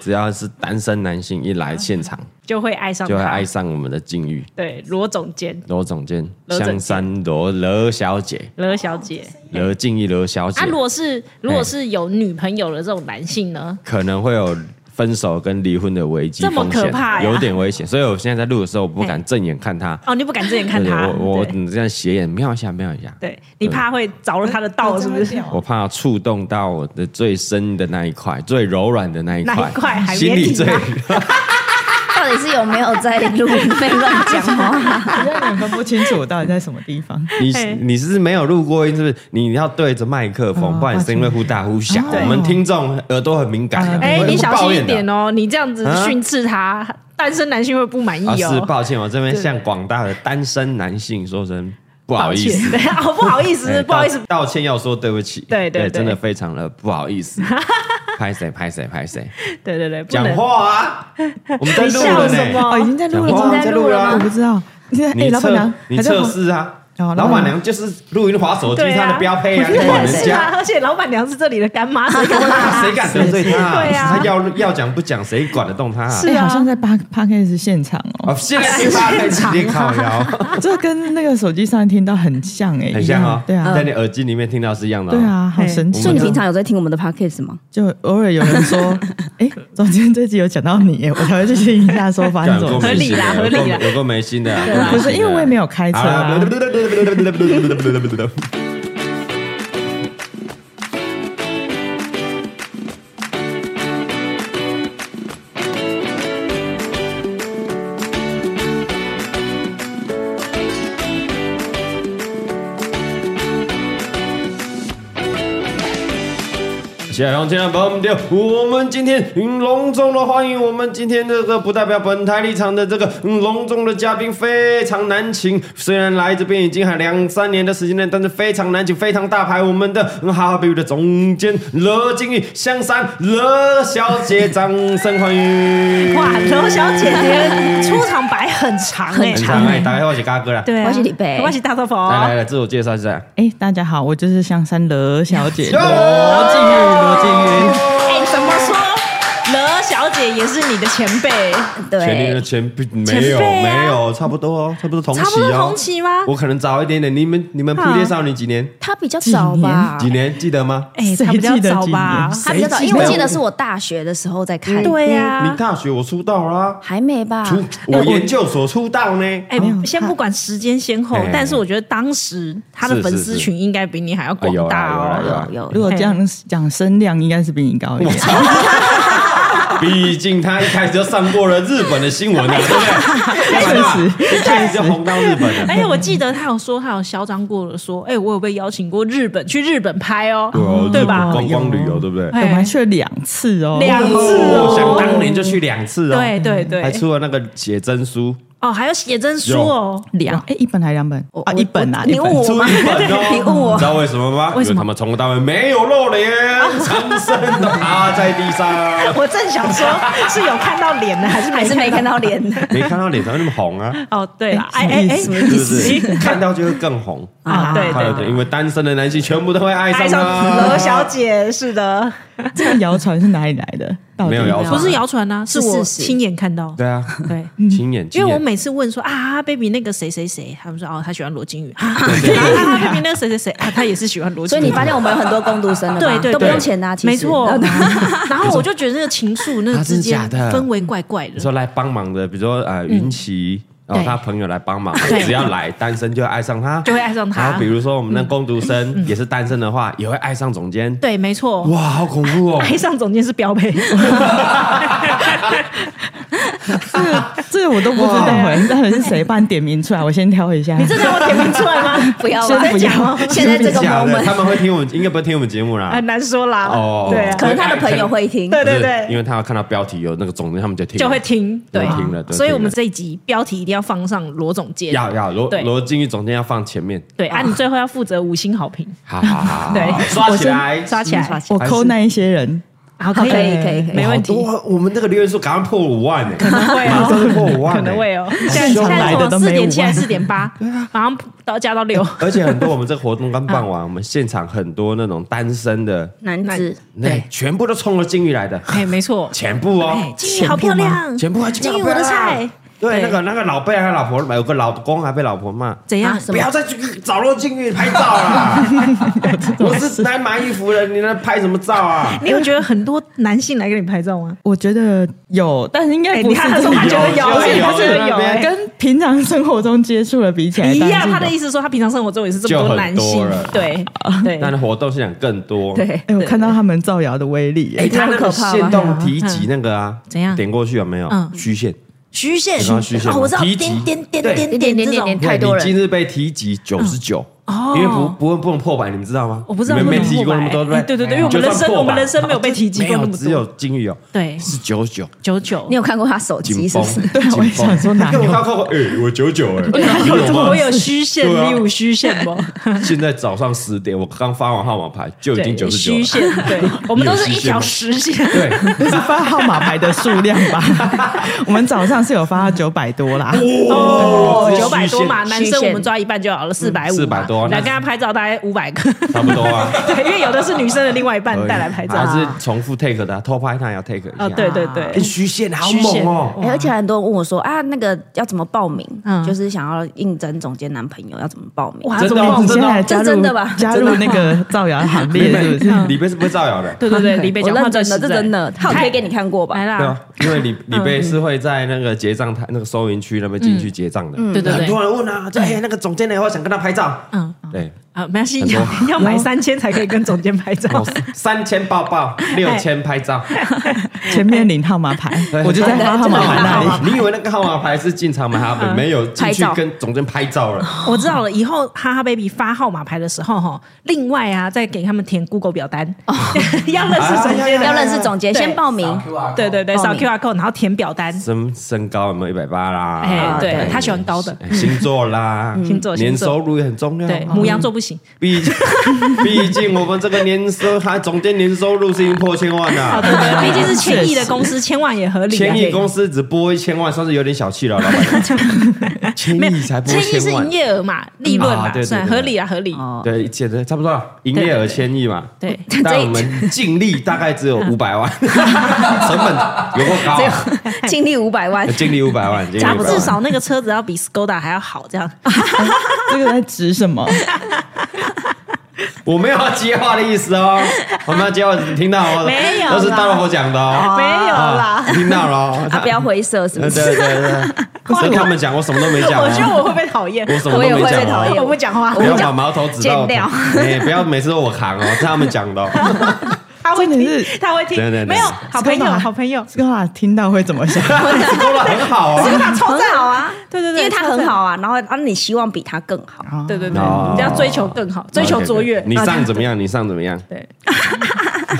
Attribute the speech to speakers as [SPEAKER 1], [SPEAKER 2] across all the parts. [SPEAKER 1] 只要是单身男性一来现场，
[SPEAKER 2] 就会爱上
[SPEAKER 1] 就会
[SPEAKER 2] 他
[SPEAKER 1] 爱上我们的境遇。
[SPEAKER 2] 对罗总监
[SPEAKER 1] 罗总监、
[SPEAKER 2] 罗总
[SPEAKER 1] 香
[SPEAKER 2] 监
[SPEAKER 1] 山罗罗小姐、
[SPEAKER 2] 罗小姐。
[SPEAKER 1] 罗静怡罗小姐
[SPEAKER 2] 啊，，如果是如果是有女朋友的这种男性呢？
[SPEAKER 1] 可能会有分手跟离婚的危机
[SPEAKER 2] 这么
[SPEAKER 1] 风险，
[SPEAKER 2] 可怕呀
[SPEAKER 1] 有点危险。所以我现在在录的时候，我不敢正眼看她，
[SPEAKER 2] 哦，你不敢正眼看
[SPEAKER 1] 对
[SPEAKER 2] 他，
[SPEAKER 1] 我我
[SPEAKER 2] 对
[SPEAKER 1] 只这样斜眼瞄一下，瞄一下，
[SPEAKER 2] 对你怕会着
[SPEAKER 3] 哦
[SPEAKER 2] 了他的道，是不是？
[SPEAKER 1] 我怕触动到我的最深的那一块，最柔软的那一
[SPEAKER 2] 哪
[SPEAKER 1] 块，
[SPEAKER 2] 一块还啊
[SPEAKER 1] 心
[SPEAKER 2] 别
[SPEAKER 1] 里
[SPEAKER 2] 提
[SPEAKER 1] 最
[SPEAKER 2] 啦
[SPEAKER 4] 到底是有没有在录？被乱讲话。
[SPEAKER 3] 我现在有点分不清楚我到底在什么地方。
[SPEAKER 1] 你
[SPEAKER 2] 嘿
[SPEAKER 1] 你是没有录过音，是不是？你要对着麦克风，
[SPEAKER 3] 哦
[SPEAKER 1] 不然声音会忽大忽小。
[SPEAKER 3] 对
[SPEAKER 1] 我们听众耳朵很敏感的，啊
[SPEAKER 3] 嗯
[SPEAKER 2] 哦哎、
[SPEAKER 1] 会
[SPEAKER 2] 你小
[SPEAKER 1] 抱
[SPEAKER 2] 心
[SPEAKER 1] 怨
[SPEAKER 2] 一
[SPEAKER 1] 的
[SPEAKER 2] 点哦，你这样子
[SPEAKER 1] 啊
[SPEAKER 2] 训斥他，单身男性会不满意
[SPEAKER 1] 啊，
[SPEAKER 2] 哦。
[SPEAKER 1] 是抱歉，我这边
[SPEAKER 2] 对
[SPEAKER 1] 向广大的单身男性说声不好
[SPEAKER 2] 抱
[SPEAKER 1] 意
[SPEAKER 2] 歉
[SPEAKER 1] 思，，
[SPEAKER 2] 对哦，不好意思，
[SPEAKER 1] 哎
[SPEAKER 2] 不好意思，
[SPEAKER 1] 道道歉要说对不起，
[SPEAKER 2] 对对对
[SPEAKER 1] 真的非常的不好意 思，拍谁拍谁拍谁，
[SPEAKER 2] 对对对，不
[SPEAKER 1] 讲
[SPEAKER 2] 能。
[SPEAKER 1] 话 啊，我们在
[SPEAKER 2] 你
[SPEAKER 1] 录
[SPEAKER 2] 笑
[SPEAKER 1] 了
[SPEAKER 2] 什
[SPEAKER 1] 呢，
[SPEAKER 2] 么？
[SPEAKER 3] 哦，已经在录
[SPEAKER 1] 讲
[SPEAKER 3] 了
[SPEAKER 1] 话
[SPEAKER 3] 吗，
[SPEAKER 1] 在录了啊
[SPEAKER 3] 我不知道。哎，
[SPEAKER 1] 你
[SPEAKER 3] 老
[SPEAKER 1] 测
[SPEAKER 3] 板娘，
[SPEAKER 1] 你
[SPEAKER 3] 还在
[SPEAKER 2] 哎
[SPEAKER 1] 测
[SPEAKER 3] 忙
[SPEAKER 1] 试啊，
[SPEAKER 3] 哦
[SPEAKER 1] 老
[SPEAKER 3] 老
[SPEAKER 1] 板
[SPEAKER 3] 板
[SPEAKER 1] 娘就是录音滑手机
[SPEAKER 2] 对啊
[SPEAKER 1] 她的标配啊，你
[SPEAKER 2] 对
[SPEAKER 1] 管人
[SPEAKER 2] 是
[SPEAKER 1] 家
[SPEAKER 2] 啊，。而且老板娘是这里的干妈，所以干嘛
[SPEAKER 1] 啊谁敢得罪他啊？
[SPEAKER 2] 对啊
[SPEAKER 1] 他要要讲不讲，谁管得动他啊？
[SPEAKER 2] 是
[SPEAKER 3] 哎
[SPEAKER 2] 啊
[SPEAKER 3] 好像在八 p a r k 现场哦，
[SPEAKER 1] 哦，现在是他在直接靠腰，
[SPEAKER 3] 这跟那个手机上听到很像哎，
[SPEAKER 1] 很
[SPEAKER 3] 一
[SPEAKER 1] 像
[SPEAKER 3] 样
[SPEAKER 1] 哦。
[SPEAKER 3] 对啊
[SPEAKER 1] 在，你耳机里面听到是一样的。
[SPEAKER 3] 对，啊，好神奇
[SPEAKER 4] 所
[SPEAKER 3] 哦。
[SPEAKER 4] 以你平常有在听我们的 podcast 吗？
[SPEAKER 3] 就偶尔有人说，哎，总监这集有讲到你耶，我才会去听一下说发生什么
[SPEAKER 1] 有够
[SPEAKER 3] 事。
[SPEAKER 1] 没心的
[SPEAKER 2] 合理啦合理啦
[SPEAKER 1] 有够有够没心的啊。
[SPEAKER 2] 对啊
[SPEAKER 3] 不是因为我也没有开车啊
[SPEAKER 1] 好啦。小杨，亲爱的朋友们，我们今天嗯隆重的欢迎我们今天这个不代表本台立场的这个嗯隆重的嘉宾，非常难请。虽然来这边已经还两三年的时间了，但是非常难请，非常大牌。我们的嗯哈哈 baby 的总监乐金玉香山乐小姐，掌声欢迎！
[SPEAKER 2] 哇，柔小姐姐出场白很长哎、
[SPEAKER 1] 很长哎，打开我是嘎哥啦。
[SPEAKER 2] 对、啊，
[SPEAKER 4] 我是李贝
[SPEAKER 2] 我是大头佛，哦
[SPEAKER 1] 来来来，自我介绍一下。
[SPEAKER 3] 哎，大家好，我就是香山罗小 姐，罗
[SPEAKER 1] 罗
[SPEAKER 3] 静云，罗静 云。
[SPEAKER 2] 哎、怎么说？柔小姐也是你的前辈，
[SPEAKER 1] 前年的
[SPEAKER 4] 对，
[SPEAKER 1] 前辈
[SPEAKER 2] 前
[SPEAKER 1] 没
[SPEAKER 2] 辈
[SPEAKER 1] 有、
[SPEAKER 2] 啊
[SPEAKER 1] 没有，差不多哦，差不多同期哦，
[SPEAKER 2] 差不多同期吗
[SPEAKER 1] 我可能早一点点，你们你们铺
[SPEAKER 2] 啊
[SPEAKER 1] 列少女几年？
[SPEAKER 4] 他比较早吧
[SPEAKER 1] 几，年记得吗？
[SPEAKER 2] 哎、
[SPEAKER 3] 谁
[SPEAKER 2] 她比较
[SPEAKER 3] 记得
[SPEAKER 2] 早
[SPEAKER 3] 几
[SPEAKER 2] 吧
[SPEAKER 3] 年？
[SPEAKER 4] 他比较早，
[SPEAKER 1] 谁记
[SPEAKER 4] 因
[SPEAKER 1] 得
[SPEAKER 4] 为我记得是我大学的时候在
[SPEAKER 1] 哎
[SPEAKER 4] 看，
[SPEAKER 2] 对哎呀、啊
[SPEAKER 1] 你大学我出道啦、
[SPEAKER 4] 还没吧？
[SPEAKER 1] 出我研究所出道啊呢。
[SPEAKER 2] 哎、先不管时间先后
[SPEAKER 1] 哎，
[SPEAKER 2] 但是我觉得当时他的
[SPEAKER 1] 是是
[SPEAKER 2] 粉丝群应该比你还要
[SPEAKER 1] 哎
[SPEAKER 2] 广
[SPEAKER 1] 有
[SPEAKER 2] 大
[SPEAKER 1] 啦有
[SPEAKER 2] 哦。
[SPEAKER 1] 啦
[SPEAKER 4] 有有
[SPEAKER 3] 如果这样讲声量，应该是比你高一点。
[SPEAKER 1] 毕竟他一开始就上过了日本的新
[SPEAKER 2] 哎
[SPEAKER 1] 闻啊，对不对？确实，一开始就红到日本啊了。
[SPEAKER 2] 而哎且我记得他有说，他有嚣张过的说，哎、我有被邀请过日本去日本拍哦，
[SPEAKER 1] 哦
[SPEAKER 2] 对吧？
[SPEAKER 1] 观光旅游对不对？
[SPEAKER 2] 哎
[SPEAKER 3] 我们还去了两次哦，
[SPEAKER 2] 两次
[SPEAKER 1] 哦，想
[SPEAKER 2] 哦，
[SPEAKER 1] 当年就去两次哦，
[SPEAKER 2] 对对
[SPEAKER 1] 还
[SPEAKER 2] 对，
[SPEAKER 1] 出了那个写真书，
[SPEAKER 2] 哦，还有写真书哦，
[SPEAKER 3] 两哎一本还两本
[SPEAKER 4] 我
[SPEAKER 3] 啊
[SPEAKER 4] 我
[SPEAKER 3] 一本啊，
[SPEAKER 4] 你
[SPEAKER 3] 一本
[SPEAKER 4] 问我
[SPEAKER 1] 出
[SPEAKER 4] 吗？
[SPEAKER 1] 一本 哦。
[SPEAKER 4] 你问我
[SPEAKER 1] 你知道为什么吗？
[SPEAKER 2] 为什么
[SPEAKER 1] 因他们从头到尾没有露 脸，长生的趴在地上，
[SPEAKER 2] 我正想说，是有看到脸的还是
[SPEAKER 4] 还
[SPEAKER 2] 没
[SPEAKER 4] 是没看
[SPEAKER 2] 到？
[SPEAKER 4] 到脸？
[SPEAKER 1] 没看到脸上那么红啊，
[SPEAKER 2] 哦，对了，哎
[SPEAKER 3] 哎
[SPEAKER 2] 哎哎，
[SPEAKER 3] 什么
[SPEAKER 1] 是不 是？看到就会更红。
[SPEAKER 2] 啊，对
[SPEAKER 1] 对对，
[SPEAKER 2] 对对，
[SPEAKER 1] 因为单身的男性全部都会爱
[SPEAKER 2] 爱
[SPEAKER 1] 上
[SPEAKER 2] 上罗
[SPEAKER 1] 他。
[SPEAKER 2] 小姐是的，
[SPEAKER 3] 这个谣传是哪里来的？到底
[SPEAKER 1] 没有谣传
[SPEAKER 2] 不是谣传啊，是
[SPEAKER 4] 是
[SPEAKER 2] 我
[SPEAKER 4] 事实
[SPEAKER 2] 亲眼看到。
[SPEAKER 1] 对啊，
[SPEAKER 2] 对，
[SPEAKER 1] 亲眼，
[SPEAKER 2] 嗯因为
[SPEAKER 1] 亲
[SPEAKER 2] 我
[SPEAKER 1] 眼
[SPEAKER 2] 每次问说啊，baby 那个谁谁谁，他们说哦，他喜欢罗金宇。啊啊，baby 那个谁谁谁啊，他也是喜欢罗
[SPEAKER 4] 所
[SPEAKER 2] 金宇
[SPEAKER 4] 以你。发现我们有很多攻读生了吧，
[SPEAKER 2] 对对，
[SPEAKER 4] 都不
[SPEAKER 2] 对
[SPEAKER 4] 用钱的啊，其实
[SPEAKER 2] 没 错。 然后我就觉得那个情愫，那
[SPEAKER 1] 啊
[SPEAKER 2] 个
[SPEAKER 1] 真
[SPEAKER 2] 之
[SPEAKER 1] 的
[SPEAKER 2] 间
[SPEAKER 1] 假的
[SPEAKER 2] 氛围怪怪
[SPEAKER 1] 你
[SPEAKER 2] 的。
[SPEAKER 1] 说来帮忙的，比如说呃云奇，然后
[SPEAKER 4] 对
[SPEAKER 1] 他朋友来帮忙，
[SPEAKER 2] 嗯对
[SPEAKER 1] 只要来单身就会爱上他，
[SPEAKER 2] 就会爱上他嗯
[SPEAKER 1] 然后比如说我们那工读生也是单身的话，也会爱上总监。
[SPEAKER 2] 对，没错。
[SPEAKER 1] 哇，好恐怖哦！
[SPEAKER 2] 爱上总监是标配，
[SPEAKER 3] 这个我都不知道哎、到底是谁办点名出来？我先挑一下。
[SPEAKER 2] 你真的要我点名出来吗？
[SPEAKER 4] 不要
[SPEAKER 3] 现
[SPEAKER 4] 吧
[SPEAKER 3] 在不要，
[SPEAKER 4] 现在这个
[SPEAKER 1] 假的，他
[SPEAKER 4] moment
[SPEAKER 1] 们会听我们，应该不会听我们节目啦
[SPEAKER 2] 很。难说啦。
[SPEAKER 1] 哦
[SPEAKER 2] 对啊
[SPEAKER 4] 可，能他的朋友会听，
[SPEAKER 2] 对对
[SPEAKER 1] 不是因
[SPEAKER 2] 对，
[SPEAKER 1] 为他要看到标题有那个种子，他们就听了，
[SPEAKER 2] 就会听，对
[SPEAKER 1] 就会听了对
[SPEAKER 2] 所以我
[SPEAKER 1] 听了
[SPEAKER 2] 们这一集标题一定要放上罗总监。
[SPEAKER 1] 要要罗
[SPEAKER 2] 对
[SPEAKER 1] 罗金玉总监要放前面，
[SPEAKER 2] 对啊，你最后要负责五星好评，
[SPEAKER 1] 好好好，好
[SPEAKER 2] 对
[SPEAKER 1] 刷起来，
[SPEAKER 2] 刷起来。
[SPEAKER 3] 我抠那一些人，
[SPEAKER 2] 好，
[SPEAKER 4] 可
[SPEAKER 2] 可
[SPEAKER 4] 以可以可以
[SPEAKER 2] 没问题
[SPEAKER 1] 好，多啊我们那个留言数赶快破五万呢，
[SPEAKER 2] 可能会
[SPEAKER 1] 马上
[SPEAKER 2] 哦，
[SPEAKER 1] 就破五万，欸
[SPEAKER 2] 可能。会哦。现在
[SPEAKER 3] 现
[SPEAKER 2] 现
[SPEAKER 3] 在
[SPEAKER 2] 在
[SPEAKER 3] 来的
[SPEAKER 2] 从
[SPEAKER 3] 都
[SPEAKER 2] 四
[SPEAKER 3] 没有
[SPEAKER 2] 点七还
[SPEAKER 3] 完
[SPEAKER 2] 是四点八，马上到加到六。
[SPEAKER 1] 而且很多我们这个活动刚办完，我们现场很多那种单身的，
[SPEAKER 4] 男子
[SPEAKER 1] 那全部都冲着金鱼来的，
[SPEAKER 2] 哎，没错，
[SPEAKER 1] 全部哦，
[SPEAKER 2] 金鱼好漂亮，
[SPEAKER 1] 全部啊，
[SPEAKER 2] 金
[SPEAKER 1] 金
[SPEAKER 2] 鱼
[SPEAKER 1] 鱼
[SPEAKER 2] 我的菜。
[SPEAKER 1] 对，
[SPEAKER 2] 对
[SPEAKER 1] 那个那个老贝还老婆有个老公还被老婆骂，
[SPEAKER 2] 怎样
[SPEAKER 4] 啊？
[SPEAKER 1] 不
[SPEAKER 4] 什么
[SPEAKER 1] 要再去找落金鱼拍照 啦！我是来买衣服的，你来拍什么照啊？
[SPEAKER 2] 你有觉得很多男性来给你拍照吗？
[SPEAKER 3] 我觉得有，但是应该不是
[SPEAKER 2] 哎你看他
[SPEAKER 3] 这
[SPEAKER 2] 说
[SPEAKER 3] 么
[SPEAKER 2] 他觉得有
[SPEAKER 3] 有
[SPEAKER 2] 是他觉得有哎
[SPEAKER 3] 跟平常生活中接触的比起来，
[SPEAKER 2] 一
[SPEAKER 3] 当然
[SPEAKER 2] 样，
[SPEAKER 3] 是
[SPEAKER 2] 他的
[SPEAKER 3] 有
[SPEAKER 2] 意思说他平常生活中也是这么
[SPEAKER 1] 就很
[SPEAKER 2] 男
[SPEAKER 1] 多
[SPEAKER 2] 性
[SPEAKER 1] 了，
[SPEAKER 2] 对对
[SPEAKER 1] 但活动现场更多。
[SPEAKER 4] 对，
[SPEAKER 3] 哎、我看到他们造谣的威力、哎
[SPEAKER 1] 哎，他那个
[SPEAKER 4] 很可怕吧
[SPEAKER 1] 限动提及那个啊，
[SPEAKER 2] 嗯怎样
[SPEAKER 1] 点过去有没有？
[SPEAKER 2] 嗯哎
[SPEAKER 1] 虚线，
[SPEAKER 4] 虚线
[SPEAKER 1] 你刚刚虚线吗
[SPEAKER 4] 哦我知道
[SPEAKER 1] 提
[SPEAKER 4] 点
[SPEAKER 1] 及
[SPEAKER 4] 点点点
[SPEAKER 1] 对
[SPEAKER 4] 点点点
[SPEAKER 5] 点点点
[SPEAKER 4] 点
[SPEAKER 5] 点
[SPEAKER 4] 点，
[SPEAKER 5] 太多
[SPEAKER 1] 你
[SPEAKER 5] 人
[SPEAKER 1] 今日被提及九十九，因为不不不能破百，你们知道吗？
[SPEAKER 2] 嗯哦我不知道
[SPEAKER 1] 你们没
[SPEAKER 2] 有没有
[SPEAKER 1] 提过
[SPEAKER 2] 破
[SPEAKER 1] 那
[SPEAKER 2] 百
[SPEAKER 1] 么多，
[SPEAKER 2] 哎
[SPEAKER 1] 对
[SPEAKER 2] 对对对
[SPEAKER 1] 哎
[SPEAKER 2] 因为我们
[SPEAKER 1] 就算
[SPEAKER 2] 人生
[SPEAKER 1] 破百
[SPEAKER 2] 我们人生没有被提及过那么多
[SPEAKER 1] 没有只有金鱼哦，
[SPEAKER 2] 对
[SPEAKER 1] 是九九
[SPEAKER 2] 九九
[SPEAKER 4] 你，有看过他手机
[SPEAKER 1] 紧
[SPEAKER 4] 是
[SPEAKER 1] 绷
[SPEAKER 4] 不是？，
[SPEAKER 1] 对
[SPEAKER 3] 我也想说哪有
[SPEAKER 1] 我看过，哎，我九九哎，你有吗
[SPEAKER 2] 我有虚线，
[SPEAKER 1] 对啊
[SPEAKER 2] 你有虚线不？
[SPEAKER 1] 现在早上十点，我刚发完号码牌就已经九
[SPEAKER 2] 对，
[SPEAKER 1] 十九
[SPEAKER 2] 虚
[SPEAKER 1] 了。
[SPEAKER 2] 线，对， 我们都是一条
[SPEAKER 1] 有
[SPEAKER 2] 实 线。
[SPEAKER 1] 对，
[SPEAKER 3] 那是发号码牌的数量吧？ 我们早上是有发到九百多啦，
[SPEAKER 2] 哦
[SPEAKER 1] 这，是
[SPEAKER 2] 九百
[SPEAKER 1] 虚
[SPEAKER 2] 多
[SPEAKER 1] 线
[SPEAKER 2] 嘛，男
[SPEAKER 4] 虚
[SPEAKER 2] 生
[SPEAKER 4] 线
[SPEAKER 2] 我们抓一半就好了，四百五，
[SPEAKER 1] 400多啊那
[SPEAKER 2] 来跟他拍照大概五百 个，
[SPEAKER 1] 差不多啊。
[SPEAKER 2] 对，因为有的是女生的另外一半带来拍照
[SPEAKER 1] 还，是重复 take 的啊，偷拍他也要 take 一下。
[SPEAKER 2] 哦，对对
[SPEAKER 1] 哎，
[SPEAKER 2] 对，
[SPEAKER 1] 虚线好
[SPEAKER 2] 虚线
[SPEAKER 1] 猛哦！
[SPEAKER 4] 哎而且很多人问我说啊，那个要怎么报名
[SPEAKER 2] 嗯？
[SPEAKER 4] 就是想要应征总监男朋友要怎么报名？
[SPEAKER 2] 哇，
[SPEAKER 1] 真
[SPEAKER 2] 怎
[SPEAKER 1] 的
[SPEAKER 2] 么
[SPEAKER 1] 哦
[SPEAKER 2] 忘
[SPEAKER 3] 你
[SPEAKER 2] 了
[SPEAKER 3] 现在还
[SPEAKER 4] 这
[SPEAKER 3] 加入
[SPEAKER 4] 真的吧
[SPEAKER 3] 加入那个造谣行列
[SPEAKER 1] 里
[SPEAKER 3] 是不是？
[SPEAKER 1] 面里面是不会造谣的。
[SPEAKER 2] 对啊对对，李贝
[SPEAKER 4] 我
[SPEAKER 2] 讲话
[SPEAKER 4] 认
[SPEAKER 2] 最
[SPEAKER 4] 真
[SPEAKER 2] 实
[SPEAKER 4] 的，这
[SPEAKER 2] 在
[SPEAKER 4] 真的，他有贴给你看过吧
[SPEAKER 2] 来？
[SPEAKER 1] 对
[SPEAKER 2] 啦，
[SPEAKER 1] 啊，因为
[SPEAKER 2] 嗯
[SPEAKER 1] 李李贝是会在那个结账台、那个收银区那边进去结账的。
[SPEAKER 2] 嗯对对
[SPEAKER 1] 很
[SPEAKER 2] 对，
[SPEAKER 1] 多人问啊，这哎那个总监呢，我想跟他拍照。
[SPEAKER 2] 嗯
[SPEAKER 1] 对，
[SPEAKER 2] 啊，没关系
[SPEAKER 1] 很，多
[SPEAKER 2] 要 要买三千才可以跟总监拍照
[SPEAKER 1] 哦，三千抱 抱，六千拍照。
[SPEAKER 3] 前面领号码牌，
[SPEAKER 2] 哎
[SPEAKER 3] 我就在发号码牌那里。
[SPEAKER 1] 你以为那个号码牌是进场买哈本，没有进
[SPEAKER 4] 拍
[SPEAKER 1] 去
[SPEAKER 4] 照
[SPEAKER 1] 跟总监拍照了。
[SPEAKER 2] 我知道了，以后哈哈 baby 发号码牌的时候哈，另外啊再给他们填 Google 表单，
[SPEAKER 4] 哦
[SPEAKER 2] 要认识
[SPEAKER 1] 啊
[SPEAKER 2] 总监，
[SPEAKER 4] 要认识总监，
[SPEAKER 2] 对
[SPEAKER 4] 先报名。
[SPEAKER 2] 嗯对对对，
[SPEAKER 4] 报
[SPEAKER 2] 扫
[SPEAKER 4] 名
[SPEAKER 2] QR code，然后填表单。
[SPEAKER 1] 身身高有没有一百八啦
[SPEAKER 2] 哎？对
[SPEAKER 1] 哎
[SPEAKER 2] 他喜欢高的
[SPEAKER 1] 哎星座啦，
[SPEAKER 2] 星座
[SPEAKER 1] 年
[SPEAKER 2] 星座
[SPEAKER 1] 收入也很重要。
[SPEAKER 2] 对，母羊座不行。
[SPEAKER 1] 毕竟毕竟我们这个年收，他总监年收入是已经破千万
[SPEAKER 2] 好
[SPEAKER 1] 了。
[SPEAKER 2] 的，
[SPEAKER 4] 嗯
[SPEAKER 2] 对毕竟是千亿的公司，千万也合理啊。
[SPEAKER 1] 千亿公司只播一千万，算是有点小气了，老 板。千
[SPEAKER 2] 没有
[SPEAKER 1] 亿才播
[SPEAKER 2] 千亿是
[SPEAKER 1] 千万
[SPEAKER 2] 营，业额嘛，利润
[SPEAKER 1] 啊
[SPEAKER 2] 嘛
[SPEAKER 1] 对，对
[SPEAKER 2] 算
[SPEAKER 1] 对
[SPEAKER 2] 合理啊，合理。
[SPEAKER 4] 哦，
[SPEAKER 1] 对，简直差不多了，营业额千亿嘛。
[SPEAKER 2] 对，
[SPEAKER 1] 但我们净利大概只有五百万，成本有够高啊，
[SPEAKER 4] 净利五 百万，
[SPEAKER 1] 净利五百万，净利
[SPEAKER 2] 咱
[SPEAKER 1] 500
[SPEAKER 2] 们
[SPEAKER 1] 万
[SPEAKER 2] 至少那个车子要比 Skoda 还要好，这样。
[SPEAKER 3] 这个在指什么？
[SPEAKER 1] 我没有要接话的意思哦，我没有接话，你听到哦，
[SPEAKER 2] 没有啦
[SPEAKER 1] 都是大老婆讲的哦，
[SPEAKER 2] 没有啦
[SPEAKER 1] 啊，你听到了哦，
[SPEAKER 4] 啊，不要灰色，是
[SPEAKER 1] 对
[SPEAKER 4] 不是？
[SPEAKER 1] 对对，不是他们讲，我什么都没讲哦，
[SPEAKER 2] 我觉得我会被讨厌，
[SPEAKER 1] 我什么都
[SPEAKER 4] 我也
[SPEAKER 1] 没
[SPEAKER 4] 会
[SPEAKER 1] 讲
[SPEAKER 4] 被讨
[SPEAKER 1] 哦
[SPEAKER 4] 厌。
[SPEAKER 2] 我不讲话
[SPEAKER 1] 不，要把矛头指到
[SPEAKER 4] 剪掉，
[SPEAKER 1] 哎，不要每次都我扛哦，是他们讲的哦，
[SPEAKER 2] 他会
[SPEAKER 3] 重点
[SPEAKER 2] 听，
[SPEAKER 3] 是
[SPEAKER 2] 他会
[SPEAKER 1] 对对对
[SPEAKER 2] 听。没有，好朋友，
[SPEAKER 3] Skoda
[SPEAKER 2] 好朋友，
[SPEAKER 3] 这个话听到会怎么想？
[SPEAKER 1] 这勾了很好哦，
[SPEAKER 2] 他超赞
[SPEAKER 4] 很好啊，
[SPEAKER 2] 对对
[SPEAKER 4] 因
[SPEAKER 2] 对，
[SPEAKER 4] 为他很好啊，然后啊，你希望比他更好，
[SPEAKER 2] 超赞，对对对，
[SPEAKER 1] 哦
[SPEAKER 2] 你要追求更好，追求卓越。
[SPEAKER 1] 你上怎么样？你上怎么样？
[SPEAKER 2] 对，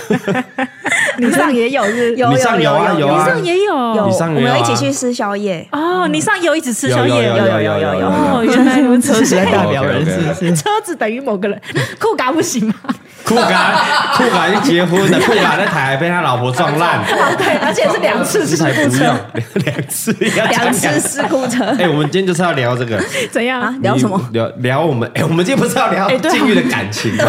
[SPEAKER 2] 你上也 有是
[SPEAKER 4] 有
[SPEAKER 1] 你上有啊有啊
[SPEAKER 2] 你上也有
[SPEAKER 4] 有，
[SPEAKER 1] 你上
[SPEAKER 4] 我
[SPEAKER 1] 也
[SPEAKER 4] 们
[SPEAKER 1] 有啊
[SPEAKER 4] 有一起去吃宵夜，
[SPEAKER 2] 哦，你上有一直吃宵夜，
[SPEAKER 1] 有有有有有有
[SPEAKER 2] 哦，原
[SPEAKER 3] 原
[SPEAKER 2] 来
[SPEAKER 3] 来
[SPEAKER 2] 你
[SPEAKER 3] 你
[SPEAKER 2] 们
[SPEAKER 3] 们
[SPEAKER 2] 车
[SPEAKER 3] 车时代代表人
[SPEAKER 1] OK，OK，OK
[SPEAKER 3] 是不 是？
[SPEAKER 2] 车子等于某个人，酷嘎不行吗？
[SPEAKER 1] 酷感酷感已经结婚了，酷啊感在台被他老婆撞烂，
[SPEAKER 2] 对，而且是两次事
[SPEAKER 1] 哦才
[SPEAKER 2] 故
[SPEAKER 1] 不
[SPEAKER 2] 车
[SPEAKER 1] 要，两次要 讲
[SPEAKER 4] 两次事故车
[SPEAKER 1] 哎，我们今天就是要聊这个。
[SPEAKER 2] 怎样？
[SPEAKER 4] 啊，聊什 么？
[SPEAKER 1] 你？聊聊我们，哎、我们今天不是要聊
[SPEAKER 3] 哎对啊
[SPEAKER 1] 禁欲的感情吗？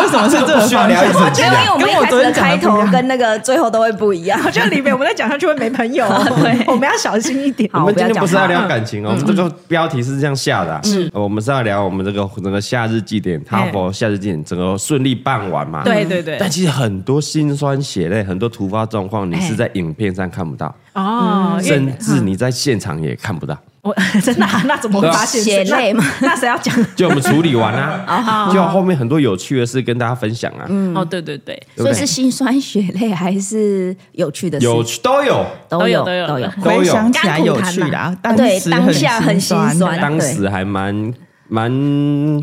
[SPEAKER 3] 为什么是这
[SPEAKER 1] 不
[SPEAKER 3] 个
[SPEAKER 1] 需要
[SPEAKER 3] 方
[SPEAKER 1] 聊一
[SPEAKER 3] 向？
[SPEAKER 1] 整集
[SPEAKER 4] 因为
[SPEAKER 1] 啊。
[SPEAKER 4] 我们一
[SPEAKER 3] 跟我昨天讲的
[SPEAKER 4] 开始的
[SPEAKER 3] 不
[SPEAKER 4] 开
[SPEAKER 3] 一
[SPEAKER 4] 头
[SPEAKER 3] 样
[SPEAKER 4] 跟那个最后都会不一样，
[SPEAKER 2] 我觉得李北，我们再讲下去会没朋 友哦，我们要小心一点。
[SPEAKER 1] 我
[SPEAKER 4] 好
[SPEAKER 1] 们今天
[SPEAKER 4] 不要
[SPEAKER 1] 不是要
[SPEAKER 4] 讲
[SPEAKER 1] 聊感情哦，我们这个标题是这样下的、啊，是、我们是要聊我们这个整个夏日祭典，哈佛夏日祭典整个顺利办完嘛？
[SPEAKER 2] 对对对
[SPEAKER 1] 但其实很多辛酸血泪，很多突发状况，你是在影片上看不到，
[SPEAKER 2] 哦，因为
[SPEAKER 1] 甚至你在现场也看不到。
[SPEAKER 2] 我 真的啊、那怎么
[SPEAKER 4] 对啊
[SPEAKER 2] 发现是？
[SPEAKER 4] 血泪吗
[SPEAKER 2] 那？那谁要讲？
[SPEAKER 1] 就我们处理完啦、就后面很多有趣的事跟大家分享啊，
[SPEAKER 2] 哦，对对对，
[SPEAKER 1] 对
[SPEAKER 4] 所
[SPEAKER 1] 不
[SPEAKER 4] 以
[SPEAKER 1] 对
[SPEAKER 4] 是？心酸血泪还是有趣的事？
[SPEAKER 1] 有趣都有，
[SPEAKER 4] 都有
[SPEAKER 2] 都有
[SPEAKER 4] 都有
[SPEAKER 2] 都。
[SPEAKER 1] 都有
[SPEAKER 3] 回想起来有趣 啦，当
[SPEAKER 4] 对
[SPEAKER 3] 时
[SPEAKER 4] 当下很
[SPEAKER 3] 心
[SPEAKER 4] 心酸
[SPEAKER 2] 啊
[SPEAKER 3] 酸，
[SPEAKER 1] 当时还蛮蛮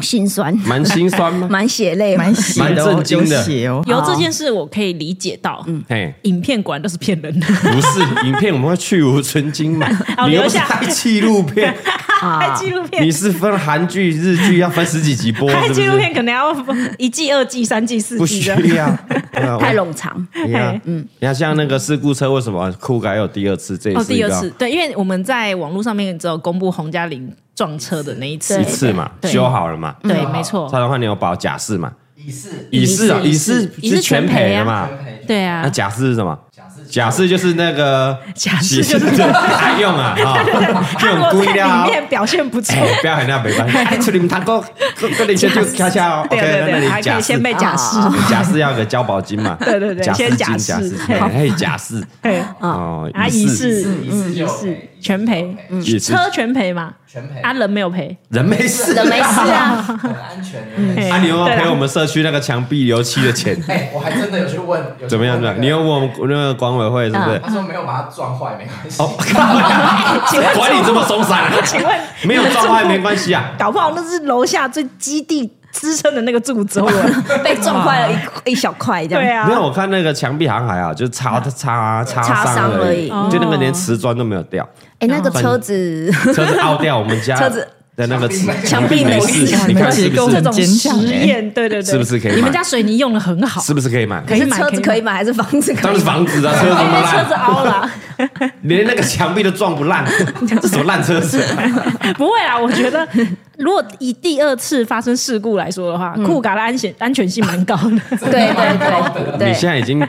[SPEAKER 4] 心酸，
[SPEAKER 1] 蛮心酸吗？
[SPEAKER 4] 蛮血泪嘛，
[SPEAKER 3] 蛮血
[SPEAKER 1] 蛮
[SPEAKER 3] 的哦
[SPEAKER 1] 震，
[SPEAKER 3] 有
[SPEAKER 1] 惊的
[SPEAKER 3] 血哦。
[SPEAKER 2] 有这件事我可以理解到，嗯，
[SPEAKER 1] 嘿，
[SPEAKER 2] 影片果然都是骗 人的，
[SPEAKER 1] 不是 影片，我们会去无存菁 嘛？
[SPEAKER 2] 好
[SPEAKER 1] 你又不
[SPEAKER 2] 哦留
[SPEAKER 1] 是
[SPEAKER 2] 下
[SPEAKER 1] 拍纪录片，
[SPEAKER 4] 啊
[SPEAKER 2] 拍纪录 片
[SPEAKER 1] 你。是分韩剧、日剧要分十几集播，
[SPEAKER 2] 拍
[SPEAKER 1] 是不
[SPEAKER 2] 纪
[SPEAKER 1] 是
[SPEAKER 2] 录片可能要一季、二季、三季、四
[SPEAKER 1] 不
[SPEAKER 2] 季
[SPEAKER 1] 需
[SPEAKER 2] 的，
[SPEAKER 1] 要，对啊
[SPEAKER 4] 太。冗长。
[SPEAKER 1] 我你看，嗯，你看像那个事故车，为什么酷改有第二次？这也
[SPEAKER 2] 哦，
[SPEAKER 1] 是一
[SPEAKER 2] 第
[SPEAKER 1] 个
[SPEAKER 2] 二次，对，因为我们在网络上面只有公布洪嘉玲撞车的那一次
[SPEAKER 4] 对
[SPEAKER 1] 一，次嘛，
[SPEAKER 2] 对
[SPEAKER 1] 修好了嘛。
[SPEAKER 2] 对，没错
[SPEAKER 1] 蔡，康永你有保假释嘛？
[SPEAKER 5] 乙是
[SPEAKER 1] 乙释啊，
[SPEAKER 2] 乙
[SPEAKER 1] 乙
[SPEAKER 2] 释
[SPEAKER 1] 释
[SPEAKER 2] 乙释
[SPEAKER 1] 是全赔的嘛？
[SPEAKER 5] 全赔，
[SPEAKER 2] 对啊
[SPEAKER 1] 那，假释是什么？
[SPEAKER 5] 假释
[SPEAKER 1] 假释就是那个
[SPEAKER 2] 假释就是
[SPEAKER 1] 这还用啊 啊，
[SPEAKER 2] 他如果
[SPEAKER 1] 贵
[SPEAKER 2] 在
[SPEAKER 1] 料啊
[SPEAKER 2] 里。面表现不 错，
[SPEAKER 1] 哎，不要喊那没 关系，哎，出你们堂哥，哥哥你先就恰恰哦
[SPEAKER 2] 对对
[SPEAKER 1] ，OK，那
[SPEAKER 2] 对，
[SPEAKER 1] 你
[SPEAKER 2] 还可
[SPEAKER 1] 假
[SPEAKER 2] 以
[SPEAKER 1] 释
[SPEAKER 2] 先被假释，
[SPEAKER 1] 假释要有个交保金嘛，
[SPEAKER 2] 对对对
[SPEAKER 1] 假释
[SPEAKER 2] 先
[SPEAKER 1] 金
[SPEAKER 2] 假
[SPEAKER 1] 假
[SPEAKER 2] 释
[SPEAKER 1] 释，
[SPEAKER 2] 嘿
[SPEAKER 1] 哎，嘿假释
[SPEAKER 2] 对，
[SPEAKER 1] 哦，
[SPEAKER 2] 啊，
[SPEAKER 1] 乙
[SPEAKER 2] 一
[SPEAKER 1] 释
[SPEAKER 2] 次
[SPEAKER 5] 一次就
[SPEAKER 2] 是
[SPEAKER 5] 赔
[SPEAKER 2] 全赔，嗯
[SPEAKER 1] 也是
[SPEAKER 2] 车全赔嘛，
[SPEAKER 5] 全赔，
[SPEAKER 2] 啊，人没有赔，
[SPEAKER 1] 人没事
[SPEAKER 4] 人没事啊，
[SPEAKER 5] 很安全。人没事
[SPEAKER 2] 嘿
[SPEAKER 1] 啊，你又要
[SPEAKER 2] 对啦
[SPEAKER 1] 赔我们社区那个墙壁油漆的钱，
[SPEAKER 5] 哎，我还真的有去问，有去问
[SPEAKER 1] 怎么样？怎么
[SPEAKER 5] 那个
[SPEAKER 1] 样？你又问我们那个管委会是不是？
[SPEAKER 5] 他说没有把它撞坏，没关系。
[SPEAKER 1] 哦， 管理这么松散啊，
[SPEAKER 2] 啊 请问
[SPEAKER 1] 没有撞坏没关系啊。
[SPEAKER 2] 搞不好那是楼下最基地支撑的那个柱 子，我
[SPEAKER 4] 被撞坏了一一小块这
[SPEAKER 2] 对
[SPEAKER 4] 样。
[SPEAKER 2] 啊
[SPEAKER 1] 没，有，我看那个墙壁好像还好，就是擦擦擦
[SPEAKER 4] 擦
[SPEAKER 1] 伤
[SPEAKER 4] 伤
[SPEAKER 1] 而
[SPEAKER 4] 而
[SPEAKER 1] 已
[SPEAKER 4] 已，
[SPEAKER 2] 哦
[SPEAKER 1] 就那个连瓷砖都没有掉，
[SPEAKER 4] 哎，那个车子，
[SPEAKER 1] 车子凹掉，我们家
[SPEAKER 4] 车子
[SPEAKER 1] 的那个瓷
[SPEAKER 4] 墙壁
[SPEAKER 1] 没
[SPEAKER 4] 没
[SPEAKER 1] 事
[SPEAKER 4] 事，
[SPEAKER 1] 你看是
[SPEAKER 3] 结构
[SPEAKER 1] 不是
[SPEAKER 2] 这
[SPEAKER 3] 很
[SPEAKER 2] 种
[SPEAKER 3] 坚强
[SPEAKER 2] 实
[SPEAKER 3] 欸
[SPEAKER 2] 验，对对对，
[SPEAKER 1] 是不是可以买
[SPEAKER 2] 你们家水泥用的很好，
[SPEAKER 1] 是不是可以买？
[SPEAKER 2] 可以
[SPEAKER 4] 是
[SPEAKER 2] 买哦
[SPEAKER 4] 车子可以买还是房子可
[SPEAKER 1] 当
[SPEAKER 4] 以
[SPEAKER 1] 然是
[SPEAKER 4] 买？
[SPEAKER 1] 房子啊，车这
[SPEAKER 2] 因
[SPEAKER 1] 么
[SPEAKER 2] 为车子
[SPEAKER 1] 烂，
[SPEAKER 2] 凹了，
[SPEAKER 1] 连那个墙壁都撞不烂，这什么烂车子？
[SPEAKER 2] 不会啦，我觉得如果以第二次发生事故来说的话，酷嘎的安全安全性蛮高的，
[SPEAKER 4] 对对对
[SPEAKER 1] 哦你
[SPEAKER 4] 对
[SPEAKER 1] 现在已经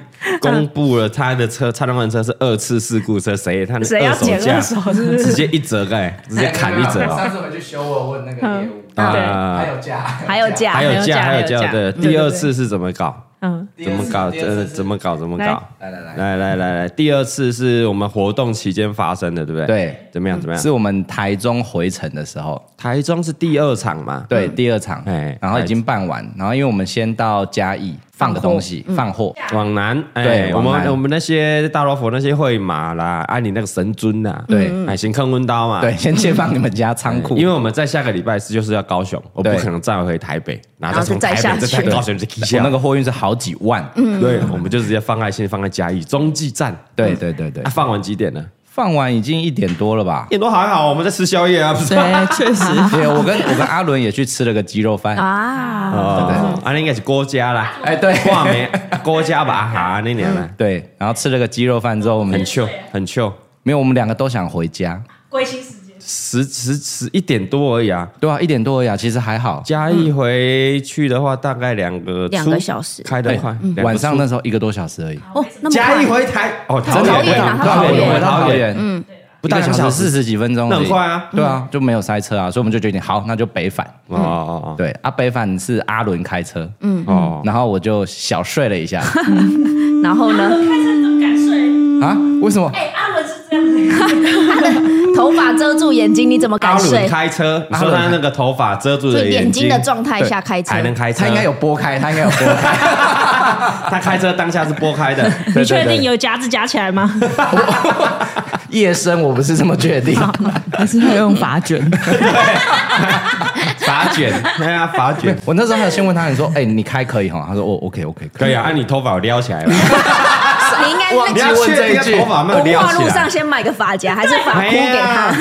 [SPEAKER 1] 公布了他的车，蔡东汉车是二次事故车，谁他的
[SPEAKER 2] 谁要
[SPEAKER 1] 二手
[SPEAKER 2] 捡
[SPEAKER 1] 价
[SPEAKER 2] 二手是不
[SPEAKER 1] 直
[SPEAKER 2] 是？
[SPEAKER 1] 接一折盖，直接砍一折
[SPEAKER 5] 啊上
[SPEAKER 1] 哦。
[SPEAKER 5] 次回去修，我有问那个业务，
[SPEAKER 3] 嗯
[SPEAKER 1] 啊
[SPEAKER 5] 还有价，
[SPEAKER 4] 还有价
[SPEAKER 1] 还有价，还
[SPEAKER 2] 还
[SPEAKER 1] 有
[SPEAKER 2] 有
[SPEAKER 1] 价，
[SPEAKER 2] 价
[SPEAKER 1] 对，
[SPEAKER 2] 对对
[SPEAKER 1] 第二次是怎么搞？
[SPEAKER 2] 嗯，
[SPEAKER 5] 第
[SPEAKER 1] 怎
[SPEAKER 5] 二
[SPEAKER 1] 么
[SPEAKER 5] 次
[SPEAKER 1] 搞？
[SPEAKER 5] 第二
[SPEAKER 1] 这
[SPEAKER 5] 次是
[SPEAKER 1] 怎么搞？怎么搞
[SPEAKER 2] 来？
[SPEAKER 5] 来来来，
[SPEAKER 1] 来来来来，第二次是我们活动期间发生的，对不对？
[SPEAKER 5] 对
[SPEAKER 1] 怎么样？怎么样？
[SPEAKER 5] 是我们台中回程的时候，
[SPEAKER 1] 台中是第二场嘛？
[SPEAKER 5] 对，第二场
[SPEAKER 1] 哎，
[SPEAKER 5] 然后已经办完，然后因为我们先到嘉义放个东西，放货，
[SPEAKER 1] 往南，哎，
[SPEAKER 5] 对
[SPEAKER 1] 我
[SPEAKER 5] 往
[SPEAKER 1] 们
[SPEAKER 5] 南
[SPEAKER 1] 我们那些大老虎那些会马啦，按你那个神尊呐，
[SPEAKER 5] 对
[SPEAKER 1] 哎，行坑温刀嘛，
[SPEAKER 5] 对，先借放你们家仓库，
[SPEAKER 1] 哎因为我们在下个礼拜四就是要高雄，我不
[SPEAKER 5] 对
[SPEAKER 1] 可能再回台北，然后再从
[SPEAKER 4] 然
[SPEAKER 1] 台
[SPEAKER 4] 后
[SPEAKER 1] 北再
[SPEAKER 4] 再下去
[SPEAKER 1] 到高雄就
[SPEAKER 5] 我那个货运是好几万，
[SPEAKER 3] 嗯
[SPEAKER 1] 对，我们就直接放在先放在嘉义中继站，
[SPEAKER 5] 对对对对
[SPEAKER 1] 啊，，放完几点呢？
[SPEAKER 5] 放完已经一点多了吧
[SPEAKER 1] 一？点多还好，我们在吃宵夜啊，不是？
[SPEAKER 3] 对，确实，
[SPEAKER 5] 对，我跟我跟阿伦也去吃了个鸡肉饭，
[SPEAKER 4] 啊，
[SPEAKER 1] 哦，啊，那应该是郭家啦，
[SPEAKER 5] 哎对嗯
[SPEAKER 1] 话梅郭家吧，哈，那年呢，
[SPEAKER 5] 对，然后吃了个鸡肉饭之后，我们
[SPEAKER 1] 很糗，很糗，
[SPEAKER 5] 没有，我们两个都想回家，
[SPEAKER 2] 归心时间，
[SPEAKER 1] 十十十一点多而已啊。
[SPEAKER 5] 对啊，一点多而已啊，其实还好，
[SPEAKER 1] 嘉义回去的话，大概两个
[SPEAKER 4] 两
[SPEAKER 1] 出
[SPEAKER 4] 个小时
[SPEAKER 1] 开得
[SPEAKER 5] 对
[SPEAKER 1] 快，，两个
[SPEAKER 5] 晚
[SPEAKER 1] 出
[SPEAKER 5] 上那时候一个多小时而已，
[SPEAKER 4] 哦，那么
[SPEAKER 1] 嘉
[SPEAKER 4] 快
[SPEAKER 1] 义，回台哦，
[SPEAKER 5] 真的
[SPEAKER 4] 桃园啊
[SPEAKER 5] 桃
[SPEAKER 4] 桃园
[SPEAKER 5] 园，回到
[SPEAKER 1] 桃
[SPEAKER 5] 桃
[SPEAKER 1] 园
[SPEAKER 5] 园，嗯，
[SPEAKER 1] 不
[SPEAKER 5] 不
[SPEAKER 1] 到
[SPEAKER 5] 到
[SPEAKER 1] 两
[SPEAKER 5] 小
[SPEAKER 1] 个小
[SPEAKER 5] 时
[SPEAKER 1] 时
[SPEAKER 5] 四十几分钟，
[SPEAKER 1] 那很快啊，
[SPEAKER 5] 对啊，就没有塞车啊，所以我们就决定好，那就北返，
[SPEAKER 1] 哦哦哦。
[SPEAKER 5] 对啊，北返是阿伦开车，嗯，
[SPEAKER 1] 哦，
[SPEAKER 5] 然后我就小睡了一下
[SPEAKER 4] 然后呢，
[SPEAKER 5] 啊，为什么？
[SPEAKER 4] 头发遮住眼睛，你怎么
[SPEAKER 1] 阿
[SPEAKER 4] 敢
[SPEAKER 1] 伦
[SPEAKER 4] 睡？
[SPEAKER 1] 开车，你说
[SPEAKER 5] 阿
[SPEAKER 1] 他
[SPEAKER 5] 伦
[SPEAKER 1] 那个头发遮住
[SPEAKER 4] 就
[SPEAKER 1] 了
[SPEAKER 4] 眼
[SPEAKER 1] 睛
[SPEAKER 4] 睛的状态下开车
[SPEAKER 1] 才，能开车，
[SPEAKER 5] 他应该有拨开，他应该有拨 开，
[SPEAKER 1] 他开车当下是拨开 的，
[SPEAKER 2] 你
[SPEAKER 5] 对对
[SPEAKER 2] 确
[SPEAKER 5] 对
[SPEAKER 2] 定有夹子夹起来吗？
[SPEAKER 5] 夜深我不是这么确定，
[SPEAKER 3] 还是要用发卷，
[SPEAKER 1] 发卷， 对啊，发卷，
[SPEAKER 5] 我那时候还有先问他，你说，哎，你开可以哈？他说，哦，OK OK，
[SPEAKER 1] 可以啊，按你头发有撩起来吧，
[SPEAKER 4] 你应该
[SPEAKER 5] 忘
[SPEAKER 1] 你
[SPEAKER 5] 记
[SPEAKER 1] 要
[SPEAKER 4] 那
[SPEAKER 5] 问
[SPEAKER 1] 确
[SPEAKER 5] 这一
[SPEAKER 1] 定
[SPEAKER 5] 句
[SPEAKER 1] 头发有没有
[SPEAKER 4] 文
[SPEAKER 1] 撩
[SPEAKER 4] 化
[SPEAKER 1] 起
[SPEAKER 4] 路
[SPEAKER 1] 来
[SPEAKER 4] 上。先买个发夹还是发箍
[SPEAKER 1] 哎
[SPEAKER 4] 给
[SPEAKER 1] 呀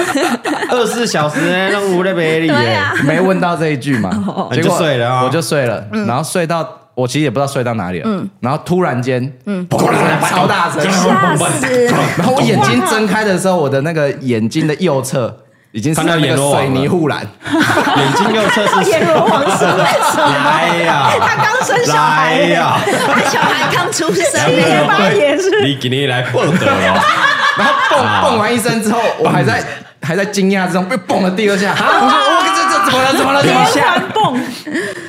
[SPEAKER 4] 他？，
[SPEAKER 1] 二十四小时让我在北里耶，
[SPEAKER 4] 啊
[SPEAKER 5] 没问到这一句嘛，结
[SPEAKER 1] 你就
[SPEAKER 5] 果
[SPEAKER 1] 睡了啊
[SPEAKER 5] 我就睡了，然后睡到我其实也不知道睡到哪里了，然后突然间，嗯， 超大 声，
[SPEAKER 1] 哎
[SPEAKER 4] 吓 死！
[SPEAKER 5] 然后我眼睛睁开的时候，我的那个眼睛的右侧已经是
[SPEAKER 1] 看到
[SPEAKER 5] 那
[SPEAKER 1] 眼
[SPEAKER 5] 个
[SPEAKER 1] 窝网了
[SPEAKER 5] 水泥护栏，
[SPEAKER 1] 眼睛右侧是
[SPEAKER 2] 阎罗王是为什么？
[SPEAKER 1] 来哎呀，
[SPEAKER 2] 他刚生小
[SPEAKER 1] 来
[SPEAKER 2] 孩，
[SPEAKER 1] 哎呀，
[SPEAKER 4] 小孩刚出生
[SPEAKER 2] 七
[SPEAKER 4] 耶
[SPEAKER 2] 年八年是
[SPEAKER 1] 你今天来哦报道了，
[SPEAKER 5] 然后蹦蹦完一声之后，我还在还在惊讶之中，被蹦了第二下，我说我这这怎么了怎么了怎么
[SPEAKER 2] 连
[SPEAKER 3] 哎
[SPEAKER 5] 了？
[SPEAKER 2] 环 蹦，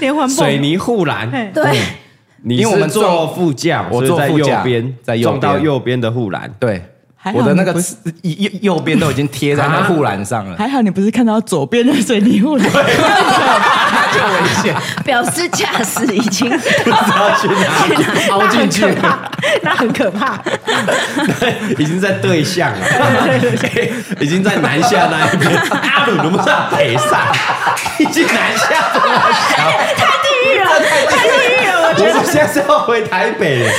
[SPEAKER 2] 连环蹦，
[SPEAKER 1] 水泥护栏。
[SPEAKER 4] 对，
[SPEAKER 1] 你
[SPEAKER 5] 因为我
[SPEAKER 1] 是
[SPEAKER 5] 们
[SPEAKER 1] 坐
[SPEAKER 5] 撞
[SPEAKER 1] 副驾，
[SPEAKER 5] 我
[SPEAKER 1] 所以
[SPEAKER 5] 坐
[SPEAKER 1] 在
[SPEAKER 5] 副
[SPEAKER 1] 右
[SPEAKER 5] 驾
[SPEAKER 1] 边，
[SPEAKER 5] 在右
[SPEAKER 1] 撞到
[SPEAKER 5] 边
[SPEAKER 1] 右边的护栏。
[SPEAKER 5] 对，
[SPEAKER 3] 还好啊
[SPEAKER 5] 我的那个
[SPEAKER 3] 你不是
[SPEAKER 5] 右右右边都已经贴在那护栏上了，
[SPEAKER 3] 还好你不是看到左边的水泥护栏，
[SPEAKER 5] 那就危险。
[SPEAKER 4] 表示驾驶已经
[SPEAKER 5] 凹进去
[SPEAKER 2] 那很可怕，那很可怕。
[SPEAKER 1] 已经在对象 了，已经在南下那一边。阿鲁能不能北上？已经南下了，
[SPEAKER 2] 地狱了，太地狱了！我
[SPEAKER 1] 我们现在是要回台北了。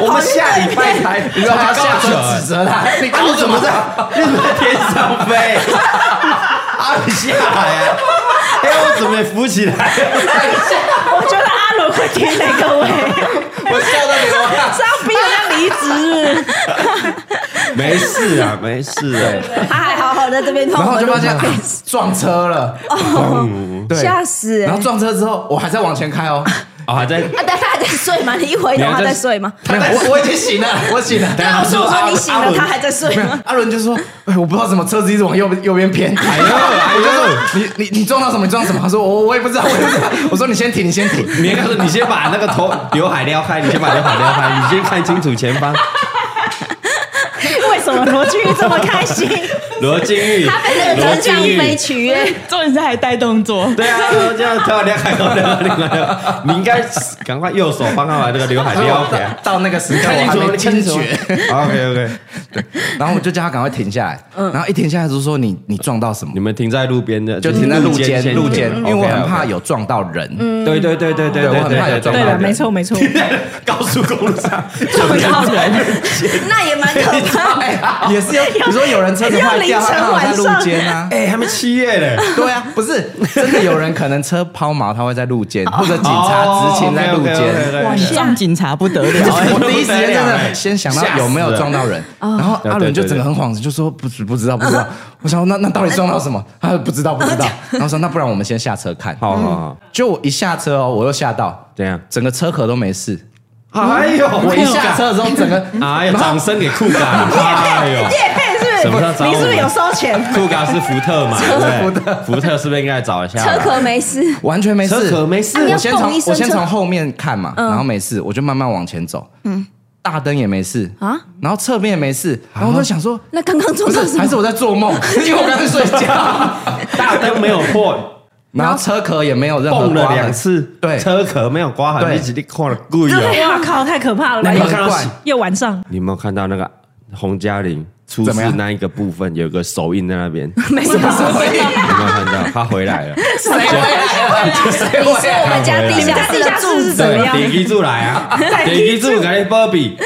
[SPEAKER 1] 我们下礼拜才，你
[SPEAKER 5] 你
[SPEAKER 1] 知
[SPEAKER 5] 知
[SPEAKER 1] 道
[SPEAKER 5] 道
[SPEAKER 1] 他
[SPEAKER 5] 他
[SPEAKER 1] 下
[SPEAKER 5] 下
[SPEAKER 1] 车
[SPEAKER 5] 车指责他，哎你
[SPEAKER 1] 啊，
[SPEAKER 5] 搞
[SPEAKER 1] 你
[SPEAKER 5] 什
[SPEAKER 1] 怎么
[SPEAKER 5] 么
[SPEAKER 1] 在？你怎么在天上飞？ 啊，你下来啊！哎、我怎么也浮起来？
[SPEAKER 2] 我觉得阿伦会听那个位，
[SPEAKER 5] 我笑到流汗。
[SPEAKER 2] 是要逼人家离职。
[SPEAKER 1] 没事啊，没事啊。
[SPEAKER 4] 他还好好在这边通
[SPEAKER 5] 然后
[SPEAKER 4] 我
[SPEAKER 5] 就
[SPEAKER 4] 路
[SPEAKER 5] 发现啊撞车了，对，
[SPEAKER 4] 吓死
[SPEAKER 5] 然后
[SPEAKER 4] 欸！
[SPEAKER 5] 撞车之后，我还在往前开哦，
[SPEAKER 1] 啊，还在
[SPEAKER 4] 啊，但他还在睡吗？你一回头
[SPEAKER 1] 你还
[SPEAKER 4] 他
[SPEAKER 1] 在
[SPEAKER 4] 在睡吗？
[SPEAKER 5] 没有，我我已经醒了，我醒了。
[SPEAKER 4] 对啊，我说我说你醒
[SPEAKER 1] 阿
[SPEAKER 4] 了，
[SPEAKER 1] 伦
[SPEAKER 4] 他还在睡
[SPEAKER 5] 没有
[SPEAKER 4] 吗？，
[SPEAKER 5] 阿伦就说：“哎，我不知道怎么车子一直往右右边偏。”哎呦，我就说：“你你你撞到什么？你撞到什么？”他说：“我我也不知道，我也不知道。”我说：“你先停，你先停。
[SPEAKER 1] 你告诉你先把那个头刘海撩开，你先把刘海撩开，你先看清楚前方。
[SPEAKER 2] 为什么罗俊宇这么开心？
[SPEAKER 1] 罗金玉，
[SPEAKER 4] 他被那个
[SPEAKER 1] 罗
[SPEAKER 4] 真相
[SPEAKER 1] 金
[SPEAKER 4] 一
[SPEAKER 1] 玉
[SPEAKER 4] 飞，取悦，
[SPEAKER 3] 重点是还带动作，
[SPEAKER 1] 对啊，这样头撩开，头撩开，你应该赶快右手帮他把这个刘”海
[SPEAKER 5] 然后
[SPEAKER 1] 撩
[SPEAKER 5] 到
[SPEAKER 1] 开。
[SPEAKER 5] 到那个时刻，
[SPEAKER 1] 看
[SPEAKER 5] 我
[SPEAKER 1] 清
[SPEAKER 5] 还
[SPEAKER 1] 楚
[SPEAKER 5] 没惊
[SPEAKER 1] 看
[SPEAKER 5] 觉
[SPEAKER 1] 清。OK OK，
[SPEAKER 5] 然后我就叫他赶快停下来，然后一停下来就说你你撞到什么
[SPEAKER 1] 你？们停在路边的，
[SPEAKER 5] 就停在路
[SPEAKER 1] 先
[SPEAKER 5] 肩路肩，因为我很怕。
[SPEAKER 1] OK，OK
[SPEAKER 5] 有撞到人。
[SPEAKER 1] 对对对对对
[SPEAKER 5] 对我很怕有撞到
[SPEAKER 2] 对了，
[SPEAKER 5] 人
[SPEAKER 2] 没错没 错，
[SPEAKER 1] 高速公路上撞到人，
[SPEAKER 4] 那也蛮可怕的。
[SPEAKER 5] 也是有，你说有人车子坏掉，
[SPEAKER 2] 要凌晨
[SPEAKER 5] 他刚好在路肩啊。
[SPEAKER 1] 哎，还没七月嘞，
[SPEAKER 5] 对啊，不是真的有人可能车抛锚，他会在路肩，或者警察执勤在路肩。
[SPEAKER 1] 哦，OK，OK，OK，
[SPEAKER 3] 哇，
[SPEAKER 1] 对
[SPEAKER 3] 你撞警察不得 了哎、
[SPEAKER 5] 我第一时间真的先想到有没有撞到人，
[SPEAKER 4] 哦
[SPEAKER 5] 然后阿伦就整个很慌，就说不知不知道不知道。
[SPEAKER 1] 啊
[SPEAKER 5] 我想说那那到底撞到 什么？他说不知道不知道。然后说那不然我们先下车看。
[SPEAKER 1] 哦好好好，
[SPEAKER 5] 就我一下车哦，我又吓到，
[SPEAKER 1] 怎样？
[SPEAKER 5] 整个车壳都没事。
[SPEAKER 1] 哎呦，
[SPEAKER 5] 我一下车的时候，整个
[SPEAKER 1] 哎呀，掌声给酷嘎！哎呦，
[SPEAKER 2] 叶佩是
[SPEAKER 1] 什么
[SPEAKER 2] 不
[SPEAKER 1] 时候找
[SPEAKER 2] 是？
[SPEAKER 1] 我
[SPEAKER 2] 哎你是不是有收钱？
[SPEAKER 1] 酷嘎是福特 嘛？对不对，福特是不是应该找一下？
[SPEAKER 4] 车壳没事，
[SPEAKER 5] 完全没事，
[SPEAKER 1] 车壳没事
[SPEAKER 4] 啊你要
[SPEAKER 5] 我先从
[SPEAKER 4] 蹦一声
[SPEAKER 5] 我先
[SPEAKER 4] 车嗯
[SPEAKER 5] 从后面看嘛，然后没事，我就慢慢往前走。嗯，大灯也没事啊
[SPEAKER 4] 啊，
[SPEAKER 5] 然后侧面也没事，
[SPEAKER 1] 啊
[SPEAKER 5] 然后我就想说，
[SPEAKER 4] 那刚刚
[SPEAKER 5] 不
[SPEAKER 4] 撞到
[SPEAKER 5] 是
[SPEAKER 4] 什
[SPEAKER 5] 还
[SPEAKER 4] 么？
[SPEAKER 5] 是我在做梦， 因为我刚才睡 觉，
[SPEAKER 1] 大灯没有破，
[SPEAKER 5] 然后车壳也没有任何
[SPEAKER 1] 蹦了
[SPEAKER 5] 刮
[SPEAKER 1] 两
[SPEAKER 5] 痕，
[SPEAKER 1] 次，
[SPEAKER 5] 对
[SPEAKER 1] 车壳没有刮痕，
[SPEAKER 5] 对
[SPEAKER 1] 你直接看了贵哦。
[SPEAKER 2] 哇靠，太可怕了吧！
[SPEAKER 5] 那你
[SPEAKER 1] 有
[SPEAKER 2] 又
[SPEAKER 1] 看
[SPEAKER 5] 很
[SPEAKER 1] 到
[SPEAKER 5] 怪
[SPEAKER 1] 是，
[SPEAKER 2] 又晚上，
[SPEAKER 1] 你有没有看到那个洪嘉玲出
[SPEAKER 5] 怎么
[SPEAKER 1] 事
[SPEAKER 5] 样
[SPEAKER 1] 那一个部分，有个手印在那边？有
[SPEAKER 4] 没什么事。
[SPEAKER 1] 没有看到？他回来了，
[SPEAKER 5] 谁回来了？谁
[SPEAKER 4] 你
[SPEAKER 5] 回
[SPEAKER 4] 是我
[SPEAKER 5] 来
[SPEAKER 4] 们
[SPEAKER 5] 了？
[SPEAKER 4] 家地下室的柱
[SPEAKER 2] 是
[SPEAKER 4] 子，
[SPEAKER 2] 怎么样？
[SPEAKER 1] 顶住来啊！顶住，给你波比，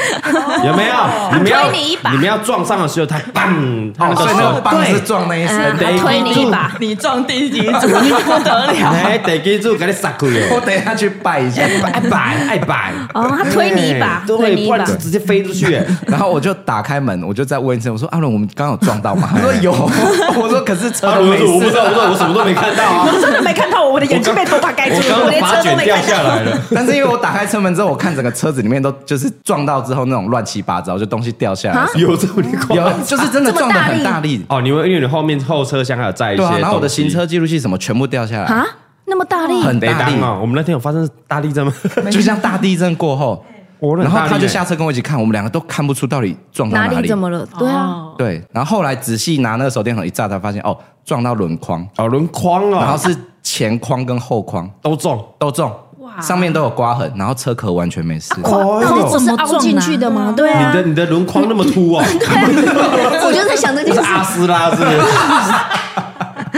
[SPEAKER 1] 有没有？你们要
[SPEAKER 4] 推你一把
[SPEAKER 1] 你们要撞上的时候，他砰，他那
[SPEAKER 5] 哦所以那个
[SPEAKER 1] 个
[SPEAKER 5] 棒是撞那一次，
[SPEAKER 4] 嗯，他推你一把，
[SPEAKER 3] 你撞第几组你不得
[SPEAKER 1] 手，
[SPEAKER 3] 了，
[SPEAKER 1] 哎，顶住，给你撒开
[SPEAKER 5] 我
[SPEAKER 1] 哦！
[SPEAKER 5] 等一下去哎拜一下。
[SPEAKER 1] 爱摆爱摆，
[SPEAKER 4] 哦， 他推你一把，推
[SPEAKER 1] 对，
[SPEAKER 4] 你一
[SPEAKER 1] 不
[SPEAKER 4] 把
[SPEAKER 1] 然就。直接飞出去。
[SPEAKER 5] 然后我就打开门，我就再问一次，我说阿伦，我们刚刚有撞到吗？他说有， 我说可是车
[SPEAKER 1] 他
[SPEAKER 5] 都没事。
[SPEAKER 1] 知道，我什么都没看到啊
[SPEAKER 2] 我真的没看 透，我的眼睛被头发盖住
[SPEAKER 1] 我刚
[SPEAKER 2] 了，
[SPEAKER 1] 刚
[SPEAKER 2] 连
[SPEAKER 1] 发
[SPEAKER 2] 车都
[SPEAKER 1] 卷
[SPEAKER 2] 没
[SPEAKER 1] 掉
[SPEAKER 2] 看
[SPEAKER 1] 下
[SPEAKER 2] 到。
[SPEAKER 1] 来了，
[SPEAKER 5] 但是因为我打开车门之后，我看整个车子里面都就是撞到之后那种乱七八糟，就东西掉下来，
[SPEAKER 1] 有这么夸
[SPEAKER 5] 有就是真的撞得很啊大力，
[SPEAKER 1] 哦，你们因为你后面后车厢还有载一些
[SPEAKER 5] 对
[SPEAKER 1] 东
[SPEAKER 5] 啊，
[SPEAKER 1] 西，
[SPEAKER 5] 然后我的行车记录器什么全部掉下来，
[SPEAKER 4] 啊，那么大力，
[SPEAKER 5] 很
[SPEAKER 1] 雷
[SPEAKER 5] 大
[SPEAKER 1] 当
[SPEAKER 5] 力，
[SPEAKER 1] 啊！我们那天有发生大地震吗？
[SPEAKER 5] 就像大地震过后，
[SPEAKER 1] 我那
[SPEAKER 5] 然
[SPEAKER 1] 很
[SPEAKER 5] 后
[SPEAKER 1] 大力
[SPEAKER 5] 他就
[SPEAKER 1] 耶
[SPEAKER 5] 下车跟我一起看，我们两个都看不出到底撞到
[SPEAKER 4] 哪
[SPEAKER 5] 里
[SPEAKER 4] 里怎么了？对啊，
[SPEAKER 2] 哦，
[SPEAKER 5] 对，然后后来仔细拿那个手电筒一照，才发现哦，撞到轮框，
[SPEAKER 1] 哦轮框
[SPEAKER 5] 然后
[SPEAKER 1] 哦，
[SPEAKER 5] 是前框跟后框
[SPEAKER 1] 都中，
[SPEAKER 5] 都中，
[SPEAKER 2] 哇
[SPEAKER 5] 上面都有刮痕，然后车壳完全没事。
[SPEAKER 1] 哦
[SPEAKER 4] 那
[SPEAKER 1] 哟
[SPEAKER 4] 我是凹进去的吗？对
[SPEAKER 1] 你
[SPEAKER 4] 啊
[SPEAKER 1] 的，你的轮框那么凸哦，
[SPEAKER 4] 我啊就在想这件
[SPEAKER 1] 是
[SPEAKER 4] 事。
[SPEAKER 1] 阿斯拉是不是？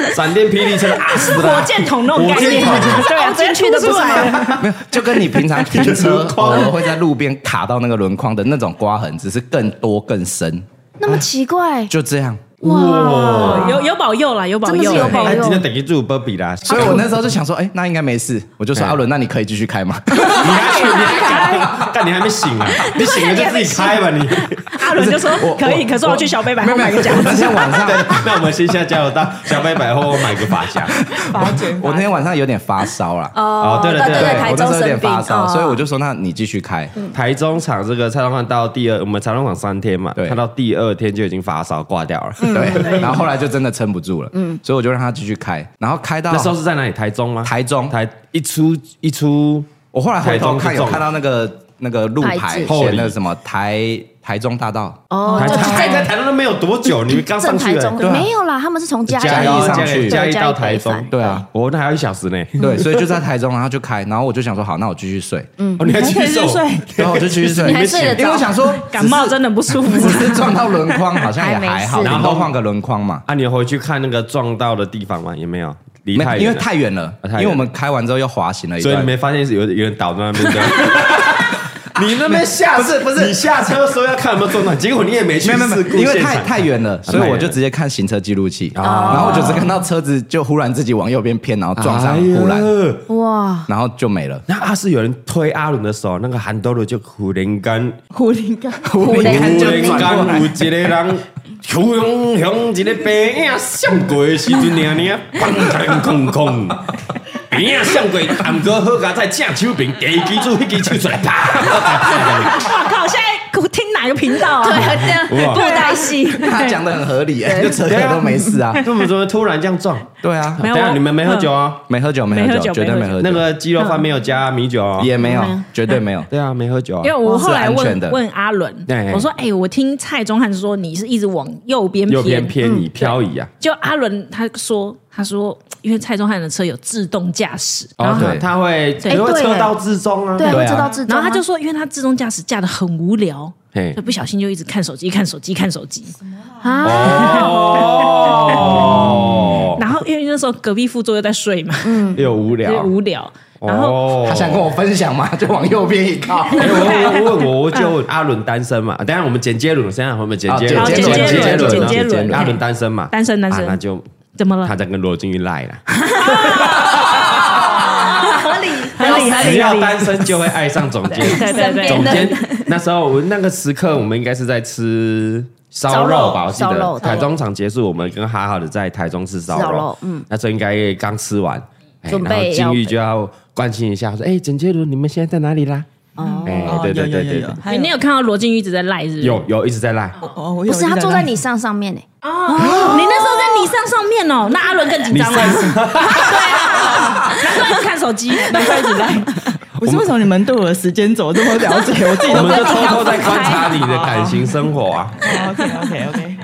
[SPEAKER 1] 闪电霹雳车的阿斯
[SPEAKER 2] 是
[SPEAKER 1] 拉
[SPEAKER 2] 火，箭筒那种概念，
[SPEAKER 1] 火箭
[SPEAKER 2] 对啊，
[SPEAKER 4] 凹进
[SPEAKER 2] 直接
[SPEAKER 4] 去的
[SPEAKER 2] 凸
[SPEAKER 4] 不
[SPEAKER 2] 出
[SPEAKER 4] 是吗
[SPEAKER 2] 来了。
[SPEAKER 5] 没有，就跟你平常停
[SPEAKER 1] 轮
[SPEAKER 5] 车
[SPEAKER 1] 框
[SPEAKER 5] 偶尔会在路边卡到那个轮框的那种刮痕，只是更多更深，
[SPEAKER 4] 那么奇怪，
[SPEAKER 5] 就这样。
[SPEAKER 1] 哇！
[SPEAKER 2] 有有保佑啦，有保佑，
[SPEAKER 4] 真的是有保佑
[SPEAKER 1] 哎，今天等于住波比啦，
[SPEAKER 5] 所以我那时候就想说，哎、那应该没事。我就说
[SPEAKER 1] 嗯
[SPEAKER 5] 阿伦，那你可以继续开吗？
[SPEAKER 1] 你还去，你 还干，你还没醒啊？你醒了就自己开吧， 你。
[SPEAKER 2] 哎阿伦就说
[SPEAKER 5] 我我
[SPEAKER 2] 可以，可是我要去小北百
[SPEAKER 5] 没
[SPEAKER 2] 货
[SPEAKER 5] 有没
[SPEAKER 2] 买
[SPEAKER 5] 有
[SPEAKER 2] 个夹
[SPEAKER 5] 我那
[SPEAKER 2] 子。
[SPEAKER 5] 天晚上，
[SPEAKER 1] 对，那我们先下加油到小北百货买个发夹。
[SPEAKER 3] 发卷
[SPEAKER 5] 我那天晚上有点发烧啦。
[SPEAKER 1] 哦对了对了对
[SPEAKER 4] 台
[SPEAKER 5] 我那时
[SPEAKER 4] 中
[SPEAKER 5] 候有点
[SPEAKER 4] 生病
[SPEAKER 5] 发烧，
[SPEAKER 4] 哦
[SPEAKER 5] 所以我就说，那你继续开。
[SPEAKER 1] 台中场这个蔡老板到第二，我们蔡老板三天嘛，嗯
[SPEAKER 5] 对
[SPEAKER 1] 他到第二天就已经发烧挂掉了。
[SPEAKER 4] 嗯
[SPEAKER 5] 对，然后后来就真的撑不住了，嗯，所以我就让他继续开，然后开到
[SPEAKER 1] 那时候是在哪里？台中吗？
[SPEAKER 5] 台中，
[SPEAKER 1] 台一出一出，
[SPEAKER 5] 我后来回头
[SPEAKER 1] 台中
[SPEAKER 5] 看
[SPEAKER 1] 就
[SPEAKER 5] 有
[SPEAKER 1] 中
[SPEAKER 5] 看到那个那个路
[SPEAKER 4] 牌
[SPEAKER 5] 牌
[SPEAKER 4] 子
[SPEAKER 5] 写的什么台台中大道，
[SPEAKER 4] 哦
[SPEAKER 1] 台
[SPEAKER 4] 就
[SPEAKER 1] 台
[SPEAKER 4] 在
[SPEAKER 1] 在台中都没有多久，你们刚上
[SPEAKER 4] 正
[SPEAKER 1] 去
[SPEAKER 4] 台
[SPEAKER 1] 了
[SPEAKER 4] 中
[SPEAKER 5] 对啊
[SPEAKER 4] 没有啦，他们是从嘉
[SPEAKER 5] 嘉
[SPEAKER 4] 义
[SPEAKER 5] 义上
[SPEAKER 4] 上
[SPEAKER 5] 去
[SPEAKER 4] 去，
[SPEAKER 1] 嘉
[SPEAKER 4] 对
[SPEAKER 1] 义到台
[SPEAKER 4] 北
[SPEAKER 1] 中
[SPEAKER 4] 返，
[SPEAKER 5] 对啊，
[SPEAKER 1] 我那还有一小时呢。
[SPEAKER 4] 嗯
[SPEAKER 5] 对，所以就在台中，然后就开，然后我就想说好，那我继续睡，嗯，
[SPEAKER 1] 哦，你还 继续
[SPEAKER 3] 还继续
[SPEAKER 1] 睡
[SPEAKER 3] 睡？
[SPEAKER 5] 然后我就继续睡，
[SPEAKER 4] 你还睡得着
[SPEAKER 5] 因为我想说
[SPEAKER 2] 感冒真的不舒
[SPEAKER 5] 只
[SPEAKER 2] 服。
[SPEAKER 5] 是撞到轮框好像也还好，
[SPEAKER 4] 还没事
[SPEAKER 5] 然后换个轮框嘛，
[SPEAKER 1] 啊，你有回去看那个撞到的地方吗？也没有，离
[SPEAKER 5] 没
[SPEAKER 1] 太远了，
[SPEAKER 5] 因为太远了，
[SPEAKER 1] 啊太
[SPEAKER 5] 因
[SPEAKER 1] 远
[SPEAKER 5] 为我们开完之后又滑行了一
[SPEAKER 1] 所以你
[SPEAKER 5] 段。
[SPEAKER 1] 没发现是有有人倒在那边的。 你那边下不是不是，你下车的时候要看有没有撞到，结果你也没去
[SPEAKER 5] 没有没有没
[SPEAKER 1] 事
[SPEAKER 5] 有，
[SPEAKER 1] 故
[SPEAKER 5] 因为
[SPEAKER 1] 现
[SPEAKER 5] 太
[SPEAKER 1] 场
[SPEAKER 5] 太远了，所以我就直接看行车记录器，然后我就只看到车子就忽然自己往右边偏，然后撞上护栏，
[SPEAKER 1] 哎呀
[SPEAKER 4] 哇，
[SPEAKER 5] 然后就没了。
[SPEAKER 1] 那阿是有人推阿伦的手，那个韩多鲁就忽然间，
[SPEAKER 3] 狐狸干，
[SPEAKER 4] 忽然间
[SPEAKER 1] 忽然
[SPEAKER 4] 就转过
[SPEAKER 1] 间
[SPEAKER 4] 来
[SPEAKER 1] 有一个人，熊熊熊一个白影闪过的时阵，娘娘砰砰空空，白影闪过，暗哥好甲在正手边第一支柱，迄支手出来 啪，
[SPEAKER 2] 我靠，现在我听哪个频道
[SPEAKER 4] 对
[SPEAKER 2] 啊？
[SPEAKER 4] 啊，这样
[SPEAKER 1] 哇
[SPEAKER 4] 布袋戏，
[SPEAKER 5] 他讲的很合理，哎就车客都没事啊。
[SPEAKER 1] 那我们怎么突然这样撞？
[SPEAKER 5] 对啊，
[SPEAKER 2] 没有
[SPEAKER 1] 等一下
[SPEAKER 2] 我嗯
[SPEAKER 1] 你们没喝酒啊？
[SPEAKER 5] 没喝酒，
[SPEAKER 2] 没
[SPEAKER 5] 没
[SPEAKER 2] 喝
[SPEAKER 5] 喝
[SPEAKER 2] 酒
[SPEAKER 5] 酒，绝对
[SPEAKER 2] 没
[SPEAKER 5] 没
[SPEAKER 2] 喝
[SPEAKER 5] 喝酒，嗯
[SPEAKER 1] 那个鸡肉饭没有加米酒啊？
[SPEAKER 5] 也没有
[SPEAKER 4] 没有，
[SPEAKER 5] 绝对没有。
[SPEAKER 1] 对啊，没喝酒啊
[SPEAKER 2] 因为。我后来
[SPEAKER 5] 是安
[SPEAKER 2] 问
[SPEAKER 5] 全的
[SPEAKER 2] 问阿伦
[SPEAKER 1] 对，
[SPEAKER 2] 我说：“哎、我听蔡宗翰说你是一直往右边
[SPEAKER 1] 右
[SPEAKER 2] 偏。
[SPEAKER 1] 边偏移漂移啊。
[SPEAKER 2] 就阿伦他说：“他说因为蔡宗翰的车有自动驾驶，然
[SPEAKER 1] 哦
[SPEAKER 2] 后，他、
[SPEAKER 1] 对，他会，
[SPEAKER 2] 对
[SPEAKER 1] 因为
[SPEAKER 4] 哎对
[SPEAKER 1] 车到至中啊。
[SPEAKER 4] 对，
[SPEAKER 5] 对
[SPEAKER 4] 会
[SPEAKER 5] 啊
[SPEAKER 4] 知道自动
[SPEAKER 2] 然
[SPEAKER 4] 啊，
[SPEAKER 2] 后他就说，因为他自动驾驶驾的很无聊，
[SPEAKER 1] 嘿
[SPEAKER 2] 就不小心就一直看手机，看手机，看手机。
[SPEAKER 4] 啊，
[SPEAKER 1] 哦，
[SPEAKER 2] 然后因为那时候隔壁副座又在睡嘛，
[SPEAKER 1] 又无
[SPEAKER 2] 就
[SPEAKER 1] 聊。
[SPEAKER 2] 无聊。然后、
[SPEAKER 1] 哦，
[SPEAKER 5] 他想跟我分享嘛，就往右边一靠。
[SPEAKER 1] 哎我我问我，我就问阿伦单身嘛？等一下我们剪接轮，现在我们剪接
[SPEAKER 5] 啊
[SPEAKER 1] 轮，
[SPEAKER 2] 接
[SPEAKER 5] 剪
[SPEAKER 2] 轮
[SPEAKER 1] 轮啊
[SPEAKER 2] 剪接轮
[SPEAKER 1] 阿伦单身嘛？
[SPEAKER 2] 单身单身
[SPEAKER 1] 啊那就
[SPEAKER 2] 怎么了
[SPEAKER 1] 他？在跟罗晋玉赖了。
[SPEAKER 4] 合理，
[SPEAKER 2] 合理 合
[SPEAKER 1] 只
[SPEAKER 2] 理合
[SPEAKER 1] 要
[SPEAKER 2] 理。
[SPEAKER 1] 单身就会爱上总监。
[SPEAKER 2] 对对对
[SPEAKER 1] 总
[SPEAKER 4] 真的
[SPEAKER 1] 监那时候我那个时刻，我们应该是在吃烧肉吧？我记
[SPEAKER 4] 烧
[SPEAKER 1] 得
[SPEAKER 4] 肉烧肉
[SPEAKER 1] 台中场结束，我们跟哈哈的在台中吃烧
[SPEAKER 4] 烧
[SPEAKER 1] 肉
[SPEAKER 4] 肉，嗯，
[SPEAKER 1] 那时候应该刚吃完，哎
[SPEAKER 4] 准备
[SPEAKER 1] 然后金玉
[SPEAKER 4] 要
[SPEAKER 1] 就要关心一下，说：“哎，整洁如你们现在在哪里啦？”
[SPEAKER 4] 哦
[SPEAKER 1] 哎，
[SPEAKER 3] 哦
[SPEAKER 1] 对对对对，对
[SPEAKER 2] 哎你有看到罗晋玉一直在赖是不是？
[SPEAKER 1] 有有一直在 赖，
[SPEAKER 3] 哦，我
[SPEAKER 4] 不
[SPEAKER 3] 有
[SPEAKER 4] 是他
[SPEAKER 3] 一个
[SPEAKER 4] 坐在
[SPEAKER 3] 人
[SPEAKER 4] 你上上面欸呢，
[SPEAKER 2] 哦你那时候在你上上面哦，那阿伦更紧张了。 对啊，难怪看 手机，难怪一直赖。
[SPEAKER 3] 不是为什么你们对哦我的时间 轴这么了解？我自己
[SPEAKER 1] 我
[SPEAKER 3] 都
[SPEAKER 1] 们就偷偷在观察你的感情生活 啊。
[SPEAKER 3] OK OK OK，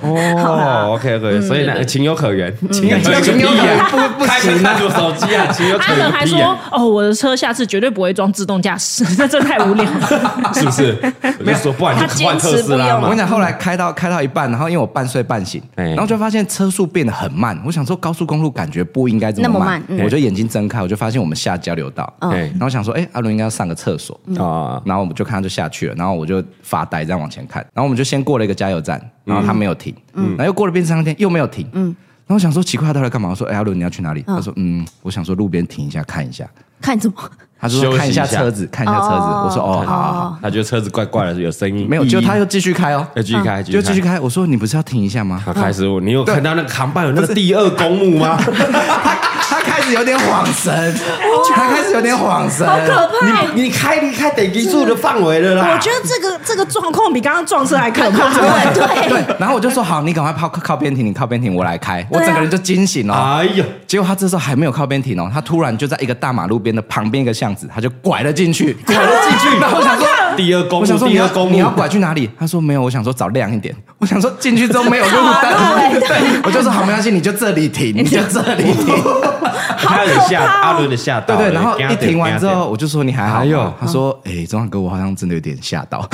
[SPEAKER 1] 哦，OK
[SPEAKER 4] 嗯
[SPEAKER 1] OK，所以呢，情有可原，情有可
[SPEAKER 5] 情有可 原不不
[SPEAKER 1] 开始看我手机啊，情 有可
[SPEAKER 2] 阿
[SPEAKER 1] 原
[SPEAKER 2] 伦还
[SPEAKER 1] 屁
[SPEAKER 2] 说
[SPEAKER 1] 啊，：“
[SPEAKER 2] 哦，我的车下次绝对不会装自动驾驶， 那真的太无 聊了。
[SPEAKER 1] 啊是不是？我就说，不然
[SPEAKER 4] 他
[SPEAKER 1] 就换
[SPEAKER 4] 坚持
[SPEAKER 1] 特斯拉
[SPEAKER 4] 不
[SPEAKER 5] 我
[SPEAKER 1] 嘛
[SPEAKER 5] 跟你。讲，后来开到开到一半，然后因为我半睡半醒，
[SPEAKER 1] 哎
[SPEAKER 5] 然后就发现车速变得很慢。我想说高速公路感觉不应该这
[SPEAKER 4] 那
[SPEAKER 5] 么
[SPEAKER 4] 么
[SPEAKER 5] 慢
[SPEAKER 4] 慢，嗯
[SPEAKER 5] 我就眼睛睁开，我就发现我们下交流道，
[SPEAKER 1] 哎
[SPEAKER 5] 然后想说，哎，阿伦应该要上个厕所，
[SPEAKER 1] 啊，
[SPEAKER 5] 然后我们就看他就下去了，然后我就发呆这样往前看，然后我们就先过了一个加油站，然
[SPEAKER 1] 嗯
[SPEAKER 5] 后他没有停，然后又过了便利商店又没有停，然后我想说奇怪他到底干嘛？我说哎阿伦你要去哪里？他说嗯我想说路边停一下看一下，
[SPEAKER 4] 看什么？
[SPEAKER 5] 他就说
[SPEAKER 1] 休息
[SPEAKER 5] 看一下
[SPEAKER 1] 一下
[SPEAKER 5] 车子看一下车子，
[SPEAKER 4] 哦
[SPEAKER 5] 我说哦好好好，
[SPEAKER 1] 他觉得车子怪怪的，有声音，
[SPEAKER 5] 没有，
[SPEAKER 1] 咦
[SPEAKER 5] 就他又继续开哦，
[SPEAKER 1] 哎要继续开，
[SPEAKER 5] 就继续
[SPEAKER 1] 开。
[SPEAKER 5] 开，我说你不是要停一下吗？
[SPEAKER 1] 他开始，你有看到那个扛把有那个第二公墓吗？
[SPEAKER 5] 他他开始有点恍神，他开始有点恍神，
[SPEAKER 1] 你你开离开等级柱的范围了啦。
[SPEAKER 2] 我觉得这个这个状况比刚刚撞车还可 怕。
[SPEAKER 5] 对，然后我就说好，你赶快靠靠边停，你靠边停，我来开，我
[SPEAKER 4] 对啊
[SPEAKER 5] 整个人就惊醒了。
[SPEAKER 1] 哎呦，
[SPEAKER 5] 结果他这时候还没有靠边停哦，他突然就在一个大马路边的旁边一个巷子，他就拐了进去，
[SPEAKER 1] 拐了进 去，然后我想说，第二公
[SPEAKER 5] 我想
[SPEAKER 1] 墓，
[SPEAKER 5] 说你
[SPEAKER 1] 第二
[SPEAKER 5] 要
[SPEAKER 1] 公墓，
[SPEAKER 5] 你要拐去哪里？他说没有，我想说找亮一点。我想说进去之后没有路灯，对，我就说好，没关系，你就这里停，你就这里停。
[SPEAKER 1] 他有吓阿伦的吓到
[SPEAKER 5] 哦对
[SPEAKER 1] 了，
[SPEAKER 5] 对，然后一停完之
[SPEAKER 1] 惊到
[SPEAKER 5] 后，，我就说你还好
[SPEAKER 1] 哎呦
[SPEAKER 5] 吗？他说哎，钟汉哥，我好像真的有点吓到。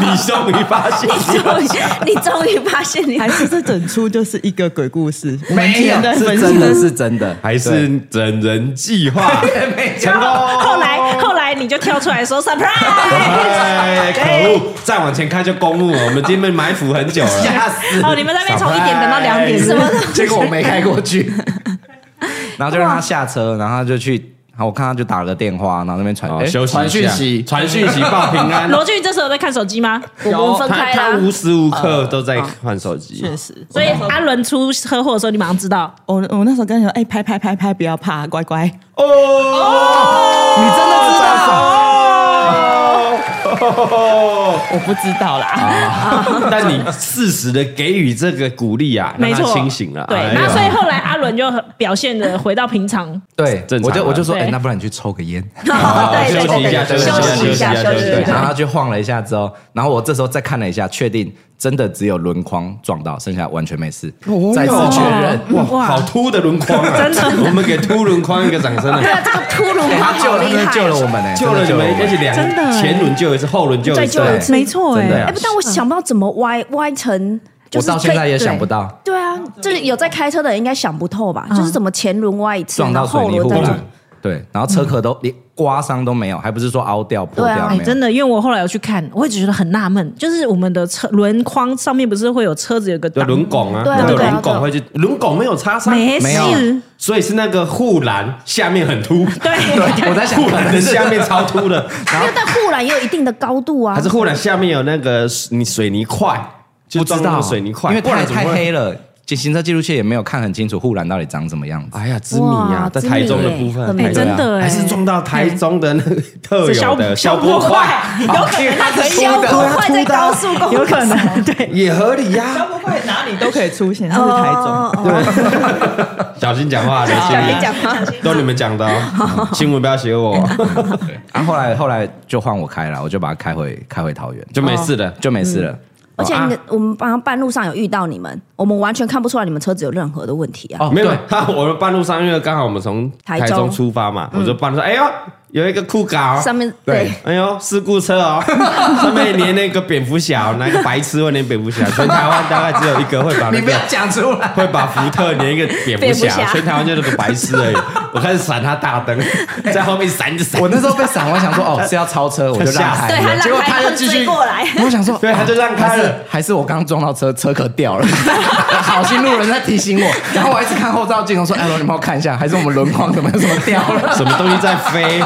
[SPEAKER 1] 你终于发 现
[SPEAKER 4] 你终于，你终于发现你
[SPEAKER 3] 还是这整出就是一个鬼故事，我们
[SPEAKER 5] 没有
[SPEAKER 3] 前，段分
[SPEAKER 5] 是
[SPEAKER 3] 析
[SPEAKER 5] 真的是真的，
[SPEAKER 1] 还是整人计划成功。
[SPEAKER 2] 后
[SPEAKER 3] 哦
[SPEAKER 2] 来后来你就跳出来 说 surprise，
[SPEAKER 1] 哎，可恶！再往前开就公墓了，我们今天埋伏很久了。
[SPEAKER 5] 吓死
[SPEAKER 2] 哦，你们在那边从一点等到两点是吗？
[SPEAKER 5] 结果我没开过去，然后就让他下车，然后他就去，然后我看他就打了个电话，然后那边传
[SPEAKER 1] 哦
[SPEAKER 5] 诶
[SPEAKER 1] 休息一下
[SPEAKER 5] 传讯息，
[SPEAKER 1] 传讯息报平 安。
[SPEAKER 2] 罗俊这时候有在看手机吗？
[SPEAKER 4] 我们分
[SPEAKER 1] 他
[SPEAKER 4] 开
[SPEAKER 1] 他无
[SPEAKER 4] 啦，
[SPEAKER 1] 时无刻都在换手机，
[SPEAKER 3] 嗯确实。
[SPEAKER 2] 所以阿伦出车祸的时候，你马上知道。
[SPEAKER 3] 我我那时候跟你说，哎，拍拍拍拍，不要怕，乖乖。
[SPEAKER 1] 哦，
[SPEAKER 5] 你真的知道？
[SPEAKER 1] 哦，
[SPEAKER 3] 我不知道啦。
[SPEAKER 1] 但你适时的给予这个鼓励啊，让
[SPEAKER 2] 没
[SPEAKER 1] 他
[SPEAKER 2] 错，
[SPEAKER 1] 清醒了。
[SPEAKER 2] 对，
[SPEAKER 1] 哎
[SPEAKER 2] 那
[SPEAKER 1] 呀
[SPEAKER 2] 所以后来阿伦就很表现的回到平常，
[SPEAKER 5] 对
[SPEAKER 1] 正，常
[SPEAKER 5] 我
[SPEAKER 1] 啊
[SPEAKER 5] 就我就说，
[SPEAKER 2] 对
[SPEAKER 5] 哎，那不然你去抽个烟，
[SPEAKER 4] 哦对对
[SPEAKER 1] 休息一下，
[SPEAKER 4] 对对，休息
[SPEAKER 1] 息
[SPEAKER 4] 一下，
[SPEAKER 1] 休
[SPEAKER 4] 休息
[SPEAKER 1] 息
[SPEAKER 4] 一
[SPEAKER 1] 一
[SPEAKER 5] 然后
[SPEAKER 4] 下。
[SPEAKER 5] 他去晃了一下之后，然后我这时候再看了一下，确定真的只有轮框撞到，剩下完全没事，再次确认。
[SPEAKER 1] 哇，好凸的轮框啊！真的，我们给凸轮框一个掌声啊！
[SPEAKER 4] 对啊，这个秃噜
[SPEAKER 5] 哎
[SPEAKER 4] 花
[SPEAKER 5] 他救
[SPEAKER 4] 好
[SPEAKER 5] 了，
[SPEAKER 4] 厉
[SPEAKER 5] 真的
[SPEAKER 4] 害，
[SPEAKER 5] 救了我们 呢，欸
[SPEAKER 1] 救了你
[SPEAKER 5] 真的
[SPEAKER 1] 们
[SPEAKER 5] 救，
[SPEAKER 1] 而且两
[SPEAKER 3] 真的
[SPEAKER 1] 前轮救一次，后轮救一次，
[SPEAKER 4] 再救一次
[SPEAKER 3] 没错，
[SPEAKER 5] 真的
[SPEAKER 3] 哎，
[SPEAKER 5] 呀
[SPEAKER 4] 哎，不但我想不到怎么歪歪成，就
[SPEAKER 5] 我
[SPEAKER 4] 是可以
[SPEAKER 5] 到现在也想不。到，
[SPEAKER 4] 对对啊，就是有在开车的人应该想不透吧？就是怎么前轮歪一次，
[SPEAKER 5] 撞到水
[SPEAKER 4] 后
[SPEAKER 5] 泥
[SPEAKER 4] 轮
[SPEAKER 5] 护
[SPEAKER 4] 再
[SPEAKER 5] 栏，对，然后车壳都连刮伤都没有，还不是说凹掉破
[SPEAKER 4] 对
[SPEAKER 5] 掉
[SPEAKER 4] 啊
[SPEAKER 5] 没
[SPEAKER 2] 哎，
[SPEAKER 5] 有，
[SPEAKER 2] 真的，因为我后来有去看，我一直觉得很纳闷，就是我们的车轮框上面不是会有车子有个
[SPEAKER 1] 对
[SPEAKER 2] 挡
[SPEAKER 1] 轮拱啊，
[SPEAKER 4] 对啊
[SPEAKER 1] 那个
[SPEAKER 4] 对啊
[SPEAKER 1] 轮
[SPEAKER 4] 对
[SPEAKER 1] 拱
[SPEAKER 4] 啊
[SPEAKER 1] 会去，轮拱没有擦伤，
[SPEAKER 2] 没
[SPEAKER 5] 没有
[SPEAKER 2] 事，
[SPEAKER 1] 所以是那个护栏下面很凸，
[SPEAKER 2] 对，
[SPEAKER 5] 我在想
[SPEAKER 1] 护，栏的下面超凸 的，
[SPEAKER 4] 因为但护栏也有一定的高度啊
[SPEAKER 1] 还是。护栏下面有那个你水泥块，就
[SPEAKER 5] 不知
[SPEAKER 1] 装那
[SPEAKER 5] 道
[SPEAKER 1] 个水泥块，
[SPEAKER 5] 因为
[SPEAKER 1] 不然
[SPEAKER 5] 太
[SPEAKER 1] 怎么
[SPEAKER 5] 太
[SPEAKER 1] 会。
[SPEAKER 5] 黑了，行行车记录器也没有看很清楚护栏到底长什么样子。
[SPEAKER 1] 哎呀，之谜啊
[SPEAKER 4] 哇，
[SPEAKER 1] 在台中的
[SPEAKER 4] 知名
[SPEAKER 1] 部分，
[SPEAKER 4] 很
[SPEAKER 1] 台中
[SPEAKER 2] 真的哎
[SPEAKER 1] 还是撞到台中的那个特有的
[SPEAKER 2] 消
[SPEAKER 1] 波
[SPEAKER 2] 波块， 有可能它
[SPEAKER 4] 可以 消毒会在高速公路
[SPEAKER 3] 有可能对，
[SPEAKER 1] 也合理呀。
[SPEAKER 3] 不会哪里都可以出现，它是台中。
[SPEAKER 4] 中，对，
[SPEAKER 1] 小心讲话， 小
[SPEAKER 4] 小心讲
[SPEAKER 5] 啊
[SPEAKER 4] 话，
[SPEAKER 1] 都你们讲的 哦，新闻不要写我，
[SPEAKER 5] 然啊后后来后来就换我开了，我就把它开回开回桃园，嗯
[SPEAKER 1] 就没事的。
[SPEAKER 5] 哦就没事了。
[SPEAKER 4] 而且你
[SPEAKER 1] 哦
[SPEAKER 4] 的我们刚刚半路上有遇到你们，我们完全看不出来你们车子有任何的问题啊。
[SPEAKER 5] 哦
[SPEAKER 1] 没有
[SPEAKER 5] 对，
[SPEAKER 1] 他我们半路上，因为刚好我们从台
[SPEAKER 4] 台中嗯
[SPEAKER 1] 中出发嘛，我就半路上，哎呦，有一个酷咖，
[SPEAKER 4] 上面
[SPEAKER 5] 啊 对
[SPEAKER 4] 对，
[SPEAKER 1] 哎呦，事故车哦，上面连那个蝙蝠侠，哪个白痴会连蝙蝠侠？全台湾大概只有一个会把那
[SPEAKER 5] 你不
[SPEAKER 1] 个
[SPEAKER 5] 要讲出来。
[SPEAKER 1] 会把福特连一个蝙蝠
[SPEAKER 4] 蝙蝠
[SPEAKER 1] 侠，
[SPEAKER 4] 侠
[SPEAKER 1] 全台湾就那个白痴而已。我开始闪他大灯，在后面闪着闪着，
[SPEAKER 5] 我那时候被闪，我想 说哦是要超车，我就让开了，
[SPEAKER 4] 对他让
[SPEAKER 5] 结果
[SPEAKER 4] 开
[SPEAKER 5] 他
[SPEAKER 4] 他
[SPEAKER 5] 又
[SPEAKER 4] 就
[SPEAKER 5] 继续
[SPEAKER 4] 追过来
[SPEAKER 5] 我想说，哦
[SPEAKER 1] 对他就让开了
[SPEAKER 5] 还是还是我刚撞到车，车壳掉了， 好心路人在提醒我，然后我一直看后照镜，我说哎，罗，你帮我看一下，还是我们轮框怎么怎么掉了？
[SPEAKER 1] 什么东西在飞，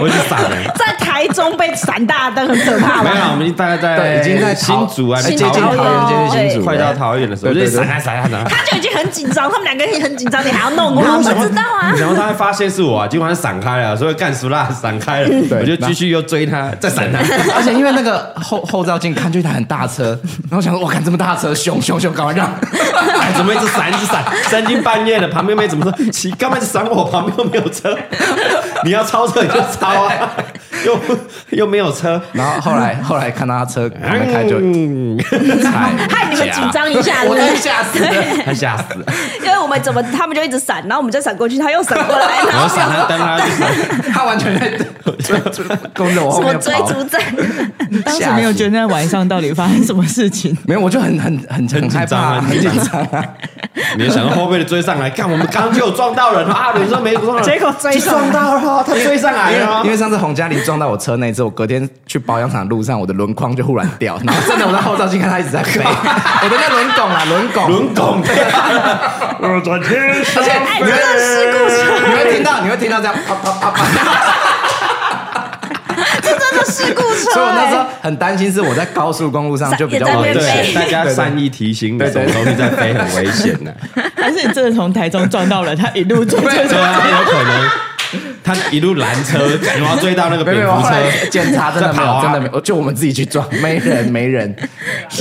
[SPEAKER 1] 我就闪了。
[SPEAKER 2] 哎在台中被闪大灯很可怕
[SPEAKER 1] 没有
[SPEAKER 2] 吧？
[SPEAKER 1] 啦，我们大概在
[SPEAKER 5] 对，
[SPEAKER 1] 已经在新
[SPEAKER 5] 桃
[SPEAKER 1] 竹啊，
[SPEAKER 5] 哎
[SPEAKER 1] 还没
[SPEAKER 5] 接近桃园，接近新竹了，
[SPEAKER 1] 快到桃园的时候，我
[SPEAKER 5] 对
[SPEAKER 1] 就
[SPEAKER 5] 对对
[SPEAKER 1] 闪啊闪啊闪啊。
[SPEAKER 2] 他就已经很紧张，他们两个也很紧张，你还要弄他
[SPEAKER 4] 我
[SPEAKER 2] 们
[SPEAKER 4] 不，知道啊
[SPEAKER 1] 然后他会发现是我啊，结果他闪开了，所以干熟啦，闪开了，我就继续又追他，再闪他。
[SPEAKER 5] 而且因为那个后后照镜看就一台很大车，然后我想说，我看这么大车，凶凶凶，赶快让！
[SPEAKER 1] 哎怎么一直闪一直闪？三更半夜的，旁边妹怎么说？你干嘛一直闪我？旁边又没有 车，你要超车你就超啊，又又没有车，
[SPEAKER 5] 然后后来后来看到他车还没开就
[SPEAKER 1] 嗯，
[SPEAKER 5] 踩，
[SPEAKER 2] 害你们紧张一下，
[SPEAKER 5] 我
[SPEAKER 2] 对不
[SPEAKER 5] 真
[SPEAKER 2] 对
[SPEAKER 5] 吓死 了。
[SPEAKER 1] 他吓死了，
[SPEAKER 4] 因为我们怎么他们就一直闪，然后我们再闪过 去，他又闪过来，然
[SPEAKER 1] 我
[SPEAKER 4] 后
[SPEAKER 1] 闪他灯他就闪。
[SPEAKER 5] 他 完全在追追跟着我
[SPEAKER 4] 什
[SPEAKER 5] 后
[SPEAKER 4] 么
[SPEAKER 5] 面
[SPEAKER 4] 追
[SPEAKER 5] 跑，
[SPEAKER 4] 逐战，
[SPEAKER 3] 当时没有觉得那晚上到底发生什么事情，
[SPEAKER 5] 没有，我就很很
[SPEAKER 1] 很
[SPEAKER 5] 很
[SPEAKER 1] 紧
[SPEAKER 5] 害
[SPEAKER 1] 张啊
[SPEAKER 5] 怕，很
[SPEAKER 1] 紧
[SPEAKER 5] 紧
[SPEAKER 1] 张
[SPEAKER 5] 张啊。
[SPEAKER 1] 你想到后背的追上来，看我们刚就有撞到人了啊！你说没撞到 人，
[SPEAKER 2] 结果追上来
[SPEAKER 1] 就撞到了，他追上来
[SPEAKER 5] 因
[SPEAKER 1] 了
[SPEAKER 5] 为。因为上次洪嘉玲撞到我车那一次，我隔天去保养厂的路上，我的轮框就忽然掉，然后真的我在后照镜看它一直在飞，我的那轮拱啊，轮拱，
[SPEAKER 1] 轮 拱哦掉了，我的天上
[SPEAKER 5] 你会你会听到，你会听到这样啪啪啪啪。
[SPEAKER 4] 真的事故
[SPEAKER 5] 所以我那时候
[SPEAKER 4] 车。
[SPEAKER 5] 很担心，是我在高速公路上就比较
[SPEAKER 4] 也在
[SPEAKER 5] 危
[SPEAKER 4] 边
[SPEAKER 5] 险
[SPEAKER 1] 对，
[SPEAKER 4] 飞
[SPEAKER 1] 大家
[SPEAKER 5] 对
[SPEAKER 1] 善意提醒你，
[SPEAKER 5] 对
[SPEAKER 1] 什
[SPEAKER 5] 对
[SPEAKER 1] 么东西在飞很危险的。
[SPEAKER 3] 还是你真的从台中撞到了他一路 追追
[SPEAKER 1] 对
[SPEAKER 3] 追？
[SPEAKER 1] 啊，有可能他一路拦车，然后追到那个
[SPEAKER 5] 没有没
[SPEAKER 1] 蝙
[SPEAKER 5] 有，
[SPEAKER 1] 蝠
[SPEAKER 5] 后来
[SPEAKER 1] 车，
[SPEAKER 5] 检查真的没
[SPEAKER 1] 在跑
[SPEAKER 5] 有，
[SPEAKER 1] 啊
[SPEAKER 5] 真的没有，就我们自己去撞，没人没人，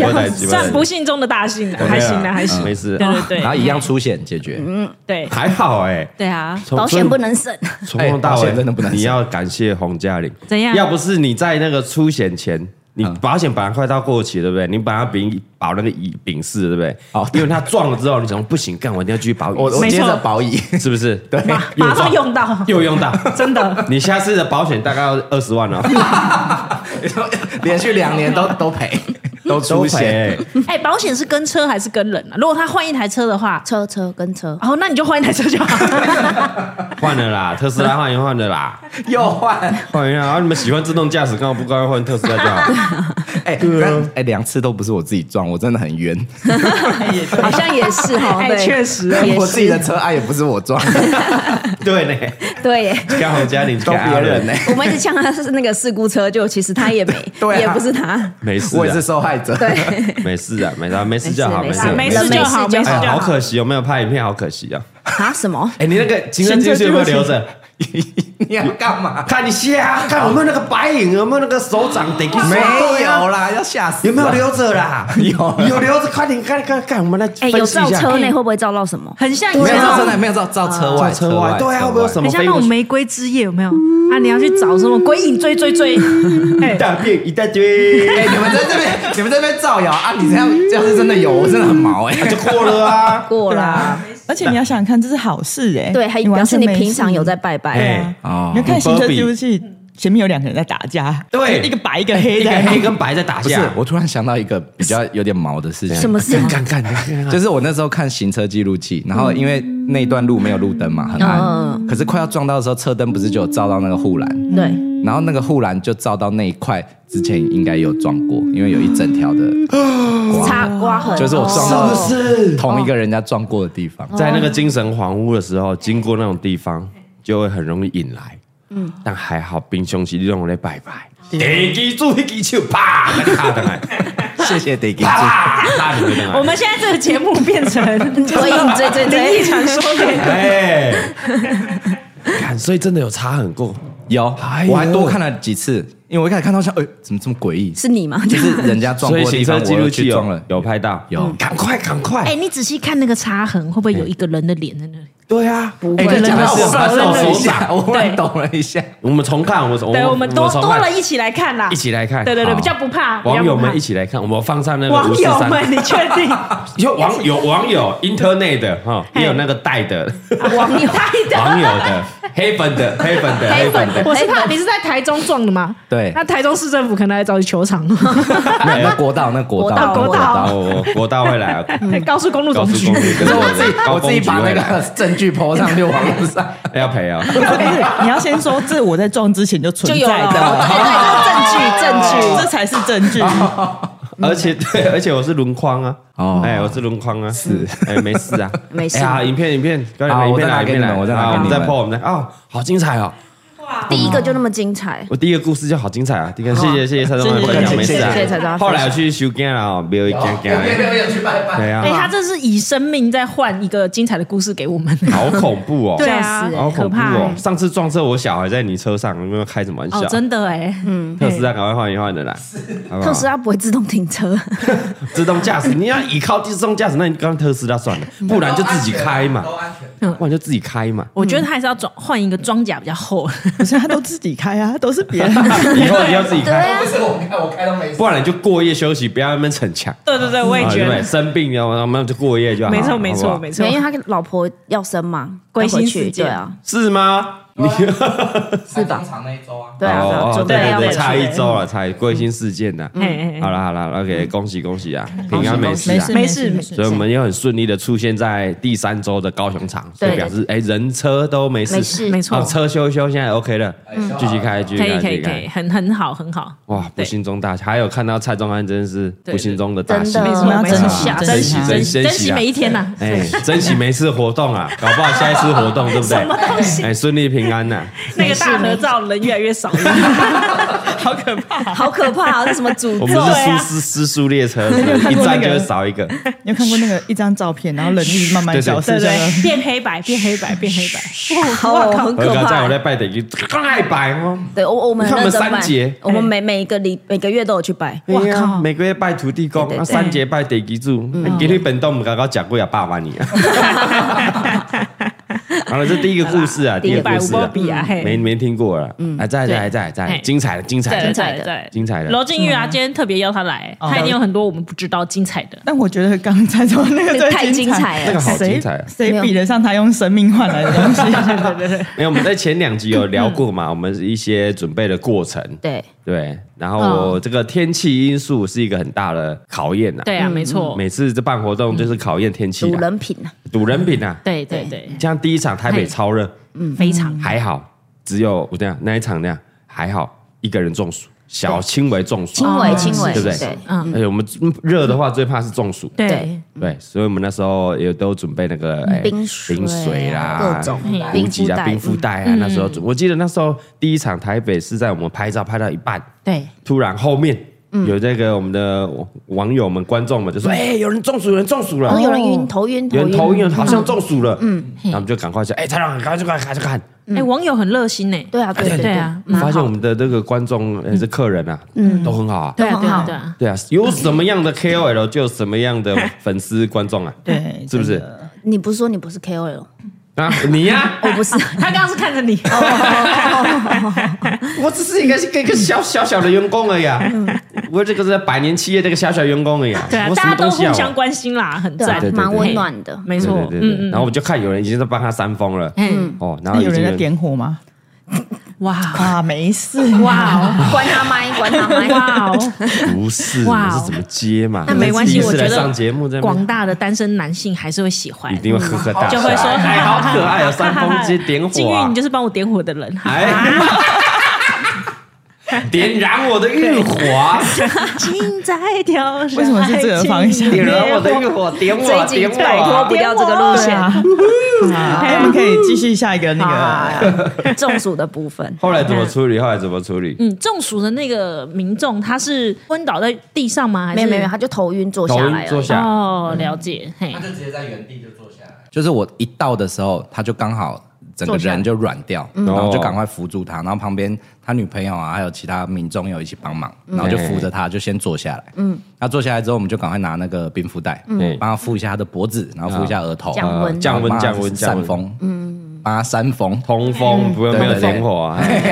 [SPEAKER 1] 我在几
[SPEAKER 2] 算不幸中的大幸啊，还行啊，还行，
[SPEAKER 1] 没事
[SPEAKER 2] 对。对
[SPEAKER 5] 然后
[SPEAKER 2] 对
[SPEAKER 5] 一样出险解决。
[SPEAKER 2] 对
[SPEAKER 1] 还好哎，
[SPEAKER 2] 对啊，
[SPEAKER 1] 从
[SPEAKER 4] 保险不能 省，
[SPEAKER 1] 从头到
[SPEAKER 5] 哎保
[SPEAKER 1] 尾
[SPEAKER 5] 险真的不能省
[SPEAKER 1] 你要感谢洪嘉玲。
[SPEAKER 2] 怎样
[SPEAKER 1] 要不是你在那个出险前，你
[SPEAKER 5] 嗯
[SPEAKER 1] 保险本来快到过期，对不对？你把它丙保那个乙丙四，对不对？
[SPEAKER 5] 哦
[SPEAKER 1] 因为他撞了之后，你想说不行，干我一定要继续保
[SPEAKER 5] 我我
[SPEAKER 1] 乙，
[SPEAKER 2] 没
[SPEAKER 5] 接
[SPEAKER 2] 错
[SPEAKER 5] 着保乙，
[SPEAKER 1] 是不是？对
[SPEAKER 2] 马马上用到，
[SPEAKER 1] 又用到。
[SPEAKER 2] 真的。
[SPEAKER 1] 你下次的保险大概要二十万哦，
[SPEAKER 5] 连续两年 都都赔， 都出险。
[SPEAKER 1] 险。
[SPEAKER 2] 哎，保险是跟车还是跟人啊？如果他换一台车的话，
[SPEAKER 4] 车车跟车，
[SPEAKER 2] 哦，那你就换一台车就好了。
[SPEAKER 1] 换了啦，特斯拉换一换的啦，
[SPEAKER 5] 又换，
[SPEAKER 1] 换一换。啊，你们喜欢自动驾驶，干嘛不乖乖换特斯拉就 好？
[SPEAKER 5] 哎、
[SPEAKER 1] 啊
[SPEAKER 5] 但哎，两、次都不是我自己撞，我真的很冤。
[SPEAKER 4] 好像也是 哈，
[SPEAKER 2] 哎
[SPEAKER 4] 对
[SPEAKER 2] 确实
[SPEAKER 4] 也
[SPEAKER 5] 我自己
[SPEAKER 4] 是
[SPEAKER 5] 的车啊，也不是我 撞，
[SPEAKER 1] 对呢，
[SPEAKER 4] 对耶。
[SPEAKER 1] 刚好家里
[SPEAKER 5] 都别人呢、，
[SPEAKER 4] 我们一直呛他是那个事故车，就其实他也没
[SPEAKER 5] 对啊
[SPEAKER 4] 也不是他，
[SPEAKER 1] 没事啊，
[SPEAKER 5] 我也是受害者。
[SPEAKER 4] 对，
[SPEAKER 1] 没事啊，没事啊，没事就好，
[SPEAKER 4] 没
[SPEAKER 1] 事
[SPEAKER 4] 事
[SPEAKER 2] 没
[SPEAKER 4] 没
[SPEAKER 2] 事
[SPEAKER 4] 事
[SPEAKER 2] 就好，
[SPEAKER 4] 没事
[SPEAKER 2] 没事
[SPEAKER 1] 哎
[SPEAKER 2] 就
[SPEAKER 1] 呀，好
[SPEAKER 2] 好。
[SPEAKER 1] 可惜，有没有拍影片？好可惜啊！
[SPEAKER 4] 啊什么？
[SPEAKER 1] 哎，你那个行车记录器有没有留着？
[SPEAKER 5] 你要干嘛？
[SPEAKER 1] 看一下，看有没有那个白影，有没有那个手掌顶？
[SPEAKER 5] 没
[SPEAKER 1] 对啊
[SPEAKER 5] 有啦，要吓死！
[SPEAKER 1] 有没有？留着啦？
[SPEAKER 5] 有
[SPEAKER 1] 有留着，快点看看看，我们来
[SPEAKER 4] 哎，
[SPEAKER 1] 分
[SPEAKER 4] 有
[SPEAKER 1] 析
[SPEAKER 4] 照
[SPEAKER 1] 一下。
[SPEAKER 4] 车内会不会照到什么？
[SPEAKER 2] 很像以
[SPEAKER 5] 没有
[SPEAKER 2] 前
[SPEAKER 5] 照
[SPEAKER 2] 那
[SPEAKER 5] 车
[SPEAKER 2] 种
[SPEAKER 5] 内，没有照照车外，
[SPEAKER 1] 车外对啊，会不会有什
[SPEAKER 2] 很
[SPEAKER 1] 么
[SPEAKER 2] 像
[SPEAKER 1] 飞
[SPEAKER 2] 那
[SPEAKER 1] 过
[SPEAKER 2] 种
[SPEAKER 1] 去？
[SPEAKER 2] 玫瑰之夜，有没有？啊，你要去找什么鬼影追 追追？哎
[SPEAKER 1] 一大片一大堆，
[SPEAKER 5] 哎，你们在这边，你们在这边造谣啊！你这样这样是真的有，我真的很毛哎。
[SPEAKER 1] 就过了啊。
[SPEAKER 4] 过啦，
[SPEAKER 3] 而且你要想想看，这是好事哎、
[SPEAKER 4] 对，还
[SPEAKER 3] 你
[SPEAKER 4] 表
[SPEAKER 3] 完
[SPEAKER 4] 示
[SPEAKER 3] 全
[SPEAKER 4] 你
[SPEAKER 3] 没
[SPEAKER 4] 平常
[SPEAKER 3] 事
[SPEAKER 4] 有在拜
[SPEAKER 3] 对
[SPEAKER 4] 拜，
[SPEAKER 3] 啊
[SPEAKER 5] 哦
[SPEAKER 3] 你要看行车记录器，前面有两个人在打架，
[SPEAKER 1] 对
[SPEAKER 3] 一个白一个黑
[SPEAKER 1] 一
[SPEAKER 3] 的
[SPEAKER 1] 个，黑跟白在打
[SPEAKER 5] 不是
[SPEAKER 1] 架，，
[SPEAKER 5] 我突然想到一个比较有点毛的事情。
[SPEAKER 4] 什么事？啊
[SPEAKER 1] 看看看看，
[SPEAKER 5] 就是我那时候看行车记录器，然后因为那段路没有路灯嘛，很暗。
[SPEAKER 4] 嗯
[SPEAKER 5] 可是快要撞到的时候，车灯不是就有照到那个护栏，
[SPEAKER 4] 对，
[SPEAKER 5] 然后那个护栏就照到那一块之前应该有撞过，因为有一整条
[SPEAKER 1] 哦
[SPEAKER 5] 的，
[SPEAKER 4] 擦刮痕，
[SPEAKER 5] 就是我撞到
[SPEAKER 4] 哦
[SPEAKER 1] 是不是？
[SPEAKER 5] 同一个人家撞过的地方。
[SPEAKER 2] 哦
[SPEAKER 1] 在那个精神恍惚的时候，经过那种地方，就会很容易引来。嗯，但还好，冰凶是让我来拜拜，第
[SPEAKER 2] 嗯
[SPEAKER 1] 一支注一支手啪，卡上来，
[SPEAKER 5] 谢谢 d i g
[SPEAKER 1] 啪，打回来。
[SPEAKER 2] 我们现在这个节目变成
[SPEAKER 4] 鬼影追追
[SPEAKER 2] 灵异
[SPEAKER 4] 追，
[SPEAKER 2] 传说类，
[SPEAKER 1] 哎， 看，所以真的有差很过。
[SPEAKER 5] 有
[SPEAKER 1] 哎，呦
[SPEAKER 5] 我还多看了几次，因为我一开始看到像，哎，怎么这么诡异？
[SPEAKER 4] 是你吗？
[SPEAKER 5] 就是人家撞
[SPEAKER 1] 所
[SPEAKER 5] 过
[SPEAKER 1] 以 行
[SPEAKER 5] 的地
[SPEAKER 1] 车
[SPEAKER 5] 方，
[SPEAKER 1] 记
[SPEAKER 5] 我
[SPEAKER 1] 录
[SPEAKER 5] 又
[SPEAKER 1] 器哦
[SPEAKER 5] 去撞
[SPEAKER 1] 有
[SPEAKER 5] 了，
[SPEAKER 1] 有拍到，
[SPEAKER 5] 有
[SPEAKER 1] 赶快赶
[SPEAKER 2] 哎，
[SPEAKER 1] 快，
[SPEAKER 2] 你仔细看那个擦痕，会不会有一个人的脸在那里？
[SPEAKER 1] 对啊，
[SPEAKER 4] 不会
[SPEAKER 1] 哎
[SPEAKER 4] 真
[SPEAKER 1] 真
[SPEAKER 4] 的
[SPEAKER 1] 的
[SPEAKER 4] 是
[SPEAKER 1] 是他是我手掌，
[SPEAKER 5] 我忽然懂了一下。
[SPEAKER 1] 我们重看，哦我
[SPEAKER 2] 对，我们多
[SPEAKER 1] 重
[SPEAKER 2] 多
[SPEAKER 1] 看
[SPEAKER 2] 了一起来看啦，
[SPEAKER 1] 一起来看，
[SPEAKER 2] 对对对，
[SPEAKER 1] 好
[SPEAKER 2] 比较不怕比较不怕
[SPEAKER 1] 网友们一起来看，我们放上那个
[SPEAKER 2] 网友
[SPEAKER 1] 543
[SPEAKER 2] 们，你确 定？
[SPEAKER 1] 有网有网友 internet 的哈，
[SPEAKER 2] 嘿
[SPEAKER 1] 也有那个带的
[SPEAKER 2] 网友太
[SPEAKER 1] 网友的黑粉的黑粉的黑粉的，
[SPEAKER 2] 我是怕你是在台中撞的吗？
[SPEAKER 5] 对
[SPEAKER 2] 那台中市政府可能来找你求 偿，
[SPEAKER 5] 那那国道，那国道，
[SPEAKER 4] 国道国
[SPEAKER 2] 道
[SPEAKER 1] 我我国道会来啊，
[SPEAKER 2] 高速公路
[SPEAKER 1] 高
[SPEAKER 2] 总
[SPEAKER 1] 速
[SPEAKER 2] 局
[SPEAKER 1] 公。路，
[SPEAKER 5] 可是我自己
[SPEAKER 1] 高
[SPEAKER 5] 我
[SPEAKER 1] 工
[SPEAKER 5] 自己把
[SPEAKER 1] 局
[SPEAKER 5] 那
[SPEAKER 1] 会来
[SPEAKER 5] 个证据抛上六网络上，
[SPEAKER 1] 要赔啊，
[SPEAKER 3] 你要先说这我在撞之前就存在
[SPEAKER 4] 对
[SPEAKER 3] 的，哦
[SPEAKER 4] 对，这是证据，证据。
[SPEAKER 3] 这才是证据。
[SPEAKER 1] 而且对，而且我是轮框啊，
[SPEAKER 5] 哦
[SPEAKER 1] 哎，我是轮框啊，是，哎，没事啊，
[SPEAKER 4] 没事
[SPEAKER 1] 哎呀，影片影片，快点
[SPEAKER 5] 好
[SPEAKER 1] 来影
[SPEAKER 5] 我再
[SPEAKER 1] 片
[SPEAKER 5] 拿
[SPEAKER 1] 来，
[SPEAKER 5] 给
[SPEAKER 1] 影片
[SPEAKER 5] 你
[SPEAKER 1] 来，
[SPEAKER 5] 们我再拿
[SPEAKER 1] 好
[SPEAKER 5] 给
[SPEAKER 1] 我们
[SPEAKER 5] 你
[SPEAKER 1] 再
[SPEAKER 5] 们
[SPEAKER 1] 破，我们再哦，好精彩哦，
[SPEAKER 4] 第一个就那么精彩，
[SPEAKER 1] 我第一个故事就好精彩啊！第一个谢谢谢谢蔡宗
[SPEAKER 3] 谢
[SPEAKER 1] 的
[SPEAKER 3] 谢
[SPEAKER 1] 分享，没事啊。
[SPEAKER 4] 谢谢蔡宗翰
[SPEAKER 1] 后来我去修干了哦，没有一干 干，
[SPEAKER 5] 有去拜拜。
[SPEAKER 1] 对啊
[SPEAKER 2] 哎，，他这是以生命在换一个精彩的故事给我们。
[SPEAKER 1] 好恐怖哦，
[SPEAKER 2] 对啊
[SPEAKER 4] 吓死，欸
[SPEAKER 1] 好
[SPEAKER 2] 可
[SPEAKER 1] 恐怖
[SPEAKER 2] 怕
[SPEAKER 1] 哦啊
[SPEAKER 2] 欸！
[SPEAKER 1] 上次撞车，我小孩在你车上，你们开什么玩
[SPEAKER 2] 哦
[SPEAKER 1] 笑，？
[SPEAKER 2] 真的哎，嗯，
[SPEAKER 1] 特斯拉赶快换一换的啦，好不好
[SPEAKER 4] 特斯拉不会自动停车，
[SPEAKER 1] 自动驾驶，你要依靠自动驾驶，那你刚特斯拉算了，不然就自己开嘛，不然就自己开嘛。
[SPEAKER 2] 我觉得他还是要装换一个装甲比较 厚。
[SPEAKER 1] 啊
[SPEAKER 3] 不是他都自己开啊，都是别 人。
[SPEAKER 2] 嗯
[SPEAKER 1] 以后你要自己
[SPEAKER 4] 对
[SPEAKER 1] 开，
[SPEAKER 4] 啊，
[SPEAKER 5] 是我看我开都没事。
[SPEAKER 1] 不然你就过夜休息，不要在那边逞强。
[SPEAKER 2] 对对对，我也
[SPEAKER 1] 啊
[SPEAKER 2] 觉
[SPEAKER 1] 对不对
[SPEAKER 2] 得，
[SPEAKER 1] 生病然后我们就过夜就好，
[SPEAKER 2] 没
[SPEAKER 1] 啊好
[SPEAKER 2] 错
[SPEAKER 1] 不
[SPEAKER 2] 没
[SPEAKER 1] 好
[SPEAKER 2] 错没错
[SPEAKER 4] 没有，。因为他老婆要生嘛，
[SPEAKER 2] 归心
[SPEAKER 4] 要回去
[SPEAKER 2] 似箭
[SPEAKER 4] 对啊，
[SPEAKER 1] 是吗？
[SPEAKER 5] 啊是吧？长那一周啊，
[SPEAKER 4] 对啊，对
[SPEAKER 1] 哦
[SPEAKER 4] 啊
[SPEAKER 1] 哦
[SPEAKER 4] 准
[SPEAKER 1] 对
[SPEAKER 4] 备
[SPEAKER 1] 对
[SPEAKER 4] 要
[SPEAKER 1] 对，
[SPEAKER 4] 回
[SPEAKER 1] 差一
[SPEAKER 4] 去。
[SPEAKER 1] 周了，差贵新事件呐。
[SPEAKER 2] 哎哎
[SPEAKER 1] 好了好了，OK，恭喜恭喜啊，平安没事
[SPEAKER 3] 没
[SPEAKER 1] 啊
[SPEAKER 3] 事。
[SPEAKER 2] 没事没事，
[SPEAKER 1] 所以我们也很顺利的出现在第三周的高雄场，所以
[SPEAKER 4] 对
[SPEAKER 1] 表示哎人车都没事，
[SPEAKER 4] 没事
[SPEAKER 2] 没错
[SPEAKER 1] 啊车修一修现在 OK 了，
[SPEAKER 5] 哎
[SPEAKER 1] 继续开继续
[SPEAKER 2] 可以
[SPEAKER 1] 开
[SPEAKER 2] 可
[SPEAKER 1] 继
[SPEAKER 2] 以
[SPEAKER 1] 续
[SPEAKER 2] 可以，
[SPEAKER 1] 开。
[SPEAKER 2] 很很好很好。
[SPEAKER 1] 哇，不
[SPEAKER 2] 对
[SPEAKER 1] 幸中大幸，还有看到蔡宗安真是
[SPEAKER 2] 对
[SPEAKER 1] 不幸中的大幸
[SPEAKER 4] 真，的
[SPEAKER 3] 我们要珍惜
[SPEAKER 2] 啊
[SPEAKER 3] 珍惜
[SPEAKER 2] 珍
[SPEAKER 1] 珍惜
[SPEAKER 2] 惜
[SPEAKER 1] 珍惜啊
[SPEAKER 2] 珍惜每一天呐。
[SPEAKER 1] 哎，珍惜每次活动啊，搞不好下一次活动对不
[SPEAKER 2] 什么东
[SPEAKER 1] 对？哎，顺利平安呐，
[SPEAKER 2] 那个大合照人越来越少了，好可怕。
[SPEAKER 4] 好可怕啊！这什么诅
[SPEAKER 1] 我们
[SPEAKER 4] 咒？
[SPEAKER 1] 是苏斯私速列车，一站就会少一个，
[SPEAKER 3] 你有看过那个一张照片，然后人力慢慢消
[SPEAKER 2] 对
[SPEAKER 3] 失，这样
[SPEAKER 2] 对，变黑白，变黑白，变黑白。
[SPEAKER 4] 好，很
[SPEAKER 1] 我
[SPEAKER 4] 可
[SPEAKER 1] 刚才
[SPEAKER 4] 怕
[SPEAKER 1] 我。在拜等于太白哦。
[SPEAKER 4] 对，我我们
[SPEAKER 1] 你
[SPEAKER 4] 很
[SPEAKER 1] 看我们
[SPEAKER 4] 认真
[SPEAKER 1] 三节
[SPEAKER 4] 拜，我们每每一个礼每个月都有去拜。
[SPEAKER 1] 哇
[SPEAKER 2] 哇靠
[SPEAKER 1] 哎每个月拜土地公，
[SPEAKER 4] 对对对
[SPEAKER 1] 啊三节拜地基主，给你本东唔刚刚讲过也八万年啊。好了，这第一个故事啊，第一
[SPEAKER 4] 一
[SPEAKER 1] 个
[SPEAKER 4] 个
[SPEAKER 1] 故事
[SPEAKER 2] 五
[SPEAKER 1] 啊
[SPEAKER 2] 百五百啊，嘿
[SPEAKER 1] 没没听过了。啊，再来再来再来再来，
[SPEAKER 2] 嘿
[SPEAKER 1] 精彩的精彩
[SPEAKER 2] 对
[SPEAKER 1] 的，
[SPEAKER 4] 彩
[SPEAKER 2] 对
[SPEAKER 4] 的
[SPEAKER 2] 对，哦
[SPEAKER 1] 精彩的
[SPEAKER 2] 罗晋玉啊，今天特别邀他来，他一定有很多我们不知道精彩的。
[SPEAKER 3] 但我觉得刚才说那个最
[SPEAKER 4] 太精彩
[SPEAKER 3] 彩，
[SPEAKER 4] 了那
[SPEAKER 1] 个好精彩啊
[SPEAKER 3] 谁谁比得上他用生命换来的东西？对对对，
[SPEAKER 1] 因为我们在前两集有聊过嘛，我们一些准备的过程，
[SPEAKER 4] 对，
[SPEAKER 1] 对，然后这个天气因素是一个很大的考验呐。
[SPEAKER 2] 对啊，没错，
[SPEAKER 1] 每次这办活动就是考验天气
[SPEAKER 4] 哦赌
[SPEAKER 1] 啦，
[SPEAKER 4] 人品啊，
[SPEAKER 1] 赌人品啊。
[SPEAKER 2] 对对对，嗯
[SPEAKER 1] 像第一场台北
[SPEAKER 2] 嘿
[SPEAKER 1] 超热，
[SPEAKER 4] 嗯
[SPEAKER 2] 非常
[SPEAKER 1] 还好，只有我这样那一场那样还好，一个人中暑，小轻微中暑，
[SPEAKER 4] 轻微轻微，
[SPEAKER 1] 对不对？
[SPEAKER 4] 对，嗯
[SPEAKER 1] 而且我们热的话最怕是中暑，
[SPEAKER 2] 对
[SPEAKER 1] 对，所以我们那时候也都准备那个哎
[SPEAKER 4] 冰水啊
[SPEAKER 1] 冰水啦，
[SPEAKER 4] 各种
[SPEAKER 1] 补给啊、冰
[SPEAKER 4] 冰
[SPEAKER 1] 敷
[SPEAKER 4] 敷
[SPEAKER 1] 袋啊。那时候
[SPEAKER 4] 嗯
[SPEAKER 1] 准我记得那时候第一场台北是在我们拍照拍到一半，
[SPEAKER 2] 对，
[SPEAKER 1] 突然后面。
[SPEAKER 4] 嗯
[SPEAKER 1] 有这个我们的网友们、观众们就说：“哎、有人中暑，有人中暑了，
[SPEAKER 2] 哦
[SPEAKER 4] 哦然后有人晕头晕
[SPEAKER 1] 哦有人
[SPEAKER 4] 晕，嗯
[SPEAKER 1] 头晕，好像中暑了。嗯，然后我们就赶快说：“哎、蔡浪，赶快去看，赶快去看！
[SPEAKER 2] 哎、网友很热心呢、
[SPEAKER 4] 对啊，对
[SPEAKER 2] 对
[SPEAKER 4] 对
[SPEAKER 2] 啊，
[SPEAKER 1] 发现我们的这个观众还是客人啊，
[SPEAKER 4] 嗯
[SPEAKER 1] 都很好啊。
[SPEAKER 2] 对啊，
[SPEAKER 4] 都很
[SPEAKER 2] 对啊，
[SPEAKER 4] 好
[SPEAKER 2] 对啊，
[SPEAKER 1] 对啊，有什么样的 KOL 就有什么样的粉丝观众啊，
[SPEAKER 3] 对，
[SPEAKER 1] 是不是
[SPEAKER 3] 真的？
[SPEAKER 4] 你不是说你不是 KOL，
[SPEAKER 1] 啊，你呀，
[SPEAKER 4] 我 不是，
[SPEAKER 2] 他刚刚是看着 你，
[SPEAKER 4] 啊
[SPEAKER 1] 我只是一个一个小小小的员工而已啊，
[SPEAKER 4] 嗯
[SPEAKER 1] 我这个是百年企业这个小小员工而已啊，
[SPEAKER 2] 对啊，
[SPEAKER 1] 我什
[SPEAKER 2] 大
[SPEAKER 1] 么
[SPEAKER 2] 家都
[SPEAKER 1] 东西啊
[SPEAKER 2] 互
[SPEAKER 1] 我
[SPEAKER 2] 相关心啦，很
[SPEAKER 4] 对啊
[SPEAKER 2] 赞
[SPEAKER 5] 对，对
[SPEAKER 4] 蛮温暖的。
[SPEAKER 2] 没
[SPEAKER 1] 对
[SPEAKER 2] 错
[SPEAKER 1] 对，对对，然后我就看有人已经在帮他扇风了，
[SPEAKER 2] 嗯，
[SPEAKER 1] 哦，然后
[SPEAKER 3] 那
[SPEAKER 1] 已
[SPEAKER 3] 有
[SPEAKER 1] 经
[SPEAKER 3] 人在点 火吗？
[SPEAKER 2] 哇
[SPEAKER 3] 啊，没事，
[SPEAKER 2] 哇 哦
[SPEAKER 4] 关他麦，关他麦。
[SPEAKER 2] 哇哦，
[SPEAKER 1] 不是，
[SPEAKER 2] 哇哦
[SPEAKER 1] 我是怎么接嘛？
[SPEAKER 2] 那没关系，
[SPEAKER 1] 第一
[SPEAKER 2] 我
[SPEAKER 1] 次
[SPEAKER 2] 觉
[SPEAKER 1] 来
[SPEAKER 2] 得
[SPEAKER 1] 上节目这
[SPEAKER 2] 广
[SPEAKER 1] 边
[SPEAKER 2] 大的单身男性还是会喜欢
[SPEAKER 1] 一，定会呵呵大笑，
[SPEAKER 2] 就会说
[SPEAKER 1] 哎，好可爱啊，扇风机点
[SPEAKER 2] 金
[SPEAKER 1] 火
[SPEAKER 2] 玉，
[SPEAKER 1] 啊
[SPEAKER 2] 你，就是帮我点火的人，哈
[SPEAKER 1] 哎，点燃我的欲火，
[SPEAKER 2] 心在跳上，
[SPEAKER 3] 为什么是这个方
[SPEAKER 2] 哎
[SPEAKER 3] 向
[SPEAKER 1] 点燃我的欲火，点我，
[SPEAKER 4] 最
[SPEAKER 1] 点
[SPEAKER 4] 近
[SPEAKER 1] 我
[SPEAKER 4] 摆脱
[SPEAKER 1] 啊
[SPEAKER 4] 不！掉这个路
[SPEAKER 3] 对
[SPEAKER 4] 线，
[SPEAKER 3] 啊，哎好我们可以继续下一个
[SPEAKER 1] 哎
[SPEAKER 3] 那个，
[SPEAKER 4] 个中暑的部分。
[SPEAKER 1] 后来怎么处理？后来怎么处理？
[SPEAKER 2] 嗯，中暑的那个民众，他是昏倒在地上吗？还
[SPEAKER 4] 没
[SPEAKER 2] 是
[SPEAKER 4] 有没有，没有他就头晕坐下
[SPEAKER 1] 头
[SPEAKER 4] 来
[SPEAKER 1] 晕坐
[SPEAKER 4] 了。
[SPEAKER 1] 下，
[SPEAKER 2] 哦，了解，嘿，
[SPEAKER 5] 就直接在原地就坐下来。就是我一到的时候，他就刚好整个人就软掉，然
[SPEAKER 1] 哦
[SPEAKER 5] 后就赶快扶住他，然后旁边他女朋友啊，还有其他民众有一起帮忙，然后就扶着他就先坐下来。嗯，那坐下来之后，我们就赶快拿那个冰敷袋，
[SPEAKER 1] 嗯
[SPEAKER 5] 帮他敷一下他的脖子，然后敷一下额头，
[SPEAKER 4] 降温
[SPEAKER 1] 啊降温，
[SPEAKER 5] 帮他
[SPEAKER 1] 降温，降
[SPEAKER 5] 扇
[SPEAKER 1] 温，
[SPEAKER 5] 风，嗯，帮他扇风，
[SPEAKER 1] 通风，不用
[SPEAKER 5] 对
[SPEAKER 1] 没有
[SPEAKER 5] 对对
[SPEAKER 1] 点火啊，
[SPEAKER 2] 嗯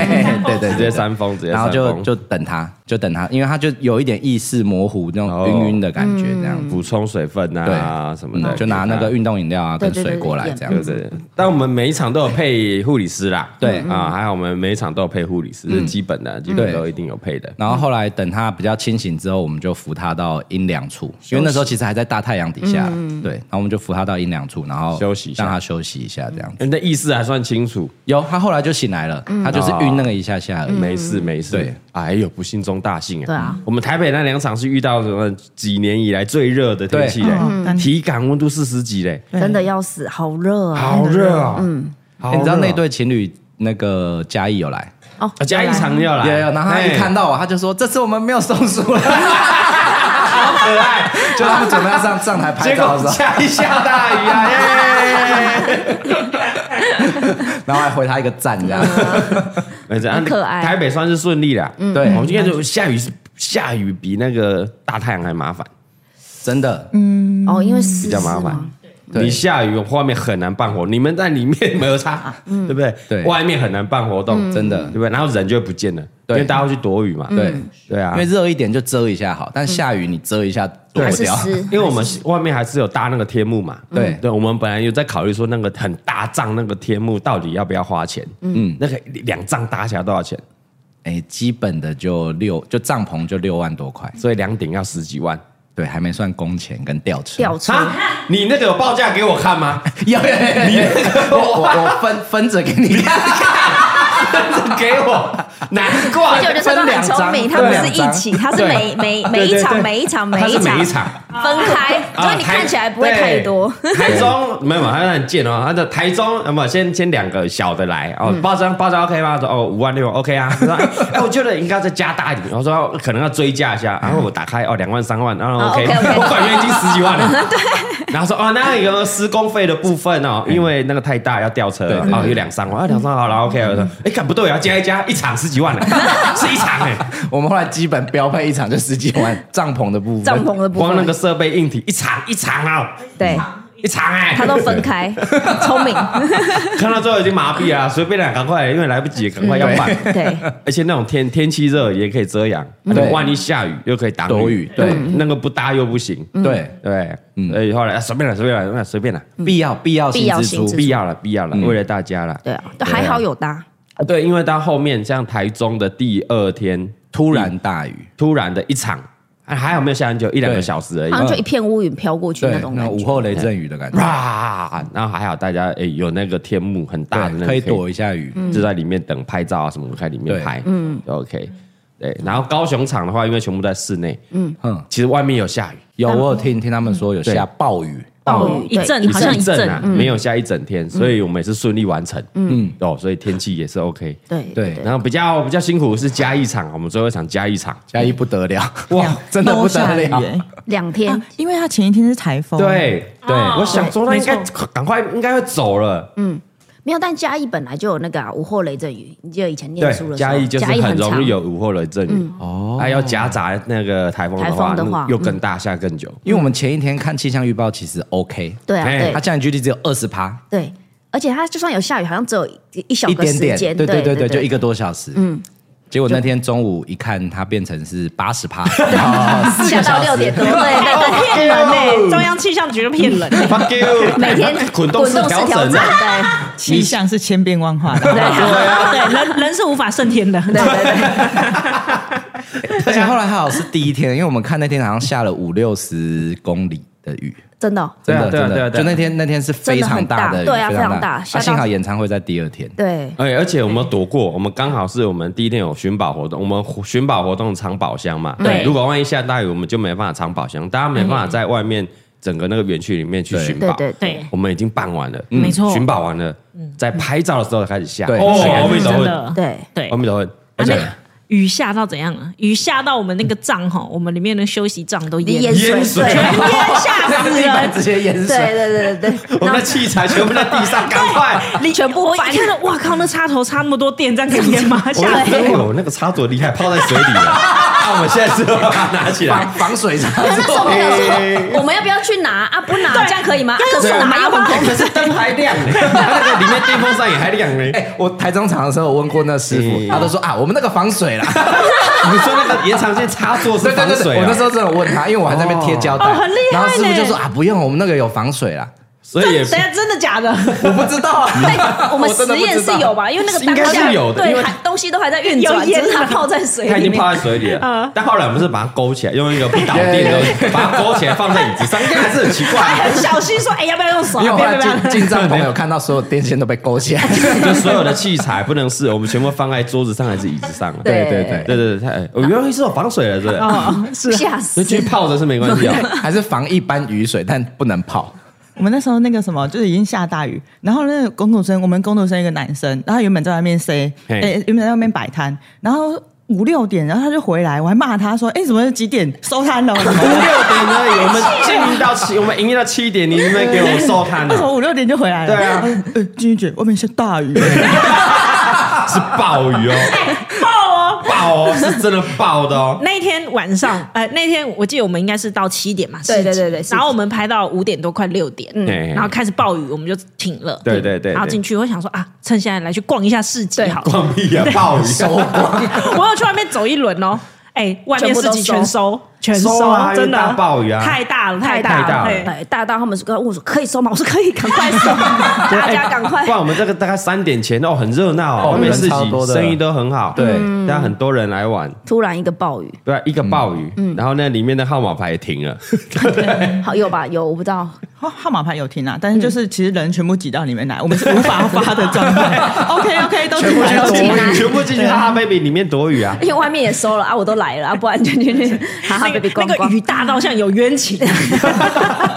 [SPEAKER 5] 对对
[SPEAKER 1] 直接扇风，直接
[SPEAKER 5] 然
[SPEAKER 1] 扇
[SPEAKER 5] 后就
[SPEAKER 1] 风，
[SPEAKER 5] 就等他，就等他，因为他就有一点意识模糊，那
[SPEAKER 1] 哦
[SPEAKER 5] 种晕晕的感觉，这样子。
[SPEAKER 1] 补充水分啊什么的，
[SPEAKER 5] 嗯就拿那个运动饮料啊
[SPEAKER 4] 对
[SPEAKER 5] 跟
[SPEAKER 4] 对对
[SPEAKER 5] 水果来
[SPEAKER 4] 对
[SPEAKER 5] 这
[SPEAKER 1] 对
[SPEAKER 5] 样
[SPEAKER 1] 不
[SPEAKER 5] 子。
[SPEAKER 1] 对？但我们每一场都有配护理师啦，
[SPEAKER 5] 对嗯
[SPEAKER 1] 啊，还好我们每一场都有配护理师，这是基本的，基本
[SPEAKER 5] 对
[SPEAKER 1] 都一定有配的。
[SPEAKER 5] 然后后来等他比较清醒之后，我们就扶他到阴凉处，因为那时候其实还在大太阳底下，
[SPEAKER 4] 嗯
[SPEAKER 5] 对。然后我们就扶他到阴凉处，然后
[SPEAKER 1] 休息一下
[SPEAKER 5] 让他休息一下这样子。
[SPEAKER 1] 人的意识还算清楚，
[SPEAKER 5] 有，他后来就醒来了，
[SPEAKER 4] 嗯
[SPEAKER 5] 他就是晕那个一下下而已。
[SPEAKER 1] 哦没事没事。
[SPEAKER 5] 嗯对，
[SPEAKER 1] 哎呦，不幸中大幸啊！
[SPEAKER 4] 对啊，
[SPEAKER 1] 我们台北那两场是遇到什么几年以来最热的天气嘞
[SPEAKER 3] 对
[SPEAKER 5] 啊
[SPEAKER 3] 嗯，嗯
[SPEAKER 1] 体感温度四十几嘞，
[SPEAKER 4] 真的要死，好热啊！
[SPEAKER 1] 好热啊！嗯，
[SPEAKER 5] 哎你知道那对情侣那个嘉义有来，
[SPEAKER 4] 哦，
[SPEAKER 1] 啊加一场要来，
[SPEAKER 5] 有有，然后他一
[SPEAKER 1] 哎
[SPEAKER 5] 看到我，他就说：“这次我们没有松 鼠了。”好可爱，就他们准备要上上台拍
[SPEAKER 1] 结
[SPEAKER 5] 照
[SPEAKER 1] 果
[SPEAKER 5] 的时候，
[SPEAKER 1] 下一下大雨啊！耶！
[SPEAKER 5] 然后还回他一个赞这样。
[SPEAKER 4] 嗯
[SPEAKER 1] 没事，
[SPEAKER 4] 很可
[SPEAKER 1] 啊
[SPEAKER 4] 爱
[SPEAKER 1] 台北算是顺利啦。嗯，
[SPEAKER 5] 对，
[SPEAKER 1] 我们应该就下雨是下雨比那个大太阳还麻烦。
[SPEAKER 5] 真的，
[SPEAKER 4] 哦，因为湿
[SPEAKER 1] 比较麻烦
[SPEAKER 4] 是吗
[SPEAKER 5] 对
[SPEAKER 1] 你下雨外面很难办活，你们在里面摩
[SPEAKER 4] 啊
[SPEAKER 1] 擦，对不对？
[SPEAKER 5] 嗯对嗯
[SPEAKER 1] 外面很难办活动，
[SPEAKER 5] 真的
[SPEAKER 1] 对不对？然后人就会不见了，因
[SPEAKER 5] 对
[SPEAKER 1] 为大家会去躲雨嘛。
[SPEAKER 5] 对，
[SPEAKER 4] 嗯
[SPEAKER 1] 对啊
[SPEAKER 5] 因为，热一点就遮一下好，但下雨你遮一下躲
[SPEAKER 4] 还
[SPEAKER 5] 不
[SPEAKER 4] 是
[SPEAKER 5] 掉。
[SPEAKER 4] 湿？
[SPEAKER 1] 因为我们外面还是有搭那个天幕嘛。
[SPEAKER 5] 对
[SPEAKER 1] 对，我们本来有在考虑说那个很大帐那个天幕到底要不要花钱？嗯，那个两帐搭起来多少钱？
[SPEAKER 5] 哎，基本的就六，就帐篷就六万多块，
[SPEAKER 1] 所以两顶要十几万。
[SPEAKER 5] 对，还没算工钱跟吊车。
[SPEAKER 4] 吊车
[SPEAKER 1] 啊，你那个有报价给我看吗？
[SPEAKER 5] 有有有有，我我我分分着给你 看，
[SPEAKER 1] 给我，难怪
[SPEAKER 4] 而且我就说他很聪明，
[SPEAKER 5] 分
[SPEAKER 4] 他
[SPEAKER 5] 两张
[SPEAKER 4] 不是一起，他是每每每一场每一场
[SPEAKER 1] 它啊是每
[SPEAKER 4] 一
[SPEAKER 1] 一
[SPEAKER 4] 场
[SPEAKER 1] 场。啊
[SPEAKER 4] 分开，所以你看起来不会太多。
[SPEAKER 1] 对台中没有，他很贱哦。他的台中，那么先先两个小的来
[SPEAKER 4] 嗯
[SPEAKER 1] 哦，包装包装 OK 吗？说哦五万六 OK 啊。 我说哎哎，我觉得应该再加大一点。我说哦可能要追加一下，然后我打开哦两万三万，然后
[SPEAKER 4] 哦
[SPEAKER 1] OK，
[SPEAKER 4] 嗯 OK，OK
[SPEAKER 1] 我管约已经十几万 了。对。然后说哦，那有施工费的部分哦，
[SPEAKER 4] 嗯
[SPEAKER 1] 因为那个太大要吊车
[SPEAKER 5] 对
[SPEAKER 1] 了，
[SPEAKER 5] 对
[SPEAKER 1] 哦
[SPEAKER 5] 对
[SPEAKER 1] 有两三万，啊两三万好了 OK。我说哎，看不对啊，加一加一场十几万 了，是一场哎，
[SPEAKER 5] 我们后来基本标配一场就十几万，帐篷的部分，
[SPEAKER 4] 帐篷的部
[SPEAKER 1] 光那个
[SPEAKER 4] 分，
[SPEAKER 1] 设备硬体一场一场啊，
[SPEAKER 4] 对，
[SPEAKER 1] 一场哎，
[SPEAKER 4] 他都分开，聪明，
[SPEAKER 1] 看到最后已经麻痹了，随便啦，赶快，因为来不及，赶快要办。
[SPEAKER 4] 对，嗯
[SPEAKER 1] 而且那种天天气热也可以遮阳，
[SPEAKER 5] 对
[SPEAKER 1] 万一下雨又可以挡
[SPEAKER 5] 躲
[SPEAKER 1] 雨
[SPEAKER 5] 雨，对
[SPEAKER 1] 嗯那个不搭又不行，
[SPEAKER 4] 嗯
[SPEAKER 5] 对，
[SPEAKER 1] 对，所以后来啊随便了，随便了，那随便了，
[SPEAKER 5] 必要必要
[SPEAKER 4] 嗯必
[SPEAKER 5] 性
[SPEAKER 4] 要
[SPEAKER 5] 支
[SPEAKER 4] 性
[SPEAKER 5] 出
[SPEAKER 4] 支，
[SPEAKER 1] 必要了，必要了，
[SPEAKER 5] 嗯
[SPEAKER 1] 为了大家了，
[SPEAKER 4] 对啊，都还好有搭，
[SPEAKER 1] 啊对，因为到后面像台中的第二天嗯
[SPEAKER 5] 突然大雨，
[SPEAKER 1] 突然的一场，啊还好没有下很久，一两个小时而已
[SPEAKER 4] 好，像就一片乌云飘过去
[SPEAKER 5] 对
[SPEAKER 4] 嗯
[SPEAKER 5] 啊
[SPEAKER 4] 那，种
[SPEAKER 5] 那
[SPEAKER 4] 感
[SPEAKER 5] 午
[SPEAKER 4] 觉。
[SPEAKER 5] 后雷阵雨的感觉，
[SPEAKER 1] 哇，然后还好大家诶有那个天幕很大的那
[SPEAKER 5] 对，
[SPEAKER 1] 个
[SPEAKER 5] 可以躲一下雨，
[SPEAKER 4] 嗯
[SPEAKER 1] 就在里面等拍照啊什么，在里面
[SPEAKER 5] 对
[SPEAKER 1] 拍，嗯，OK，对。然后高雄场的话，因为全部在室内，嗯
[SPEAKER 5] 嗯
[SPEAKER 1] 其实外面有下雨，
[SPEAKER 5] 有我有听听他们说有下暴雨，
[SPEAKER 1] 哦
[SPEAKER 2] 暴
[SPEAKER 4] 暴雨
[SPEAKER 2] 雨哦一
[SPEAKER 4] 对
[SPEAKER 2] 阵好像一阵，
[SPEAKER 1] 啊，没有下一整天，所以我们也是顺利完成，嗯，哦，所以天气也是 OK。
[SPEAKER 4] 对
[SPEAKER 5] 对
[SPEAKER 1] 然后比较比较辛苦的是嘉义场，我们最后一场嘉义场，
[SPEAKER 5] 嘉义不得了，
[SPEAKER 4] 嗯
[SPEAKER 1] 哇，
[SPEAKER 5] 真的不
[SPEAKER 3] 都下
[SPEAKER 5] 得
[SPEAKER 3] 雨
[SPEAKER 5] 了，
[SPEAKER 3] 欸
[SPEAKER 4] 两天
[SPEAKER 3] 啊，因为他前一天是台风，，
[SPEAKER 1] 对对，
[SPEAKER 2] 哦
[SPEAKER 1] 我想说那应该
[SPEAKER 2] 没
[SPEAKER 1] 赶快应该会走了，
[SPEAKER 4] 没有，但嘉义本来就有那个啊，午后雷阵雨，你记得以前念书
[SPEAKER 1] 对，
[SPEAKER 4] 的时候，
[SPEAKER 1] 嘉义就是
[SPEAKER 4] 嘉义
[SPEAKER 1] 很容
[SPEAKER 4] 长嗯
[SPEAKER 1] 易有午后雷阵雨哦，还要夹杂那个台风的
[SPEAKER 4] 台
[SPEAKER 1] 话，
[SPEAKER 4] 风的话嗯
[SPEAKER 1] 又更大，下更久。
[SPEAKER 5] 因为我们前一天看气象预报，其实 OK，
[SPEAKER 4] 对啊，
[SPEAKER 1] 哎
[SPEAKER 4] 对
[SPEAKER 5] 它降雨几率只有二十趴，
[SPEAKER 4] 对，而且它就算有下雨，好像只有一一小
[SPEAKER 5] 一
[SPEAKER 4] 个
[SPEAKER 5] 点
[SPEAKER 4] 时
[SPEAKER 5] 点，
[SPEAKER 4] 间，
[SPEAKER 5] 对
[SPEAKER 4] 对
[SPEAKER 5] 对
[SPEAKER 4] 对，
[SPEAKER 5] 就一个多小时。嗯，结果那天中午一看，它变成是八十 趴，四
[SPEAKER 4] 啊下到
[SPEAKER 5] 个小
[SPEAKER 4] 六点
[SPEAKER 5] 时。
[SPEAKER 4] 多，对 对
[SPEAKER 2] 骗人呢，中央气象局就骗人 欸。
[SPEAKER 1] Fuck you！
[SPEAKER 4] 对， 每天
[SPEAKER 1] 滚动
[SPEAKER 4] 动
[SPEAKER 1] 式调
[SPEAKER 4] 调
[SPEAKER 1] 整
[SPEAKER 4] 对
[SPEAKER 1] 啊，
[SPEAKER 3] 气象是千变万化的，
[SPEAKER 2] 对，人人是无法胜天的。
[SPEAKER 4] 对对对，
[SPEAKER 5] 而且后来还好是第一天，因为我们看那天好像下了五六十公里的雨，
[SPEAKER 4] 真的哦，
[SPEAKER 1] 对
[SPEAKER 5] 真
[SPEAKER 1] 啊
[SPEAKER 5] 的
[SPEAKER 1] 对啊
[SPEAKER 5] 真
[SPEAKER 1] 对啊
[SPEAKER 5] 的，
[SPEAKER 1] 对啊
[SPEAKER 5] 就那天那天是非常大的
[SPEAKER 4] 真的很
[SPEAKER 5] 雨，
[SPEAKER 4] 大对啊
[SPEAKER 5] 非
[SPEAKER 4] 非常大
[SPEAKER 5] 啊
[SPEAKER 4] 下到
[SPEAKER 5] 幸好演唱会在第二天，
[SPEAKER 4] 对
[SPEAKER 1] 哎，而且我们躲过，我们刚好是我们第一天有寻宝活动，我们寻宝活动藏宝箱嘛。哎
[SPEAKER 4] 对
[SPEAKER 1] 如果万一下大雨，我们就没办法藏宝箱，大家没办法在外面整个那个园区里面去
[SPEAKER 5] 对
[SPEAKER 1] 寻
[SPEAKER 4] 对
[SPEAKER 1] 宝。
[SPEAKER 4] 对嗯
[SPEAKER 2] 对，
[SPEAKER 1] 我们已经办完了，嗯
[SPEAKER 2] 没错
[SPEAKER 1] 寻宝完了，在拍照的时候开始下。
[SPEAKER 5] 对
[SPEAKER 1] 哦
[SPEAKER 5] 是
[SPEAKER 1] 阿弥陀
[SPEAKER 2] 真
[SPEAKER 1] 佛，
[SPEAKER 2] 的，
[SPEAKER 4] 对，
[SPEAKER 2] 对
[SPEAKER 1] 阿，弥陀佛，而
[SPEAKER 2] 啊
[SPEAKER 1] 且
[SPEAKER 2] 那雨下到怎样啊？雨下到我们那个帐哈，我们里面的休息帐都淹
[SPEAKER 4] 淹
[SPEAKER 2] 了，
[SPEAKER 1] 淹水
[SPEAKER 4] 水，对
[SPEAKER 2] 全淹吓死
[SPEAKER 5] 地板
[SPEAKER 2] 人。
[SPEAKER 5] 直接淹
[SPEAKER 4] 对
[SPEAKER 5] 水。
[SPEAKER 4] 对对对对，
[SPEAKER 1] 我们的器材全部在地上，赶快！
[SPEAKER 2] 你全部我一看到，哇靠！那插头插那么多电，这样可以淹吗？吓死我！
[SPEAKER 1] 哎有那个插座厉害，泡在水里 了。啊那我们现在是把它拿起来
[SPEAKER 5] 防。 防水上，
[SPEAKER 4] 那 时候 朋友说，我们要不要去拿啊？不拿这样可以吗？啊可是
[SPEAKER 2] 对
[SPEAKER 4] 我拿
[SPEAKER 2] 拿
[SPEAKER 4] 又
[SPEAKER 2] 不
[SPEAKER 4] 很恐
[SPEAKER 1] 可是灯还亮呢，它那个里面电风扇也还亮呢。
[SPEAKER 5] 哎、我台中场的时候，我问过那师
[SPEAKER 1] 嗯
[SPEAKER 5] 傅，他都说啊，我们那个防水
[SPEAKER 1] 哎
[SPEAKER 5] 啦。
[SPEAKER 1] 你说那个延长线插座是
[SPEAKER 5] 对对
[SPEAKER 1] 防
[SPEAKER 5] 对
[SPEAKER 1] 水
[SPEAKER 5] 对，我
[SPEAKER 1] 啊
[SPEAKER 5] 那时，候真的问他，因为我还在那边贴胶带，
[SPEAKER 2] 哦很厉害
[SPEAKER 5] 然后师傅就说
[SPEAKER 2] 呢
[SPEAKER 5] 啊，不用，我们那个有防水啦。
[SPEAKER 1] 所以也
[SPEAKER 2] 等下真的假的？
[SPEAKER 5] 我不知道啊，
[SPEAKER 4] 对，我们实验是有吧？因为那个当
[SPEAKER 1] 应该
[SPEAKER 4] 下
[SPEAKER 1] 是有的因
[SPEAKER 4] 对，
[SPEAKER 1] 为
[SPEAKER 4] 还东西都还在运转，
[SPEAKER 2] 有烟
[SPEAKER 4] 只是它
[SPEAKER 2] 啊
[SPEAKER 4] 泡在水
[SPEAKER 1] 它已
[SPEAKER 4] 里
[SPEAKER 1] 经
[SPEAKER 4] 面。
[SPEAKER 1] 泡在水里
[SPEAKER 2] 嗯
[SPEAKER 1] 了。但后来我们是把它勾起来，用一个不导电
[SPEAKER 5] 对 对
[SPEAKER 1] 的，把它勾起来放在椅子上，这个还是很奇
[SPEAKER 2] 还
[SPEAKER 1] 怪。
[SPEAKER 2] 很小心说，哎，要不要用手
[SPEAKER 5] 因为
[SPEAKER 2] 啊？
[SPEAKER 5] 我
[SPEAKER 2] 不
[SPEAKER 5] 后
[SPEAKER 2] 要
[SPEAKER 5] 来
[SPEAKER 2] 不要不
[SPEAKER 5] 进
[SPEAKER 2] 要。
[SPEAKER 5] 进帐篷有看到所有电线都被勾起 来。
[SPEAKER 1] 就所有的器材不能试，我们全部放在桌子上还是椅子上？
[SPEAKER 4] 对
[SPEAKER 5] 对对
[SPEAKER 1] 对对对，它哎我原来是有防水的，对。
[SPEAKER 2] 哦，是
[SPEAKER 4] 吓
[SPEAKER 1] 就
[SPEAKER 4] 死！
[SPEAKER 1] 继续泡着是没关系啊。
[SPEAKER 5] 还是防一般雨水，但不能 泡。
[SPEAKER 3] 我们那时候那个什么，就是已经下大雨，然后那个工读生，我们工读生一个男生，然后他原本在外面哎 say，
[SPEAKER 1] 嘿
[SPEAKER 3] 诶、原本在外面摆摊，然后五六点，然后他就回来，我还骂他说，哎、怎么几点收摊 了？
[SPEAKER 1] 五六点而已，我们经营到七，我们营业到七点，你们给我收啊摊
[SPEAKER 3] 为什么
[SPEAKER 1] 了，
[SPEAKER 3] 五六点就回来了？
[SPEAKER 1] 对啊
[SPEAKER 3] 然后，呃、金玉姐，外面下大雨，
[SPEAKER 1] 是暴雨哦，
[SPEAKER 2] 爆哦！
[SPEAKER 1] 爆哦，是真的爆的哦。
[SPEAKER 2] 那一天晚上，呃，那天我记得我们应该是到七点嘛，市
[SPEAKER 4] 对
[SPEAKER 2] 集
[SPEAKER 4] 对对对市集
[SPEAKER 2] 然后我们拍到五点多，快六点，
[SPEAKER 1] 嘿
[SPEAKER 2] 然后开始暴雨，我们就停了。
[SPEAKER 1] 对对对
[SPEAKER 2] 然后进去，我想说啊，趁现在来去逛一下市集好了。
[SPEAKER 1] 放屁啊！暴雨收
[SPEAKER 2] 我有去外面走一轮哦。哎，外面市集全收，全
[SPEAKER 1] 收啊
[SPEAKER 2] 真的
[SPEAKER 1] 因为大暴雨啊
[SPEAKER 2] 太大了，
[SPEAKER 4] 太
[SPEAKER 2] 大
[SPEAKER 1] 太大了
[SPEAKER 2] 嘿
[SPEAKER 4] 对，大到他们说，问呃我说可以收吗？我说可以，赶快 收，大家赶快
[SPEAKER 1] 不。然我们这个大概三点前哦，很热闹哦，
[SPEAKER 5] 哦
[SPEAKER 1] 外面
[SPEAKER 5] 人
[SPEAKER 1] 市
[SPEAKER 5] 超多
[SPEAKER 1] 集
[SPEAKER 5] 的
[SPEAKER 1] 生意都很好，
[SPEAKER 5] 对
[SPEAKER 1] 嗯，但很多人来玩。
[SPEAKER 4] 突然一个暴雨，
[SPEAKER 1] 对啊，一个暴雨，然后那里面的号码牌也停了，
[SPEAKER 4] 好有吧？有我不知道，
[SPEAKER 3] 号号码牌有停啊，但是就是其实人全部挤到里面来，我们是无法发的状 态。OK OK，都进来，
[SPEAKER 4] 全部
[SPEAKER 3] 都
[SPEAKER 4] 去
[SPEAKER 3] 进来。
[SPEAKER 4] 来
[SPEAKER 1] 全部进去哈哈 baby 里面躲雨啊。
[SPEAKER 4] 因为外面也收了啊，我都来了 啊，不然就就就哈哈
[SPEAKER 2] 那
[SPEAKER 4] baby
[SPEAKER 2] 个
[SPEAKER 4] 逛
[SPEAKER 2] 那个
[SPEAKER 4] 逛
[SPEAKER 2] 雨，大到像有 冤情，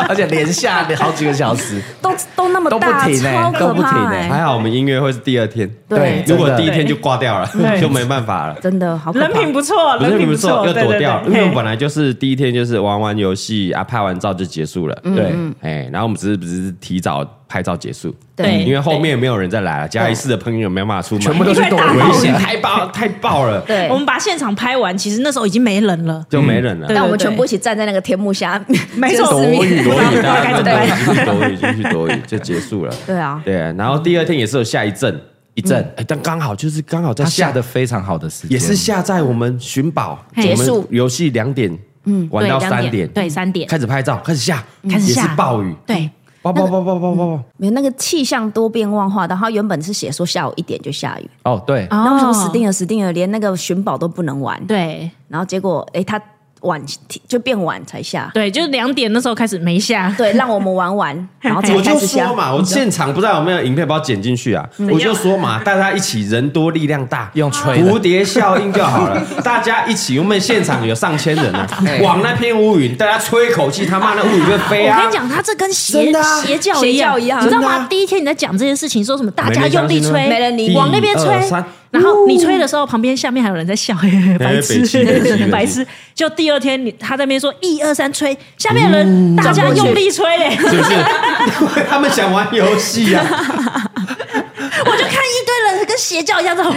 [SPEAKER 5] 而且连下好几个小时，
[SPEAKER 4] 都都那么大，
[SPEAKER 5] 都不停欸
[SPEAKER 4] 超可
[SPEAKER 5] 都不停
[SPEAKER 4] 怕
[SPEAKER 5] 欸
[SPEAKER 4] 哎，
[SPEAKER 1] 还好我们音乐会是第二天，
[SPEAKER 4] 对
[SPEAKER 1] 如果
[SPEAKER 5] 真的
[SPEAKER 1] 第一天就挂掉了， 就没办法了。
[SPEAKER 4] 真的好可怕
[SPEAKER 2] 人品不 错，
[SPEAKER 1] 不是
[SPEAKER 2] 人
[SPEAKER 1] 你
[SPEAKER 2] 品
[SPEAKER 1] 们
[SPEAKER 2] 错，
[SPEAKER 1] 说要
[SPEAKER 2] 对
[SPEAKER 1] 躲
[SPEAKER 2] 对
[SPEAKER 1] 掉，
[SPEAKER 2] 对，
[SPEAKER 1] 因为我们
[SPEAKER 2] 嘿
[SPEAKER 1] 本来就是第一天就是玩玩游戏啊，拍完照就结束了，对，哎，然后我们只是只是提早拍照结束，嗯
[SPEAKER 4] 对
[SPEAKER 1] 因为后面也没有人再来了，嘉义市的朋友没有办法出门，
[SPEAKER 5] 全部都去躲
[SPEAKER 2] 因为
[SPEAKER 1] 危
[SPEAKER 5] 危
[SPEAKER 1] 险，
[SPEAKER 5] 险。
[SPEAKER 1] 太爆太爆了，
[SPEAKER 4] 对
[SPEAKER 2] 我。们把现场拍完，其实那时候已经没人了。
[SPEAKER 1] 就没人了
[SPEAKER 2] 对。
[SPEAKER 4] 但我们全部一起站在那个天幕下，
[SPEAKER 2] 没错
[SPEAKER 4] 就是
[SPEAKER 2] 躲
[SPEAKER 1] 雨
[SPEAKER 4] 面
[SPEAKER 1] 躲雨，
[SPEAKER 2] 大家
[SPEAKER 1] 大家
[SPEAKER 2] 不知道该怎么
[SPEAKER 1] 躲
[SPEAKER 2] 办
[SPEAKER 1] 雨，去躲雨，进去躲雨，就结束了。
[SPEAKER 4] 对啊，
[SPEAKER 1] 对，然后第二天也是有下一阵，
[SPEAKER 5] 一阵，
[SPEAKER 1] 哎，但刚好就是刚好在
[SPEAKER 5] 他下
[SPEAKER 1] 下
[SPEAKER 5] 的非常好的时间，
[SPEAKER 1] 也是下在我们寻宝
[SPEAKER 4] 嘿结束
[SPEAKER 1] 我们游戏两点，嗯，玩到三点，
[SPEAKER 2] 对，三点嗯
[SPEAKER 1] 开始拍照，开始下，
[SPEAKER 2] 开始
[SPEAKER 1] 也
[SPEAKER 2] 下
[SPEAKER 1] 是暴雨，
[SPEAKER 2] 对，
[SPEAKER 1] 爆爆爆爆爆爆爆，
[SPEAKER 4] 没有那个气象多变幻化，然后原本是写说下午一点就下雨，
[SPEAKER 5] 哦，对，
[SPEAKER 4] 然后我想说死定了死定了，连那个寻宝都不能玩，
[SPEAKER 2] 对
[SPEAKER 4] 然后结果哎，它晚就变晚才下，
[SPEAKER 2] 对，就是两点那时候开始没下，
[SPEAKER 4] 对，让我们玩 玩，然后才
[SPEAKER 1] 我
[SPEAKER 4] 开
[SPEAKER 1] 就
[SPEAKER 4] 始下
[SPEAKER 1] 说。嘛，我现场不知道有没有影片把我剪进去啊？我就说 嘛，大家一起人多力量大，
[SPEAKER 5] 用吹的
[SPEAKER 1] 蝴蝶效应就好 了。大家一起，我们现场有上千人啊，往那片乌云，大家吹一口气，他妈那乌云会飞
[SPEAKER 2] 我
[SPEAKER 1] 啊
[SPEAKER 2] 跟你！讲，他这跟邪
[SPEAKER 1] 真的啊
[SPEAKER 2] 邪教
[SPEAKER 4] 邪教一样
[SPEAKER 2] 你知道
[SPEAKER 1] 真的
[SPEAKER 2] 吗
[SPEAKER 1] 啊？
[SPEAKER 2] 第一天你在讲这件事情，说什么大
[SPEAKER 1] 没
[SPEAKER 2] 家
[SPEAKER 1] 人相
[SPEAKER 2] 用力
[SPEAKER 1] 信啊
[SPEAKER 2] 吹，
[SPEAKER 4] 没人理你
[SPEAKER 2] 往那边吹
[SPEAKER 1] 一二三，
[SPEAKER 2] 然后你吹的时候，旁边下面还有人在笑，嘿 嘿嘿白
[SPEAKER 1] 北七 北七北七
[SPEAKER 2] 痴，白痴。就第二天你他在那边说一二三吹，下面的
[SPEAKER 1] 嗯
[SPEAKER 2] 人大家用力吹 嘞，
[SPEAKER 1] 是不是？他们想玩游戏啊，
[SPEAKER 4] 跟邪教一样 在呼。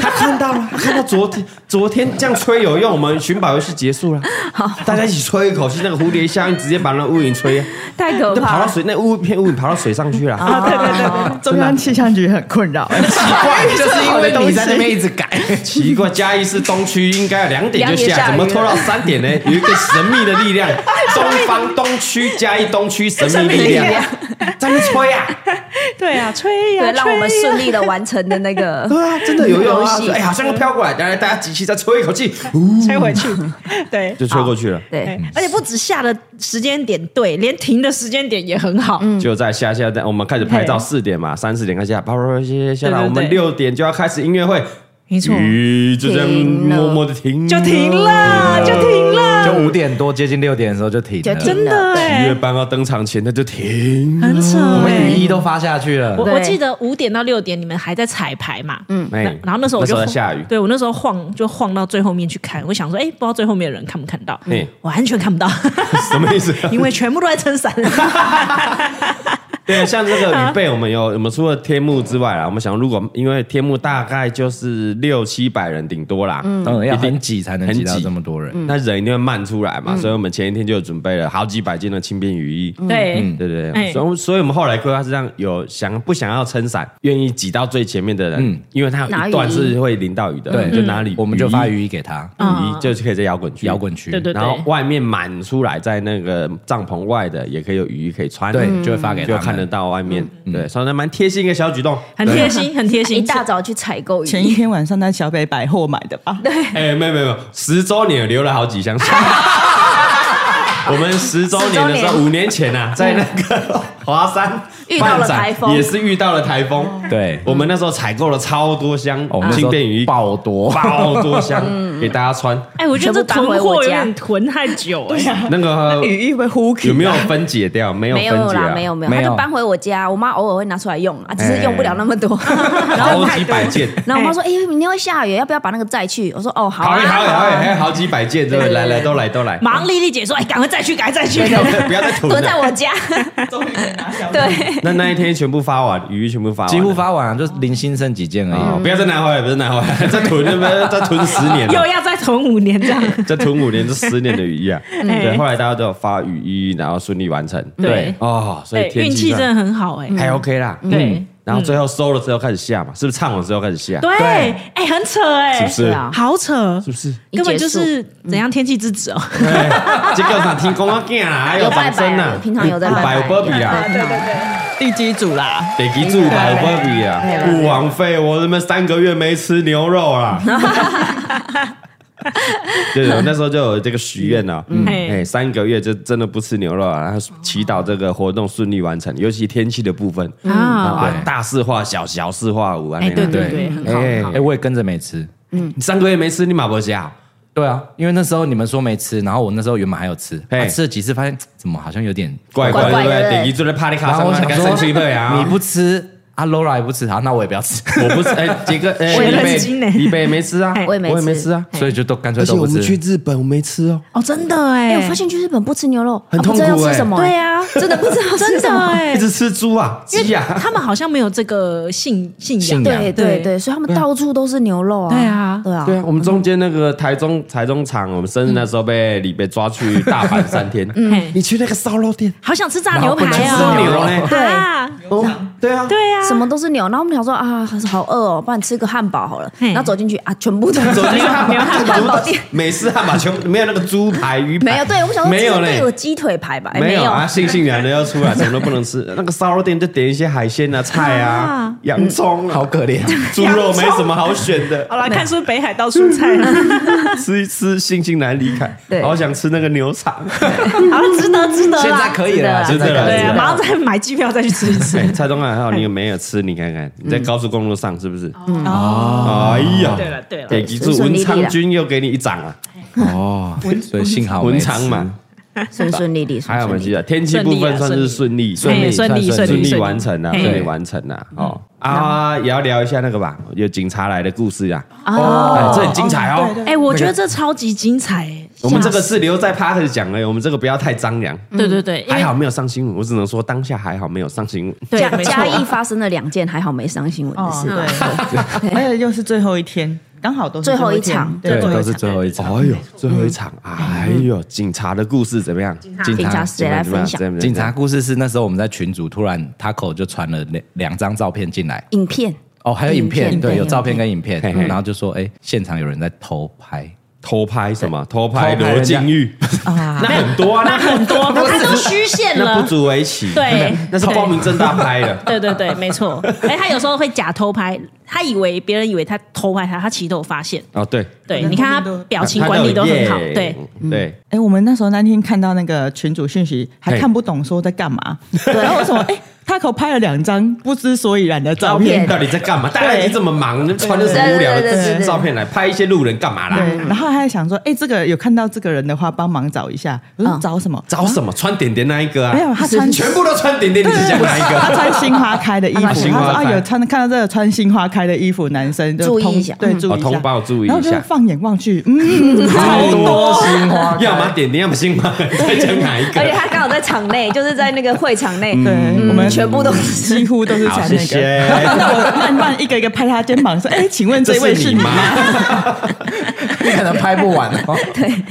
[SPEAKER 1] 他看到了，他看到昨天昨天这样吹有用，我们寻宝游戏结 束了，好，大家一起吹一口气，那个蝴蝶效应直接把那乌云吹，啊
[SPEAKER 4] 太可
[SPEAKER 1] 就
[SPEAKER 4] 怕
[SPEAKER 1] 跑到
[SPEAKER 4] 了！
[SPEAKER 1] 水那乌片乌云跑到水上去了。啊
[SPEAKER 3] 对对对，中 央气象局很困扰，奇怪，
[SPEAKER 5] 就是因为你在那边一直改，
[SPEAKER 1] 奇怪，嘉义市东区应该两点就
[SPEAKER 4] 两点
[SPEAKER 1] 下，
[SPEAKER 4] 下雨
[SPEAKER 1] 怎么拖到三点呢？有一个神秘的力量，东方东区嘉义东区神秘力量，在那吹啊！
[SPEAKER 2] 对啊，吹呀、吹
[SPEAKER 4] 对，让我们
[SPEAKER 2] 呀
[SPEAKER 4] 顺利的完成的那个
[SPEAKER 1] 对啊，真的有用啊！
[SPEAKER 4] 游戏
[SPEAKER 1] 说哎，好像又飘过来，来大家集气再吹一口气，呜
[SPEAKER 2] 吹回去，对。
[SPEAKER 1] 就吹过去了。
[SPEAKER 4] 对
[SPEAKER 2] 对，而且不止下的时间点对，连停的时间点也很好。嗯，
[SPEAKER 1] 就在下下在我们开始拍照四点嘛，三四点开始下，啪啪啪下下来，我
[SPEAKER 2] 对对对
[SPEAKER 1] 们六点就要开始音乐会，
[SPEAKER 2] 没错，
[SPEAKER 1] 雨就这样默默的停，
[SPEAKER 2] 就停。
[SPEAKER 1] 嗯
[SPEAKER 2] 了，就停了，
[SPEAKER 5] 就五点多接近六点的时候就停
[SPEAKER 4] 就
[SPEAKER 5] 了，
[SPEAKER 4] 停
[SPEAKER 2] 真的
[SPEAKER 1] 一月
[SPEAKER 2] 哎，
[SPEAKER 1] 半要登场前，那就停。
[SPEAKER 2] 很扯
[SPEAKER 1] 嗯
[SPEAKER 5] 我们雨
[SPEAKER 2] 哎。
[SPEAKER 5] 衣都发下去了
[SPEAKER 2] 我。
[SPEAKER 4] 对
[SPEAKER 2] 我记得五点到六点你们还在彩排嘛，嗯，
[SPEAKER 1] 哎
[SPEAKER 2] 然后那时候我就
[SPEAKER 1] 在
[SPEAKER 2] 晃
[SPEAKER 1] 下雨，
[SPEAKER 2] 对我那时候晃就晃到最后面去看，我想说，哎，不知道最后面的人看不看到
[SPEAKER 1] 嗯，
[SPEAKER 2] 完全看不到，
[SPEAKER 1] 什么意思？
[SPEAKER 2] 因为全部都在撑 伞。
[SPEAKER 1] 对，啊像这个雨备，我们有我们除了天幕之外啦，啊我们想如果因为天幕大概就是六七百人顶多啦，
[SPEAKER 5] 嗯，要
[SPEAKER 1] 一定
[SPEAKER 5] 很挤才能
[SPEAKER 1] 很
[SPEAKER 5] 挤嗯到
[SPEAKER 1] 挤
[SPEAKER 5] 这么多人。
[SPEAKER 1] 那人一定会漫出来
[SPEAKER 2] 嗯
[SPEAKER 1] 嘛，所以我们前一天就有准备了好几百件的轻便雨衣。
[SPEAKER 2] 对，
[SPEAKER 1] 对对对，
[SPEAKER 2] 哎
[SPEAKER 1] 所以所以我们后来规划是这样，有想不想要撑伞，愿意挤到最前面的人，因为他有一段是会淋到雨的，
[SPEAKER 5] 嗯对，嗯
[SPEAKER 1] 就哪里
[SPEAKER 5] 我们就发
[SPEAKER 1] 雨
[SPEAKER 5] 雨衣给他，
[SPEAKER 1] 衣，雨衣就是可以在摇滚区
[SPEAKER 5] 摇。滚区，
[SPEAKER 2] 啊对对
[SPEAKER 1] 然后外面满出来，在那个帐篷外的也可以有雨衣可以穿，
[SPEAKER 5] 对
[SPEAKER 2] 嗯
[SPEAKER 5] 就会发给他
[SPEAKER 1] 就
[SPEAKER 5] 们嗯
[SPEAKER 1] 看得到外面，对，所以那蛮贴心一个小举动。
[SPEAKER 2] 很贴心，很贴心。
[SPEAKER 4] 一大早去采购
[SPEAKER 3] 前一
[SPEAKER 4] 鱼，
[SPEAKER 3] 天晚上在小北百货买 的啊吧？对，
[SPEAKER 1] 哎，没有没有没有，十周年留了好几 箱。我们十周年的时
[SPEAKER 4] 十周嗯
[SPEAKER 1] 候，五年前啊，在那个 华山
[SPEAKER 4] 遇到了
[SPEAKER 1] 办展
[SPEAKER 4] 台风嗯
[SPEAKER 1] 也是遇到了台风。
[SPEAKER 5] 对
[SPEAKER 1] 我们那时候采购了超多箱
[SPEAKER 5] 哦我们那时
[SPEAKER 1] 轻
[SPEAKER 5] 候
[SPEAKER 1] 便雨衣，
[SPEAKER 5] 爆多，
[SPEAKER 1] 爆多
[SPEAKER 4] 嗯
[SPEAKER 1] 箱给大家穿。
[SPEAKER 2] 哎，我觉得这
[SPEAKER 4] 全部搬回
[SPEAKER 2] 囤货
[SPEAKER 4] 我
[SPEAKER 2] 有
[SPEAKER 4] 家
[SPEAKER 2] 点囤太久哎。
[SPEAKER 1] 那个
[SPEAKER 3] 雨衣会呼
[SPEAKER 1] 有没有分解掉？没有
[SPEAKER 4] 没
[SPEAKER 1] 分
[SPEAKER 4] 有
[SPEAKER 1] 解
[SPEAKER 4] 啦，
[SPEAKER 1] 啊，
[SPEAKER 4] 没有没有，
[SPEAKER 5] 没
[SPEAKER 4] 他
[SPEAKER 5] 有
[SPEAKER 4] 就搬回我家，我妈偶尔会拿出来用啊，只是用不了那么多。
[SPEAKER 1] 好几百件。
[SPEAKER 4] 然后我妈说：“哎，明天会下雨，要不要把那个载去？”我说：“哦， 好
[SPEAKER 1] 好
[SPEAKER 4] 啊
[SPEAKER 1] 耶，好耶，哎好耶，还有好几百件，对不对？来来，都来都来，
[SPEAKER 2] 忙丽丽姐说：“哎，赶快再去，赶快再去。
[SPEAKER 1] 不要再囤
[SPEAKER 4] 蹲在
[SPEAKER 1] 了。
[SPEAKER 4] 我家。
[SPEAKER 3] 终于拿小”北。
[SPEAKER 4] 对，
[SPEAKER 1] 那那一天全部发完，雨衣全部发完了，
[SPEAKER 5] 几乎发完啊了，就零星剩几件而已。
[SPEAKER 1] 哦，不要再拿回来，不要再拿回来， 再囤，再囤十年了
[SPEAKER 2] 嗯 又。要再囤五年这样。
[SPEAKER 1] 这囤五年，这十年的雨衣 啊，对，后来大家都有发雨衣，然后顺利完成，
[SPEAKER 2] 对
[SPEAKER 1] 哦，所以
[SPEAKER 2] 对，
[SPEAKER 1] 天
[SPEAKER 2] 运气
[SPEAKER 1] 算
[SPEAKER 2] 真的很好哎。
[SPEAKER 1] 还 OK 啦，
[SPEAKER 2] 对
[SPEAKER 1] 嗯然后最后收了之后开始下嘛，是不是唱完之后开始下？
[SPEAKER 2] 对，哎，很扯
[SPEAKER 1] 是
[SPEAKER 2] 哎
[SPEAKER 1] 不，是？嗯
[SPEAKER 4] 啊，
[SPEAKER 2] 好扯，
[SPEAKER 1] 是不是？
[SPEAKER 4] 一
[SPEAKER 2] 根本
[SPEAKER 4] 结
[SPEAKER 2] 就
[SPEAKER 4] 束
[SPEAKER 2] 是怎样天气之子哦。
[SPEAKER 1] 这个哪听公啊囝啊，还
[SPEAKER 4] 有拜
[SPEAKER 1] 掌
[SPEAKER 4] 拜
[SPEAKER 1] 声
[SPEAKER 4] 啊，
[SPEAKER 1] 呐，
[SPEAKER 4] 平常有在
[SPEAKER 1] 有
[SPEAKER 4] 拜
[SPEAKER 1] 拜有波比啦，
[SPEAKER 4] 对对对，
[SPEAKER 3] 第几组 啦？
[SPEAKER 1] 得记住吧，有波比 啊
[SPEAKER 4] 对，对对
[SPEAKER 1] 不枉费我他妈三个月没吃牛肉 啦。对，我那时候就有这个许愿了，哎，
[SPEAKER 2] 嗯嘿
[SPEAKER 1] 三个月就真的不吃牛肉啊，然后祈祷这个活动顺利完成，尤其天气的部分
[SPEAKER 2] 啊，
[SPEAKER 1] 啊，大事化小，小事化无啊。
[SPEAKER 2] 哎，
[SPEAKER 1] 那样
[SPEAKER 2] 对对对，很好。
[SPEAKER 5] 哎，哎我也跟着没吃。
[SPEAKER 1] 你三个月没吃，你马博虾，
[SPEAKER 5] 对啊，因为那时候你们说没吃，然后我那时候原本还有吃，
[SPEAKER 1] 嘿
[SPEAKER 5] 啊吃了几次发现嘖怎么好像有点，
[SPEAKER 1] 怪
[SPEAKER 4] 怪
[SPEAKER 1] 怪对
[SPEAKER 4] 怪
[SPEAKER 1] 不对？
[SPEAKER 4] 的对
[SPEAKER 1] 等于做在帕里卡
[SPEAKER 5] 然后
[SPEAKER 1] 上
[SPEAKER 5] 我
[SPEAKER 1] 面，
[SPEAKER 5] 想
[SPEAKER 1] 该
[SPEAKER 5] 说
[SPEAKER 1] 生气对啊，
[SPEAKER 5] 你不吃啊，Laura 也不吃，好，那我也不要吃，
[SPEAKER 1] 我不吃，哎，杰哥，哎，
[SPEAKER 2] 我也
[SPEAKER 1] 李
[SPEAKER 2] 很
[SPEAKER 1] 贝
[SPEAKER 2] 惊欸
[SPEAKER 1] 李贝也没吃啊，
[SPEAKER 2] 哎
[SPEAKER 4] 我也没吃
[SPEAKER 1] 啊。
[SPEAKER 5] 所以就都干脆
[SPEAKER 1] 而且
[SPEAKER 5] 都
[SPEAKER 1] 我
[SPEAKER 5] 不
[SPEAKER 1] 们去
[SPEAKER 5] 吃。
[SPEAKER 1] 日本，我没吃哦。
[SPEAKER 2] 哦，真的哎，
[SPEAKER 4] 哎，我发现去日本不吃牛肉，
[SPEAKER 1] 很
[SPEAKER 4] 啊不知道
[SPEAKER 1] 痛苦
[SPEAKER 4] 要
[SPEAKER 1] 哎
[SPEAKER 4] 吃什么？
[SPEAKER 2] 对，啊，
[SPEAKER 4] 真的不知道吃
[SPEAKER 2] 真
[SPEAKER 4] 什
[SPEAKER 2] 的
[SPEAKER 4] 么。
[SPEAKER 2] 哎
[SPEAKER 1] 一，直吃猪啊、鸡 啊，
[SPEAKER 2] 他们好像没有这个信信
[SPEAKER 5] 信
[SPEAKER 2] 仰。
[SPEAKER 4] 对
[SPEAKER 5] 仰
[SPEAKER 4] 对对，所以他们到处都是牛肉啊。
[SPEAKER 2] 对啊
[SPEAKER 4] 对啊
[SPEAKER 1] 对，啊，我们中间那个台中台中厂，我们生日那时候被李贝抓去大阪三天。
[SPEAKER 4] 嗯
[SPEAKER 2] 嘿
[SPEAKER 1] 你去那个烧肉店，
[SPEAKER 2] 好想吃炸牛排
[SPEAKER 1] 然后
[SPEAKER 2] 哦，
[SPEAKER 1] 不能吃牛呢
[SPEAKER 4] 对
[SPEAKER 2] 啊，
[SPEAKER 1] 哦，对啊，
[SPEAKER 2] 对啊，
[SPEAKER 4] 什么都是牛。然后我们想说啊，好饿哦，不然吃个汉堡好了。
[SPEAKER 2] 嘿
[SPEAKER 4] 然后走进去啊，全部都
[SPEAKER 1] 走进去汉堡
[SPEAKER 4] 汉堡汉堡店，
[SPEAKER 1] 美式汉堡全部没有那个猪排、鱼排，
[SPEAKER 4] 没有。对，我想说
[SPEAKER 1] 没有
[SPEAKER 4] 这个
[SPEAKER 1] 嘞
[SPEAKER 4] 店有鸡腿排吧？哎
[SPEAKER 1] 没有
[SPEAKER 4] 有
[SPEAKER 1] 啊，悻悻然的要出来，什么都不能吃。那个烧肉店就点一些海鲜啊、菜啊
[SPEAKER 2] 啊、
[SPEAKER 1] 洋葱啊，
[SPEAKER 5] 好可怜，
[SPEAKER 1] 猪肉没什么好选 的
[SPEAKER 2] 好，了，看出北海道蔬菜了，
[SPEAKER 1] 吃一吃，悻悻然离开。
[SPEAKER 4] 对
[SPEAKER 1] 好想吃那个牛 肠，
[SPEAKER 2] 好了，值得值得啦。
[SPEAKER 5] 现在可以了啦，
[SPEAKER 1] 真的啦
[SPEAKER 5] 现在可以
[SPEAKER 2] 对啊，
[SPEAKER 1] 值得
[SPEAKER 2] 马上再买机票再去吃一次。
[SPEAKER 1] 哎蔡宗汉，还好你有没有吃？你看看，你在高速公路上是不是？
[SPEAKER 4] 哦
[SPEAKER 1] 哎呀，
[SPEAKER 2] 对了对了
[SPEAKER 1] 哎记住
[SPEAKER 4] 顺顺利
[SPEAKER 1] 文
[SPEAKER 4] 利啦
[SPEAKER 1] 昌君又给你一掌啊，
[SPEAKER 5] 哦，所以幸好没
[SPEAKER 1] 文
[SPEAKER 5] 吃
[SPEAKER 1] 昌嘛，，
[SPEAKER 4] 顺顺利利，顺
[SPEAKER 1] 还好没
[SPEAKER 4] 顺利
[SPEAKER 1] 记
[SPEAKER 4] 利。
[SPEAKER 1] 得天气部分算是顺利，
[SPEAKER 2] 顺利啊顺利
[SPEAKER 1] 利
[SPEAKER 2] 顺利
[SPEAKER 1] 利
[SPEAKER 2] 顺利
[SPEAKER 1] 完成了，
[SPEAKER 2] 嘿
[SPEAKER 1] 顺利完成了。哦啊，也要聊一下那个吧，有警察来的故事啊，
[SPEAKER 4] 哦，
[SPEAKER 1] 哎，这很精彩哦
[SPEAKER 3] 对。对
[SPEAKER 2] 哎，我觉得这超级精彩哎，
[SPEAKER 1] 我们这个是留在 p a r t 讲而已，我们这个不要太张扬。
[SPEAKER 2] 对对对，因
[SPEAKER 1] 还
[SPEAKER 2] 为
[SPEAKER 1] 好没有上新闻，我只能说当下还好没有上新闻。
[SPEAKER 2] 对
[SPEAKER 4] 嘉
[SPEAKER 2] 没错
[SPEAKER 4] 嘉义发生了两件还好没上新闻的
[SPEAKER 3] 哦，
[SPEAKER 4] 事吧，
[SPEAKER 3] 对，而且又是最后一天，刚好都是
[SPEAKER 4] 最后一
[SPEAKER 3] 天
[SPEAKER 4] 场
[SPEAKER 3] 对，
[SPEAKER 5] 都是最后一场。
[SPEAKER 1] 哎呦，最后一场，哎呦，警察的故事怎么样？
[SPEAKER 2] 警
[SPEAKER 4] 察谁来分享
[SPEAKER 5] 警察故事是那时候我们在群组，突然 Taco 就传了两两张照片进来，
[SPEAKER 4] 影片
[SPEAKER 5] 哦，还有影片，
[SPEAKER 4] 影片
[SPEAKER 5] 对，有照片跟影片
[SPEAKER 1] 嘿嘿，
[SPEAKER 5] 然后就说，哎，现场有人在偷拍，
[SPEAKER 1] 偷拍什么？偷拍
[SPEAKER 5] 偷拍
[SPEAKER 1] 罗
[SPEAKER 5] 人家
[SPEAKER 1] 晋玉啊，那很多啊，那很多，
[SPEAKER 2] 他都虚线
[SPEAKER 1] 那
[SPEAKER 2] 了
[SPEAKER 1] 不。足为奇。
[SPEAKER 2] 对
[SPEAKER 1] 那是光明正大拍的。
[SPEAKER 2] 对对对，没错。哎，他有时候会假偷拍，他以为别人以为他偷拍他，他其实都有发现。
[SPEAKER 1] 哦，对，
[SPEAKER 2] 对，
[SPEAKER 3] 嗯
[SPEAKER 2] 你看他表情管理都很好。
[SPEAKER 1] 耶
[SPEAKER 2] 对，
[SPEAKER 5] 嗯
[SPEAKER 1] 对，
[SPEAKER 3] 哎、我们那时候那天看到那个群主讯息，还
[SPEAKER 1] 嘿
[SPEAKER 3] 看不懂说在干嘛，然后我说，哎、他可拍了两张不知所以然的照片
[SPEAKER 4] 照，
[SPEAKER 1] 到底在干嘛？大家已经这么忙，那传那什么无聊
[SPEAKER 4] 对对对对
[SPEAKER 1] 的
[SPEAKER 4] 对
[SPEAKER 1] 照片来拍一些路人干嘛啦？
[SPEAKER 3] 对，然后他还想说，哎、这个有看到这个人的话，帮忙找一下。我说
[SPEAKER 4] 嗯
[SPEAKER 3] 找什么？
[SPEAKER 1] 找什么？穿点点那一个
[SPEAKER 3] 没有，
[SPEAKER 1] 啊，
[SPEAKER 3] 他穿
[SPEAKER 1] 全部都穿点点，你是讲哪 一
[SPEAKER 3] 他
[SPEAKER 1] 个？
[SPEAKER 3] 穿新花开的衣服，
[SPEAKER 1] 啊
[SPEAKER 3] 他
[SPEAKER 1] 新花
[SPEAKER 3] 说
[SPEAKER 1] 开
[SPEAKER 3] 啊，有穿看到这个穿新花开的衣服，男生就
[SPEAKER 4] 注意
[SPEAKER 3] 通
[SPEAKER 4] 一下
[SPEAKER 3] 对，
[SPEAKER 4] 嗯
[SPEAKER 3] 注意一
[SPEAKER 1] 哦通
[SPEAKER 3] 下，
[SPEAKER 1] 报注意一下
[SPEAKER 3] 然后就放眼望去，嗯，
[SPEAKER 1] 好多心花，要么点点，要么心花，在讲哪一
[SPEAKER 4] 而且
[SPEAKER 1] 个？
[SPEAKER 4] 他刚好在场内，就是在那个会场内，
[SPEAKER 3] 对，我们
[SPEAKER 4] 全部都是
[SPEAKER 3] 几嗯乎都是
[SPEAKER 1] 嗯好，
[SPEAKER 3] 穿
[SPEAKER 1] 谢
[SPEAKER 3] 那个。
[SPEAKER 1] 谢。
[SPEAKER 3] 然后我慢慢一个一个拍他肩膀说，哎，请问这位是
[SPEAKER 1] 你
[SPEAKER 3] 你
[SPEAKER 1] 吗
[SPEAKER 3] 吗？？
[SPEAKER 5] 你可能拍不完哦。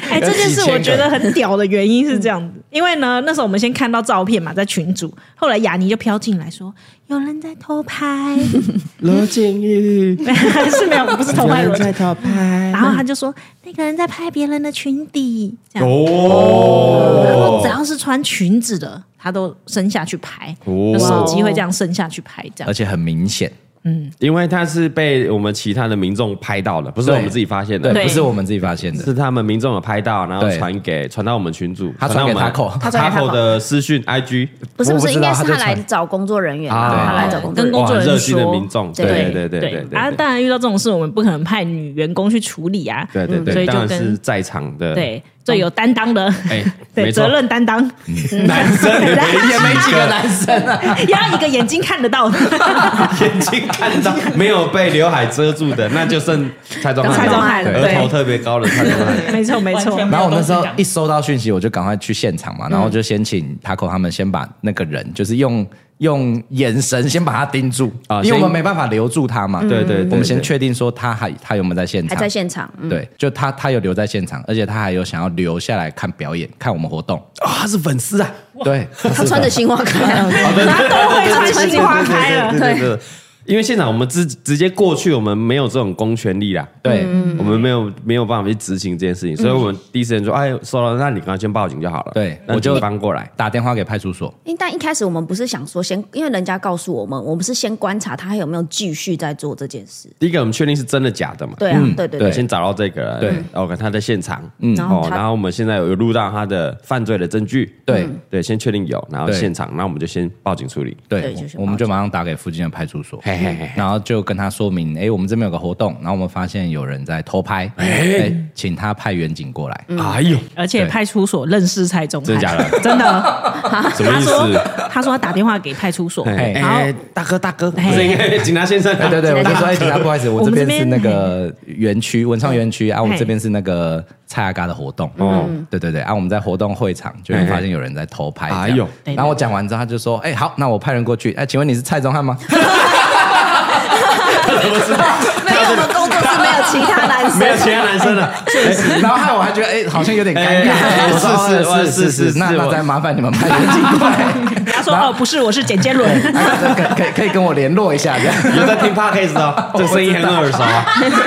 [SPEAKER 2] 哎，这件事我觉得很屌的原因是这样子，因为呢，那时候我们先看到照片嘛，在群组，后来雅尼就飘进来说有人在偷 拍，
[SPEAKER 1] 罗晋玉，
[SPEAKER 2] 是没有，不是偷拍
[SPEAKER 3] 有
[SPEAKER 2] 人
[SPEAKER 3] 人。在偷拍，
[SPEAKER 2] 然后他就说那个人在拍别人的裙底，这样。他说
[SPEAKER 1] 哦
[SPEAKER 2] 只，要是穿裙子的，他都伸下去拍，
[SPEAKER 1] 哦啊
[SPEAKER 2] 就手机会这样伸下去拍，这
[SPEAKER 5] 而
[SPEAKER 2] 样。
[SPEAKER 5] 且很明显，
[SPEAKER 1] 因为他是被我们其他的民众拍到了，不是我们自己发现的，
[SPEAKER 5] 对，
[SPEAKER 2] 对
[SPEAKER 5] 不是我们自己发现的，
[SPEAKER 1] 是他们民众有拍到，然后
[SPEAKER 5] 对
[SPEAKER 1] 传给传到我们群组，
[SPEAKER 5] 他传给
[SPEAKER 1] 到我们
[SPEAKER 5] Taco 他
[SPEAKER 4] 传给
[SPEAKER 1] Taco 的私讯 IG，
[SPEAKER 4] 不是
[SPEAKER 5] 我
[SPEAKER 4] 不
[SPEAKER 5] 不
[SPEAKER 4] 是，
[SPEAKER 5] 知道
[SPEAKER 4] 应该是
[SPEAKER 5] 他
[SPEAKER 4] 他
[SPEAKER 5] 在
[SPEAKER 4] 来
[SPEAKER 5] 传
[SPEAKER 4] 找工作人员
[SPEAKER 1] 啊
[SPEAKER 4] 吧，他来找工作
[SPEAKER 2] 跟
[SPEAKER 4] 人员
[SPEAKER 2] 工作
[SPEAKER 1] 哇
[SPEAKER 2] 人员
[SPEAKER 1] 热心的
[SPEAKER 2] 说
[SPEAKER 1] 民众，对
[SPEAKER 4] 对
[SPEAKER 1] 对对对
[SPEAKER 2] 啊，当然遇到这种事，我们不可能派女员工去处理啊。
[SPEAKER 1] 对对
[SPEAKER 2] 嗯所
[SPEAKER 1] 对，
[SPEAKER 2] 以
[SPEAKER 1] 当
[SPEAKER 2] 就
[SPEAKER 1] 然是
[SPEAKER 2] 跟
[SPEAKER 1] 在场的，
[SPEAKER 2] 对最有担当的，
[SPEAKER 1] 哎没
[SPEAKER 2] 对
[SPEAKER 1] 错
[SPEAKER 2] 责任担 当，
[SPEAKER 1] 男生也没几个男
[SPEAKER 2] 要一个眼睛看 得到的。
[SPEAKER 1] 眼睛看到没有被刘海遮住的，那就剩蔡宗
[SPEAKER 2] 蔡
[SPEAKER 4] 宗
[SPEAKER 1] 翰
[SPEAKER 4] 翰
[SPEAKER 1] 了，
[SPEAKER 2] 对
[SPEAKER 1] 额头特别高的蔡宗翰。
[SPEAKER 2] 没错没错
[SPEAKER 3] 完，全
[SPEAKER 5] 然后我那时候一收到讯息，我就赶快去现场嘛，
[SPEAKER 1] 嗯
[SPEAKER 5] 然后就先请 Taco 他们先把那个人，就是用用眼神先把他盯住
[SPEAKER 1] 啊
[SPEAKER 5] 因为我们
[SPEAKER 1] 先嗯
[SPEAKER 5] 没办法留住他嘛。
[SPEAKER 1] 对对对
[SPEAKER 5] 我们先
[SPEAKER 1] 对
[SPEAKER 5] 确定说他还他有没有在现
[SPEAKER 4] 还
[SPEAKER 5] 场
[SPEAKER 4] 在。现场，嗯，
[SPEAKER 5] 对，就他他有留在现场，而且他还有想要留下来看表演，看我们活动。
[SPEAKER 1] 啊，他是粉丝啊，
[SPEAKER 5] 对，
[SPEAKER 4] 他穿着新 花开啊，
[SPEAKER 2] 他都会穿新花开了。
[SPEAKER 1] 对对对对。因为现场我们直直接过去，我们没有这种公权力啦，
[SPEAKER 5] 对
[SPEAKER 1] 我们没有没有办法去执行这件事情，所以我们第一时间说，哎，收了，那你赶快先报警就好了。
[SPEAKER 5] 对
[SPEAKER 1] 那
[SPEAKER 5] 我就
[SPEAKER 1] 警方过来，
[SPEAKER 5] 打电话给派出所，
[SPEAKER 4] 因但一开始我们不是想说先，因为人家告诉我们，我们是先观察他有没有继续在做这件事。
[SPEAKER 1] 第一个我们确定是真的假的嘛，
[SPEAKER 4] 对啊
[SPEAKER 5] 嗯，
[SPEAKER 4] 对对
[SPEAKER 5] 对
[SPEAKER 4] 对，
[SPEAKER 1] 先找到这个嗯人，
[SPEAKER 5] 对
[SPEAKER 1] ，OK，他在现场，
[SPEAKER 4] 然后
[SPEAKER 1] 哦，
[SPEAKER 4] 他
[SPEAKER 1] 然后我们现在有录到他的犯罪的证据，嗯
[SPEAKER 5] 对
[SPEAKER 1] 对，先确定有，然后
[SPEAKER 5] 对
[SPEAKER 1] 现场，然后我们就先报警处理，
[SPEAKER 5] 对
[SPEAKER 4] 对就是，
[SPEAKER 5] 我我们就马上打给附近的派出所，
[SPEAKER 1] 嘿嘿嘿嘿，
[SPEAKER 5] 然后就跟他说明，哎，我们这边有个活动，然后我们发现有人在偷拍，哎，请他派远警过来。
[SPEAKER 1] 哎呦，
[SPEAKER 2] 而且派出所认识蔡宗
[SPEAKER 1] 真的假
[SPEAKER 2] 翰，
[SPEAKER 1] 的？
[SPEAKER 2] 真的。
[SPEAKER 1] 什么意思？
[SPEAKER 2] 他说他打电话给派出所，
[SPEAKER 1] 哎
[SPEAKER 2] 然后
[SPEAKER 1] 哎，大哥大哥，不
[SPEAKER 2] 嘿
[SPEAKER 1] 是应该警察先生啊？
[SPEAKER 5] 对对对，我就说，哎，警察不好意思，我这
[SPEAKER 2] 我们这
[SPEAKER 5] 边
[SPEAKER 2] 边
[SPEAKER 5] 是那个园区文创园区啊，我这边是那个蔡阿嘎的活
[SPEAKER 1] 嗯
[SPEAKER 5] 动。哦，对对对，啊，我们在活动会场就会发现有人在偷拍。
[SPEAKER 1] 哎
[SPEAKER 5] 哎
[SPEAKER 1] 呦
[SPEAKER 5] 呦，然后我讲完之后，他就说，哎，好，那我派人过去。哎，请问你是蔡 宗翰吗？
[SPEAKER 4] 没有我们工作室没有其他男
[SPEAKER 1] 没有其
[SPEAKER 4] 生，
[SPEAKER 1] 他男生了。
[SPEAKER 5] 然后害我还觉得，哎，好像有点尴
[SPEAKER 1] 哎哎哎是
[SPEAKER 5] 尬。
[SPEAKER 1] 是是是是
[SPEAKER 5] 那
[SPEAKER 1] 是
[SPEAKER 5] 那
[SPEAKER 1] 我
[SPEAKER 5] 再麻烦你们派人 进过来。
[SPEAKER 2] 他说哦不是，我是简介伦。
[SPEAKER 5] 哎可可以可以跟我联络一下 这样。
[SPEAKER 1] 有在听 podcast 哦，这声音很耳熟啊。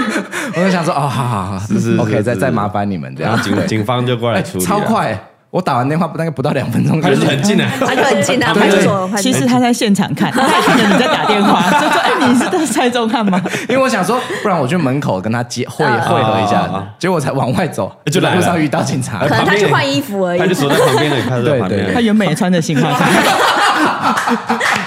[SPEAKER 5] 我就想说，哦，好好好，是
[SPEAKER 1] 是是
[SPEAKER 5] OK，再
[SPEAKER 1] 是
[SPEAKER 5] 再麻烦你们这
[SPEAKER 1] 然
[SPEAKER 5] 样
[SPEAKER 1] 后。警
[SPEAKER 5] 对
[SPEAKER 1] 警方就过来处理，啊
[SPEAKER 5] 超，快，我打完电话不大概不到两分钟
[SPEAKER 1] 他
[SPEAKER 5] 就
[SPEAKER 1] 就是很近啊。
[SPEAKER 4] 他就很近啊，
[SPEAKER 5] 对
[SPEAKER 4] 派
[SPEAKER 5] 对
[SPEAKER 4] 出所派出
[SPEAKER 3] 其
[SPEAKER 4] 所
[SPEAKER 3] 实他在 现场看，他也看着你在打电话，就说：“哎，你是蔡宗翰吗？”
[SPEAKER 5] 因为我想说，不然我去门口跟他接会会合一
[SPEAKER 1] 啊啊
[SPEAKER 5] 下
[SPEAKER 1] 啊，
[SPEAKER 5] 结果我才往外走，
[SPEAKER 1] 就 来了
[SPEAKER 5] 路上遇到警察
[SPEAKER 4] 可，能他去换衣服而已
[SPEAKER 1] 他就。锁在旁边了，他就在旁
[SPEAKER 5] 对
[SPEAKER 1] 边
[SPEAKER 3] 他
[SPEAKER 1] 了。
[SPEAKER 3] 原本也穿着新花衫，
[SPEAKER 1] 哎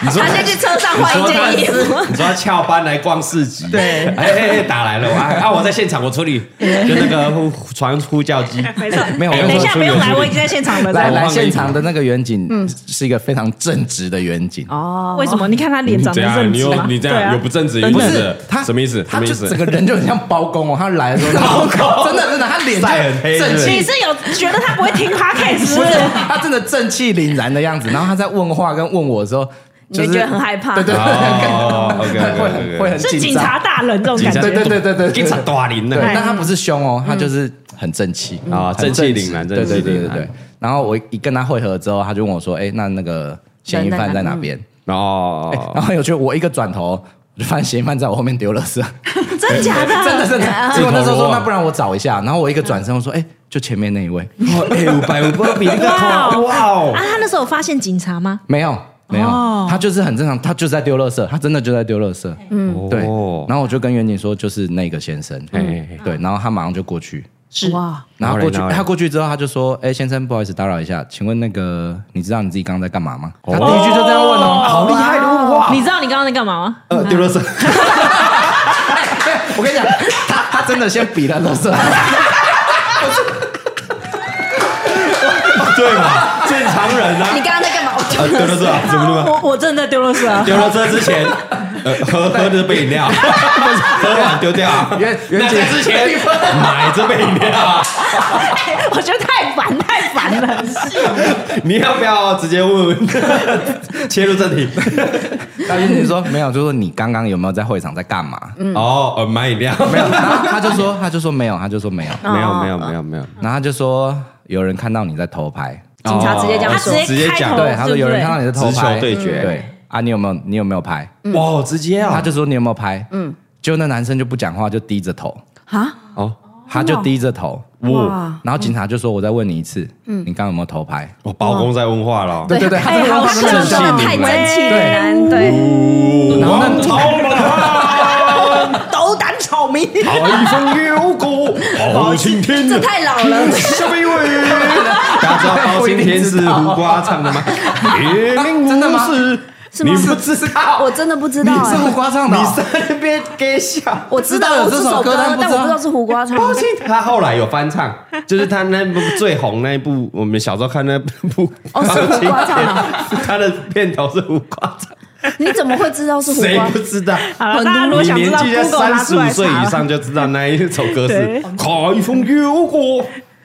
[SPEAKER 1] 你说
[SPEAKER 4] 他先去车上换一件衣服，
[SPEAKER 1] 你说他翘班来逛市集，
[SPEAKER 3] 对
[SPEAKER 1] 哎哎哎，打来了，我啊，我在现场，我处理，就那个呼传呼叫机，
[SPEAKER 2] 没错，
[SPEAKER 5] 没有我
[SPEAKER 2] 等一下
[SPEAKER 1] 说
[SPEAKER 2] 不用
[SPEAKER 1] 出
[SPEAKER 2] 来，
[SPEAKER 1] 原
[SPEAKER 2] 我已经在现场了。
[SPEAKER 5] 来
[SPEAKER 1] 我
[SPEAKER 5] 来，
[SPEAKER 1] 换个
[SPEAKER 5] 现
[SPEAKER 1] 衣服
[SPEAKER 5] 场的那个远景，是一个非常正直的远景。
[SPEAKER 4] 哦，
[SPEAKER 2] 为什么？你看他脸长得
[SPEAKER 1] 怎
[SPEAKER 2] 正
[SPEAKER 1] 样？嗯你
[SPEAKER 2] 直
[SPEAKER 1] 又
[SPEAKER 2] 吗？
[SPEAKER 1] 你这
[SPEAKER 2] 对
[SPEAKER 1] 样
[SPEAKER 2] 啊
[SPEAKER 1] 有不正直，有
[SPEAKER 5] 不
[SPEAKER 1] 不正
[SPEAKER 5] 是
[SPEAKER 1] 直，
[SPEAKER 5] 他
[SPEAKER 1] 什么意思？什
[SPEAKER 5] 他
[SPEAKER 1] 么意
[SPEAKER 5] 就
[SPEAKER 1] 思
[SPEAKER 5] 整？个人就很像包公哦，他来的时 候包公， 真的真的，他脸就
[SPEAKER 1] 晒很黑是不
[SPEAKER 5] 正
[SPEAKER 1] 是
[SPEAKER 2] 你是
[SPEAKER 5] 气，
[SPEAKER 2] 有觉得他不会 听 podcast 是不是？
[SPEAKER 5] 他真的正气凛然的样子。然后他在问话跟问我的时候，
[SPEAKER 4] 你会
[SPEAKER 5] 是
[SPEAKER 4] 觉得很害怕
[SPEAKER 5] 对 对
[SPEAKER 1] 哦
[SPEAKER 5] 对，
[SPEAKER 1] ，OK，OK，OK，OK
[SPEAKER 5] 会很会 很
[SPEAKER 2] 是警
[SPEAKER 5] 紧
[SPEAKER 2] 察
[SPEAKER 5] 张。
[SPEAKER 2] 大人这种感
[SPEAKER 1] 警察
[SPEAKER 2] 觉，
[SPEAKER 5] 对对对对对，
[SPEAKER 1] 警察大人呢
[SPEAKER 5] 对，但他不是凶哦，他就是很正气
[SPEAKER 1] 啊
[SPEAKER 5] 很
[SPEAKER 1] 正气凛然
[SPEAKER 5] 对对
[SPEAKER 1] 正气
[SPEAKER 5] 对
[SPEAKER 1] 凛
[SPEAKER 5] 对
[SPEAKER 1] 然
[SPEAKER 5] 对。然后我一跟他会合之后，他就问我说：“哎，那那个嫌疑犯在哪边？”
[SPEAKER 1] 哦，
[SPEAKER 5] 然后有趣，我一个转头，我就发现嫌疑犯在我后面丢垃圾，
[SPEAKER 4] 真假的？
[SPEAKER 5] 真的真
[SPEAKER 1] 哦
[SPEAKER 5] 的。结果那时
[SPEAKER 1] 自
[SPEAKER 5] 候
[SPEAKER 1] 投罗
[SPEAKER 5] 说，
[SPEAKER 1] 网
[SPEAKER 5] 那不然我找一下。然后我一个转身，我说：“哎，就前面那一位。”
[SPEAKER 1] 哦哎，五百五不比那个
[SPEAKER 2] 哇
[SPEAKER 1] 高，
[SPEAKER 2] 哦
[SPEAKER 1] 哇哦
[SPEAKER 2] 啊，，他那时候有发现警察吗？
[SPEAKER 5] 没有，没有，
[SPEAKER 3] 哦
[SPEAKER 5] 他就是很正常，他就在丢垃圾，他真的就在丢垃圾。嗯，对。
[SPEAKER 1] 哦
[SPEAKER 5] 然后我就跟远景说，就是那个先生，
[SPEAKER 1] 嗯
[SPEAKER 5] 对，然后他马上就过去，
[SPEAKER 2] 是
[SPEAKER 4] 哇，
[SPEAKER 5] 然
[SPEAKER 1] 然后
[SPEAKER 5] 后
[SPEAKER 1] 嘞
[SPEAKER 5] 过去，
[SPEAKER 1] 然后嘞
[SPEAKER 5] 他过去之后，他就说：“哎，先生，不好意思打扰一下，请问那个，你知道你自己刚刚在干嘛吗？”他第一句就这样问哦，好厉害的问话。
[SPEAKER 2] 你知道你刚刚在干嘛吗？
[SPEAKER 1] 呃，丢垃圾。
[SPEAKER 5] 我跟你讲，他他真的先比了垃圾，
[SPEAKER 1] 对嘛，正常人啊
[SPEAKER 4] 你。刚刚在干嘛？我
[SPEAKER 1] 呃，丢垃 圾啊？怎么了吗？
[SPEAKER 2] 我我真的在丢垃 圾啊！
[SPEAKER 1] 丢垃圾之前，呃，喝喝这杯饮 料，喝完丢掉啊。
[SPEAKER 5] 袁袁
[SPEAKER 1] 那
[SPEAKER 5] 姐
[SPEAKER 1] 在之 前买这杯饮料啊，
[SPEAKER 2] 我觉得太烦太 烦了，
[SPEAKER 1] 你要不要直接问 问？切入正题。
[SPEAKER 5] 他远景说没有，就说你刚刚有没有在会场在干嘛？
[SPEAKER 1] 哦，呃，买饮料。
[SPEAKER 5] 没有，然后他就说他就说没有，他就说没有，
[SPEAKER 1] 没
[SPEAKER 4] 哦
[SPEAKER 1] 有，没有，没有，没有。
[SPEAKER 5] 然后他就说有人看到你在偷拍。
[SPEAKER 4] 警察直接这样
[SPEAKER 1] 哦
[SPEAKER 2] 说
[SPEAKER 1] 直接
[SPEAKER 2] 他
[SPEAKER 1] 讲
[SPEAKER 2] 直接开
[SPEAKER 5] 对，他说有人看到你的偷
[SPEAKER 1] 直
[SPEAKER 5] 拍，
[SPEAKER 1] 球对决
[SPEAKER 5] 对哦啊，你有没有你有没有拍？
[SPEAKER 1] 哇，直接啊，
[SPEAKER 5] 他就说你有没有拍？嗯，就那男生就不讲话，就低着头，
[SPEAKER 4] 啊，
[SPEAKER 1] 哦，
[SPEAKER 5] 他就低着头，
[SPEAKER 1] 哇，
[SPEAKER 5] 然后警察就说我再问你一次，啊嗯，你刚刚有没有偷拍？
[SPEAKER 1] 我包公在问话了。
[SPEAKER 5] 对对对，他
[SPEAKER 4] 哎，
[SPEAKER 5] 就
[SPEAKER 4] 好
[SPEAKER 5] 问他
[SPEAKER 4] 像
[SPEAKER 5] 们
[SPEAKER 4] 真的太正气凛然，对，
[SPEAKER 1] 哦
[SPEAKER 5] 然后那
[SPEAKER 1] 王朝了，
[SPEAKER 3] 斗胆草民，
[SPEAKER 1] 好一风流骨，好青天
[SPEAKER 4] 这太老了。
[SPEAKER 1] 下面一位，大家知道包青天是胡瓜唱的吗？别名
[SPEAKER 5] 真的吗
[SPEAKER 1] 无是，
[SPEAKER 4] 是
[SPEAKER 1] 你
[SPEAKER 4] 吗
[SPEAKER 1] 不知道，
[SPEAKER 4] 我真的不知
[SPEAKER 5] 你
[SPEAKER 4] 道哎、
[SPEAKER 5] 是胡瓜唱的
[SPEAKER 1] 你
[SPEAKER 5] 哦，
[SPEAKER 1] 在那边给笑。
[SPEAKER 4] 我知道
[SPEAKER 5] 知道有
[SPEAKER 4] 这
[SPEAKER 5] 这首
[SPEAKER 4] 首
[SPEAKER 5] 歌
[SPEAKER 4] 歌，
[SPEAKER 5] 但
[SPEAKER 4] 但
[SPEAKER 5] 不知道
[SPEAKER 4] 我不知道是胡瓜唱
[SPEAKER 1] 包
[SPEAKER 4] 的
[SPEAKER 1] 青。他后来有翻 唱，就是他那部最红那一部，我们小时候看那部
[SPEAKER 4] 哦是胡瓜唱
[SPEAKER 2] 啊
[SPEAKER 4] 的
[SPEAKER 1] 他的片头是胡瓜 唱，
[SPEAKER 4] 你怎么会知道是胡
[SPEAKER 1] 谁
[SPEAKER 4] 瓜
[SPEAKER 1] 不？知道？
[SPEAKER 2] 好了大家如果想
[SPEAKER 1] 你
[SPEAKER 2] 知道
[SPEAKER 1] 年纪在
[SPEAKER 2] Google 拿
[SPEAKER 1] 三十五
[SPEAKER 2] 出来
[SPEAKER 1] 岁
[SPEAKER 2] 查
[SPEAKER 1] 以上就知道那一首歌是
[SPEAKER 2] 对
[SPEAKER 1] 《海风有过》。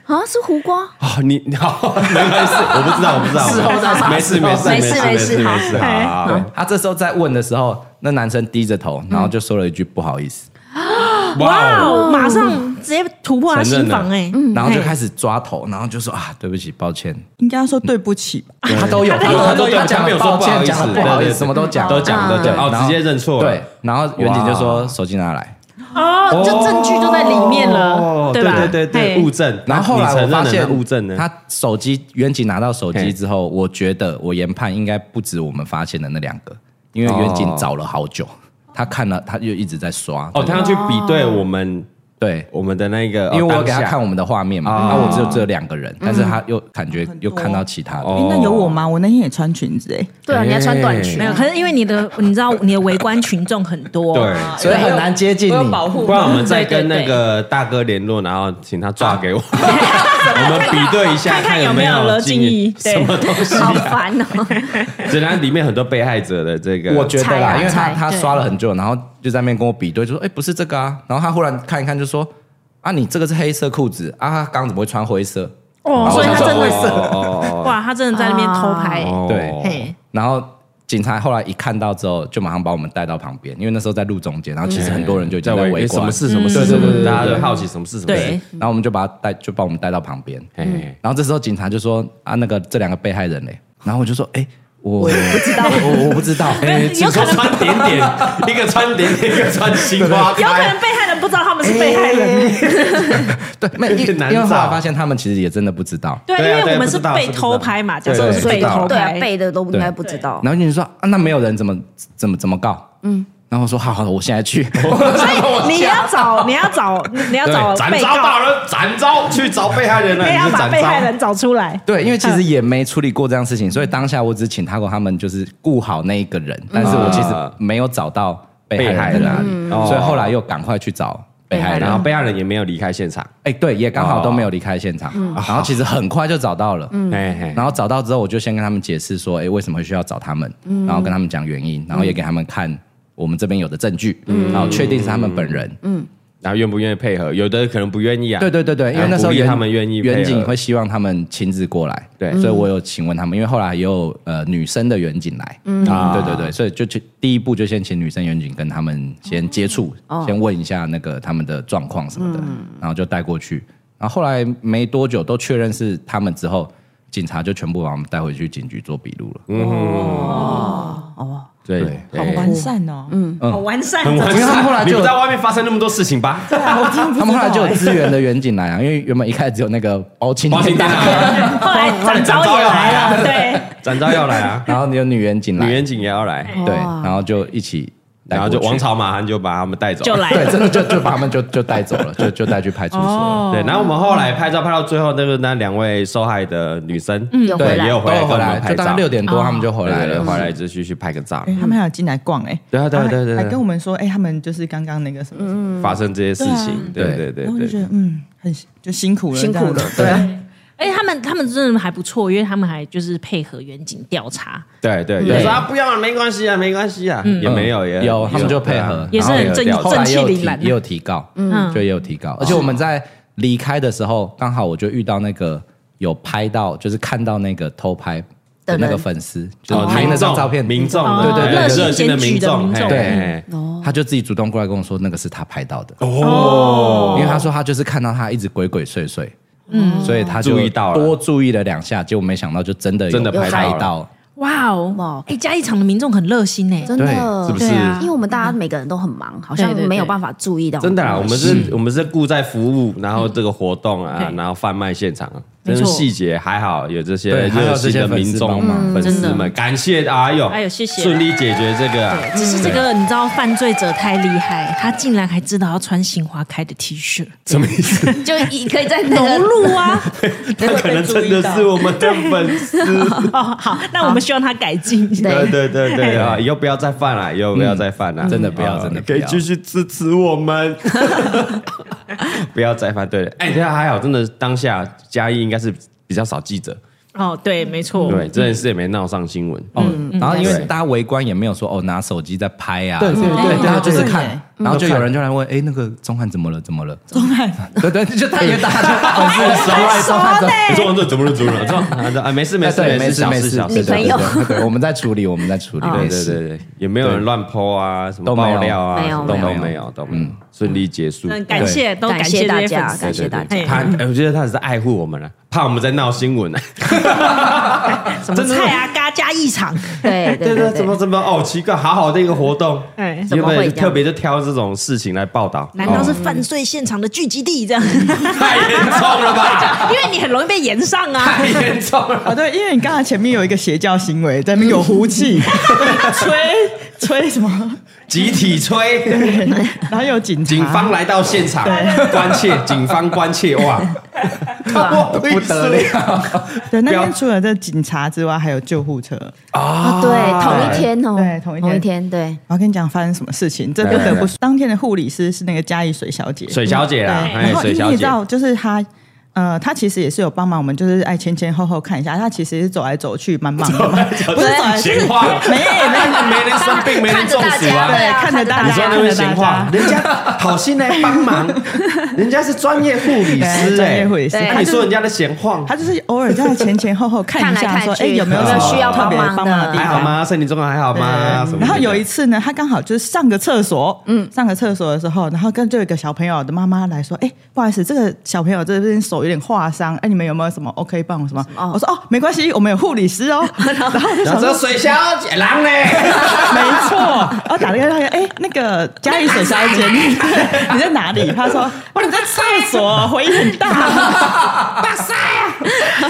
[SPEAKER 4] 啊，是胡瓜。
[SPEAKER 1] 啊，你 你好，没关系，我不知啊道，我不知道，
[SPEAKER 5] 事后再查
[SPEAKER 1] 没事，没事，
[SPEAKER 4] 没
[SPEAKER 1] 事
[SPEAKER 4] 事，
[SPEAKER 1] 没
[SPEAKER 4] 没事
[SPEAKER 1] 没事，
[SPEAKER 2] 哎
[SPEAKER 1] 好好，好
[SPEAKER 5] 他这时候在问的时候，那男生低着头，然后就说了一句不好意思，
[SPEAKER 1] 哇
[SPEAKER 2] 哇
[SPEAKER 1] 哦，
[SPEAKER 2] 哦，马上直接突破他心房哎！
[SPEAKER 1] 嗯
[SPEAKER 5] 然后就开
[SPEAKER 2] 始
[SPEAKER 5] 始抓头，然后就说啊对不起，抱歉，
[SPEAKER 3] 应该说对不起吧？
[SPEAKER 5] 他都有，
[SPEAKER 1] 他都有
[SPEAKER 5] 他讲
[SPEAKER 1] 他没有说
[SPEAKER 5] 抱
[SPEAKER 1] 不好
[SPEAKER 5] 歉，
[SPEAKER 1] 意思
[SPEAKER 5] 讲了不好
[SPEAKER 1] 对
[SPEAKER 5] 意
[SPEAKER 1] 对
[SPEAKER 5] 思，
[SPEAKER 1] 对
[SPEAKER 5] 什么都讲，
[SPEAKER 1] 都讲
[SPEAKER 5] 对
[SPEAKER 1] 都讲，哦，
[SPEAKER 5] 然后
[SPEAKER 1] 直接认错了
[SPEAKER 5] 对，，然后远景就说手机拿来，
[SPEAKER 2] 哦，就证据就在里面
[SPEAKER 1] 哦
[SPEAKER 2] 了，
[SPEAKER 1] 对
[SPEAKER 2] 吧？哎
[SPEAKER 1] 对对
[SPEAKER 2] 嘿
[SPEAKER 1] 对，物证，
[SPEAKER 5] 然后后来
[SPEAKER 1] 你承
[SPEAKER 5] 我
[SPEAKER 1] 认了
[SPEAKER 5] 发现
[SPEAKER 1] 那物证呢，
[SPEAKER 5] 他手机远景拿到手
[SPEAKER 1] 嘿
[SPEAKER 5] 机之后，我觉得我研判应该不止我们发现的那两个，因为远景
[SPEAKER 1] 哦
[SPEAKER 5] 找了好久，他看了他就一直在刷。
[SPEAKER 1] 哦，他要去比对我们
[SPEAKER 5] 对，
[SPEAKER 1] 我们的那个，
[SPEAKER 5] 因为我有给他
[SPEAKER 1] 哦
[SPEAKER 5] 看我们的画面嘛，
[SPEAKER 1] 哦
[SPEAKER 5] 那我只有这两个人，但
[SPEAKER 4] 嗯
[SPEAKER 5] 是他又感觉
[SPEAKER 3] 很多
[SPEAKER 5] 又看到其他的。
[SPEAKER 1] 哦
[SPEAKER 3] 哎诶那有我吗？我那天也穿裙子哎，
[SPEAKER 4] 对啊，你还穿短裙
[SPEAKER 2] 没。有，可是因为你的，你知道你的围观群众很多，
[SPEAKER 1] 对
[SPEAKER 5] 所以很难接近你
[SPEAKER 3] 我有保
[SPEAKER 1] 当下，
[SPEAKER 3] 护
[SPEAKER 1] 不然我们再跟那个大哥联络，然后请他抓给我， 我们比对一下，
[SPEAKER 2] 看看
[SPEAKER 1] 看
[SPEAKER 2] 有没有
[SPEAKER 1] 有
[SPEAKER 2] 了
[SPEAKER 1] 进
[SPEAKER 2] 进一对
[SPEAKER 1] 什么东西。
[SPEAKER 4] 好烦哦！
[SPEAKER 1] 虽然里面很多被害者的这个，
[SPEAKER 5] 我觉得
[SPEAKER 4] 猜啊
[SPEAKER 5] 啦，因为他
[SPEAKER 4] 猜
[SPEAKER 5] 他
[SPEAKER 4] 对
[SPEAKER 5] 刷了很久，然后就在那边跟我比对，就说：“哎，不是这个啊。”然后他忽然看一看，就说：“啊，你这个是黑色裤子啊，他刚刚怎么会穿灰色
[SPEAKER 2] 哦，所以他真的
[SPEAKER 1] 哦哦哦
[SPEAKER 2] 哇，他真的在那边偷拍欸，
[SPEAKER 1] 哦
[SPEAKER 5] 对
[SPEAKER 2] 嘿，？”
[SPEAKER 5] 然后警察后来一看到之后，就马上把我们带到旁边，因为那时候在路中间，然后其实很多人就已经在围
[SPEAKER 1] 哎
[SPEAKER 5] 观，
[SPEAKER 1] 什么事？什么
[SPEAKER 5] 对
[SPEAKER 1] 事？
[SPEAKER 5] 对
[SPEAKER 1] 什么
[SPEAKER 5] 对对对
[SPEAKER 1] 大家都好奇什么事？什
[SPEAKER 4] 嗯
[SPEAKER 1] 么事
[SPEAKER 2] 对？嗯
[SPEAKER 5] 然后我们就把他带，就把我们带到旁边。
[SPEAKER 1] 哎，
[SPEAKER 5] 然后这时候警察就说：“啊，那个这两个被害人嘞。”然后我就说：“哎，我不知道， 我我不知道。”哎
[SPEAKER 2] 没有有可能
[SPEAKER 1] 穿点 点，一个穿点点，一个穿青花
[SPEAKER 2] 有可
[SPEAKER 1] 开。
[SPEAKER 2] 能被害人不知道他们是被害
[SPEAKER 1] 哎
[SPEAKER 2] 人，
[SPEAKER 5] 对，没
[SPEAKER 1] 有
[SPEAKER 5] 因
[SPEAKER 1] 点
[SPEAKER 5] 因
[SPEAKER 1] 难
[SPEAKER 5] 为后来
[SPEAKER 1] 找
[SPEAKER 5] 发现他们其实也真的不知道。
[SPEAKER 2] 对，因
[SPEAKER 1] 对啊
[SPEAKER 2] 为
[SPEAKER 1] 对啊
[SPEAKER 2] 我们
[SPEAKER 1] 不
[SPEAKER 2] 是
[SPEAKER 1] 知道
[SPEAKER 2] 被
[SPEAKER 1] 不知
[SPEAKER 2] 偷
[SPEAKER 1] 道
[SPEAKER 2] 拍嘛，假设
[SPEAKER 1] 对
[SPEAKER 2] 我
[SPEAKER 1] 对
[SPEAKER 2] 是
[SPEAKER 1] 不
[SPEAKER 2] 被
[SPEAKER 1] 知道
[SPEAKER 2] 偷
[SPEAKER 4] 对啊，
[SPEAKER 2] 拍，
[SPEAKER 4] 背的都应该不知道。
[SPEAKER 5] 然后你就说啊，那没有人怎么怎么怎么告？嗯，然后我说好好，我现在去。
[SPEAKER 2] 你要找你要找你要 找
[SPEAKER 1] 展
[SPEAKER 2] 被
[SPEAKER 1] 昭
[SPEAKER 2] 告
[SPEAKER 1] 大，人，展昭去找被害 人了，
[SPEAKER 2] 你
[SPEAKER 1] 你
[SPEAKER 2] 要
[SPEAKER 1] 是
[SPEAKER 2] 把被害
[SPEAKER 1] 展
[SPEAKER 2] 人找出来。
[SPEAKER 5] 对，因为其实也没处理过这样的事情，所以当下我只请他和他们就是顾好那一个人，但是我其实没有找到被害人，啊
[SPEAKER 1] 被害人嗯
[SPEAKER 5] 所以后来又赶快去找被害
[SPEAKER 1] 昭，
[SPEAKER 5] 人，
[SPEAKER 1] 然
[SPEAKER 5] 然
[SPEAKER 1] 后
[SPEAKER 5] 后
[SPEAKER 1] 被害人也没有离开现场，
[SPEAKER 5] 哎、对，也刚好都没有离开现场，然后其实很快就找到了，
[SPEAKER 1] 嘿嘿，
[SPEAKER 5] 然后找到之后，我就先跟他们解释说，哎，为什么会需要找他们，然后跟他们讲原因，然后也给他们看我们这边有的证据，然后确定是他们本人。
[SPEAKER 1] 然后愿不愿意配合？有的可能不愿意啊，
[SPEAKER 5] 对对对对，因为那时候
[SPEAKER 1] 鼓励
[SPEAKER 5] 原
[SPEAKER 1] 他们愿意配合
[SPEAKER 5] 远景会希望他们亲自过来，
[SPEAKER 1] 对
[SPEAKER 5] 所以我有询问他们，因为后来也有呃女生的远景来，
[SPEAKER 1] 啊
[SPEAKER 5] 对对对，所以就去第一步就先请女生远景跟他们先接触，先问一下那个他们的状况什么的，然后就带过去，然后后来没多久都确认是他们之后，警察就全部把我们带回去警局做笔录了。
[SPEAKER 1] 对
[SPEAKER 5] 对
[SPEAKER 3] 好
[SPEAKER 1] 对
[SPEAKER 3] 完善哦。嗯，
[SPEAKER 2] 好完善，
[SPEAKER 1] 很完
[SPEAKER 5] 因为他
[SPEAKER 1] 善。
[SPEAKER 5] 们后来
[SPEAKER 1] 你
[SPEAKER 5] 就
[SPEAKER 1] 不在外面发生那么多事情 吧？
[SPEAKER 5] 他们后来就有资源的远景来啊，因为原本一开始只有那个包青
[SPEAKER 1] 包青天 啊，
[SPEAKER 2] 后来展昭也来了，对，
[SPEAKER 1] 展昭要来啊，
[SPEAKER 5] 然后有女远景来，哦
[SPEAKER 1] 女远景也要来，
[SPEAKER 5] 对，然后就一起带
[SPEAKER 1] 然
[SPEAKER 5] 过
[SPEAKER 1] 后
[SPEAKER 5] 去，
[SPEAKER 1] 就王朝马汉就把他们带走，
[SPEAKER 2] 就来
[SPEAKER 5] 对，
[SPEAKER 2] 了。
[SPEAKER 5] 真的就就把他们就就带走了，就就带去派出所
[SPEAKER 2] 哦
[SPEAKER 5] 了。
[SPEAKER 1] 对，然后我们后来拍照拍到最后，那个那两位受害的女生，
[SPEAKER 4] 有
[SPEAKER 5] 对
[SPEAKER 4] 回，来
[SPEAKER 1] 也有
[SPEAKER 5] 都
[SPEAKER 1] 回来
[SPEAKER 5] 嗯有
[SPEAKER 1] 跟我
[SPEAKER 5] 回
[SPEAKER 1] 们
[SPEAKER 5] 来，
[SPEAKER 1] 拍
[SPEAKER 5] 就大
[SPEAKER 1] 照
[SPEAKER 5] 概，六点多他们就回
[SPEAKER 1] 回
[SPEAKER 5] 来
[SPEAKER 1] 来
[SPEAKER 5] 了嗯
[SPEAKER 1] 了，，回来就继续拍个照，
[SPEAKER 3] 哎他们还有进来逛哎，
[SPEAKER 1] 嗯对啊对啊
[SPEAKER 3] 然后
[SPEAKER 1] 对啊对啊
[SPEAKER 3] 还
[SPEAKER 1] 对啊
[SPEAKER 3] 跟我们说，哎，他们就是刚刚那个什么
[SPEAKER 4] 嗯
[SPEAKER 3] 什么，
[SPEAKER 1] 发生这些事情，对
[SPEAKER 5] 嗯对啊
[SPEAKER 1] 对对
[SPEAKER 3] 然后我就
[SPEAKER 1] 对
[SPEAKER 3] 觉。得嗯，很就辛苦了，
[SPEAKER 4] 辛苦了
[SPEAKER 3] 这样子对啊，
[SPEAKER 2] 而哎且他们他们真的还不错，因为他们还就是配合远景调查，
[SPEAKER 1] 对对，有时候啊不要了，没关系啊，没关系啊，也没有嗯啊也
[SPEAKER 5] 嗯有，他们就配合，
[SPEAKER 2] 也是很
[SPEAKER 5] 然后有
[SPEAKER 2] 正
[SPEAKER 5] 调查
[SPEAKER 2] 正气
[SPEAKER 5] 后来也有
[SPEAKER 2] 凛然哦
[SPEAKER 5] 提也有提告，嗯，就也有提告，而且我们在离开的时候，刚好我就遇到那个有拍到，就是看到那个偷拍的那
[SPEAKER 4] 的
[SPEAKER 5] 个
[SPEAKER 4] 人
[SPEAKER 5] 粉丝，就是
[SPEAKER 1] 哦，
[SPEAKER 5] 拍那张照片，
[SPEAKER 1] 民众
[SPEAKER 2] 哦
[SPEAKER 1] 对对
[SPEAKER 2] 热
[SPEAKER 1] 对，
[SPEAKER 2] 心
[SPEAKER 1] 热心的
[SPEAKER 2] 检举
[SPEAKER 1] 民
[SPEAKER 2] 的
[SPEAKER 1] 众，
[SPEAKER 2] 民众
[SPEAKER 1] 嘿嘿嘿
[SPEAKER 5] 他就自己主动过来跟我说，那个是他拍到的，
[SPEAKER 1] 哦，
[SPEAKER 5] 因为他说他就是看到他一直鬼鬼祟祟。嗯，所以他就
[SPEAKER 1] 注意到了
[SPEAKER 5] 多注意了两下，结果没想到就真的有
[SPEAKER 1] 真的拍到
[SPEAKER 5] 拍
[SPEAKER 1] 了
[SPEAKER 5] 到，
[SPEAKER 2] 哇哦
[SPEAKER 4] 哇，
[SPEAKER 2] 哎，嘉义场的民众很热心哎，
[SPEAKER 4] 真的
[SPEAKER 5] 对
[SPEAKER 1] 是不是
[SPEAKER 2] 对？啊
[SPEAKER 4] 因为我们大家每个人都很忙，好像
[SPEAKER 2] 对对对
[SPEAKER 4] 没有办法注意到。
[SPEAKER 1] 真的啦，啊我们
[SPEAKER 5] 嗯
[SPEAKER 1] 是，我们是顾在服务，然后这个活动啊，
[SPEAKER 2] 对
[SPEAKER 1] 然后贩卖现场，啊
[SPEAKER 2] 没
[SPEAKER 1] 真
[SPEAKER 2] 错
[SPEAKER 1] 是细节还好有这些
[SPEAKER 5] 对还有
[SPEAKER 1] 热心
[SPEAKER 5] 这
[SPEAKER 1] 的
[SPEAKER 5] 些粉丝嗯
[SPEAKER 1] 民众
[SPEAKER 5] 帮忙
[SPEAKER 1] 粉丝
[SPEAKER 2] 真
[SPEAKER 1] 们，
[SPEAKER 2] 的
[SPEAKER 1] 感谢哎呦，
[SPEAKER 2] 哎呦谢谢
[SPEAKER 1] 顺利解决这个啊，
[SPEAKER 2] 只是这个你知道，犯罪者太厉害，他竟然还知道要穿杏花开的 T 恤，
[SPEAKER 1] 什么意思？
[SPEAKER 4] 就一可以在那
[SPEAKER 2] 融
[SPEAKER 4] 个
[SPEAKER 2] 入啊。
[SPEAKER 1] 他可能真的是我们的粉丝，
[SPEAKER 2] 哦，好，那我们希望他改进。
[SPEAKER 1] 呃对
[SPEAKER 4] 对
[SPEAKER 1] 对对 对啊，以后不要再犯了，以后不要再犯了，
[SPEAKER 5] 嗯真的不要
[SPEAKER 1] 啊
[SPEAKER 5] 真的不
[SPEAKER 1] 可
[SPEAKER 5] 要
[SPEAKER 1] 以继续支持我们， 不要再犯。对，哎，这还好，真的当下嘉义应该是比较少记者，
[SPEAKER 2] 哦，对，没错，
[SPEAKER 1] 对，这件事也没闹上新闻。
[SPEAKER 5] 嗯，然后因为
[SPEAKER 1] 对
[SPEAKER 5] 大家围观也没有说哦拿手机在拍啊，对
[SPEAKER 3] 对对对
[SPEAKER 5] 大家就是看
[SPEAKER 3] 对，
[SPEAKER 1] 嗯
[SPEAKER 5] 然后就有人就来问，哎，那个钟汉怎么了？怎么了？钟汉，对对，就他也打就
[SPEAKER 1] 很熟哎，
[SPEAKER 5] 钟汉怎么
[SPEAKER 1] 你说这怎么了？怎 么了？这样啊， 没事没事
[SPEAKER 5] 对
[SPEAKER 1] 没
[SPEAKER 5] 没
[SPEAKER 1] 事，
[SPEAKER 5] 事
[SPEAKER 1] 小
[SPEAKER 5] 没
[SPEAKER 1] 事
[SPEAKER 5] 事，
[SPEAKER 1] 小
[SPEAKER 5] 对
[SPEAKER 1] 事。
[SPEAKER 4] 小事
[SPEAKER 5] 对对对对，我们在处理，我们在处理，
[SPEAKER 1] 对
[SPEAKER 5] 没
[SPEAKER 1] 对
[SPEAKER 5] 事
[SPEAKER 1] 对对，也没有人乱泼啊，什么
[SPEAKER 5] 都没有
[SPEAKER 1] 爆料啊，
[SPEAKER 4] 没有
[SPEAKER 1] 什么都
[SPEAKER 5] 没有
[SPEAKER 1] 没有，都没有，顺利结束。
[SPEAKER 2] 嗯，感谢，都
[SPEAKER 4] 感
[SPEAKER 2] 谢
[SPEAKER 4] 谢
[SPEAKER 2] 这
[SPEAKER 4] 大
[SPEAKER 2] 些
[SPEAKER 4] 家，
[SPEAKER 2] 粉丝
[SPEAKER 4] 感谢大家。
[SPEAKER 2] 对
[SPEAKER 1] 他，哎我觉得他只是爱护我们了，怕我们在闹新闻呢。啊
[SPEAKER 2] 什么菜啊，嘎加一场，
[SPEAKER 4] 对
[SPEAKER 1] 对对，
[SPEAKER 4] 对对
[SPEAKER 1] 怎
[SPEAKER 4] 对
[SPEAKER 1] 么怎么哦，奇怪，好好的一个活动，
[SPEAKER 2] 哎，
[SPEAKER 4] 怎
[SPEAKER 1] 原
[SPEAKER 4] 么会这样
[SPEAKER 1] 本特别就挑这种事情来报道，哦
[SPEAKER 2] 难道是犯罪现场的聚集地这 样？
[SPEAKER 1] 太严重了吧？
[SPEAKER 2] 因为你很容易被延上啊
[SPEAKER 1] 太。严重了，
[SPEAKER 3] 哦，对，因为你刚才前面有一个邪教行为，在那边有 呼气、吹吹什么，
[SPEAKER 1] 集体吹，
[SPEAKER 3] 然后有警察，
[SPEAKER 1] 警方来到现场关切，警方关切，哇，
[SPEAKER 5] 不得了，
[SPEAKER 3] 对那
[SPEAKER 1] 不要
[SPEAKER 3] 边除了这警察之外，还有救护车。
[SPEAKER 1] 啊
[SPEAKER 4] 啊，对，同一天哦，
[SPEAKER 3] 对同一天
[SPEAKER 4] 同一天，对，
[SPEAKER 3] 我要跟你讲发生什么事情，这不
[SPEAKER 5] 来
[SPEAKER 3] 得
[SPEAKER 5] 来
[SPEAKER 3] 不说，当天的护理师是那个嘉义水小姐，
[SPEAKER 1] 水小姐啦，哎
[SPEAKER 3] 然，后
[SPEAKER 1] 水
[SPEAKER 3] 因为
[SPEAKER 1] 小
[SPEAKER 3] 你知
[SPEAKER 1] 姐，
[SPEAKER 3] 道，就是她，呃，她其实也是有帮忙我们，就是哎前前后后看一下，她其实是走来走去，蛮忙的 嘛，不是走来就是
[SPEAKER 1] 闲话，
[SPEAKER 3] 没没
[SPEAKER 1] 没人生病，没人
[SPEAKER 4] 看着
[SPEAKER 1] 中
[SPEAKER 4] 大
[SPEAKER 1] 暑
[SPEAKER 4] 家，
[SPEAKER 1] 啊
[SPEAKER 3] 对。
[SPEAKER 4] 啊，
[SPEAKER 3] 看着大家
[SPEAKER 1] 你说那边闲 话，人家好心来帮忙，人家是专业护理师哎，
[SPEAKER 3] 对专业护理师
[SPEAKER 1] 那你说人家的闲话，
[SPEAKER 3] 她就是偶尔在前前后后看一
[SPEAKER 4] 看来
[SPEAKER 3] 下，
[SPEAKER 4] 看
[SPEAKER 3] 说哎
[SPEAKER 4] 去
[SPEAKER 3] 有没有
[SPEAKER 4] 有没有
[SPEAKER 3] 什么
[SPEAKER 4] 需要
[SPEAKER 3] 特别
[SPEAKER 4] 帮忙的
[SPEAKER 3] 帮忙的地
[SPEAKER 1] 还好
[SPEAKER 3] 方？
[SPEAKER 1] 吗？身嗯体状啊况还好吗？什么的
[SPEAKER 3] 然后有一次呢，他刚好就是上个厕所，嗯，上个厕所的时候，然后跟就有一个小朋友的妈妈来说，哎、不好意思，这个小朋友这边手有点划伤，哎、你们有没有什么 OK 棒什么？我说哦，没关系，我们有护理师哦。然后我就
[SPEAKER 1] 然
[SPEAKER 3] 想
[SPEAKER 1] 后
[SPEAKER 3] 说
[SPEAKER 1] 说，水小姐狼呢？
[SPEAKER 3] 没错，然后打了个电话，哎、那个嘉义水小姐， 你 你在哪里？他说，哇，你在厕所，回音很大，哇塞、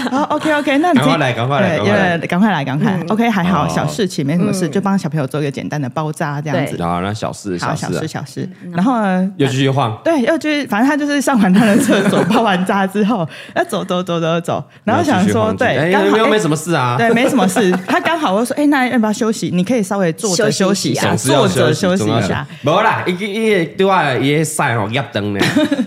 [SPEAKER 3] 好，OK OK，那你自己
[SPEAKER 1] 赶快来赶快来
[SPEAKER 3] 对
[SPEAKER 1] 赶快来
[SPEAKER 3] 要赶快来，赶快来 OK，还好，
[SPEAKER 1] 哦
[SPEAKER 3] 小事情没什么事，就帮小朋友做一个简单的包扎这样子。
[SPEAKER 1] 好，那小事
[SPEAKER 3] 好，
[SPEAKER 1] 事
[SPEAKER 3] 小
[SPEAKER 1] 啊
[SPEAKER 3] 事，小事。然后呢，
[SPEAKER 1] 又继续晃，
[SPEAKER 3] 对，又就是反正他就是上完他的厕所，包完扎之后，要走走走走走，然后想
[SPEAKER 1] 继续
[SPEAKER 3] 说
[SPEAKER 1] 晃继续
[SPEAKER 3] 对，
[SPEAKER 1] 哎，
[SPEAKER 3] 刚好
[SPEAKER 1] 又
[SPEAKER 3] 哎
[SPEAKER 1] 没什么事啊，
[SPEAKER 3] 对，没什么事。他刚好我说，哎、那要不要休息？你可以稍微坐着休
[SPEAKER 4] 休
[SPEAKER 3] 息
[SPEAKER 4] 息
[SPEAKER 3] 一
[SPEAKER 4] 一
[SPEAKER 3] 下，
[SPEAKER 4] 下
[SPEAKER 1] 总是要
[SPEAKER 3] 坐着休息
[SPEAKER 1] 总要
[SPEAKER 3] 一下。
[SPEAKER 1] 无啦，伊伊对我伊赛吼压啊灯呢，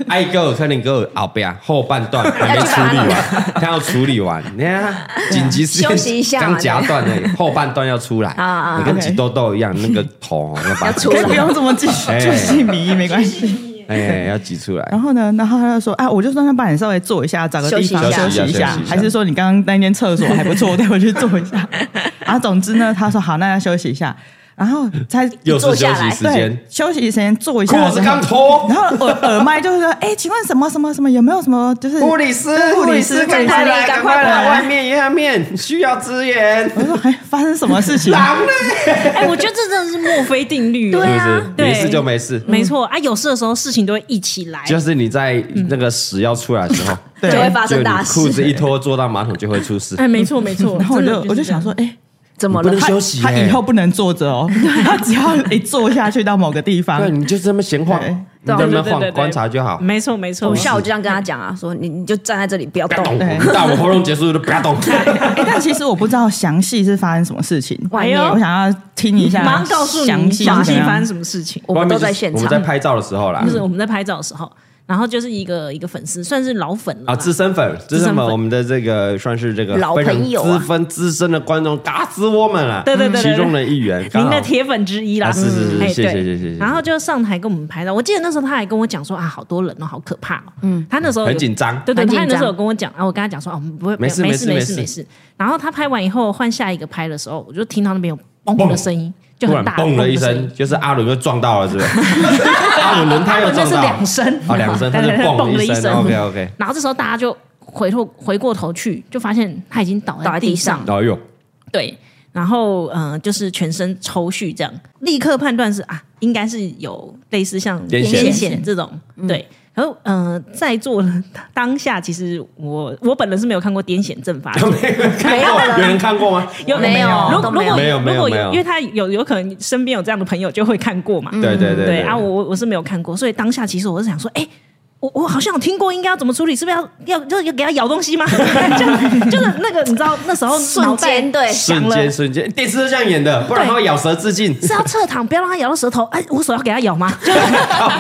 [SPEAKER 1] 爱个可能个后边后半段还没处理完，他要处理完，你看紧急事件
[SPEAKER 4] 休息一下嘛
[SPEAKER 1] 刚夹断那个后半段要出来
[SPEAKER 4] 啊啊，
[SPEAKER 1] 你跟
[SPEAKER 3] OK
[SPEAKER 1] 挤痘痘一样，那个头哦要把它
[SPEAKER 4] 要出
[SPEAKER 3] 可以
[SPEAKER 1] 挤
[SPEAKER 3] 不用这么继续
[SPEAKER 1] 哎
[SPEAKER 3] 继续迷，没关系。
[SPEAKER 1] 哎要挤出来
[SPEAKER 3] 然，后呢，然后他就说，啊，我就让他帮你稍微坐一下，找个地方
[SPEAKER 1] 息一下
[SPEAKER 3] 息一
[SPEAKER 4] 休
[SPEAKER 3] 下
[SPEAKER 1] 休息一下，
[SPEAKER 3] 还是说你刚刚那间厕所还不错，带我去坐一下。啊，总之呢，他说好，那要休息一下。然后他
[SPEAKER 1] 又是
[SPEAKER 4] 坐
[SPEAKER 1] 休
[SPEAKER 4] 下
[SPEAKER 1] 息
[SPEAKER 4] 来
[SPEAKER 1] 时
[SPEAKER 3] 对
[SPEAKER 1] 间，
[SPEAKER 3] 休息时间坐一下之后，
[SPEAKER 1] 裤子刚脱，
[SPEAKER 3] 然后耳耳麦就是说，哎，请问什么什么什么有没有什么就是
[SPEAKER 1] 护理师
[SPEAKER 3] 对，护理师
[SPEAKER 1] 赶快来，赶快来，外面一下面需要支援，
[SPEAKER 3] 我说：“哎，发生什么 事情？
[SPEAKER 1] 狼呢？
[SPEAKER 2] 哎，我觉得这真的是墨菲定律哦。
[SPEAKER 4] 对啊
[SPEAKER 1] 是不是
[SPEAKER 2] 对
[SPEAKER 1] 没事就没事，
[SPEAKER 2] 没错啊，有事的时候事情都会一起来。
[SPEAKER 1] 就是你在那个屎要出来的时候。
[SPEAKER 3] 对
[SPEAKER 4] 就会发
[SPEAKER 1] 就
[SPEAKER 4] 生
[SPEAKER 1] 你
[SPEAKER 4] 大
[SPEAKER 1] 裤子
[SPEAKER 4] 事。
[SPEAKER 1] 一脱，坐到马桶就会出事。
[SPEAKER 2] 哎，没错没 错。
[SPEAKER 3] 然后我
[SPEAKER 2] 真
[SPEAKER 3] 就
[SPEAKER 2] 的
[SPEAKER 3] 我就是
[SPEAKER 2] 这样
[SPEAKER 3] 想说，，哎、
[SPEAKER 4] 怎么了？
[SPEAKER 1] 不能
[SPEAKER 3] 他
[SPEAKER 1] 休息
[SPEAKER 3] 他
[SPEAKER 1] 欸
[SPEAKER 3] 以后不能坐 着哦， 他只要一坐下去到某个地方
[SPEAKER 1] 对，，你就这么闲晃
[SPEAKER 3] 对，
[SPEAKER 1] 你在那边
[SPEAKER 2] 对对对对
[SPEAKER 1] 晃
[SPEAKER 2] 对
[SPEAKER 1] 观察就好。
[SPEAKER 2] 没错没错。
[SPEAKER 4] 我下午就这样跟他讲啊，说你你就站在这里不要
[SPEAKER 1] 不要动，
[SPEAKER 4] 动，
[SPEAKER 3] 对
[SPEAKER 1] 你到我活动结束就不要动。
[SPEAKER 3] 哎、但其实我不知道详细是发生什么事情，
[SPEAKER 4] 外
[SPEAKER 2] 哎
[SPEAKER 4] 面
[SPEAKER 2] 呦
[SPEAKER 3] 我想要听一下，
[SPEAKER 2] 马上告诉你
[SPEAKER 3] 详细
[SPEAKER 2] 详
[SPEAKER 3] 是
[SPEAKER 2] 细
[SPEAKER 3] 怎样
[SPEAKER 2] 发生什么事情。
[SPEAKER 4] 我们都在
[SPEAKER 1] 就是
[SPEAKER 4] 现
[SPEAKER 1] 我
[SPEAKER 4] 场
[SPEAKER 1] 们在。拍照的时候啦
[SPEAKER 2] 就。是我们在拍照的时候，然后就是一个一个粉丝，算是老粉了
[SPEAKER 1] 啊，
[SPEAKER 2] 啦
[SPEAKER 1] 资深粉，资
[SPEAKER 2] 深
[SPEAKER 1] 深
[SPEAKER 2] 粉
[SPEAKER 1] 粉，我们的这个算是这个
[SPEAKER 4] 老
[SPEAKER 1] 非常
[SPEAKER 4] 朋友啊
[SPEAKER 1] 资深资深的观众，嘎子我们了，
[SPEAKER 2] 对对对对对
[SPEAKER 1] 其中的一员，刚
[SPEAKER 2] 您
[SPEAKER 1] 好
[SPEAKER 2] 的铁粉之一啦。
[SPEAKER 1] 啊是是是
[SPEAKER 2] 嗯哎
[SPEAKER 1] 谢谢
[SPEAKER 2] 对
[SPEAKER 1] 谢谢谢谢
[SPEAKER 2] 然后就上台跟我们拍照，我记得那时候他还跟我讲说啊，好多人哦，好可怕哦。嗯，他那时候有
[SPEAKER 1] 很紧张
[SPEAKER 2] 对对，
[SPEAKER 4] 很紧
[SPEAKER 2] 他
[SPEAKER 4] 张
[SPEAKER 2] 那时候有跟我讲，啊，我跟他讲说哦，我们不会，
[SPEAKER 1] 没事
[SPEAKER 2] 没
[SPEAKER 1] 没
[SPEAKER 2] 事
[SPEAKER 1] 事
[SPEAKER 2] 没
[SPEAKER 1] 没
[SPEAKER 2] 事
[SPEAKER 1] 事嗯
[SPEAKER 2] 没事。然后他拍完以后换下一个拍的时候，我就听到那边有
[SPEAKER 1] 嘣
[SPEAKER 2] 嘣的声音，就
[SPEAKER 1] 突
[SPEAKER 2] 很
[SPEAKER 1] 然
[SPEAKER 2] 大
[SPEAKER 1] 嘣了一
[SPEAKER 2] 的声音
[SPEAKER 1] 声，，就是阿伦又撞到了，是不 是？阿伦轮胎又
[SPEAKER 2] 那
[SPEAKER 1] 撞
[SPEAKER 2] 是
[SPEAKER 1] 到，
[SPEAKER 2] 两声，
[SPEAKER 1] 哦，两 声，他
[SPEAKER 2] 对
[SPEAKER 1] 就
[SPEAKER 2] 对对
[SPEAKER 1] 嘣
[SPEAKER 2] 嘣
[SPEAKER 1] 了
[SPEAKER 2] 了
[SPEAKER 1] 一声
[SPEAKER 2] 声。
[SPEAKER 1] ，OK OK，
[SPEAKER 2] 然后这时候大家就回头回过头去，就发现他已经倒
[SPEAKER 4] 倒
[SPEAKER 2] 在
[SPEAKER 4] 在
[SPEAKER 2] 地
[SPEAKER 4] 地
[SPEAKER 2] 上
[SPEAKER 4] 上，
[SPEAKER 1] 哎呦，
[SPEAKER 2] 对，然后嗯、呃就是全身抽搐这样，立刻判断是啊，应该是有类似像
[SPEAKER 1] 癫痫
[SPEAKER 2] 痫这种，
[SPEAKER 4] 嗯
[SPEAKER 2] 对。然后，呃，在座的当下，其实我我本人是没有看过癫痫症发 作，
[SPEAKER 1] 没有，有人看过吗？
[SPEAKER 2] 有
[SPEAKER 4] 没有
[SPEAKER 2] 如
[SPEAKER 4] 都
[SPEAKER 2] 如
[SPEAKER 4] 没有
[SPEAKER 2] 果
[SPEAKER 1] 没有没
[SPEAKER 2] 如
[SPEAKER 1] 有
[SPEAKER 2] 果
[SPEAKER 1] 没有
[SPEAKER 2] 因为他有有可能身边有这样的朋友就会看过嘛，
[SPEAKER 4] 嗯
[SPEAKER 1] 对对对
[SPEAKER 2] 对啊，我我我是没有看过，所以当下其实我是想说，哎、我我好像有听过，应该要怎么处理？是不是要要就是给他咬东西吗？ 就就是那个你知道那时候脑
[SPEAKER 4] 瞬
[SPEAKER 2] 袋
[SPEAKER 4] 间对
[SPEAKER 2] 想
[SPEAKER 1] 瞬
[SPEAKER 2] 了
[SPEAKER 1] 间瞬间，电视都这样演的，不然
[SPEAKER 2] 对
[SPEAKER 1] 他会咬舌自尽。
[SPEAKER 2] 是要侧躺，不要让他咬到舌头。哎，我手要给他 咬吗？就是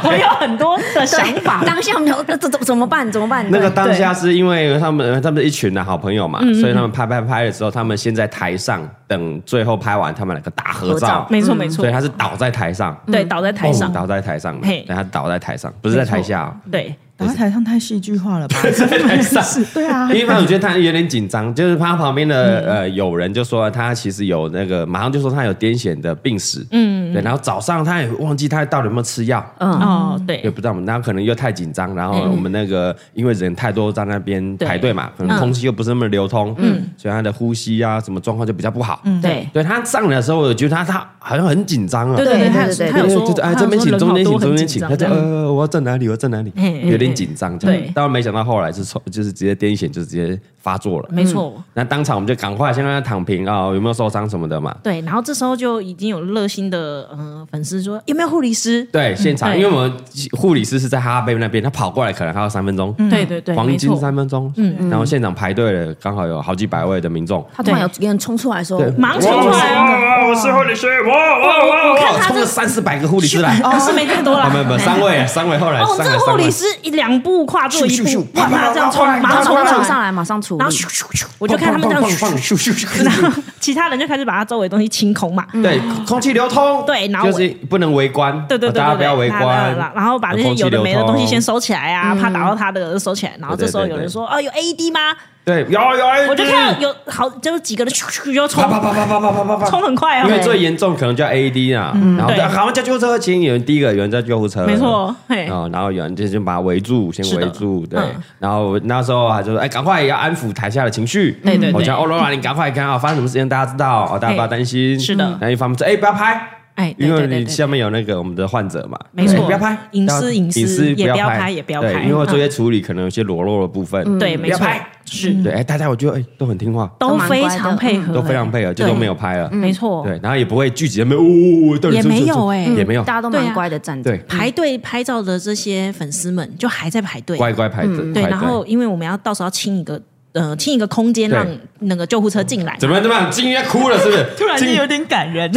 [SPEAKER 2] 我有很多的想法。
[SPEAKER 4] 当下我们想说这怎怎么办？怎么办？
[SPEAKER 1] 那个
[SPEAKER 4] 对
[SPEAKER 1] 当下是因为他们他们一群的好朋友嘛，
[SPEAKER 2] 嗯
[SPEAKER 1] 所以他们拍拍拍的时候，他们先在台上等最后拍完，他们两个大合
[SPEAKER 4] 合照
[SPEAKER 1] 照，
[SPEAKER 2] 没错没错嗯
[SPEAKER 1] 所以，他是倒在台上，
[SPEAKER 2] 对，倒在台上
[SPEAKER 1] 砰，倒在台上，
[SPEAKER 2] 嘿
[SPEAKER 1] 对，他倒在台上，不是在台下哦，
[SPEAKER 2] 对，
[SPEAKER 3] 然后台上太戏剧化了 吧？
[SPEAKER 1] 在台上。
[SPEAKER 3] 对啊
[SPEAKER 1] 因，为我觉得他有点紧张，就是他旁边的呃友人就说他其实有那个，马上就说他有癫痫的病史，嗯，对，然后早上他也忘记他到底有没有吃药，
[SPEAKER 4] 嗯
[SPEAKER 2] 哦
[SPEAKER 1] 也
[SPEAKER 2] 对
[SPEAKER 1] 不知道我们，那可能又太紧张，然后我们那个因为人太多在那边
[SPEAKER 2] 对
[SPEAKER 1] 排队嘛，可能空气又不是那么流通，嗯，所以他的呼吸啊什么状况就比较不好。
[SPEAKER 2] 对
[SPEAKER 1] 对他上来的时候，我觉得他他好像很紧张啊，
[SPEAKER 2] 对
[SPEAKER 4] 对
[SPEAKER 2] 对，
[SPEAKER 4] 对
[SPEAKER 2] 他有
[SPEAKER 4] 对对
[SPEAKER 2] 他有
[SPEAKER 1] 就
[SPEAKER 2] 说
[SPEAKER 1] 是，哎这边请，中间请中间请，他就
[SPEAKER 2] 对
[SPEAKER 1] 呃我要站哪里我要站哪里
[SPEAKER 2] 嗯嘿，嘿
[SPEAKER 1] 有点紧张这
[SPEAKER 2] 对
[SPEAKER 1] 样，但没想到后来是从就是直接癫痫就直接发作了。嗯
[SPEAKER 2] 没错。
[SPEAKER 1] 那当场我们就赶快先让他躺平啊、有没有受伤什么的嘛？
[SPEAKER 2] 对，然后这时候就已经有热心的呃粉丝说有没有护理师？
[SPEAKER 1] 对，现场，
[SPEAKER 2] 嗯对
[SPEAKER 1] 因为我们护理师是在哈哈贝那边，他跑过来可能还要三分钟，
[SPEAKER 2] 嗯对对对，
[SPEAKER 1] 嗯黄
[SPEAKER 2] 没
[SPEAKER 1] 金
[SPEAKER 2] 错，嗯
[SPEAKER 1] 三分钟，然后现场排队了，刚好有好几百位的民众，
[SPEAKER 4] 他突然有有人冲出来说，
[SPEAKER 1] 对
[SPEAKER 2] 马上冲出来哦，
[SPEAKER 1] 哇，我是护理师，哇哇哇
[SPEAKER 2] 我看他
[SPEAKER 1] 冲
[SPEAKER 2] 这
[SPEAKER 1] 了三四百个护理师来，
[SPEAKER 2] 是没这么多
[SPEAKER 1] 啊，没有
[SPEAKER 2] 啦。
[SPEAKER 1] 没有，三位，三位后来，
[SPEAKER 2] 哦，
[SPEAKER 1] 三
[SPEAKER 2] 这
[SPEAKER 1] 位
[SPEAKER 2] 个
[SPEAKER 1] 三
[SPEAKER 2] 护
[SPEAKER 1] 位
[SPEAKER 2] 理师一两步跨
[SPEAKER 1] 咻
[SPEAKER 2] 过一
[SPEAKER 1] 咻咻
[SPEAKER 2] 步，哇，他这样冲，马
[SPEAKER 4] 马
[SPEAKER 2] 上
[SPEAKER 1] 哦
[SPEAKER 2] 冲
[SPEAKER 4] 上冲
[SPEAKER 2] 上
[SPEAKER 4] 上
[SPEAKER 2] 来，
[SPEAKER 4] 来，马上处理
[SPEAKER 2] 然后。咻咻咻，我就看他们这样咻咻
[SPEAKER 1] 咻咻咻，
[SPEAKER 2] 然后其他人就开始把他周围的东西清空嘛。
[SPEAKER 1] 对，空气流通，
[SPEAKER 2] 嗯对然后
[SPEAKER 1] 就是不能围观，
[SPEAKER 2] 对对对对对，
[SPEAKER 1] 哦大家不要围
[SPEAKER 2] 大
[SPEAKER 1] 观
[SPEAKER 2] 家，然后把那些
[SPEAKER 1] 空气
[SPEAKER 2] 有的没的
[SPEAKER 1] 流通嗯
[SPEAKER 2] 东西先，收起来啊，怕打到他的收起来。然后这时候有人说：“哦，有 AED 吗
[SPEAKER 1] 对，有有，？”
[SPEAKER 2] 我就看到有好就是几个人咻咻咻就冲
[SPEAKER 1] 嗯啪啪啪啪啪啪啪啪啪，
[SPEAKER 2] 冲很快
[SPEAKER 1] 因为
[SPEAKER 2] 哦，
[SPEAKER 1] 最严重可能叫 AED 啊，然后
[SPEAKER 2] 嗯对
[SPEAKER 1] 对好叫救护车，请有人第一个有人叫救护车，
[SPEAKER 2] 没错，嘿，
[SPEAKER 1] 啊、然后有人就先把他围住，先
[SPEAKER 2] 是的
[SPEAKER 1] 围住，对。
[SPEAKER 2] 嗯
[SPEAKER 1] 然后我那时候还就说，哎，赶快也要安抚台下的情绪。
[SPEAKER 2] 对对对
[SPEAKER 1] 我讲欧罗拉，你赶快看啊，发生什么事情大家知道，哦，大家不要担心。
[SPEAKER 2] 是的
[SPEAKER 1] 然后一方面说，哎，不要拍。
[SPEAKER 2] 哎，对
[SPEAKER 1] 因
[SPEAKER 2] 对
[SPEAKER 1] 为
[SPEAKER 2] 对
[SPEAKER 1] 你下
[SPEAKER 2] 对，
[SPEAKER 1] 面有那个我们的患者嘛，
[SPEAKER 2] 没错
[SPEAKER 1] 对不要拍
[SPEAKER 2] 隐私
[SPEAKER 1] 不要
[SPEAKER 2] 隐私
[SPEAKER 1] 隐私
[SPEAKER 2] 也不要
[SPEAKER 1] 要
[SPEAKER 2] 拍也不要拍嗯
[SPEAKER 1] 对，因为做一些处理可能有些裸露的部分，
[SPEAKER 2] 对
[SPEAKER 1] 不
[SPEAKER 2] 没
[SPEAKER 1] 要
[SPEAKER 2] 错
[SPEAKER 1] 拍，是对，哎，大家我觉得哎都很听话，
[SPEAKER 2] 都非常配合，
[SPEAKER 1] 嗯都非常配合，就
[SPEAKER 2] 对
[SPEAKER 1] 都没有拍
[SPEAKER 4] 嗯
[SPEAKER 1] 了。
[SPEAKER 2] 没错，
[SPEAKER 1] 对，然后也不会聚集，没有，哦哦哦到底
[SPEAKER 2] 也
[SPEAKER 1] 是不是
[SPEAKER 2] 没有哎
[SPEAKER 1] 也没有
[SPEAKER 4] 嗯大，家都
[SPEAKER 2] 对
[SPEAKER 4] 蛮
[SPEAKER 2] 啊
[SPEAKER 4] 乖的站着。
[SPEAKER 1] 对，
[SPEAKER 2] 排队拍照的这些粉丝们就还在排队，
[SPEAKER 1] 乖乖排队，
[SPEAKER 2] 对，
[SPEAKER 1] 排
[SPEAKER 2] 然
[SPEAKER 1] 队
[SPEAKER 2] 后因为我们要到时候要清一个呃清一个空间，
[SPEAKER 1] 对
[SPEAKER 2] 让那个救护车进来，
[SPEAKER 1] 怎么样怎么样，金鱼要哭了是不 是？
[SPEAKER 3] 突然间
[SPEAKER 1] 金
[SPEAKER 3] 有点感人，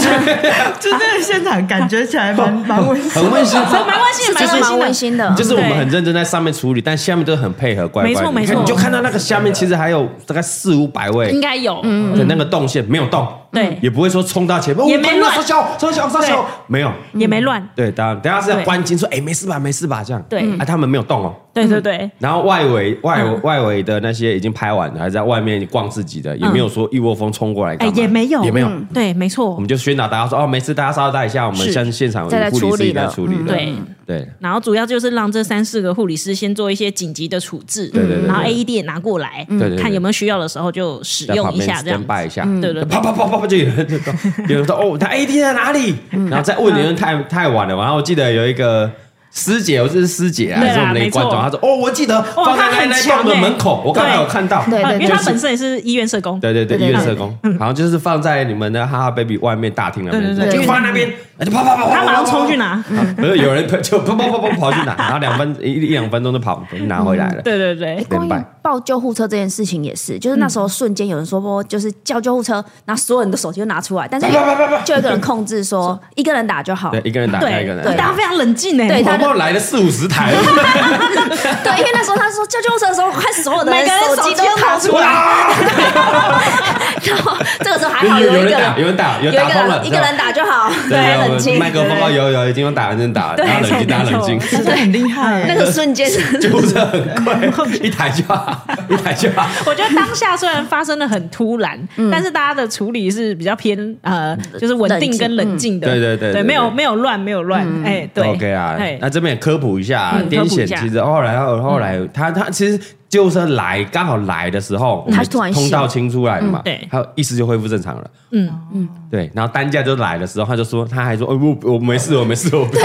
[SPEAKER 3] 就那个现场感觉起 来蛮蛮温馨。
[SPEAKER 1] 很温馨，
[SPEAKER 2] 蛮温馨
[SPEAKER 4] 是
[SPEAKER 2] 的，
[SPEAKER 4] 真的蛮温
[SPEAKER 2] 温馨
[SPEAKER 4] 馨 的，
[SPEAKER 1] 啊就是我们
[SPEAKER 2] 对
[SPEAKER 1] 很认真在上面处理，但下面都很配合，乖乖的。
[SPEAKER 2] 没错没错
[SPEAKER 1] 你看你就看到那个下面其实还有大概四五百
[SPEAKER 2] 的，
[SPEAKER 1] 位
[SPEAKER 2] 应该有，
[SPEAKER 1] 的那个动线没有动，
[SPEAKER 2] 对
[SPEAKER 1] 也不会说冲到前面，
[SPEAKER 2] 哎也
[SPEAKER 1] 哦
[SPEAKER 2] 没
[SPEAKER 1] 冲到
[SPEAKER 2] 乱
[SPEAKER 1] 烧小烧小烧小，没有。
[SPEAKER 2] 也没乱，
[SPEAKER 1] 对，当然，等下是要
[SPEAKER 2] 对
[SPEAKER 1] 关心说，哎，没事吧，没事吧，这样。
[SPEAKER 2] 对嗯
[SPEAKER 1] 啊，他们没有动哦。
[SPEAKER 2] 对对对，
[SPEAKER 1] 然后外围外外围的那些已经拍完了，还在外面逛自己的，也没有说一窝蜂冲过来干
[SPEAKER 2] 哎
[SPEAKER 1] 嘛，
[SPEAKER 2] 也没有，
[SPEAKER 1] 也没有。
[SPEAKER 2] 嗯，对，没
[SPEAKER 1] 我
[SPEAKER 2] 错
[SPEAKER 1] 们，就宣导大家说，哦，没事，大家稍待一下，我们
[SPEAKER 4] 是
[SPEAKER 1] 像现场有
[SPEAKER 4] 再来
[SPEAKER 1] 护理
[SPEAKER 4] 处
[SPEAKER 1] 师
[SPEAKER 4] 理
[SPEAKER 1] 已经在
[SPEAKER 4] 了
[SPEAKER 1] 处理了。
[SPEAKER 2] 嗯对。
[SPEAKER 1] 对，
[SPEAKER 2] 然后主要就是让这三四个护理师先做一些紧急的处置，
[SPEAKER 1] 对对对对
[SPEAKER 2] 然后 AED 也拿过来，
[SPEAKER 1] 对对对
[SPEAKER 2] 看有没有需要的时候就使
[SPEAKER 1] 在
[SPEAKER 2] 用
[SPEAKER 1] 旁
[SPEAKER 2] 一
[SPEAKER 1] 边
[SPEAKER 2] 下这样
[SPEAKER 1] stand
[SPEAKER 2] 子，
[SPEAKER 1] by 一下，
[SPEAKER 4] 嗯
[SPEAKER 2] 对对对
[SPEAKER 1] 啪啪啪啪啪，就有人 就到有人说哦，他 AD 在哪里？
[SPEAKER 2] 嗯
[SPEAKER 1] 然后再问的人太太晚了。然后我记得有一个师姐，我这是师姐啊，
[SPEAKER 2] 对
[SPEAKER 1] 还
[SPEAKER 2] 啊
[SPEAKER 1] 是我们的一个观众，
[SPEAKER 2] 没
[SPEAKER 1] 她
[SPEAKER 2] 错
[SPEAKER 1] 说哦，我记得放在
[SPEAKER 2] 她
[SPEAKER 1] 那
[SPEAKER 2] 很
[SPEAKER 1] 那
[SPEAKER 2] 强
[SPEAKER 1] 栋的
[SPEAKER 2] 欸
[SPEAKER 1] 门口，我刚才
[SPEAKER 2] 对
[SPEAKER 1] 有看到。
[SPEAKER 4] 对
[SPEAKER 2] 啊
[SPEAKER 4] 对
[SPEAKER 2] 因为嗯他本身也是医院社工，
[SPEAKER 1] 对对对，
[SPEAKER 4] 对
[SPEAKER 1] 医
[SPEAKER 4] 对
[SPEAKER 1] 院社工，然后就是放在你们的哈哈 baby 外面大厅那边，
[SPEAKER 3] 对对对
[SPEAKER 1] 就放在那边，就啪啪啪啪，
[SPEAKER 2] 他马
[SPEAKER 1] 啪啪啪
[SPEAKER 2] 上冲去拿，
[SPEAKER 1] 不是有人就砰砰砰砰跑去拿，然后两分一一两分钟就跑拿回来了。
[SPEAKER 2] 对对对，
[SPEAKER 4] 关
[SPEAKER 1] 明白
[SPEAKER 4] 于报救护车这件事情也是，就是那时候瞬间有人说不，就是叫救护车，然后所有人的手机就拿出来， 但是就有一个人控制说一个人打就好。
[SPEAKER 1] 对，一个人打，另外一个人
[SPEAKER 4] 对
[SPEAKER 1] 打。
[SPEAKER 2] 大家非常冷静哎，
[SPEAKER 4] 对
[SPEAKER 1] 跑
[SPEAKER 4] 他
[SPEAKER 1] 跑来了四五十台，
[SPEAKER 4] 对，因为那时候他说叫救护车的时候，看所有的
[SPEAKER 2] 每个人
[SPEAKER 4] 手
[SPEAKER 2] 手
[SPEAKER 4] 机
[SPEAKER 2] 机
[SPEAKER 4] 都
[SPEAKER 2] 都
[SPEAKER 4] 掏
[SPEAKER 2] 掏
[SPEAKER 4] 出
[SPEAKER 2] 出
[SPEAKER 4] 来，
[SPEAKER 1] 哇
[SPEAKER 4] 然后这个时候 还好
[SPEAKER 1] 有
[SPEAKER 4] 一
[SPEAKER 1] 人
[SPEAKER 4] 个
[SPEAKER 1] 打，有人打，有
[SPEAKER 4] 有一
[SPEAKER 1] 打
[SPEAKER 4] 个
[SPEAKER 1] 通了，
[SPEAKER 4] 人一个人打就好，
[SPEAKER 1] 对，
[SPEAKER 4] 对，冷静。
[SPEAKER 1] 麦克风啊，有有已经有打认真打，
[SPEAKER 4] 对
[SPEAKER 1] 大家冷静，
[SPEAKER 4] 没
[SPEAKER 1] 大家
[SPEAKER 4] 错
[SPEAKER 1] 冷静
[SPEAKER 2] 没。
[SPEAKER 3] 真的很厉害、
[SPEAKER 4] 那个瞬间，
[SPEAKER 1] 就是很贵，一台就好，一台就 好。
[SPEAKER 2] 我觉得当下虽然发生的很突然，
[SPEAKER 1] 嗯
[SPEAKER 2] 但是大家的处理是比较偏呃，就是稳定跟冷静的。
[SPEAKER 1] 冷静嗯对对对对对嗯
[SPEAKER 2] 没有没有乱，没有乱，哎，对
[SPEAKER 1] OK 啊
[SPEAKER 2] 哎，
[SPEAKER 1] 那这边也科普一下啊，
[SPEAKER 2] 嗯
[SPEAKER 1] 癫
[SPEAKER 2] 科普
[SPEAKER 1] 痫
[SPEAKER 2] 一下
[SPEAKER 1] 其实后来后后来
[SPEAKER 4] 嗯
[SPEAKER 1] 他他其实就是来刚好来的时候，我们
[SPEAKER 4] 他突然醒嗯
[SPEAKER 1] 通道清出来了嘛，
[SPEAKER 2] 对
[SPEAKER 1] 他意识就恢复正常了。
[SPEAKER 2] 嗯，
[SPEAKER 1] 对，然后担架就来的时候，他就说他还说，哦我我没事，我没事，我不要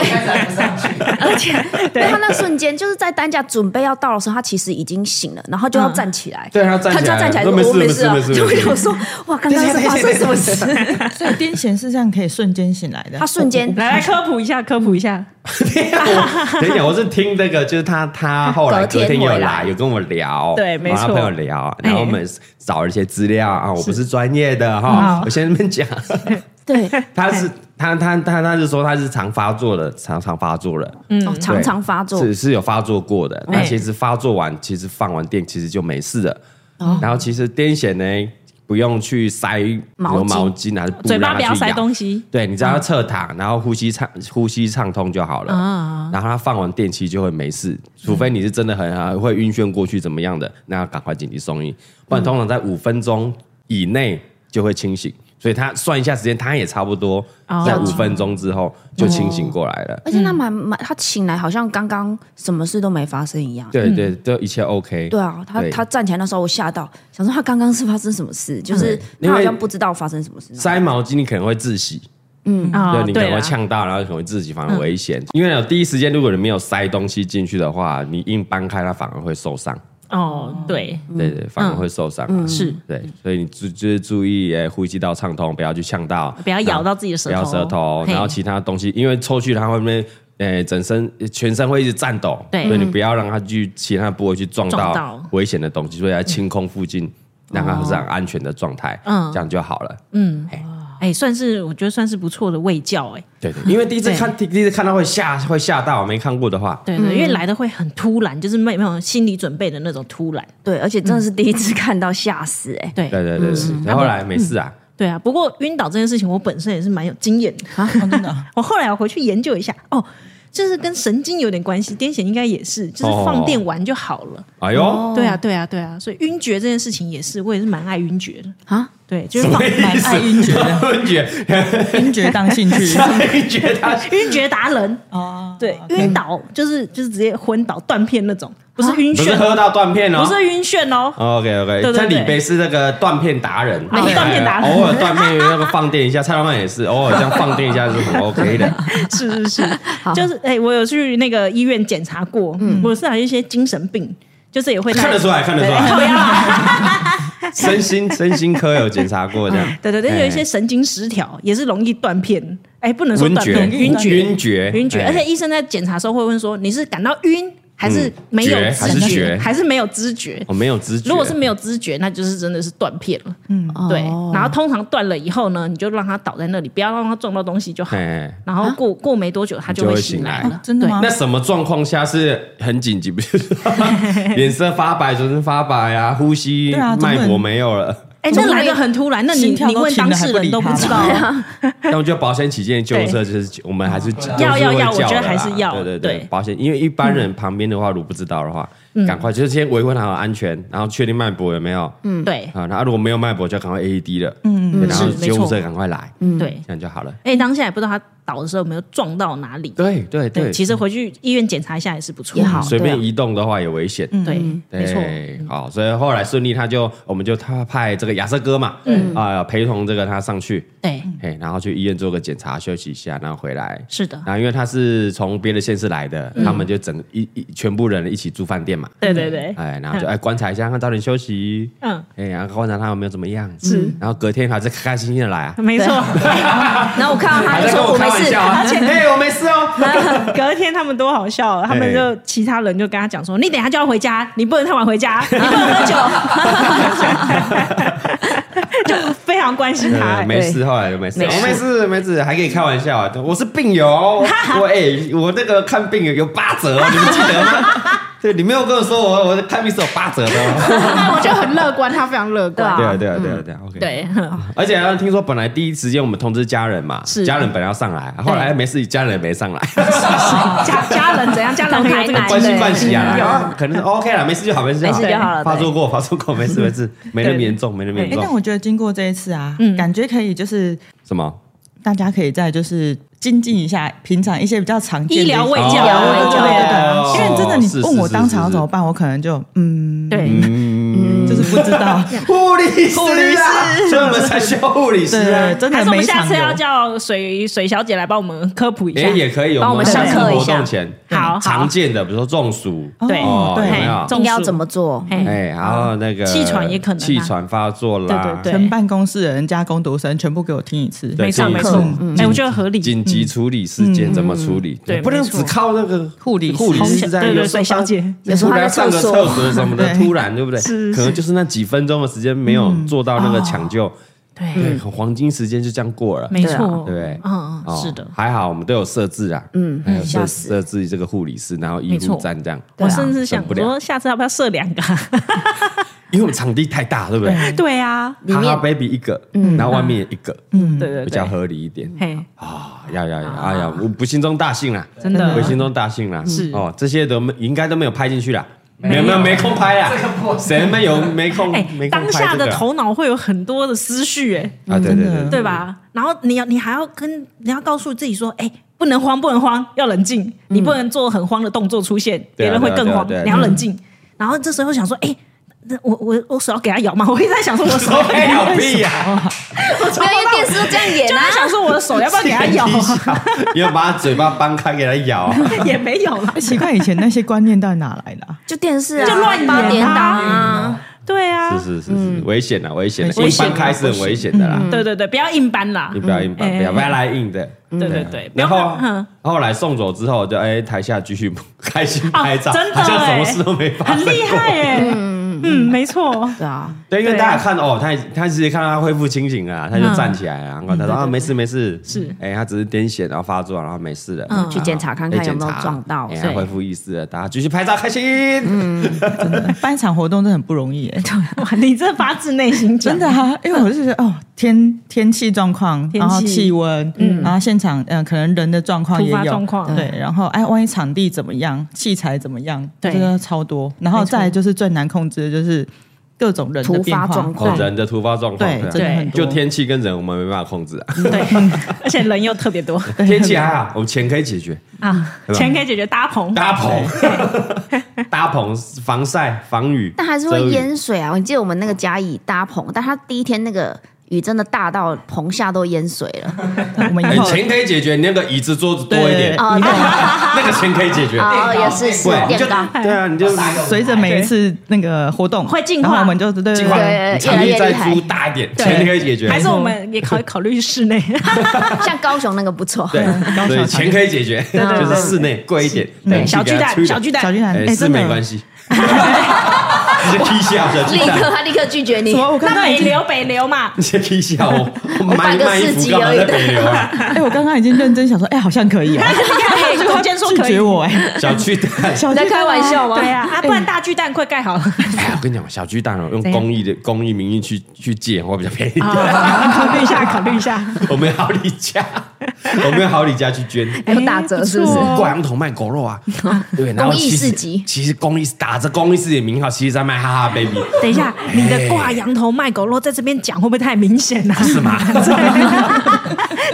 [SPEAKER 4] 而且对他那瞬间就是在担架准备要到的时候，他其实已经醒了，然后就要站起来，
[SPEAKER 1] 嗯对他要站
[SPEAKER 4] 他就
[SPEAKER 1] 起来
[SPEAKER 4] 要站起来
[SPEAKER 1] 说
[SPEAKER 4] 说
[SPEAKER 1] 没事
[SPEAKER 4] 我没事啊，
[SPEAKER 1] 没事没事
[SPEAKER 4] 就
[SPEAKER 1] 没事
[SPEAKER 4] 想说哇，刚刚是发生什么事？啊
[SPEAKER 3] 所以癫痫是这样可以瞬间醒来的
[SPEAKER 4] 他。瞬间
[SPEAKER 2] 来来科普一下，科普一下，
[SPEAKER 1] 嗯 我哦等一下，我是听这个，就是他他后来隔
[SPEAKER 4] 隔天
[SPEAKER 1] 天有
[SPEAKER 4] 回
[SPEAKER 1] 来，
[SPEAKER 4] 来
[SPEAKER 1] 有跟我聊，
[SPEAKER 2] 对没
[SPEAKER 1] 然后他
[SPEAKER 2] 错
[SPEAKER 1] 朋友聊，然后我们找了一些资料啊，我不是专业的哈，
[SPEAKER 2] 哎
[SPEAKER 1] 我先在那边讲，
[SPEAKER 4] 对，
[SPEAKER 1] 他是他他他他是说他是常发作的，常常发作了，
[SPEAKER 2] 嗯
[SPEAKER 4] 哦常常发作，
[SPEAKER 1] 是是有发作过的，
[SPEAKER 2] 哎
[SPEAKER 1] 但其实发作完，其实放完电，其实就没事了。
[SPEAKER 2] 哦
[SPEAKER 1] 然后其实癫痫呢，不用去塞
[SPEAKER 4] 毛
[SPEAKER 1] 有
[SPEAKER 4] 巾
[SPEAKER 1] 毛巾还是布
[SPEAKER 2] 嘴
[SPEAKER 1] 让它
[SPEAKER 2] 巴不要
[SPEAKER 1] 去
[SPEAKER 2] 塞
[SPEAKER 1] 咬
[SPEAKER 2] 东西
[SPEAKER 1] 对你只要侧躺，然后呼吸畅呼吸畅通就好了。
[SPEAKER 2] 啊
[SPEAKER 1] 然后他放完电期就会没事，除非你是真的很啊会晕眩过去怎么样的，那要赶快紧急送医，不然通常在五分钟以内就会清醒。所以他算一下时间，他也差不多
[SPEAKER 2] 哦
[SPEAKER 1] 在五分钟之后就清醒过来了。
[SPEAKER 4] 而且他蛮蛮，他醒来好像刚刚什么事都没发生一样。
[SPEAKER 1] 对
[SPEAKER 2] 嗯
[SPEAKER 1] 对，就一切 OK。
[SPEAKER 4] 对啊，他
[SPEAKER 1] 对
[SPEAKER 4] 他站起来那时候我吓到，想说他刚刚是发生什么事，就是
[SPEAKER 1] 因为
[SPEAKER 4] 他好像不知道发生什么事。
[SPEAKER 1] 塞毛巾你可能会窒息，
[SPEAKER 2] 啊
[SPEAKER 1] 嗯对，你可
[SPEAKER 2] 对嗯
[SPEAKER 1] 能
[SPEAKER 2] 啦
[SPEAKER 1] 会呛到，然后可能会窒息，反而危险。因为第一时间如果你没有塞东西进去的话，你硬搬开它反而会受伤，
[SPEAKER 2] 哦，对，
[SPEAKER 1] 对对，反而会受伤。
[SPEAKER 2] 嗯
[SPEAKER 1] 啊
[SPEAKER 2] 是
[SPEAKER 1] 对，所以你注就是注意，哎，呼吸道畅通，不要去呛到，
[SPEAKER 2] 不要咬到自己的舌
[SPEAKER 1] 不要
[SPEAKER 2] 头，
[SPEAKER 1] 舌头，
[SPEAKER 2] 嘿
[SPEAKER 1] 然后其他东西，因为抽去它会面，呃，整身全身会一直颤抖，
[SPEAKER 2] 对嗯
[SPEAKER 1] 所以你不要让它去其他部位去撞
[SPEAKER 2] 撞
[SPEAKER 1] 到
[SPEAKER 2] 到哦
[SPEAKER 1] 危险的东西，所以要清空附近，让它是很安全的状态，
[SPEAKER 2] 嗯
[SPEAKER 1] 这样就好了。
[SPEAKER 2] 哎，算是我觉得算是不错的卫教，哎，
[SPEAKER 1] 对对，因为第一次
[SPEAKER 2] 对
[SPEAKER 1] 看第第一次看到会吓会吓到，没看过的话，
[SPEAKER 2] 对对，因为来的会很突然，就是没没有心理准备的那种突然，
[SPEAKER 4] 对，而且真的是第一次看到，吓死哎、
[SPEAKER 2] 对嗯
[SPEAKER 1] 对对对，是。然后后来没事啊，
[SPEAKER 2] 对啊，不过晕倒这件事情，我本身也是蛮有经验的。 我后来我回去研究一下，哦，就是跟神经有点关系，癫痫应该也是，就是放电完就好了。
[SPEAKER 1] 哎呦，
[SPEAKER 2] 对啊，对啊，对啊，所以晕厥这件事情也是，我也是蛮爱晕厥的。
[SPEAKER 4] 啊！
[SPEAKER 2] 对，就是放
[SPEAKER 3] 蛮爱晕厥 的，
[SPEAKER 1] 昏 厥，
[SPEAKER 3] 晕厥当兴趣
[SPEAKER 1] 昏厥他
[SPEAKER 2] 晕厥达人，
[SPEAKER 3] 哦。
[SPEAKER 2] 对，晕倒就是就是直接昏倒断片那种，不是晕
[SPEAKER 1] 不是
[SPEAKER 2] 眩
[SPEAKER 1] 喝
[SPEAKER 2] 哦，
[SPEAKER 1] 到断片哦
[SPEAKER 2] 不。是晕眩哦，
[SPEAKER 1] OK OK，
[SPEAKER 2] 对对
[SPEAKER 1] 像李
[SPEAKER 2] 对
[SPEAKER 1] 贝是那个断片达人，哎
[SPEAKER 2] 没断片达人
[SPEAKER 1] 偶尔断片那个放电一下，蔡老板也 是偶尔这样放电一下是很 OK 的。
[SPEAKER 2] 是是是，就是哎、我有去那个医院检查过，我是有一些精神病。哎就是也会
[SPEAKER 1] 看得出来，看得出来，
[SPEAKER 2] 啊
[SPEAKER 1] 身心身心科有检查过这 样。
[SPEAKER 2] 对对对，有一些神经失调也是容易断片，哎，不能说
[SPEAKER 1] 晕
[SPEAKER 2] 断
[SPEAKER 1] 厥，
[SPEAKER 2] 片，晕厥，
[SPEAKER 1] 晕厥，
[SPEAKER 2] 晕厥，而且医生在检查的时候会问说你是感到晕还是没有
[SPEAKER 1] 觉还是
[SPEAKER 2] 知
[SPEAKER 1] 觉
[SPEAKER 2] 觉，还是没有知觉？
[SPEAKER 1] 哦我没有知觉。
[SPEAKER 2] 如果是没有知觉，那就是真的是断片了。
[SPEAKER 1] 嗯
[SPEAKER 2] 对，
[SPEAKER 3] 哦
[SPEAKER 2] 然后通常断了以后呢，你就让他倒在那里，不要让他撞到东西就好。
[SPEAKER 1] 哎，
[SPEAKER 2] 然后
[SPEAKER 3] 啊
[SPEAKER 2] 过过没多久，他就
[SPEAKER 1] 就
[SPEAKER 2] 会
[SPEAKER 1] 会
[SPEAKER 2] 醒
[SPEAKER 1] 醒
[SPEAKER 2] 来
[SPEAKER 1] 来
[SPEAKER 2] 了。
[SPEAKER 3] 哦真的吗
[SPEAKER 1] 那什么状况下是很紧急？不就是 脸色发白，全身发白啊，呼吸
[SPEAKER 3] 对啊怎么会
[SPEAKER 1] 脉搏没有了。
[SPEAKER 2] 哎，
[SPEAKER 3] 怎
[SPEAKER 2] 那
[SPEAKER 3] 么
[SPEAKER 2] 来
[SPEAKER 3] 会
[SPEAKER 2] 的很突然，那你
[SPEAKER 3] 心跳
[SPEAKER 2] 你
[SPEAKER 3] 都
[SPEAKER 2] 问
[SPEAKER 3] 停
[SPEAKER 2] 当
[SPEAKER 3] 了还
[SPEAKER 2] 事
[SPEAKER 3] 不
[SPEAKER 2] 人
[SPEAKER 3] 理
[SPEAKER 2] 都
[SPEAKER 3] 他
[SPEAKER 2] 不知道
[SPEAKER 3] 吧
[SPEAKER 2] 啊，
[SPEAKER 1] 但我觉得保险起见，救护车就是我们还是
[SPEAKER 2] 要要
[SPEAKER 1] 就是会
[SPEAKER 2] 要我
[SPEAKER 1] 叫
[SPEAKER 2] 觉得
[SPEAKER 1] 的
[SPEAKER 2] 还
[SPEAKER 1] 啦
[SPEAKER 2] 是要
[SPEAKER 1] 对对
[SPEAKER 2] 对嗯
[SPEAKER 1] 保险，因为一般人旁边的话，如果不知道的话，赶快就是先维护好安全，然后确定脉搏有没有。
[SPEAKER 2] 对
[SPEAKER 1] 啊，那如果没有脉搏，就赶快 AED 了，嗯，然后
[SPEAKER 2] 嗯是没
[SPEAKER 1] 救护
[SPEAKER 2] 错嗯
[SPEAKER 1] 车赶快来，
[SPEAKER 3] 嗯
[SPEAKER 2] 对。
[SPEAKER 1] 这样就好了。
[SPEAKER 2] 哎，当下也不知道他倒的时候有没有撞到哪里。
[SPEAKER 1] 对对
[SPEAKER 2] 对，
[SPEAKER 1] 对，
[SPEAKER 2] 其实回去医院检查一下也嗯是不错。
[SPEAKER 4] 也好
[SPEAKER 1] 随便
[SPEAKER 4] 对啊
[SPEAKER 1] 移动的话也危险。
[SPEAKER 2] 对，啊没错。
[SPEAKER 1] 对，好，所以后来顺利，他就我们就他派这个亚瑟哥嘛，
[SPEAKER 2] 嗯
[SPEAKER 1] 啊，陪同这个他上去，
[SPEAKER 2] 对，
[SPEAKER 1] 嘿，然后去医院做个检查，休息一下，然后回来。
[SPEAKER 2] 是的。
[SPEAKER 1] 然后因为他是从别的县市来的，他们就整一一全部人一起住饭店嘛，
[SPEAKER 2] 对对对，
[SPEAKER 1] 哎，然后就哎观察一下，看早点休息，
[SPEAKER 2] 嗯，
[SPEAKER 1] 哎，然后观察他有没有怎么样，是，然后隔天还是开开心心的来啊，
[SPEAKER 2] 没错。
[SPEAKER 4] 然后我看到他
[SPEAKER 1] 嗯还在
[SPEAKER 4] 就
[SPEAKER 1] 跟
[SPEAKER 4] 说
[SPEAKER 1] 我
[SPEAKER 4] 我
[SPEAKER 1] 开
[SPEAKER 4] 没
[SPEAKER 1] 玩
[SPEAKER 4] 事
[SPEAKER 1] 笑，啊，嘿，我没事哦，
[SPEAKER 2] 隔天他们多好笑啊，他们就其他人就跟他讲说：“你等一下就要回家，你不能太晚回家， 你不能喝酒。”就非常关心他、
[SPEAKER 1] 对
[SPEAKER 2] 欸。
[SPEAKER 1] 哎没事，后来就没事，
[SPEAKER 4] 没事
[SPEAKER 1] 我没事没事，还可以开玩笑啊，我是病友，我哎，我那个看病有有八折哦，你们记得吗？对，你没有跟我说我我的看病是有八折的哦，
[SPEAKER 2] 我就很乐观，他非常乐
[SPEAKER 1] 对
[SPEAKER 4] 对。
[SPEAKER 1] 啊
[SPEAKER 4] 啊，
[SPEAKER 1] 对啊对啊对啊，OK，
[SPEAKER 2] 对，
[SPEAKER 1] 而且好啊像听说本来第一时间我们通知家人嘛，
[SPEAKER 2] 是
[SPEAKER 1] 家人本来要上来，后来没事，家人也没上来，
[SPEAKER 2] 家家人怎样？家人很有这个
[SPEAKER 4] 对
[SPEAKER 1] 关心关系
[SPEAKER 4] 对
[SPEAKER 1] 啊，可能是 OK 了，没事就好，没事就好，
[SPEAKER 4] 没事就好 了
[SPEAKER 1] 发作过发作过，没事没事，没那么严重，没那么严
[SPEAKER 3] 哎，但
[SPEAKER 1] 重，
[SPEAKER 3] 我觉得经过这一次啊，
[SPEAKER 2] 嗯
[SPEAKER 3] 感觉可以就是
[SPEAKER 1] 什么？
[SPEAKER 3] 大家可以再就是精进一下平常一些比较常见的
[SPEAKER 2] 医疗卫教，
[SPEAKER 4] 医疗卫教
[SPEAKER 3] 对对
[SPEAKER 1] 哦
[SPEAKER 3] 对，因为真的
[SPEAKER 1] 是
[SPEAKER 3] 你问我
[SPEAKER 1] 是
[SPEAKER 3] 当
[SPEAKER 1] 是
[SPEAKER 3] 场要
[SPEAKER 1] 是嗯
[SPEAKER 3] 怎么办，我可能就嗯，
[SPEAKER 2] 对，
[SPEAKER 3] 就是不知 道。
[SPEAKER 1] 护理师
[SPEAKER 3] 护理
[SPEAKER 1] 啊，所以我们才需要护理师
[SPEAKER 3] 对
[SPEAKER 1] 啊
[SPEAKER 3] 对，。真
[SPEAKER 2] 还
[SPEAKER 3] 的
[SPEAKER 2] 是我
[SPEAKER 3] 没
[SPEAKER 2] 们下
[SPEAKER 3] 场
[SPEAKER 2] 次要
[SPEAKER 3] 有。
[SPEAKER 2] 叫水水小姐来帮我们科普一下
[SPEAKER 1] 哎，。也可以，
[SPEAKER 2] 帮我
[SPEAKER 1] 们
[SPEAKER 2] 们
[SPEAKER 1] 下次
[SPEAKER 4] 上课一
[SPEAKER 1] 活
[SPEAKER 4] 下
[SPEAKER 1] 动前，
[SPEAKER 2] 好好
[SPEAKER 1] 常见的，比如说中暑，
[SPEAKER 2] 对
[SPEAKER 3] 哦
[SPEAKER 1] 有
[SPEAKER 3] 对
[SPEAKER 1] 没有？
[SPEAKER 2] 中
[SPEAKER 4] 应该要怎么做？
[SPEAKER 2] 嘿
[SPEAKER 1] 哎，然后那个
[SPEAKER 2] 气喘也可能啊
[SPEAKER 1] 气喘发作啦，
[SPEAKER 2] 对对对
[SPEAKER 3] 全办公室的人加工读生全部给我听一次。
[SPEAKER 1] 对
[SPEAKER 2] 没错
[SPEAKER 1] 这一
[SPEAKER 2] 没
[SPEAKER 1] 次
[SPEAKER 2] 错，哎，我觉得合理。
[SPEAKER 1] 紧急处理事件怎么处理？
[SPEAKER 2] 对
[SPEAKER 1] 不能
[SPEAKER 2] 没错
[SPEAKER 1] 只靠那个
[SPEAKER 3] 护理
[SPEAKER 1] 护理
[SPEAKER 3] 师
[SPEAKER 1] 师在
[SPEAKER 2] 对
[SPEAKER 1] 有
[SPEAKER 2] 对
[SPEAKER 1] 时候
[SPEAKER 2] 对小姐
[SPEAKER 1] 上
[SPEAKER 4] 有时候
[SPEAKER 1] 突
[SPEAKER 4] 她
[SPEAKER 1] 然
[SPEAKER 4] 在
[SPEAKER 1] 上
[SPEAKER 4] 厕
[SPEAKER 1] 个
[SPEAKER 4] 所
[SPEAKER 1] 厕所什么的，
[SPEAKER 3] 对
[SPEAKER 1] 突然对不对？
[SPEAKER 2] 是
[SPEAKER 1] 可能就是那几分钟的时间没有做到那个抢救，对，
[SPEAKER 2] 对，
[SPEAKER 1] 黄金时间就这样过了，
[SPEAKER 2] 没错，
[SPEAKER 1] 对不对
[SPEAKER 2] 嗯嗯，
[SPEAKER 1] 哦
[SPEAKER 2] 是的。
[SPEAKER 1] 还好我们都有设置啊，嗯，还有设
[SPEAKER 4] 吓死
[SPEAKER 1] 设置这个护理师，然后医
[SPEAKER 2] 没
[SPEAKER 1] 护
[SPEAKER 2] 错
[SPEAKER 1] 站这样，
[SPEAKER 2] 我
[SPEAKER 4] 对啊
[SPEAKER 2] 甚至想
[SPEAKER 1] 省不了
[SPEAKER 2] 说，下次要不要设两个啊？
[SPEAKER 1] 因为我们场地太大，对不对？
[SPEAKER 2] 对啊，
[SPEAKER 4] 里
[SPEAKER 1] 哈哈
[SPEAKER 4] 面
[SPEAKER 1] baby 一个，然后外面也一个，嗯，
[SPEAKER 2] 对对
[SPEAKER 1] 比较
[SPEAKER 2] 对，
[SPEAKER 1] 合理一点
[SPEAKER 2] 嘿，
[SPEAKER 1] 啊！要要要，哎呀，我不心中大幸啦，
[SPEAKER 2] 真的
[SPEAKER 1] 我心中大幸啦，
[SPEAKER 2] 是
[SPEAKER 1] 哦，这些都没应该都没有拍进去啦，没有没有没空拍啦，谁没有没空
[SPEAKER 2] 哎、
[SPEAKER 1] 没空
[SPEAKER 2] 当
[SPEAKER 1] 拍
[SPEAKER 2] 下
[SPEAKER 1] 这
[SPEAKER 2] 的
[SPEAKER 1] 个啊
[SPEAKER 2] 头脑会有很多的思绪，哎，
[SPEAKER 1] 啊？对对对
[SPEAKER 3] 真的
[SPEAKER 1] 对，
[SPEAKER 2] 对吧？然后你要，你还要跟你要告诉自己说，哎、不能慌，不能慌，要冷静，你不能做很慌的动作出现，
[SPEAKER 1] 嗯对啊
[SPEAKER 2] 别人会更慌，
[SPEAKER 1] 对啊对啊对啊
[SPEAKER 2] 你要冷静。然后这时候想说，哎、那我我我手要给他咬吗？我一直在想说，我手
[SPEAKER 1] 手
[SPEAKER 2] 要给
[SPEAKER 1] 拍
[SPEAKER 2] 他咬
[SPEAKER 1] 有屁呀，
[SPEAKER 2] 哦
[SPEAKER 4] 没有，因为电视都这样演
[SPEAKER 2] 就
[SPEAKER 4] 啊
[SPEAKER 2] 在。想说我的手要不要 给他咬啊？
[SPEAKER 1] 要把他嘴巴掰开给他咬 啊，
[SPEAKER 2] 也没有啦，
[SPEAKER 3] 哎奇怪，以前那些观念到底哪来的啊？
[SPEAKER 4] 就电视啊，
[SPEAKER 2] 就乱演啊
[SPEAKER 4] 八点档啊，
[SPEAKER 2] 对啊，
[SPEAKER 1] 是是是是，危险的危险的，
[SPEAKER 3] 危
[SPEAKER 1] 硬
[SPEAKER 3] 险
[SPEAKER 1] 掰开是很危险的啦，
[SPEAKER 2] 对对对，不要硬搬啦，
[SPEAKER 1] 嗯你不要硬掰，
[SPEAKER 2] 啊嗯
[SPEAKER 1] 不要不要来硬的。
[SPEAKER 2] 对对对，不
[SPEAKER 1] 然
[SPEAKER 2] 要
[SPEAKER 1] 后
[SPEAKER 2] 嗯
[SPEAKER 1] 后来送走之后，就哎台下继续开心拍照，
[SPEAKER 2] 哦真的
[SPEAKER 1] 好像什么
[SPEAKER 2] 哎
[SPEAKER 1] 事都没发生
[SPEAKER 2] 很
[SPEAKER 1] 过。
[SPEAKER 2] 厉害哎、嗯，没错，
[SPEAKER 4] 对啊，嗯
[SPEAKER 1] 对，因为
[SPEAKER 2] 对啊
[SPEAKER 1] 大家看哦，他他其实看到他恢复清醒了，啊他就站起来了，然后他说啊没事没事，
[SPEAKER 2] 是
[SPEAKER 1] 哎他只是癫痫然后发作，然后没事了，然后
[SPEAKER 4] 嗯去检查看看
[SPEAKER 1] 哎
[SPEAKER 4] 有没有
[SPEAKER 1] 检查
[SPEAKER 4] 撞到
[SPEAKER 1] 哎
[SPEAKER 4] 对嗯
[SPEAKER 1] 他恢复意识了，大家继续拍照开心。
[SPEAKER 3] 办一场活动真的很不容易耶，
[SPEAKER 2] 哇， 你这发自内心讲
[SPEAKER 3] 真的啊！因为我就觉得哦，天天气状况，
[SPEAKER 2] 天气
[SPEAKER 3] 然后气温，然后现场嗯、呃可能人的状况也
[SPEAKER 2] 突发
[SPEAKER 3] 有，
[SPEAKER 2] 状况
[SPEAKER 3] 对，然后哎，万一场地怎么样，器材怎么样，
[SPEAKER 2] 对
[SPEAKER 3] 真的超多。然后再来就是最难控制的就是各种人的
[SPEAKER 4] 突
[SPEAKER 3] 变
[SPEAKER 4] 发
[SPEAKER 3] 化，
[SPEAKER 4] 状
[SPEAKER 1] 哦
[SPEAKER 4] 况，，
[SPEAKER 1] 人的突发状况，
[SPEAKER 3] 对，
[SPEAKER 1] 啊
[SPEAKER 3] 真的很多。
[SPEAKER 1] 就天气跟人我们没办法控制啊，
[SPEAKER 2] 对， 而且人又特 别多
[SPEAKER 1] 天气还好，我们钱可以解决，
[SPEAKER 2] 啊，
[SPEAKER 1] 对吧
[SPEAKER 2] 钱可以解决搭棚，
[SPEAKER 1] 搭棚， 搭棚防晒防雨，
[SPEAKER 4] 但还是
[SPEAKER 1] 遮
[SPEAKER 4] 会
[SPEAKER 1] 雨
[SPEAKER 4] 淹水啊。我记得我们那个甲乙搭棚，但他第一天那个雨真的大到棚下都淹水了。
[SPEAKER 3] 那我们
[SPEAKER 1] 哎
[SPEAKER 3] 以后
[SPEAKER 1] 钱可以解决，你那个椅子桌子多一点
[SPEAKER 3] 对，
[SPEAKER 4] 哦，
[SPEAKER 1] 那个钱可以解决。
[SPEAKER 4] 哦，也是是
[SPEAKER 1] 对，你
[SPEAKER 4] 电
[SPEAKER 1] 就
[SPEAKER 4] 高，
[SPEAKER 1] 对啊，你就
[SPEAKER 3] 随着每一次那个活动
[SPEAKER 2] 会进化
[SPEAKER 3] 然后我们就对对
[SPEAKER 1] 计
[SPEAKER 3] 对
[SPEAKER 1] 划
[SPEAKER 3] 对
[SPEAKER 4] 对
[SPEAKER 1] 场地
[SPEAKER 4] 越来
[SPEAKER 1] 再
[SPEAKER 4] 越厉害
[SPEAKER 1] 租大一点，
[SPEAKER 2] 对
[SPEAKER 1] 钱可以解决。
[SPEAKER 2] 还是我们也考
[SPEAKER 1] 嗯
[SPEAKER 2] 考虑 室内，
[SPEAKER 4] 像高雄那个不错。
[SPEAKER 1] 对，
[SPEAKER 3] 高
[SPEAKER 1] 所以
[SPEAKER 3] 雄
[SPEAKER 1] 钱可以解决，就是室内贵一点，冷
[SPEAKER 2] 对，
[SPEAKER 1] 气
[SPEAKER 2] 小
[SPEAKER 1] 给
[SPEAKER 2] 巨
[SPEAKER 1] 它
[SPEAKER 2] 蛋，
[SPEAKER 1] 吹
[SPEAKER 2] 小
[SPEAKER 1] 冷
[SPEAKER 2] 巨蛋，
[SPEAKER 3] 小巨蛋
[SPEAKER 1] 哎、
[SPEAKER 3] 哎
[SPEAKER 1] 是
[SPEAKER 3] 真的
[SPEAKER 1] 没关系，直接踢笑，小
[SPEAKER 4] 立
[SPEAKER 1] 巨
[SPEAKER 4] 刻
[SPEAKER 1] 蛋，
[SPEAKER 4] 他立刻拒绝你
[SPEAKER 3] 什。么？我刚
[SPEAKER 2] 那
[SPEAKER 3] 刚已
[SPEAKER 2] 北
[SPEAKER 3] 经
[SPEAKER 2] 流北 流嘛，
[SPEAKER 1] 直接踢笑我，我
[SPEAKER 4] 我
[SPEAKER 1] 卖
[SPEAKER 4] 摆个
[SPEAKER 1] 卖衣
[SPEAKER 4] 四
[SPEAKER 1] 服
[SPEAKER 4] 级
[SPEAKER 1] 干嘛
[SPEAKER 4] 而已
[SPEAKER 1] 在北流啊？
[SPEAKER 3] 哎，我刚刚已经认真想说，哎，好像可以 哦。
[SPEAKER 2] 哎空间说
[SPEAKER 3] 拒
[SPEAKER 2] 可以
[SPEAKER 3] 绝，我哎，
[SPEAKER 1] 小巨蛋，
[SPEAKER 3] 小
[SPEAKER 4] 你在开玩笑吗？
[SPEAKER 2] 对啊，啊，不然大巨蛋快盖好 了，
[SPEAKER 1] 哎呀，我跟你讲，小巨蛋哦，用
[SPEAKER 2] 怎样
[SPEAKER 1] 公益的公益名义去去借，会比较便宜。
[SPEAKER 2] 考虑一下，考虑一下，
[SPEAKER 1] 我们要好李家，我们要好李家去捐。
[SPEAKER 4] 有打折是不是
[SPEAKER 3] 哎不？错哦
[SPEAKER 1] 挂羊头卖狗肉啊，对，然后
[SPEAKER 4] 公益
[SPEAKER 1] 其实
[SPEAKER 4] 市集
[SPEAKER 1] 其实公益打着公益市集的名号，其实在卖哈哈 baby，
[SPEAKER 2] 等一下，
[SPEAKER 1] 哎
[SPEAKER 2] 你的挂羊头卖狗肉在这边讲会不会太明显了？
[SPEAKER 1] 是吗？
[SPEAKER 2] 对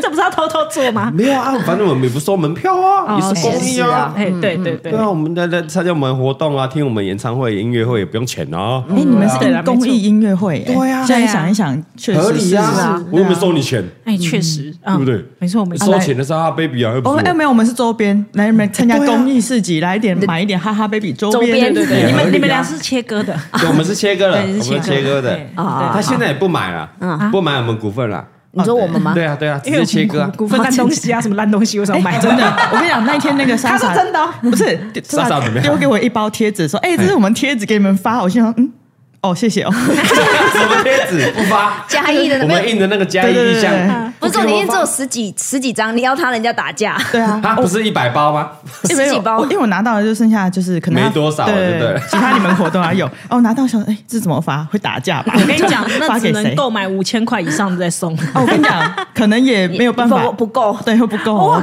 [SPEAKER 2] 这不是要偷偷做吗？
[SPEAKER 1] 没有啊，反正我们也不收门票啊，也是公益啊。
[SPEAKER 2] 哎，对对哦对
[SPEAKER 1] 对，啊，我们来来参加我们活动啊，听我们演唱会、音乐会也不用钱啊，
[SPEAKER 3] 哎，你们是
[SPEAKER 2] 对啦没错
[SPEAKER 3] 公益音乐会，哎
[SPEAKER 1] 对啊啊
[SPEAKER 3] 现在想一想，确
[SPEAKER 1] 合
[SPEAKER 3] 实
[SPEAKER 1] 理
[SPEAKER 3] 是啊
[SPEAKER 1] 呀。我又没收你钱，
[SPEAKER 2] 哎，确实，
[SPEAKER 1] 对
[SPEAKER 2] 对啊
[SPEAKER 1] 不对？
[SPEAKER 2] 没错，没错，
[SPEAKER 1] 收钱的是哈哈 baby 啊，又不
[SPEAKER 3] 我
[SPEAKER 1] 是
[SPEAKER 3] 们哎
[SPEAKER 1] 我。
[SPEAKER 3] 没有，我们是周边来你们参加公益市集，来一点买一点哈哈 baby 周
[SPEAKER 4] 周边
[SPEAKER 3] 边，
[SPEAKER 4] 对对
[SPEAKER 1] 对合理
[SPEAKER 2] 你
[SPEAKER 1] 啊
[SPEAKER 2] 们你们俩是切割的，
[SPEAKER 1] 对，我们是切割了，我
[SPEAKER 2] 对，
[SPEAKER 1] 们
[SPEAKER 2] 是
[SPEAKER 1] 是切
[SPEAKER 2] 切
[SPEAKER 1] 割
[SPEAKER 2] 割
[SPEAKER 1] 的
[SPEAKER 2] 对。
[SPEAKER 4] 啊
[SPEAKER 1] 他现在也不买了，不买我们股份了。
[SPEAKER 4] 你说我们吗？
[SPEAKER 1] 对啊，对啊，直
[SPEAKER 2] 因为
[SPEAKER 1] 接切割啊。
[SPEAKER 2] 股份烂东西啊，什么烂东西，为什么买？真
[SPEAKER 3] 真的，我跟你讲，那一天那个莎莎
[SPEAKER 2] 他是真的哦
[SPEAKER 3] 不是
[SPEAKER 1] 莎莎怎么样
[SPEAKER 3] 丢给我一包贴纸，说：“哎，这是我们贴纸给你们发。”我心想：“嗯，哦，谢谢哦。
[SPEAKER 1] 什么贴纸不发？
[SPEAKER 4] 嘉义的
[SPEAKER 1] 我
[SPEAKER 4] 没有
[SPEAKER 1] 们，印的那个加一
[SPEAKER 3] 对对
[SPEAKER 1] 意
[SPEAKER 3] 对对
[SPEAKER 1] 向
[SPEAKER 3] 对，
[SPEAKER 4] 不是重点，只有十几十几张，你要他人家打架，”
[SPEAKER 3] 对啊，
[SPEAKER 1] 它不是一百包吗？
[SPEAKER 3] 因为
[SPEAKER 4] 十几包
[SPEAKER 3] 我因为我拿到了就剩下就是可能
[SPEAKER 1] 没多少了
[SPEAKER 3] 对
[SPEAKER 1] 就对了
[SPEAKER 3] 其他你们活动还有哦，拿到想哎，这怎么发？会打架吧？
[SPEAKER 2] 我跟你讲，那
[SPEAKER 3] 发
[SPEAKER 2] 只
[SPEAKER 3] 给谁
[SPEAKER 2] 能？购买五千块以上再送。
[SPEAKER 3] 哦，我跟你讲，可能也没有办法，
[SPEAKER 4] 不不够
[SPEAKER 3] 对，会不够哦。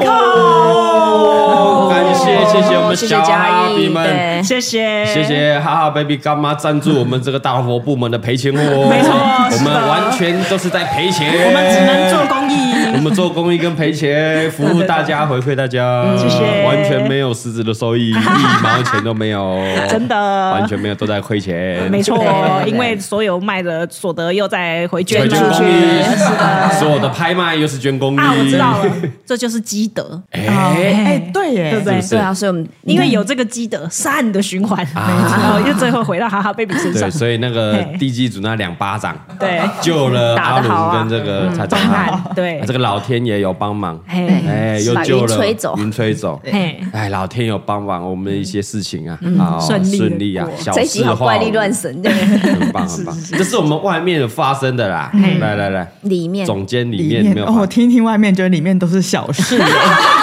[SPEAKER 1] 哦，感谢谢谢我们
[SPEAKER 4] 谢谢
[SPEAKER 1] 小哈
[SPEAKER 4] 嘉
[SPEAKER 1] 比
[SPEAKER 4] 义，
[SPEAKER 1] 们，
[SPEAKER 4] 对，
[SPEAKER 2] 谢谢，
[SPEAKER 1] 谢。谢哈哈 baby 干妈赞助我们这个大活部门的赔钱货哦，
[SPEAKER 2] 没错
[SPEAKER 1] 我
[SPEAKER 2] 是的
[SPEAKER 1] 们完全都是在赔钱，
[SPEAKER 2] 我们只能做。公
[SPEAKER 1] 我
[SPEAKER 2] 益，
[SPEAKER 1] 们做公益跟赔钱，服务大家，回馈大家，
[SPEAKER 2] 嗯谢谢
[SPEAKER 1] 完全没有实质的收 益，一毛钱都没有，
[SPEAKER 2] 真的
[SPEAKER 1] 完全没有，都在亏钱，
[SPEAKER 2] 没错
[SPEAKER 4] 对对，对
[SPEAKER 2] 因为所有卖的所得又再回捐
[SPEAKER 1] 回捐
[SPEAKER 2] 出
[SPEAKER 1] 公
[SPEAKER 2] 去。
[SPEAKER 1] 益
[SPEAKER 2] 是的，，
[SPEAKER 1] 所有的拍卖又是捐公益，
[SPEAKER 2] 啊，我知道了，这就是积德，
[SPEAKER 1] 哎，
[SPEAKER 3] 哎，对
[SPEAKER 2] 对
[SPEAKER 3] 耶
[SPEAKER 2] 不，对？
[SPEAKER 1] 是
[SPEAKER 4] 对啊，所以我们
[SPEAKER 2] 因为有这个积德，善的循环，
[SPEAKER 1] 啊
[SPEAKER 2] 然后又最后回到哈哈 baby 身
[SPEAKER 1] 对，
[SPEAKER 2] 上。
[SPEAKER 1] 所以那个
[SPEAKER 2] 嘿
[SPEAKER 1] 地基组那两巴掌，
[SPEAKER 2] 对
[SPEAKER 1] 救了阿鲁跟这个蔡宗
[SPEAKER 2] 打得好
[SPEAKER 1] 汉
[SPEAKER 2] 啊，嗯对
[SPEAKER 1] 啊这个老天爷有帮忙，
[SPEAKER 2] 嘿
[SPEAKER 1] 哎，又
[SPEAKER 4] 嗯把云
[SPEAKER 1] 救了
[SPEAKER 4] 吹走
[SPEAKER 1] 云吹走，
[SPEAKER 2] 嘿，
[SPEAKER 1] 哎，老天有帮忙我们的一些事情啊，啊，
[SPEAKER 2] 顺利地
[SPEAKER 1] 顺利啊，
[SPEAKER 2] 过
[SPEAKER 1] 小
[SPEAKER 4] 这一
[SPEAKER 1] 事
[SPEAKER 4] 集好
[SPEAKER 1] 化
[SPEAKER 4] 怪
[SPEAKER 1] 无
[SPEAKER 4] 力乱神的，
[SPEAKER 1] 很棒很棒，这是我们外面发生的啦，来来来，
[SPEAKER 4] 里面
[SPEAKER 1] 总监里
[SPEAKER 3] 里
[SPEAKER 1] 面有没
[SPEAKER 3] 面
[SPEAKER 1] 有
[SPEAKER 3] 哦，我
[SPEAKER 1] 发，啊
[SPEAKER 3] 听一听外面，觉得里面都是 小事，哎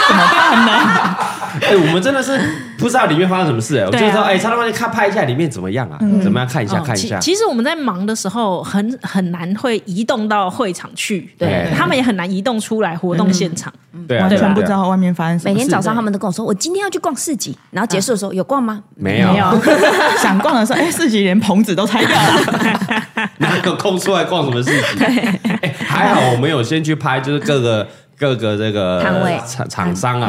[SPEAKER 3] 怎么办呢？
[SPEAKER 1] 哎，我们真的是不知道里面发生什么事，哎，我就
[SPEAKER 2] 对啊
[SPEAKER 1] 说，哎，他妈你看拍一下里面怎么样啊，怎么样看一下看一下，
[SPEAKER 2] 哦其其实我们在忙的时候很，很难会移动到会场去，
[SPEAKER 1] 对
[SPEAKER 2] 他们也很难移动出来活动现场。
[SPEAKER 1] 对啊，
[SPEAKER 3] 完
[SPEAKER 1] 对啊
[SPEAKER 3] 全不
[SPEAKER 1] 对啊
[SPEAKER 3] 知道外面发生什么
[SPEAKER 4] 每
[SPEAKER 3] 事。
[SPEAKER 4] 天早上他们都跟我说，我今天要去逛市集，然后结束的时候有逛吗？
[SPEAKER 1] 没有，
[SPEAKER 3] 想逛的时候，哎，自己连棚子都拆掉了。
[SPEAKER 1] 哪有空出来逛什么事情？哎还好我们有先去拍，就是各个 各个这个
[SPEAKER 4] 摊位嗯
[SPEAKER 1] 厂厂商啊。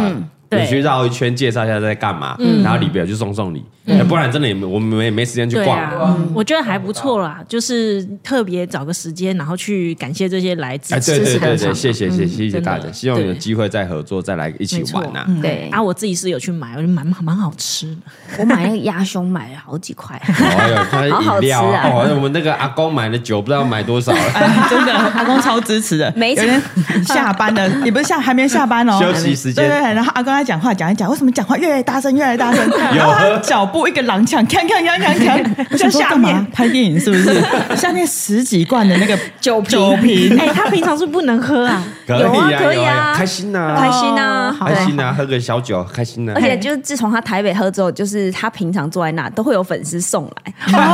[SPEAKER 2] 对
[SPEAKER 1] 你去绕一圈，介绍一下在干嘛，然后里边有去送送礼，哎不然真的也没我们也没时间去
[SPEAKER 2] 对
[SPEAKER 1] 逛。
[SPEAKER 2] 啊，我觉得还不错啦，就是特别找个时间，然后去感谢这些来支
[SPEAKER 1] 哎，对
[SPEAKER 2] 持
[SPEAKER 1] 对
[SPEAKER 2] 市
[SPEAKER 1] 对
[SPEAKER 2] 场
[SPEAKER 1] 对，谢谢
[SPEAKER 4] 嗯
[SPEAKER 1] 谢谢谢谢大家，
[SPEAKER 2] 真的
[SPEAKER 1] 希望有
[SPEAKER 2] 对
[SPEAKER 1] 机会再合作，再来一起玩呐。
[SPEAKER 4] 对
[SPEAKER 2] 啊，我自己是有去买，我觉得蛮蛮好吃的。
[SPEAKER 4] 我买那个鸭胸买了好几块，
[SPEAKER 1] 哎呦，他的
[SPEAKER 4] 好好
[SPEAKER 1] 饮料
[SPEAKER 4] 吃
[SPEAKER 1] 啊，
[SPEAKER 4] 啊
[SPEAKER 1] 哦，我们那个阿公买的酒不知道买多少 了，
[SPEAKER 3] 哎，真的，阿公超支持的。
[SPEAKER 4] 没错
[SPEAKER 3] 有点下班了，也不是下，还没下班哦，
[SPEAKER 1] 休息时间
[SPEAKER 3] 对对对，然后阿公在讲话，讲一讲，为什么讲话越来越大声，越来越 大声？然后他脚步一个踉跄，锵锵锵锵锵，我想说干嘛？拍电影是不是？ 下面十几罐的那个
[SPEAKER 4] 酒瓶
[SPEAKER 3] 酒
[SPEAKER 1] 嗯
[SPEAKER 3] 瓶，
[SPEAKER 2] 哎，他平常是不能喝啊，
[SPEAKER 1] 可
[SPEAKER 4] 有啊
[SPEAKER 1] 以啊，
[SPEAKER 4] 可以啊
[SPEAKER 1] 有啊，开心呐，
[SPEAKER 4] 开心啊，好
[SPEAKER 1] 哦开心呐，喝个小酒，开心啊呐
[SPEAKER 4] 而。且就是自从他台北喝之后，就是他平常坐在那都会有粉丝送来。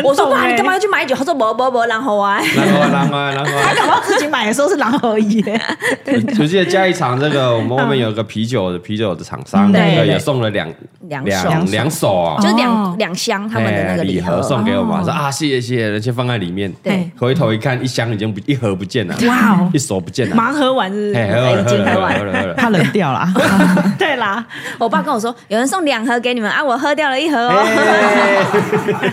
[SPEAKER 4] 我说
[SPEAKER 2] 懂
[SPEAKER 4] 哇，
[SPEAKER 2] 欸
[SPEAKER 4] 你干嘛要去买酒？他说不不不，然后啊，
[SPEAKER 1] 然后啊，然后啊，然后啊。
[SPEAKER 2] 搞不好自己买的时候是狼而已。
[SPEAKER 1] 我我记得加一场这个，我们外面有个啤酒的啤酒的厂
[SPEAKER 4] 嗯
[SPEAKER 1] 商，
[SPEAKER 2] 对
[SPEAKER 1] 那个
[SPEAKER 2] 对
[SPEAKER 1] 也送了两
[SPEAKER 4] 两
[SPEAKER 1] 两
[SPEAKER 4] 手
[SPEAKER 1] 两手啊
[SPEAKER 4] 就，是两两箱他们的那
[SPEAKER 1] 哎
[SPEAKER 4] 个
[SPEAKER 1] 礼
[SPEAKER 4] 礼
[SPEAKER 1] 盒
[SPEAKER 4] 盒哦
[SPEAKER 1] 送给我们，说啊谢谢谢谢，先放在里面。
[SPEAKER 4] 对，
[SPEAKER 1] 回头一看，一箱已经不一盒不见了，
[SPEAKER 2] 哇哦
[SPEAKER 1] 一手不见了，
[SPEAKER 2] 盲盒完是不是
[SPEAKER 1] 哎，喝了
[SPEAKER 4] 已
[SPEAKER 1] 喝
[SPEAKER 4] 经
[SPEAKER 1] 了
[SPEAKER 4] 喝
[SPEAKER 1] 喝了
[SPEAKER 4] 完
[SPEAKER 1] 喝了喝了，了。
[SPEAKER 3] 怕冷掉啊啦。
[SPEAKER 2] 对啦，
[SPEAKER 4] 我爸跟我说，有人送两盒给你们啊，我喝掉了一盒哦。
[SPEAKER 1] 哎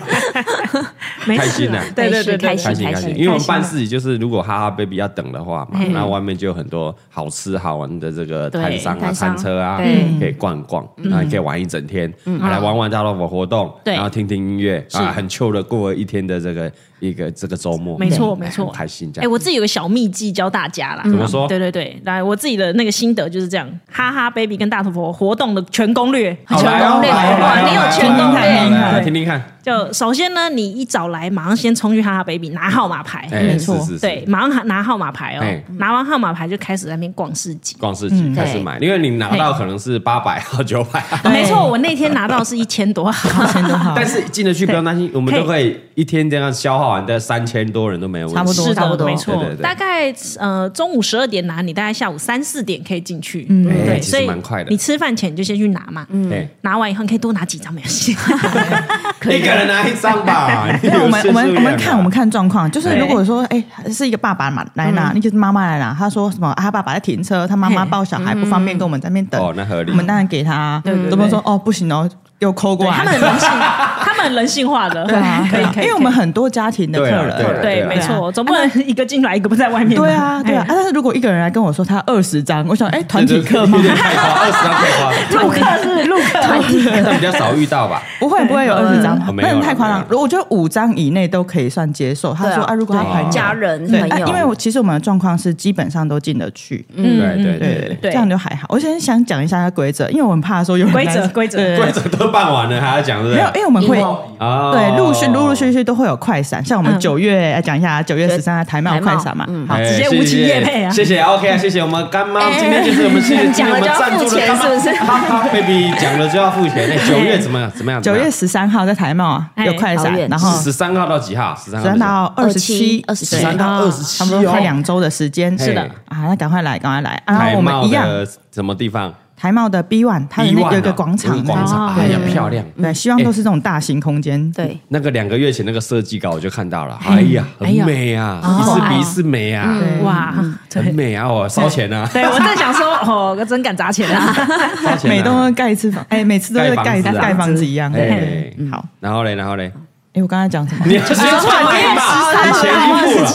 [SPEAKER 2] 没事
[SPEAKER 1] 开心啊
[SPEAKER 2] 对对对对
[SPEAKER 4] 开
[SPEAKER 2] 对
[SPEAKER 4] 心
[SPEAKER 1] 开心
[SPEAKER 4] 开
[SPEAKER 1] 开
[SPEAKER 4] 心
[SPEAKER 1] 心，因为我们办事情就是，如果哈哈 baby 要等的话嘛，那外面就有很多好吃好玩的这个摊商啊、
[SPEAKER 4] 摊商
[SPEAKER 1] 餐车啊
[SPEAKER 4] 对，
[SPEAKER 1] 可以逛一逛，那你可以玩一整天，啊来玩玩大老婆活动，
[SPEAKER 6] 对
[SPEAKER 1] 然后听听音乐啊，很 chill 的过了一天的这个一个这个周末，
[SPEAKER 2] 没错
[SPEAKER 1] 嗯
[SPEAKER 2] 没错
[SPEAKER 1] 很开心这
[SPEAKER 2] 哎，
[SPEAKER 1] 样。嗯
[SPEAKER 2] 我自己有个小秘技教大家啦。
[SPEAKER 1] 怎么说
[SPEAKER 2] 对对对，来，我自己的那个心得就是这样，哈哈 baby 跟大头佛活动的全攻略。
[SPEAKER 1] 好来
[SPEAKER 4] 全
[SPEAKER 1] 哦
[SPEAKER 4] 攻略
[SPEAKER 1] 来哦
[SPEAKER 4] 哇
[SPEAKER 1] 来哦
[SPEAKER 4] 你有
[SPEAKER 1] 来哦
[SPEAKER 4] 全
[SPEAKER 1] 来哦
[SPEAKER 4] 攻略
[SPEAKER 1] 来哦来哦
[SPEAKER 3] 对
[SPEAKER 1] 听听看，
[SPEAKER 2] 就首先呢，你一早来，马上先冲去哈哈 baby 拿号码牌。
[SPEAKER 1] 哎，
[SPEAKER 3] 没
[SPEAKER 1] 是
[SPEAKER 3] 错
[SPEAKER 1] 是是，
[SPEAKER 2] 对，，马上拿号码牌
[SPEAKER 1] 哎
[SPEAKER 2] 哦，拿完号码牌就开始在那边逛市集。
[SPEAKER 1] 逛市集开始
[SPEAKER 4] 对
[SPEAKER 1] 买，因为你拿到可能是八百或九百，
[SPEAKER 3] 对
[SPEAKER 2] 没错，我那天拿到是一千多号，
[SPEAKER 3] 钱都好，
[SPEAKER 1] 但是进得去不要担心，我们都可以一天这样消耗完的三千多人都没有问题，
[SPEAKER 3] 差不多
[SPEAKER 2] 是
[SPEAKER 3] 差不
[SPEAKER 2] 的，
[SPEAKER 3] 多
[SPEAKER 2] 没错
[SPEAKER 1] 对对，对
[SPEAKER 2] 大概呃中午十二点拿，你大概下午三四点可以进去，
[SPEAKER 1] 哎
[SPEAKER 2] 对，
[SPEAKER 1] 其实
[SPEAKER 2] 所以
[SPEAKER 1] 蛮快的
[SPEAKER 2] 你吃饭前你就先去拿嘛，
[SPEAKER 3] 嗯
[SPEAKER 1] 哎
[SPEAKER 2] 拿完以后你可以多拿几张没 关系。
[SPEAKER 1] 一个人拿一张 吧。因
[SPEAKER 3] 因为我们我们我们看我们看状况，就是
[SPEAKER 1] 啊对
[SPEAKER 3] 如果说哎、是一个爸爸嘛来拿，那就是妈妈来拿，他说什么啊他爸爸在停车，他妈妈
[SPEAKER 2] 嘿
[SPEAKER 3] 抱小孩不方便跟我们在那边等，
[SPEAKER 1] 哦，那合理
[SPEAKER 3] 我。们当然给他啊，
[SPEAKER 2] 对对
[SPEAKER 3] 怎么
[SPEAKER 2] 对
[SPEAKER 3] 说哦不行哦，又抠过
[SPEAKER 2] 对
[SPEAKER 3] 来，
[SPEAKER 2] 他们很人性， 他们很人性化的，
[SPEAKER 3] 对啊，
[SPEAKER 2] 可以可以，
[SPEAKER 3] 因为我们很多家庭的客
[SPEAKER 1] 对啊
[SPEAKER 3] 人，
[SPEAKER 1] 对啊
[SPEAKER 2] 对，没错，总不能一个进来一个不在外面吧，
[SPEAKER 3] 对啊，对啊。啊
[SPEAKER 2] 哎，
[SPEAKER 3] 但是如果一个人来跟我说他二十张，我想，哎，团体课吗
[SPEAKER 1] 有？点太夸，二十张太夸张，
[SPEAKER 3] 陆客是陆客，团体
[SPEAKER 1] 但比较少遇到 吧。
[SPEAKER 3] 不会不会有二十张
[SPEAKER 1] 哦，没有
[SPEAKER 3] 那太夸张
[SPEAKER 1] 没。有
[SPEAKER 3] 如果我觉得五张以内都可以算接受。他说
[SPEAKER 4] 对啊
[SPEAKER 3] 啊，如果他朋友
[SPEAKER 4] 家人
[SPEAKER 3] 对，
[SPEAKER 4] 朋
[SPEAKER 3] 啊
[SPEAKER 4] 友，
[SPEAKER 3] 因为我其实我们的状况是基本上都进得去，
[SPEAKER 1] 对对
[SPEAKER 3] 嗯对
[SPEAKER 1] 对
[SPEAKER 3] 对
[SPEAKER 1] 对，
[SPEAKER 3] 对，这样就还好。我先想讲一下它规则，因为我很怕说有人
[SPEAKER 2] 规
[SPEAKER 3] 来
[SPEAKER 2] 则规则
[SPEAKER 3] 对对
[SPEAKER 1] 规
[SPEAKER 3] 对
[SPEAKER 1] 则都办完了还要讲，对不
[SPEAKER 3] 没有，因
[SPEAKER 1] 对？
[SPEAKER 3] 为我们会
[SPEAKER 4] 因为
[SPEAKER 1] 啊
[SPEAKER 3] 对，陆续陆陆续续都会有快闪，像我们
[SPEAKER 2] 嗯
[SPEAKER 3] 九月来讲一下，九月十三的台贸快闪嘛，好，
[SPEAKER 1] 哎
[SPEAKER 2] 直接无情
[SPEAKER 1] 谢谢
[SPEAKER 2] 业配啊
[SPEAKER 1] 谢谢 OK 啊，谢谢我们干妈，
[SPEAKER 3] 哎
[SPEAKER 1] 今天就是我们谢谢今天我们赞助的干妈
[SPEAKER 4] 讲了就要付钱是不是
[SPEAKER 1] 哈 哈，baby 讲了就要付钱。哎，九月怎么样？怎么样？
[SPEAKER 3] 九月十三号在台贸啊
[SPEAKER 2] 哎
[SPEAKER 3] 有快闪
[SPEAKER 4] 好远，
[SPEAKER 3] 然后
[SPEAKER 1] 十三号到几号？十三
[SPEAKER 3] 十三到二十
[SPEAKER 4] 27
[SPEAKER 3] 七、
[SPEAKER 4] 27
[SPEAKER 1] 十三
[SPEAKER 3] 对
[SPEAKER 1] 到二十七哦
[SPEAKER 3] 差不多快两周的时间。
[SPEAKER 1] 嘿
[SPEAKER 3] 是的啊，那赶快来，赶快来。啊，然
[SPEAKER 1] 台
[SPEAKER 3] 后我们
[SPEAKER 1] 茂
[SPEAKER 3] 一样，
[SPEAKER 1] 的什么地方？
[SPEAKER 3] 台贸的 B One，它的那
[SPEAKER 1] B1 啊
[SPEAKER 3] 有一个广场，
[SPEAKER 1] 有一个广场，哎
[SPEAKER 3] 对
[SPEAKER 1] 呀，
[SPEAKER 3] 对对
[SPEAKER 1] 漂亮。
[SPEAKER 3] 对，希望都是这种大型空间。
[SPEAKER 4] 对，
[SPEAKER 1] 那个两个月前那个设计稿我就看到了，哎呀，很美啊，一次比一次美啊，
[SPEAKER 4] 嗯
[SPEAKER 2] 哇，
[SPEAKER 1] 很美啊，我烧钱啊，
[SPEAKER 2] 对我正想说，哦，我真敢砸钱 啊，
[SPEAKER 1] 烧钱啊
[SPEAKER 3] 每栋都盖一次房，哎，每次都是
[SPEAKER 1] 盖
[SPEAKER 3] 盖
[SPEAKER 1] 房子啊
[SPEAKER 3] 盖房子一样。对
[SPEAKER 1] 哎，
[SPEAKER 3] 好，
[SPEAKER 1] 然后嘞，然后嘞，
[SPEAKER 3] 哎，我刚才讲什么？
[SPEAKER 1] 你就是赚钱嘛，你钱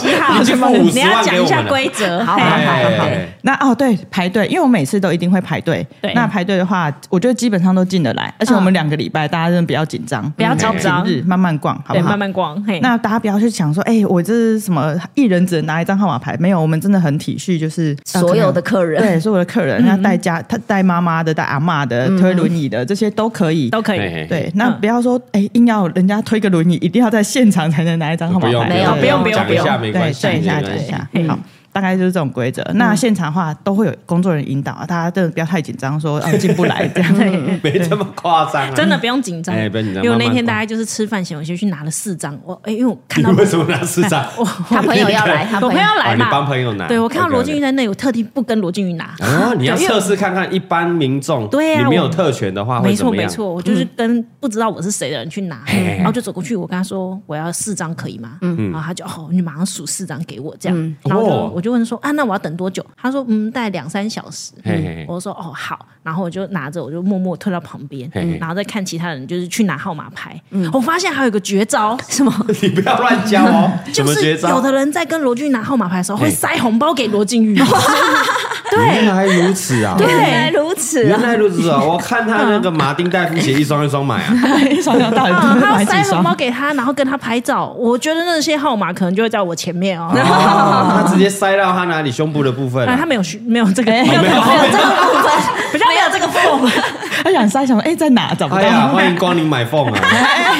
[SPEAKER 1] 已经付了，已经付五
[SPEAKER 2] 你
[SPEAKER 1] 十
[SPEAKER 2] 要
[SPEAKER 1] 万
[SPEAKER 2] 讲
[SPEAKER 1] 给
[SPEAKER 2] 一
[SPEAKER 1] 我
[SPEAKER 2] 下
[SPEAKER 1] 们了，
[SPEAKER 2] 规则，
[SPEAKER 4] 好啊
[SPEAKER 2] 嘿
[SPEAKER 4] 好好
[SPEAKER 1] 哎，
[SPEAKER 3] 那哦，对，排队，因为我每次都一定会排队。
[SPEAKER 2] 对嗯
[SPEAKER 3] 那排队的话，我觉得基本上都进得来，而且我们两个礼拜大家真的比较紧张，嗯
[SPEAKER 2] 不要紧张
[SPEAKER 3] 平日慢慢逛，好
[SPEAKER 4] 啊
[SPEAKER 2] 对，
[SPEAKER 3] 不好
[SPEAKER 2] 慢？慢逛，嘿，
[SPEAKER 3] 那大家不要去想说，哎、我这是什么一人只能拿一张号码牌？没有，我们真的很体恤，就是呃
[SPEAKER 4] 所有
[SPEAKER 3] 可能
[SPEAKER 4] 的客人
[SPEAKER 3] 对所有的客
[SPEAKER 2] 嗯
[SPEAKER 3] 人，那带家、他带妈妈的、带阿嬷的、推轮椅的，这些都可以。
[SPEAKER 2] 都可以，
[SPEAKER 1] 哎，
[SPEAKER 3] 对，那
[SPEAKER 2] 嗯
[SPEAKER 3] 不要说，哎、硬要人家推个轮椅，一定要在现场才能拿一张号
[SPEAKER 1] 不
[SPEAKER 3] 码
[SPEAKER 1] 用
[SPEAKER 3] 牌，
[SPEAKER 4] 没有
[SPEAKER 3] 对
[SPEAKER 4] 不用
[SPEAKER 1] 讲
[SPEAKER 2] 不
[SPEAKER 1] 一
[SPEAKER 2] 用
[SPEAKER 1] 下没关
[SPEAKER 3] 对，
[SPEAKER 1] 系，
[SPEAKER 3] 讲一下，
[SPEAKER 1] 没
[SPEAKER 3] 讲
[SPEAKER 1] 关
[SPEAKER 3] 一
[SPEAKER 1] 系
[SPEAKER 3] 下，好。大概就是这种规则。那
[SPEAKER 2] 嗯
[SPEAKER 3] 现场的话都会有工作人员引导，大家真的不要太紧张，说 啊进不来这样。
[SPEAKER 1] 没这么夸张啊，
[SPEAKER 2] 真的不用紧张，
[SPEAKER 1] 哎不用紧张
[SPEAKER 2] 因为我
[SPEAKER 1] 慢慢
[SPEAKER 2] 那天
[SPEAKER 1] 逛
[SPEAKER 2] 大概就是吃饭前，我就去拿了四张，我哎，因为我看
[SPEAKER 1] 你
[SPEAKER 2] 到
[SPEAKER 1] 为什么拿四张？
[SPEAKER 4] 他朋友要来，他
[SPEAKER 2] 我
[SPEAKER 4] 朋
[SPEAKER 2] 朋
[SPEAKER 4] 友
[SPEAKER 2] 友来
[SPEAKER 1] 哦你帮
[SPEAKER 2] 嘛，
[SPEAKER 1] 朋友拿，
[SPEAKER 2] 对我看到
[SPEAKER 1] OK，OK
[SPEAKER 2] 罗晋玉在那，我特地不跟罗晋玉拿，
[SPEAKER 1] 哦，你要测试看看一般民众，
[SPEAKER 2] 对啊
[SPEAKER 1] 你没有
[SPEAKER 2] 我
[SPEAKER 1] 特权的话会
[SPEAKER 2] 没
[SPEAKER 1] 怎
[SPEAKER 2] 错
[SPEAKER 1] 么
[SPEAKER 2] 没
[SPEAKER 1] 样？嗯
[SPEAKER 2] 错，我就是跟不知道我是谁的人去拿，
[SPEAKER 1] 嘿嗯
[SPEAKER 2] 然后就走过去，我跟他说我要四张可以吗？然后他就哦，你马上数四张给我这样，然后我就
[SPEAKER 1] 哦
[SPEAKER 2] 我就问说啊，那我要等多久？他说嗯，大概两三小时
[SPEAKER 1] 嘿嘿嘿，
[SPEAKER 2] 我就说哦好，然后我就拿着我就默默退到旁边
[SPEAKER 1] 嘿嘿，
[SPEAKER 2] 然后再看其他人就是去拿号码牌，哦我发现还有一个绝招，嗯什么？
[SPEAKER 1] 你不要乱教哦，什
[SPEAKER 2] 就
[SPEAKER 1] 么
[SPEAKER 2] 是
[SPEAKER 1] 绝招？
[SPEAKER 2] 有的人在跟罗俊拿号码牌的时候，会
[SPEAKER 1] 嘿
[SPEAKER 2] 塞红包给罗靖 宇。对
[SPEAKER 1] 原来如此啊！
[SPEAKER 4] 原来如此
[SPEAKER 1] 原
[SPEAKER 4] 啊，
[SPEAKER 1] 来如此啊！我看他那个马丁戴夫鞋一双一双买啊，
[SPEAKER 3] 一双要大人
[SPEAKER 2] 啊，
[SPEAKER 3] 都
[SPEAKER 2] 他
[SPEAKER 3] 买
[SPEAKER 2] 要塞
[SPEAKER 3] 几
[SPEAKER 2] 红包
[SPEAKER 3] 双，
[SPEAKER 2] 给 他，然后跟他拍照。我觉得那些号码可能就会在我前面 哦。
[SPEAKER 1] 哦他直接塞到他哪里胸部的部分
[SPEAKER 2] 啊，
[SPEAKER 1] 啊
[SPEAKER 2] 他。没有虚没有这个，没有没有
[SPEAKER 1] 没有
[SPEAKER 2] 这个部分，比较没有这个部分。
[SPEAKER 3] 他想塞，想说哎、在哪找不
[SPEAKER 1] 哎呀，
[SPEAKER 3] 到？
[SPEAKER 1] 欢迎光临买凤啊！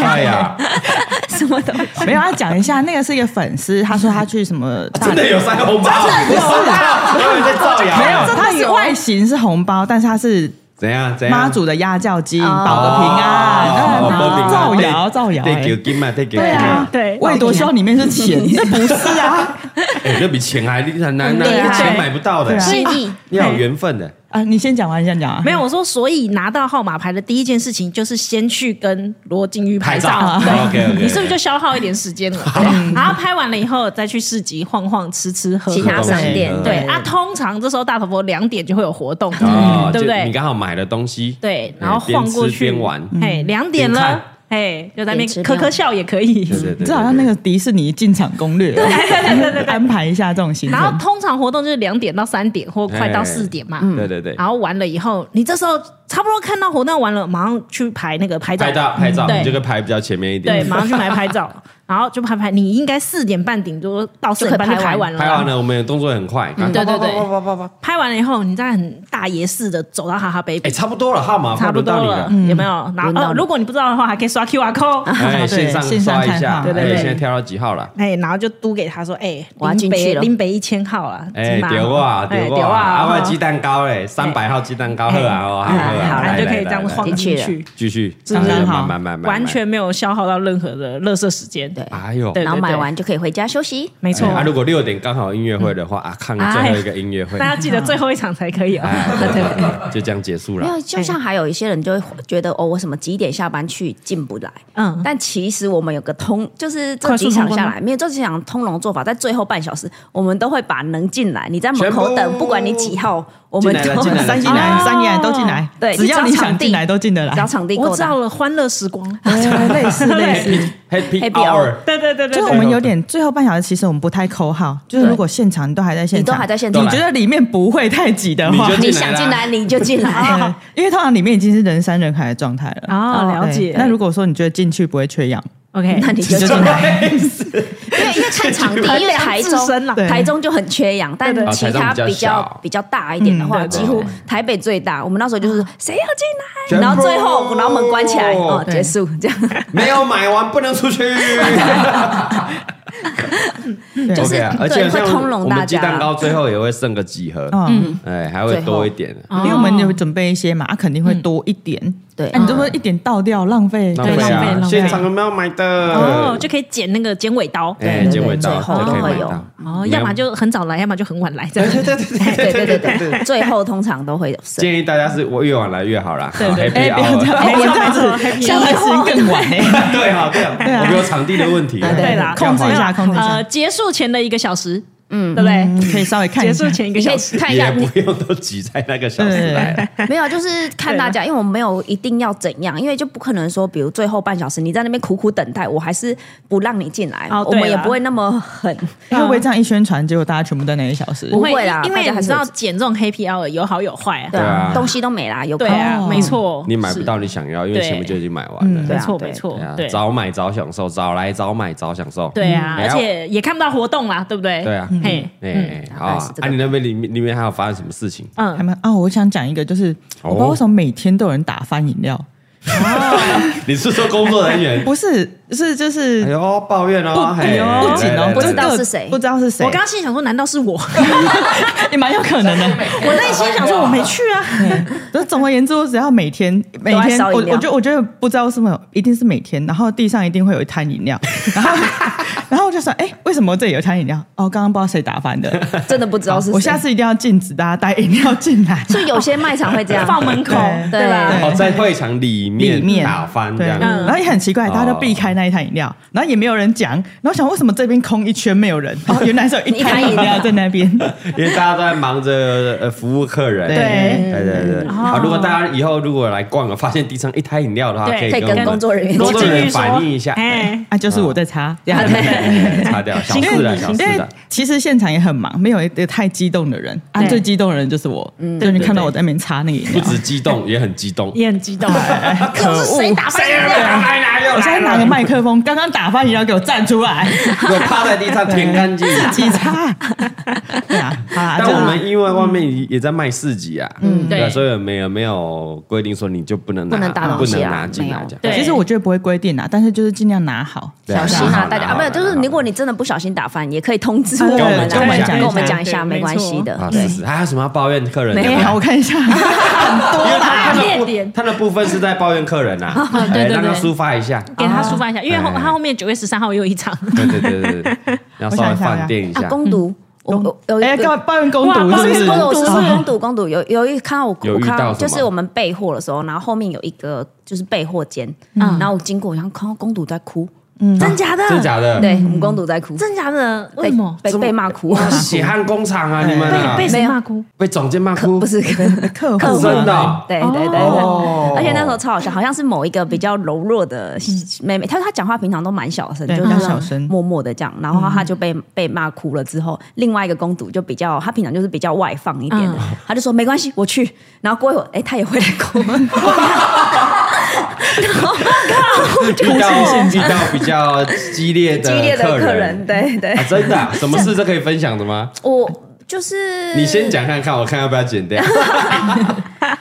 [SPEAKER 1] 哎呀，
[SPEAKER 4] 什么东 西？
[SPEAKER 3] 没有，要讲一下，那个是一个粉丝，他说他去 什么大
[SPEAKER 1] 真的有塞红包，不 是啊，有人在造谣。
[SPEAKER 3] 没有，它是外形是红包，但是它是
[SPEAKER 1] 怎样怎样？
[SPEAKER 3] 妈祖的压轿金，
[SPEAKER 4] 哦
[SPEAKER 3] 保个平安，
[SPEAKER 1] 哦
[SPEAKER 3] 当
[SPEAKER 1] 保
[SPEAKER 3] 然
[SPEAKER 1] 平安
[SPEAKER 3] 啦造谣造谣，
[SPEAKER 1] 对，
[SPEAKER 3] 哎
[SPEAKER 1] 给金嘛，对，给金
[SPEAKER 3] 对啊
[SPEAKER 1] 嘛，。
[SPEAKER 2] 对
[SPEAKER 3] 我也多希望里面是钱，那不是啊，
[SPEAKER 1] 哎，那比钱还厉害，难
[SPEAKER 4] 很厉
[SPEAKER 1] 难
[SPEAKER 4] 害
[SPEAKER 1] 钱买不到的
[SPEAKER 3] 对，啊
[SPEAKER 4] 记忆
[SPEAKER 1] 要有缘分的。
[SPEAKER 3] 啊，你先讲完，你先讲完。
[SPEAKER 2] 没有，我说，所以拿到号码牌的第一件事情就是先去跟罗金玉拍照。
[SPEAKER 1] 拍照哦
[SPEAKER 2] 对
[SPEAKER 1] OK，OK，OK
[SPEAKER 2] 你是不是就消耗一点时间了？对然后拍完了以后，再去市集晃晃、吃吃喝喝。
[SPEAKER 4] 其他商店
[SPEAKER 1] 嗯
[SPEAKER 2] 对啊，通常这时候大头佛两点就会有活动，
[SPEAKER 1] 啊，
[SPEAKER 2] 嗯对不
[SPEAKER 1] 就
[SPEAKER 2] 对
[SPEAKER 1] 你？刚好买了东西，
[SPEAKER 2] 对，然后
[SPEAKER 1] 哎边
[SPEAKER 2] 晃过
[SPEAKER 1] 吃
[SPEAKER 2] 去
[SPEAKER 1] 边玩，
[SPEAKER 2] 哎，两点
[SPEAKER 1] 边
[SPEAKER 2] 了
[SPEAKER 1] 看，
[SPEAKER 2] 哎，就在那
[SPEAKER 4] 边吃
[SPEAKER 2] 边
[SPEAKER 4] 边
[SPEAKER 2] 咳
[SPEAKER 4] 玩
[SPEAKER 2] 咳笑也可以。
[SPEAKER 1] 对对对，
[SPEAKER 3] 这好像那个迪士尼进场攻略，对对对，安排一下这种行
[SPEAKER 2] 然后
[SPEAKER 3] 程。
[SPEAKER 2] 通常活动就是两点到三点，或快到四点嘛。
[SPEAKER 1] 对对对，
[SPEAKER 2] 然后完了以后，你这时候差不多看到活动完了，马上去排那个拍照，嗯
[SPEAKER 1] 拍照拍照，
[SPEAKER 2] 对
[SPEAKER 1] 你这个拍比较前面一点
[SPEAKER 2] 对，，马上去买拍 照，然后就拍拍。你应该四点半顶多到四点半就
[SPEAKER 4] 就可以
[SPEAKER 2] 拍
[SPEAKER 4] 拍
[SPEAKER 2] 完
[SPEAKER 4] 完
[SPEAKER 2] 了，嗯
[SPEAKER 1] 拍完。了，我们动作很快，赶快
[SPEAKER 2] 对对对，拍完了以后，你再很大爷似的走到哈哈 baby，
[SPEAKER 1] 哎，差不多了，号码
[SPEAKER 2] 差不
[SPEAKER 1] 轮
[SPEAKER 2] 多
[SPEAKER 1] 到你
[SPEAKER 2] 了，有没有？然
[SPEAKER 4] 轮
[SPEAKER 2] 后
[SPEAKER 4] 到
[SPEAKER 2] 哦，
[SPEAKER 4] 你
[SPEAKER 2] 如果你不知道的话，还可以刷 QR code。
[SPEAKER 1] 哎，
[SPEAKER 3] 对
[SPEAKER 1] 线上
[SPEAKER 3] 线上
[SPEAKER 1] 刷一
[SPEAKER 3] 看
[SPEAKER 1] 下，
[SPEAKER 3] 号
[SPEAKER 2] 对对
[SPEAKER 1] 哎
[SPEAKER 2] 对
[SPEAKER 1] 现在跳到几号了？
[SPEAKER 2] 哎，然后就嘟给他说：“哎，
[SPEAKER 4] 我要
[SPEAKER 2] 林
[SPEAKER 4] 进去
[SPEAKER 2] 北
[SPEAKER 4] 了
[SPEAKER 2] 林北一千号了，
[SPEAKER 1] 哎，
[SPEAKER 2] 金马
[SPEAKER 1] 丢啊
[SPEAKER 2] 哎
[SPEAKER 1] 丢啊，
[SPEAKER 2] 啊！
[SPEAKER 1] 阿外
[SPEAKER 2] 哦
[SPEAKER 1] 鸡蛋糕嘞，三百号鸡蛋糕喝啊哦，好
[SPEAKER 2] 哎
[SPEAKER 1] 喝啊，
[SPEAKER 2] 好了，
[SPEAKER 1] 来
[SPEAKER 2] 就可
[SPEAKER 1] 来
[SPEAKER 2] 以这样
[SPEAKER 1] 来
[SPEAKER 2] 子晃
[SPEAKER 1] 来
[SPEAKER 4] 进去
[SPEAKER 2] 进
[SPEAKER 4] 了
[SPEAKER 2] 去，
[SPEAKER 1] 继续，哎
[SPEAKER 3] 刚刚好
[SPEAKER 1] 慢慢慢慢，
[SPEAKER 2] 完全没有消耗到任何的垃圾时间。
[SPEAKER 4] 对
[SPEAKER 1] 哎呦，
[SPEAKER 2] 对
[SPEAKER 4] 然后买完就可以回家休息。
[SPEAKER 2] 没错
[SPEAKER 1] 哎，啊，如果六点刚好音乐会的话啊，看最后一个音乐会，
[SPEAKER 2] 大家记得最后一场才可以哦。
[SPEAKER 1] 哎对对对就这样结束
[SPEAKER 4] 没
[SPEAKER 1] 了。
[SPEAKER 4] 有，就像还有一些人就会觉得哦，我什么几点下班去进不来。
[SPEAKER 2] 嗯，
[SPEAKER 4] 但其实我们有个通，就是这
[SPEAKER 2] 快速
[SPEAKER 4] 几场
[SPEAKER 2] 通关
[SPEAKER 4] 下
[SPEAKER 2] 吗
[SPEAKER 4] 来，没有这几场通融做法，在最后半小时，我们都会把能进来，你在门
[SPEAKER 1] 全部
[SPEAKER 4] 口等，不管你几号，我
[SPEAKER 1] 进
[SPEAKER 4] 们
[SPEAKER 1] 来了
[SPEAKER 4] 都
[SPEAKER 1] 进来了
[SPEAKER 3] 三进来，三进来都进来，
[SPEAKER 4] 对
[SPEAKER 3] 哦只要
[SPEAKER 4] 只要
[SPEAKER 3] 你想
[SPEAKER 4] 场地
[SPEAKER 3] 进来都进得
[SPEAKER 4] 只要
[SPEAKER 3] 来。
[SPEAKER 4] 场地
[SPEAKER 2] 我
[SPEAKER 4] 够
[SPEAKER 2] 知
[SPEAKER 4] 大
[SPEAKER 2] 道。了，欢乐时 光。
[SPEAKER 3] 类似类似，
[SPEAKER 1] Happy
[SPEAKER 4] Happy
[SPEAKER 1] Hour，
[SPEAKER 4] hour
[SPEAKER 2] 对对对对
[SPEAKER 3] 就是我
[SPEAKER 2] 对，
[SPEAKER 3] 们有点最后半小时，其实我们不太抠号，就是如果现场你都还在现
[SPEAKER 4] 你
[SPEAKER 3] 场，
[SPEAKER 4] 都还在现
[SPEAKER 1] 场
[SPEAKER 3] 你觉得里面不会太挤的话
[SPEAKER 1] 你，就
[SPEAKER 4] 你想进来你就进 来，
[SPEAKER 3] 对因为通常里面已经是人山人海的状态了。
[SPEAKER 2] 哦，了
[SPEAKER 3] 对
[SPEAKER 2] 解。
[SPEAKER 3] 那如果说你觉得进去不会缺氧，
[SPEAKER 2] OK，
[SPEAKER 4] 那你就进
[SPEAKER 3] 进
[SPEAKER 4] 来。
[SPEAKER 3] 来。
[SPEAKER 4] 因为因为看场地，因为台
[SPEAKER 2] 自身啦
[SPEAKER 4] 中
[SPEAKER 3] 对
[SPEAKER 4] 台中就很缺氧，但
[SPEAKER 2] 对对
[SPEAKER 4] 其他
[SPEAKER 1] 啊台中比
[SPEAKER 4] 比
[SPEAKER 1] 较
[SPEAKER 4] 较
[SPEAKER 1] 小
[SPEAKER 4] 比较大一点的
[SPEAKER 2] 嗯
[SPEAKER 4] 话，
[SPEAKER 2] 对
[SPEAKER 4] 几乎台北最大。我们那时候就是
[SPEAKER 1] 啊
[SPEAKER 4] 谁要
[SPEAKER 1] 全
[SPEAKER 4] 进
[SPEAKER 1] 部
[SPEAKER 4] 来，然后最后然后门关起来，哦，
[SPEAKER 3] 对
[SPEAKER 4] 结束这样。
[SPEAKER 1] 没有买完不能出 去，
[SPEAKER 4] 就是
[SPEAKER 1] OK 啊而且
[SPEAKER 4] 对会
[SPEAKER 1] 像
[SPEAKER 4] 通融
[SPEAKER 1] 我们
[SPEAKER 4] 大
[SPEAKER 1] 鸡
[SPEAKER 4] 家
[SPEAKER 1] 蛋糕最后也会剩个几盒，
[SPEAKER 3] 嗯，
[SPEAKER 1] 哎，还会多一点，
[SPEAKER 3] 因为我们有准备一些嘛，啊肯定会多一点。
[SPEAKER 4] 对
[SPEAKER 3] 啊你这不是一点倒掉，浪费
[SPEAKER 1] 浪
[SPEAKER 2] 对
[SPEAKER 1] 费
[SPEAKER 2] 浪费
[SPEAKER 1] 啊
[SPEAKER 2] 浪，费
[SPEAKER 1] 现场有没有买
[SPEAKER 2] 哦，
[SPEAKER 1] 的？
[SPEAKER 2] 就可以剪那个剪尾刀。
[SPEAKER 1] 哎，
[SPEAKER 4] 对
[SPEAKER 1] 结尾
[SPEAKER 4] 最
[SPEAKER 1] 到
[SPEAKER 4] 后
[SPEAKER 1] 就可以
[SPEAKER 4] 都
[SPEAKER 1] 买
[SPEAKER 4] 会有
[SPEAKER 1] 到
[SPEAKER 2] 哦，要么就很早来，要么就很晚来，这样。
[SPEAKER 4] 对对对 对对，最后通常都会有剩。
[SPEAKER 1] 建议大家是我越晚来越好啦，好
[SPEAKER 3] 对，
[SPEAKER 1] ，Happy
[SPEAKER 3] 不要这
[SPEAKER 1] Hour。
[SPEAKER 2] 哎
[SPEAKER 3] 样，我这样子下 班时间更晚欸。
[SPEAKER 1] 对哈，对啊，我们有场地的问题，啊
[SPEAKER 2] 对啦，
[SPEAKER 3] 控制一下，控制一
[SPEAKER 2] 呃，
[SPEAKER 3] 下，
[SPEAKER 2] 结束前的一个小时，嗯，对不
[SPEAKER 3] 嗯
[SPEAKER 2] 对？
[SPEAKER 3] 可以稍微看一
[SPEAKER 2] 结
[SPEAKER 3] 下
[SPEAKER 2] 束。前一个
[SPEAKER 4] 你可
[SPEAKER 2] 小
[SPEAKER 4] 以
[SPEAKER 2] 时，
[SPEAKER 4] 看一下
[SPEAKER 1] 也，不用都挤在那个小时来，
[SPEAKER 4] 没有，啊就是看大家，因为我们没有一定要怎样，因为就不可能说，比如最后半小时你在那边苦苦等待，我还是不让你进来，
[SPEAKER 2] 哦
[SPEAKER 4] 我
[SPEAKER 2] 对
[SPEAKER 4] 们也
[SPEAKER 2] 啦
[SPEAKER 4] 不会那么狠。
[SPEAKER 3] 会不会这样一宣传，结果大家全部在那一小时？
[SPEAKER 4] 不会啦
[SPEAKER 2] 因
[SPEAKER 4] 大
[SPEAKER 2] 为
[SPEAKER 4] 家
[SPEAKER 2] 你
[SPEAKER 4] 还
[SPEAKER 2] 知
[SPEAKER 4] 是
[SPEAKER 2] 道剪这种 Happy Hour 有好有坏啊
[SPEAKER 4] 对。
[SPEAKER 1] 啊
[SPEAKER 4] 啊，东西都没啦，有
[SPEAKER 2] 对
[SPEAKER 4] 空
[SPEAKER 2] 啊，
[SPEAKER 3] 哦
[SPEAKER 2] 没错，
[SPEAKER 1] 你买不
[SPEAKER 2] 是
[SPEAKER 1] 到你想要，因为
[SPEAKER 2] 对
[SPEAKER 1] 前面就已经买完了。
[SPEAKER 3] 嗯
[SPEAKER 4] 对
[SPEAKER 2] 没
[SPEAKER 4] 啊
[SPEAKER 2] 错，
[SPEAKER 4] 对
[SPEAKER 2] 没错
[SPEAKER 1] 对啊，
[SPEAKER 2] 对，
[SPEAKER 1] 早买早享受，早来早买早享受。
[SPEAKER 2] 对啊，
[SPEAKER 1] 嗯
[SPEAKER 2] 而且也看不到活动啦，对不对？
[SPEAKER 1] 对啊，
[SPEAKER 2] 嘿，
[SPEAKER 1] 哎，好
[SPEAKER 4] 大概
[SPEAKER 1] 啊
[SPEAKER 4] 是，这
[SPEAKER 1] 啊
[SPEAKER 4] 个
[SPEAKER 1] 你那边里面里面还有发生什么事情？
[SPEAKER 3] 还蛮啊，我想讲一个，就是我不知道为什么每天都有人打翻饮料，
[SPEAKER 1] 你是说工作人员？
[SPEAKER 3] 不是是就是
[SPEAKER 1] 哎呦，哎抱怨哦，
[SPEAKER 3] 不
[SPEAKER 1] 嘿
[SPEAKER 3] 不仅
[SPEAKER 1] 来来
[SPEAKER 3] 哦
[SPEAKER 1] 来，
[SPEAKER 4] 不知道
[SPEAKER 3] 这个
[SPEAKER 4] 是谁
[SPEAKER 3] 不知道是谁，
[SPEAKER 2] 我刚刚心里想说，难道是我？
[SPEAKER 3] 也蛮有可能的。
[SPEAKER 2] 我内心想说，我没去啊。
[SPEAKER 3] 就是总而言之，我只要每天每
[SPEAKER 4] 都在
[SPEAKER 3] 天，
[SPEAKER 4] 烧
[SPEAKER 3] 我
[SPEAKER 4] 饮料
[SPEAKER 3] 我觉得我觉得不知道为什么，一定是每天，然后地上一定会有一摊饮 料，然后然后我就说，哎、为什么这里有一摊饮料？哦，刚刚不知道谁打翻的，
[SPEAKER 4] 真的不知道哦是谁。
[SPEAKER 3] 我下次一定要禁止大家带饮料进来。
[SPEAKER 4] 所以有些卖场会这样
[SPEAKER 2] 放门口
[SPEAKER 3] 对
[SPEAKER 4] 对吧？
[SPEAKER 1] 哦，在会场里面
[SPEAKER 3] 里面
[SPEAKER 1] 打翻这
[SPEAKER 3] 对，
[SPEAKER 1] 样。
[SPEAKER 4] 嗯
[SPEAKER 3] 然后也很奇怪，
[SPEAKER 1] 哦
[SPEAKER 3] 大家都避开那一摊饮料，然后也没有人讲，然后想为什么这边空一圈没有人？哦，原来是有一摊饮料在那边。
[SPEAKER 1] 因为大家都在忙着呃服务客人。
[SPEAKER 3] 对
[SPEAKER 1] 对对对。好，如果大家以后如果来逛了，发现地上一摊饮料的话，
[SPEAKER 2] 对
[SPEAKER 1] 可
[SPEAKER 4] 可
[SPEAKER 1] 以
[SPEAKER 4] 以跟
[SPEAKER 1] 我
[SPEAKER 4] 工
[SPEAKER 1] 们
[SPEAKER 4] 作人员
[SPEAKER 1] 工
[SPEAKER 4] 说，
[SPEAKER 1] 作人
[SPEAKER 2] 罗志
[SPEAKER 1] 员
[SPEAKER 2] 玉说
[SPEAKER 1] 反映一下。
[SPEAKER 2] 哎，
[SPEAKER 3] 啊，就是我在擦，
[SPEAKER 4] 哦
[SPEAKER 3] 这样
[SPEAKER 1] 对擦掉， 小事的小事啊
[SPEAKER 3] 因为
[SPEAKER 1] 的。
[SPEAKER 3] 其实现场也很忙，没有一个太激动的人啊，
[SPEAKER 2] 对
[SPEAKER 3] 最激动的人就是我，
[SPEAKER 4] 嗯
[SPEAKER 3] 就你看到我在那边擦那个饮啊
[SPEAKER 1] 不
[SPEAKER 3] 料，
[SPEAKER 1] 止激动，也很激动。哎
[SPEAKER 2] 也很激动。啊
[SPEAKER 3] 可
[SPEAKER 2] 又是谁打翻
[SPEAKER 1] 又
[SPEAKER 2] 的？
[SPEAKER 1] 来啦又
[SPEAKER 3] 我现在拿个麦克风，刚刚打翻饮料给我站出 来，
[SPEAKER 1] 又趴在地上舔干净。
[SPEAKER 3] 自己擦。对啊，好啦，
[SPEAKER 1] 但
[SPEAKER 3] 就
[SPEAKER 1] 我们因为外面也在卖市集啊，嗯，
[SPEAKER 2] 对
[SPEAKER 1] 对啊，所以没有没有规定说你就不能拿
[SPEAKER 4] 不能打
[SPEAKER 1] 不
[SPEAKER 4] 东西
[SPEAKER 1] 能
[SPEAKER 4] 啊
[SPEAKER 1] 拿进来
[SPEAKER 4] 没有
[SPEAKER 1] 这样。
[SPEAKER 2] 对
[SPEAKER 3] 其实我觉得不会规定啊，但是就是尽量拿好。
[SPEAKER 1] 对啊
[SPEAKER 4] 小心
[SPEAKER 1] 拿
[SPEAKER 4] 啊
[SPEAKER 1] 好，
[SPEAKER 4] 大家
[SPEAKER 1] 拿
[SPEAKER 4] 啊，
[SPEAKER 1] 好
[SPEAKER 4] 没有，就
[SPEAKER 1] 拿
[SPEAKER 4] 是
[SPEAKER 1] 好
[SPEAKER 4] 如果你真的不小心打翻，也可以通知
[SPEAKER 3] 对
[SPEAKER 4] 我们
[SPEAKER 3] 跟我们
[SPEAKER 4] 啦，
[SPEAKER 3] 讲一下
[SPEAKER 4] 跟我们讲一下，
[SPEAKER 2] 对
[SPEAKER 4] 没关系的
[SPEAKER 1] 啊，。
[SPEAKER 4] 对
[SPEAKER 1] 是，是，还有什么要抱怨客人的
[SPEAKER 4] 没
[SPEAKER 3] 哎
[SPEAKER 1] 吗？
[SPEAKER 3] 呀，我看一 下，很多啦。
[SPEAKER 2] 列点
[SPEAKER 1] 他的部分是在抱怨客 人呐，
[SPEAKER 4] 哦
[SPEAKER 2] 对
[SPEAKER 1] 哎
[SPEAKER 2] 对
[SPEAKER 1] 让他
[SPEAKER 2] 对
[SPEAKER 1] 抒发一下。
[SPEAKER 2] 给他抒发一下，因为后
[SPEAKER 1] 哎
[SPEAKER 2] 他后面九月十三号又有一场，
[SPEAKER 1] 对对对对对，要稍微放电一
[SPEAKER 4] 啊，
[SPEAKER 1] 下。
[SPEAKER 4] 攻读，我我有一
[SPEAKER 3] 哎，
[SPEAKER 4] 个
[SPEAKER 3] 干嘛抱怨攻读
[SPEAKER 4] 哇
[SPEAKER 3] 是不是？
[SPEAKER 4] 攻读，我是
[SPEAKER 3] 哦
[SPEAKER 4] 说攻读攻读，有有一看到我，
[SPEAKER 1] 有
[SPEAKER 4] 我
[SPEAKER 1] 遇
[SPEAKER 4] 看
[SPEAKER 1] 到
[SPEAKER 4] 到
[SPEAKER 1] 什么
[SPEAKER 4] 就是我们备货的时候，然后后面有一个就是备货间，然后我经过，然后看到攻读在哭，
[SPEAKER 2] 真假的？
[SPEAKER 1] 嗯真假的？
[SPEAKER 4] 对我们攻读在哭，
[SPEAKER 2] 真假的？为
[SPEAKER 4] 被
[SPEAKER 2] 什么？
[SPEAKER 4] 被被骂哭？
[SPEAKER 1] 血汗工厂啊，你们啊
[SPEAKER 2] 被
[SPEAKER 4] 被
[SPEAKER 2] 谁骂哭？
[SPEAKER 1] 被总监骂哭
[SPEAKER 4] 不，是
[SPEAKER 3] 客
[SPEAKER 4] 客
[SPEAKER 3] 户
[SPEAKER 4] 户
[SPEAKER 1] 真的
[SPEAKER 3] 嘛
[SPEAKER 1] 啊
[SPEAKER 4] 对对对对，而且那时候超好笑，好像是某一个比较柔弱的妹妹，她她讲话平常都蛮嗯小声，嗯
[SPEAKER 3] 对
[SPEAKER 4] 就
[SPEAKER 3] 比较
[SPEAKER 4] 是
[SPEAKER 3] 小声
[SPEAKER 4] 默默的这样，然后她就被被骂哭了之后，另外一个公主就比较，她平常就是比较外放一点的，她就说没关系，我去，然后过一会儿，哎，她也会来哭，
[SPEAKER 1] 遇到遇到比较激烈的
[SPEAKER 4] 激烈的客人，
[SPEAKER 1] 人，
[SPEAKER 4] 对对
[SPEAKER 1] 啊，，真的啊，什么事这可以分享的吗？
[SPEAKER 4] 我就是
[SPEAKER 1] 你先讲看看，我看要不要剪 掉。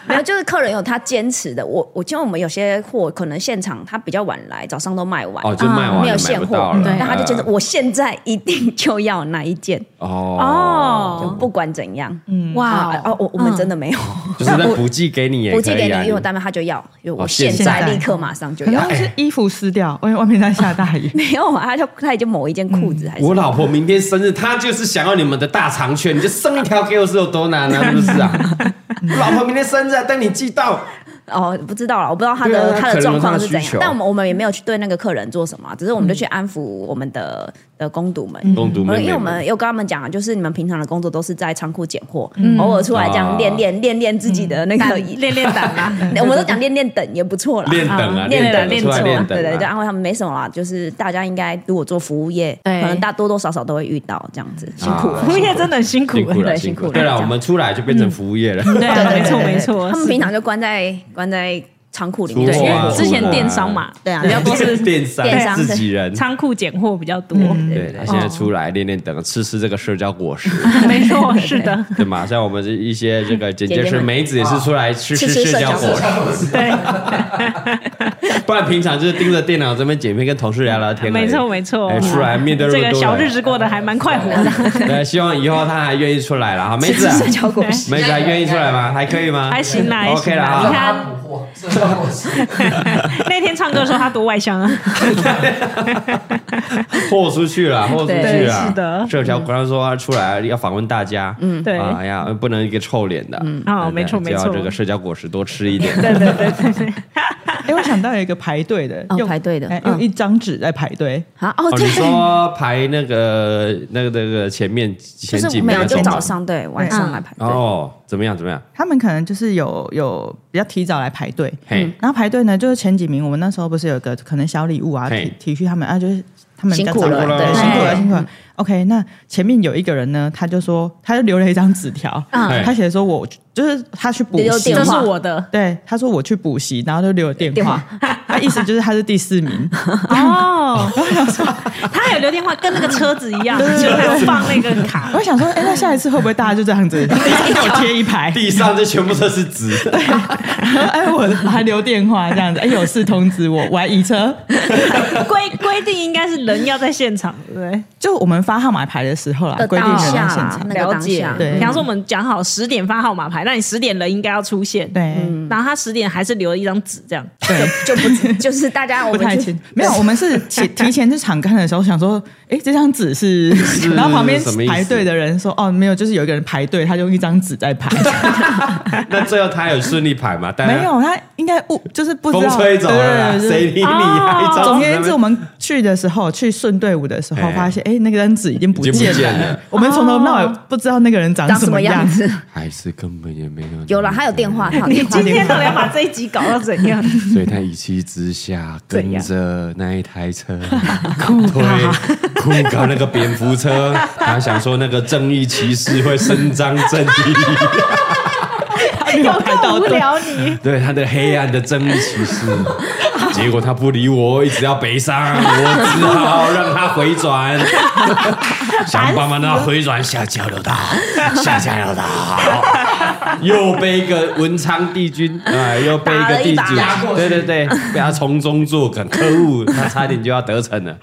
[SPEAKER 4] 没有，就是客人有他坚持的。我我因为我们有些货可能现场他比较晚来，早上都卖完，
[SPEAKER 1] 哦就卖完了
[SPEAKER 4] 啊没有
[SPEAKER 1] 买
[SPEAKER 4] 现
[SPEAKER 1] 不
[SPEAKER 4] 货
[SPEAKER 1] 到了，
[SPEAKER 4] 但他就坚持
[SPEAKER 1] 嗯
[SPEAKER 4] 我现在一定就要哪一件，
[SPEAKER 1] 哦，
[SPEAKER 4] 就不管怎样。嗯，
[SPEAKER 2] 哇
[SPEAKER 4] 哦，我我们真的没有，
[SPEAKER 1] 就是在补寄给你也可
[SPEAKER 4] 我
[SPEAKER 1] 以啊，
[SPEAKER 4] 寄给你，因为我当面他就要，因为我现
[SPEAKER 1] 现
[SPEAKER 4] 在
[SPEAKER 3] 在
[SPEAKER 4] 立刻马上就
[SPEAKER 3] 可
[SPEAKER 4] 要。
[SPEAKER 1] 哎
[SPEAKER 3] 能。是衣服湿掉，因为外面在下大雨
[SPEAKER 4] 没有啊，他就他已经某一件裤子还是
[SPEAKER 1] 嗯我老婆明天生日，她就是想要你们的大长裙，你就送一条给我是有多难啊？是不是 啊？我老婆明天生日啊，但你寄到
[SPEAKER 4] 哦，不知道了，我不知道他
[SPEAKER 1] 对啊
[SPEAKER 4] 的、
[SPEAKER 1] 那
[SPEAKER 4] 他
[SPEAKER 1] 可能有
[SPEAKER 4] 的状
[SPEAKER 1] 他
[SPEAKER 4] 况
[SPEAKER 1] 的
[SPEAKER 4] 是怎
[SPEAKER 1] 需
[SPEAKER 4] 样
[SPEAKER 1] 求，
[SPEAKER 4] 但我们我们也没有去对那个客人做什么啊，只是我们就去安抚我们的的工读们，
[SPEAKER 1] 公主妹妹，
[SPEAKER 4] 嗯因为我们有跟他们讲，就是你们平常的工作都是在仓库拣货，偶尔出来这样练练练练自己的那个练练胆啦。 我们都讲练练等也不错啦，
[SPEAKER 1] 练等啊，
[SPEAKER 4] 练
[SPEAKER 1] 练
[SPEAKER 4] 等
[SPEAKER 1] 等，出来练
[SPEAKER 4] 对对，
[SPEAKER 1] 等
[SPEAKER 4] 就
[SPEAKER 1] 啊。
[SPEAKER 4] 安慰他们没什么啦，就是大家应该如果做服务业，可
[SPEAKER 2] 对
[SPEAKER 4] 能大多多少少都会遇到这样子，辛苦
[SPEAKER 1] 啊
[SPEAKER 4] 了。
[SPEAKER 2] 服务业真的很辛苦
[SPEAKER 1] 辛苦
[SPEAKER 2] 欸，
[SPEAKER 1] 了，
[SPEAKER 4] 对
[SPEAKER 1] 辛
[SPEAKER 4] 辛
[SPEAKER 1] 苦
[SPEAKER 4] 苦
[SPEAKER 1] 了。
[SPEAKER 4] 了
[SPEAKER 1] 对
[SPEAKER 4] 这
[SPEAKER 1] 了，
[SPEAKER 4] 样嗯
[SPEAKER 1] 我们出来就变成服务业了。
[SPEAKER 2] 对啊，没错
[SPEAKER 4] 对对
[SPEAKER 2] 没错。
[SPEAKER 4] 他们平常就关在关在仓库里面，
[SPEAKER 1] 对
[SPEAKER 2] 对，因
[SPEAKER 1] 哇
[SPEAKER 2] 为之前电商嘛，对啊，比较多是
[SPEAKER 1] 电商
[SPEAKER 4] 电商
[SPEAKER 1] 自己人，
[SPEAKER 2] 仓库拣货比较多，
[SPEAKER 1] 对他
[SPEAKER 4] 哦
[SPEAKER 1] 现在出来练练等，吃吃这个社交果实，
[SPEAKER 2] 没错，是的，
[SPEAKER 1] 对嘛？像我们这一些这个简介
[SPEAKER 4] 姐姐
[SPEAKER 1] 是
[SPEAKER 4] 们
[SPEAKER 1] 梅子也
[SPEAKER 2] 哦
[SPEAKER 1] 是出来吃
[SPEAKER 4] 吃吃
[SPEAKER 1] 社
[SPEAKER 4] 社
[SPEAKER 1] 交
[SPEAKER 4] 交
[SPEAKER 1] 果
[SPEAKER 4] 果
[SPEAKER 1] 实，
[SPEAKER 2] 对，
[SPEAKER 1] 不然平常就是盯着电脑这边剪片，跟同事聊聊天而已。
[SPEAKER 2] 没错没错
[SPEAKER 1] 哎，出来面对
[SPEAKER 2] 这
[SPEAKER 1] 这
[SPEAKER 2] 个小日子过得还蛮快活的，
[SPEAKER 1] 对，希望以后他还愿意出来 了哈，妹子啊，
[SPEAKER 4] 社交果实。
[SPEAKER 1] 妹子还愿意出来吗？还可以吗？
[SPEAKER 2] 还行啦，还
[SPEAKER 1] OK
[SPEAKER 2] 行
[SPEAKER 1] 了
[SPEAKER 2] 啦。你
[SPEAKER 1] 啊。
[SPEAKER 2] 看 那天唱歌的时候他多外向啊，
[SPEAKER 1] 豁出去了，豁出去
[SPEAKER 4] 对
[SPEAKER 1] 了，
[SPEAKER 2] 是的
[SPEAKER 1] 社交官说他出来要访问大家，嗯，
[SPEAKER 2] 对
[SPEAKER 1] 哎呀，不能一个臭脸的，嗯
[SPEAKER 2] 哦没错没错
[SPEAKER 1] 要这个社交果实多吃一点，
[SPEAKER 2] 对对对对对，
[SPEAKER 3] 哎，我想到有一个排队的，
[SPEAKER 4] 哦
[SPEAKER 3] 用
[SPEAKER 4] 排队的
[SPEAKER 3] 哎
[SPEAKER 4] 嗯
[SPEAKER 3] 用一张纸在排队。
[SPEAKER 4] 啊，哦，
[SPEAKER 1] 哦，
[SPEAKER 4] 对
[SPEAKER 1] 你，说排那个那个那个前面前
[SPEAKER 4] 就是
[SPEAKER 1] 几
[SPEAKER 4] 没
[SPEAKER 1] 名
[SPEAKER 4] 有，
[SPEAKER 1] 那
[SPEAKER 4] 就
[SPEAKER 1] 种
[SPEAKER 4] 早
[SPEAKER 1] 吗？
[SPEAKER 4] 上对晚上来排队。
[SPEAKER 1] 哦，怎么样怎么样？
[SPEAKER 3] 他们可能就是有有比较提早来排队，
[SPEAKER 1] 嘿，
[SPEAKER 3] 然后排队呢，就是前几名，我们那时候不是有个可能小礼物啊，
[SPEAKER 1] 嘿
[SPEAKER 3] 体体恤他们啊，就是他们比较
[SPEAKER 4] 辛苦了
[SPEAKER 3] 早
[SPEAKER 1] 对
[SPEAKER 3] 对，辛苦了，
[SPEAKER 4] 对
[SPEAKER 3] 辛苦了。OK，那前面有一个人呢，他就说，他就留了一张纸条，
[SPEAKER 1] 嘿
[SPEAKER 3] 他写的说我就是他去补
[SPEAKER 4] 啊留
[SPEAKER 3] 习
[SPEAKER 4] 电
[SPEAKER 2] 这
[SPEAKER 4] 话
[SPEAKER 2] 是我的
[SPEAKER 3] 对，他说我去补习，然后就留了电话，他意思就是他是第四名，
[SPEAKER 2] 哦，他有留电话，跟那个车子一样，就是他有放那个卡，
[SPEAKER 3] 我想说，哎、那下一次会不会大家就这样 子，地上给我贴一排，
[SPEAKER 1] 地上这全部都是纸，
[SPEAKER 3] 哎、我还留电话这样子，哎、有事通知我，我还移车。
[SPEAKER 2] 规规定应该是人要在现场，对不对。
[SPEAKER 3] 就我们发号码牌的时候啦，
[SPEAKER 4] 的
[SPEAKER 3] 规定
[SPEAKER 4] 呃当
[SPEAKER 3] 人在现
[SPEAKER 4] 下啦
[SPEAKER 3] 场，
[SPEAKER 4] 那个当下，
[SPEAKER 3] 对
[SPEAKER 2] 比方说我们讲好十点发号码牌，那你十点人应该要出现，
[SPEAKER 3] 对。
[SPEAKER 4] 嗯
[SPEAKER 2] 然后他十点还是留了一张纸这样，
[SPEAKER 4] 就就不知就是大家我
[SPEAKER 3] 不
[SPEAKER 4] 们
[SPEAKER 3] 太
[SPEAKER 4] 就
[SPEAKER 3] 清，没有，我们是 提提前去场看的时候想说，哎，这张纸是， 然后旁边
[SPEAKER 1] 什么意思
[SPEAKER 3] 排队的人说，哦，没有，就是有一个人排队，他用一张纸在 排，
[SPEAKER 1] 那最后他有顺利排吗？当然
[SPEAKER 3] 没，有，他应该误就是不知
[SPEAKER 1] 啊风
[SPEAKER 3] 道，
[SPEAKER 1] 吹走了啦，
[SPEAKER 3] 对对对哦
[SPEAKER 1] 谁理你啊？一张纸
[SPEAKER 3] 总而言之，
[SPEAKER 1] 在那边
[SPEAKER 3] 我们去的时候，去顺队伍的时候
[SPEAKER 1] 哎，
[SPEAKER 3] 发现哎、那个人纸已经不
[SPEAKER 1] 已经
[SPEAKER 3] 见
[SPEAKER 1] 不见 了
[SPEAKER 3] 我们从头到尾不知道那个人长
[SPEAKER 4] 长
[SPEAKER 3] 什
[SPEAKER 4] 什么
[SPEAKER 3] 样
[SPEAKER 4] 样。子？
[SPEAKER 1] 还是根本也没有。
[SPEAKER 4] 有了，他有电话，他有
[SPEAKER 2] 你
[SPEAKER 4] 电话
[SPEAKER 2] 今。天到底要把这一集搞到怎样？
[SPEAKER 1] 所以他一气之下
[SPEAKER 2] 怎
[SPEAKER 1] 跟
[SPEAKER 2] 样
[SPEAKER 1] 着那一台 车推酷搞那个蝙蝠 车，他想说那个正义骑士会伸张正义，
[SPEAKER 2] 有够无聊你！
[SPEAKER 1] 对他的黑暗的正义骑士。结果他不理我，一直要悲伤，我只好让他回 转，想办法让他回转下交流道，下交流道，又被一个文昌帝君，哎，又被一个帝
[SPEAKER 4] 打
[SPEAKER 1] 君
[SPEAKER 4] 了一把，
[SPEAKER 1] 对对对，被他从中作梗，可恶，他差点就要得逞了，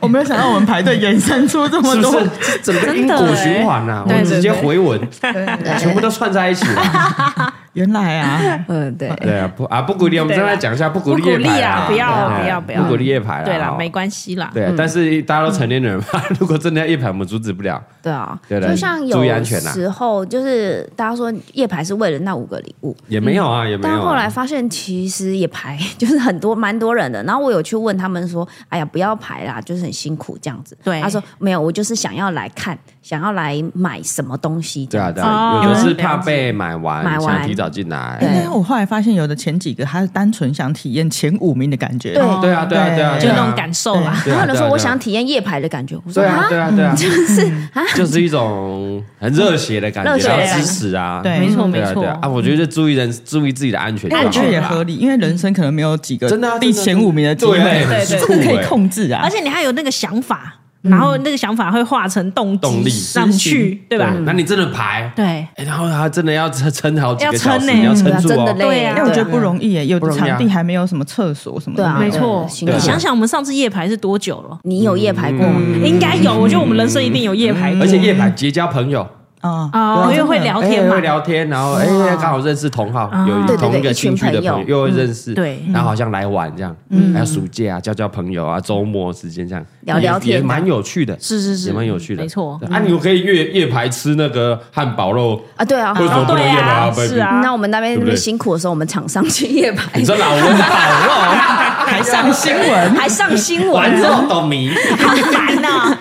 [SPEAKER 3] 我没有想到我们排队延伸出这么
[SPEAKER 1] 哦 是不
[SPEAKER 3] 多，
[SPEAKER 1] 是？这整个因果循环呐、啊，我们直接回文，
[SPEAKER 4] 对
[SPEAKER 1] 全部都串在一起了。
[SPEAKER 3] 原来啊，
[SPEAKER 4] 呃
[SPEAKER 6] 嗯，对，
[SPEAKER 1] 对啊，不啊不鼓励，我们
[SPEAKER 2] 哎对
[SPEAKER 1] 正
[SPEAKER 2] 啦
[SPEAKER 1] 在讲一下不鼓励
[SPEAKER 2] 不鼓
[SPEAKER 1] 夜
[SPEAKER 2] 励
[SPEAKER 1] 排
[SPEAKER 2] 啊不要
[SPEAKER 1] 哎
[SPEAKER 2] 不要不要
[SPEAKER 1] 不鼓励夜排啦
[SPEAKER 2] 对啦
[SPEAKER 1] 哦，
[SPEAKER 2] 没关嗯系啦。
[SPEAKER 1] 对，但是大家都成年人嘛， 如果真的要夜排，我们阻止不了。
[SPEAKER 6] 对啊，
[SPEAKER 1] 对的，
[SPEAKER 4] 就像
[SPEAKER 1] 注意安
[SPEAKER 4] 有
[SPEAKER 1] 全啊呐，
[SPEAKER 4] 时候就是大家说夜排是为了那五个礼物，
[SPEAKER 1] 也没有啊，也没有
[SPEAKER 4] 但
[SPEAKER 1] 啊。
[SPEAKER 4] 后来发现其实也排， 就是很多蛮多人的。然后我有去问他们说：“哎呀，不要排啦，就是很辛苦这样子。”
[SPEAKER 2] 对
[SPEAKER 4] 他说：“没有，我就是想要来看，想要来买什么东西。”
[SPEAKER 1] 对啊，
[SPEAKER 4] 对
[SPEAKER 1] 对啊，有的是
[SPEAKER 2] 哦
[SPEAKER 1] 怕被买完，
[SPEAKER 4] 买完
[SPEAKER 1] 想提早进来。
[SPEAKER 4] 对
[SPEAKER 3] 因为我后来发现有的前几个他是单纯想体验前五名的感觉，
[SPEAKER 4] 对
[SPEAKER 1] 对啊，对啊，对啊，
[SPEAKER 2] 就
[SPEAKER 1] 对啊
[SPEAKER 2] 那种感受啦。
[SPEAKER 1] 对啊
[SPEAKER 4] 然后有人说：“
[SPEAKER 1] 对啊
[SPEAKER 4] 我想体验夜排的感觉。”我说
[SPEAKER 1] 对：“啊，
[SPEAKER 4] 啊，
[SPEAKER 1] 对啊，对啊，
[SPEAKER 2] 嗯
[SPEAKER 1] 就是
[SPEAKER 3] 嗯
[SPEAKER 1] 就是一种很热血的感
[SPEAKER 4] 热
[SPEAKER 1] 觉，
[SPEAKER 4] 血
[SPEAKER 1] 然
[SPEAKER 4] 的
[SPEAKER 1] 后
[SPEAKER 4] 感觉
[SPEAKER 1] 支持啊，
[SPEAKER 3] 对
[SPEAKER 2] 没错
[SPEAKER 1] 对啊
[SPEAKER 2] 没错
[SPEAKER 1] 对啊啊！我觉得注意人，注意自己的安全就好
[SPEAKER 3] 但
[SPEAKER 1] 了，
[SPEAKER 3] 我觉得也合理，因为人生可能没有几个
[SPEAKER 1] 真的啊
[SPEAKER 3] 第前五名的机会，
[SPEAKER 1] 真的真的对对对
[SPEAKER 3] 这个可以控制啊，
[SPEAKER 2] 而且你还有那个想法，然后那个想法会化成动
[SPEAKER 1] 动力
[SPEAKER 2] 机让你去，对吧？
[SPEAKER 1] 那你真的排，
[SPEAKER 2] 对，
[SPEAKER 1] 哎然后他真的要撑撑好几个小时，
[SPEAKER 2] 要撑欸
[SPEAKER 1] 你要撑
[SPEAKER 4] 对啊
[SPEAKER 1] 住
[SPEAKER 4] 真的
[SPEAKER 1] 哦。
[SPEAKER 4] 累。”
[SPEAKER 2] 对啊
[SPEAKER 3] 因为我觉得不容易耶，有
[SPEAKER 1] 不
[SPEAKER 3] 的
[SPEAKER 1] 容易啊
[SPEAKER 3] 场地还没有什么厕所什么
[SPEAKER 4] 对
[SPEAKER 3] 的，
[SPEAKER 4] 啊，
[SPEAKER 2] 没错
[SPEAKER 4] 辛苦
[SPEAKER 1] 对
[SPEAKER 2] 你
[SPEAKER 1] 啊
[SPEAKER 2] 想想，我们上次夜排是多久了？
[SPEAKER 4] 你有夜排过吗？
[SPEAKER 1] 嗯
[SPEAKER 2] 应该有，我觉得我们人生一定有夜排过，
[SPEAKER 1] 而且夜排结交朋友，
[SPEAKER 3] 啊，
[SPEAKER 2] 哦，因为会聊天
[SPEAKER 1] 哎
[SPEAKER 2] 嘛
[SPEAKER 1] 会，聊天，然后哎，刚好认识同好，有
[SPEAKER 4] 对对
[SPEAKER 1] 同一个
[SPEAKER 4] 一
[SPEAKER 1] 兴
[SPEAKER 4] 群
[SPEAKER 1] 趣的
[SPEAKER 4] 朋友
[SPEAKER 1] 朋友，又会认识，
[SPEAKER 2] 对
[SPEAKER 1] 然后好像来玩这样，嗯，还有暑假啊，交交朋友啊，周末时间这样
[SPEAKER 4] 聊聊天
[SPEAKER 1] 也也蛮有趣的，
[SPEAKER 2] 是是是
[SPEAKER 1] 也蛮有趣的，
[SPEAKER 2] 没错
[SPEAKER 1] 对。啊，你可以夜夜排吃那个汉堡肉，
[SPEAKER 4] 啊，对啊。
[SPEAKER 1] 为什么不能
[SPEAKER 2] 对
[SPEAKER 1] 夜排
[SPEAKER 2] 啊，
[SPEAKER 1] baby？
[SPEAKER 2] 是啊，
[SPEAKER 4] 那我们那边
[SPEAKER 1] 对
[SPEAKER 4] 那
[SPEAKER 1] 不对
[SPEAKER 4] 边辛苦的时候，我们厂商去夜排
[SPEAKER 1] 你，说老温啊堡肉，
[SPEAKER 3] 还上新闻，
[SPEAKER 4] 还上新
[SPEAKER 1] 玩
[SPEAKER 4] 闻
[SPEAKER 1] 肉
[SPEAKER 4] 哦。
[SPEAKER 1] 懂迷，
[SPEAKER 2] 好烦啊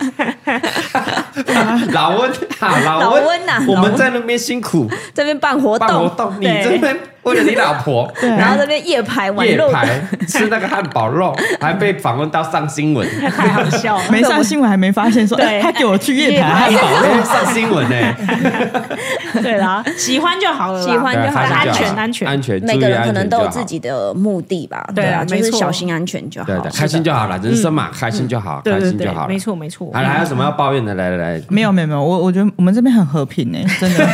[SPEAKER 2] 呐，
[SPEAKER 1] 老温啊，老
[SPEAKER 4] 老温呐
[SPEAKER 1] 我们在那边辛苦
[SPEAKER 4] 这边办活
[SPEAKER 1] 办活
[SPEAKER 4] 动，
[SPEAKER 1] 哦动，你
[SPEAKER 2] 对
[SPEAKER 1] 这边为了你老婆，
[SPEAKER 4] 然后这边夜排玩
[SPEAKER 1] 夜
[SPEAKER 4] 肉的，
[SPEAKER 1] 排吃那个汉堡肉， 还被访问到上新 闻，
[SPEAKER 2] 太好笑 了。
[SPEAKER 3] 没上新闻还没发现说，
[SPEAKER 2] 对
[SPEAKER 3] 哎，他给我去夜排
[SPEAKER 1] 汉堡肉上新闻 呢，
[SPEAKER 2] 对啦，喜欢就好了啦，
[SPEAKER 4] 喜欢就好
[SPEAKER 2] 对安全
[SPEAKER 1] 对
[SPEAKER 2] 安全
[SPEAKER 1] 安全，
[SPEAKER 4] 每个
[SPEAKER 1] 注意
[SPEAKER 4] 人
[SPEAKER 1] 安全
[SPEAKER 4] 可能都
[SPEAKER 1] 就
[SPEAKER 4] 有
[SPEAKER 1] 好
[SPEAKER 4] 自己的目的吧，
[SPEAKER 2] 对啊
[SPEAKER 4] 啊，就是
[SPEAKER 2] 没错
[SPEAKER 4] 小心安全就好。嗯
[SPEAKER 1] 对对，开心就好了，人生嘛，开心就好，
[SPEAKER 2] 对
[SPEAKER 1] 开
[SPEAKER 2] 对
[SPEAKER 1] 心就
[SPEAKER 2] 对
[SPEAKER 1] 好，了。
[SPEAKER 2] 没错没错。
[SPEAKER 1] 还还有什么要抱怨的？来来来，
[SPEAKER 3] 没有没有没有，我我觉得我们这边很和平哎，真 的，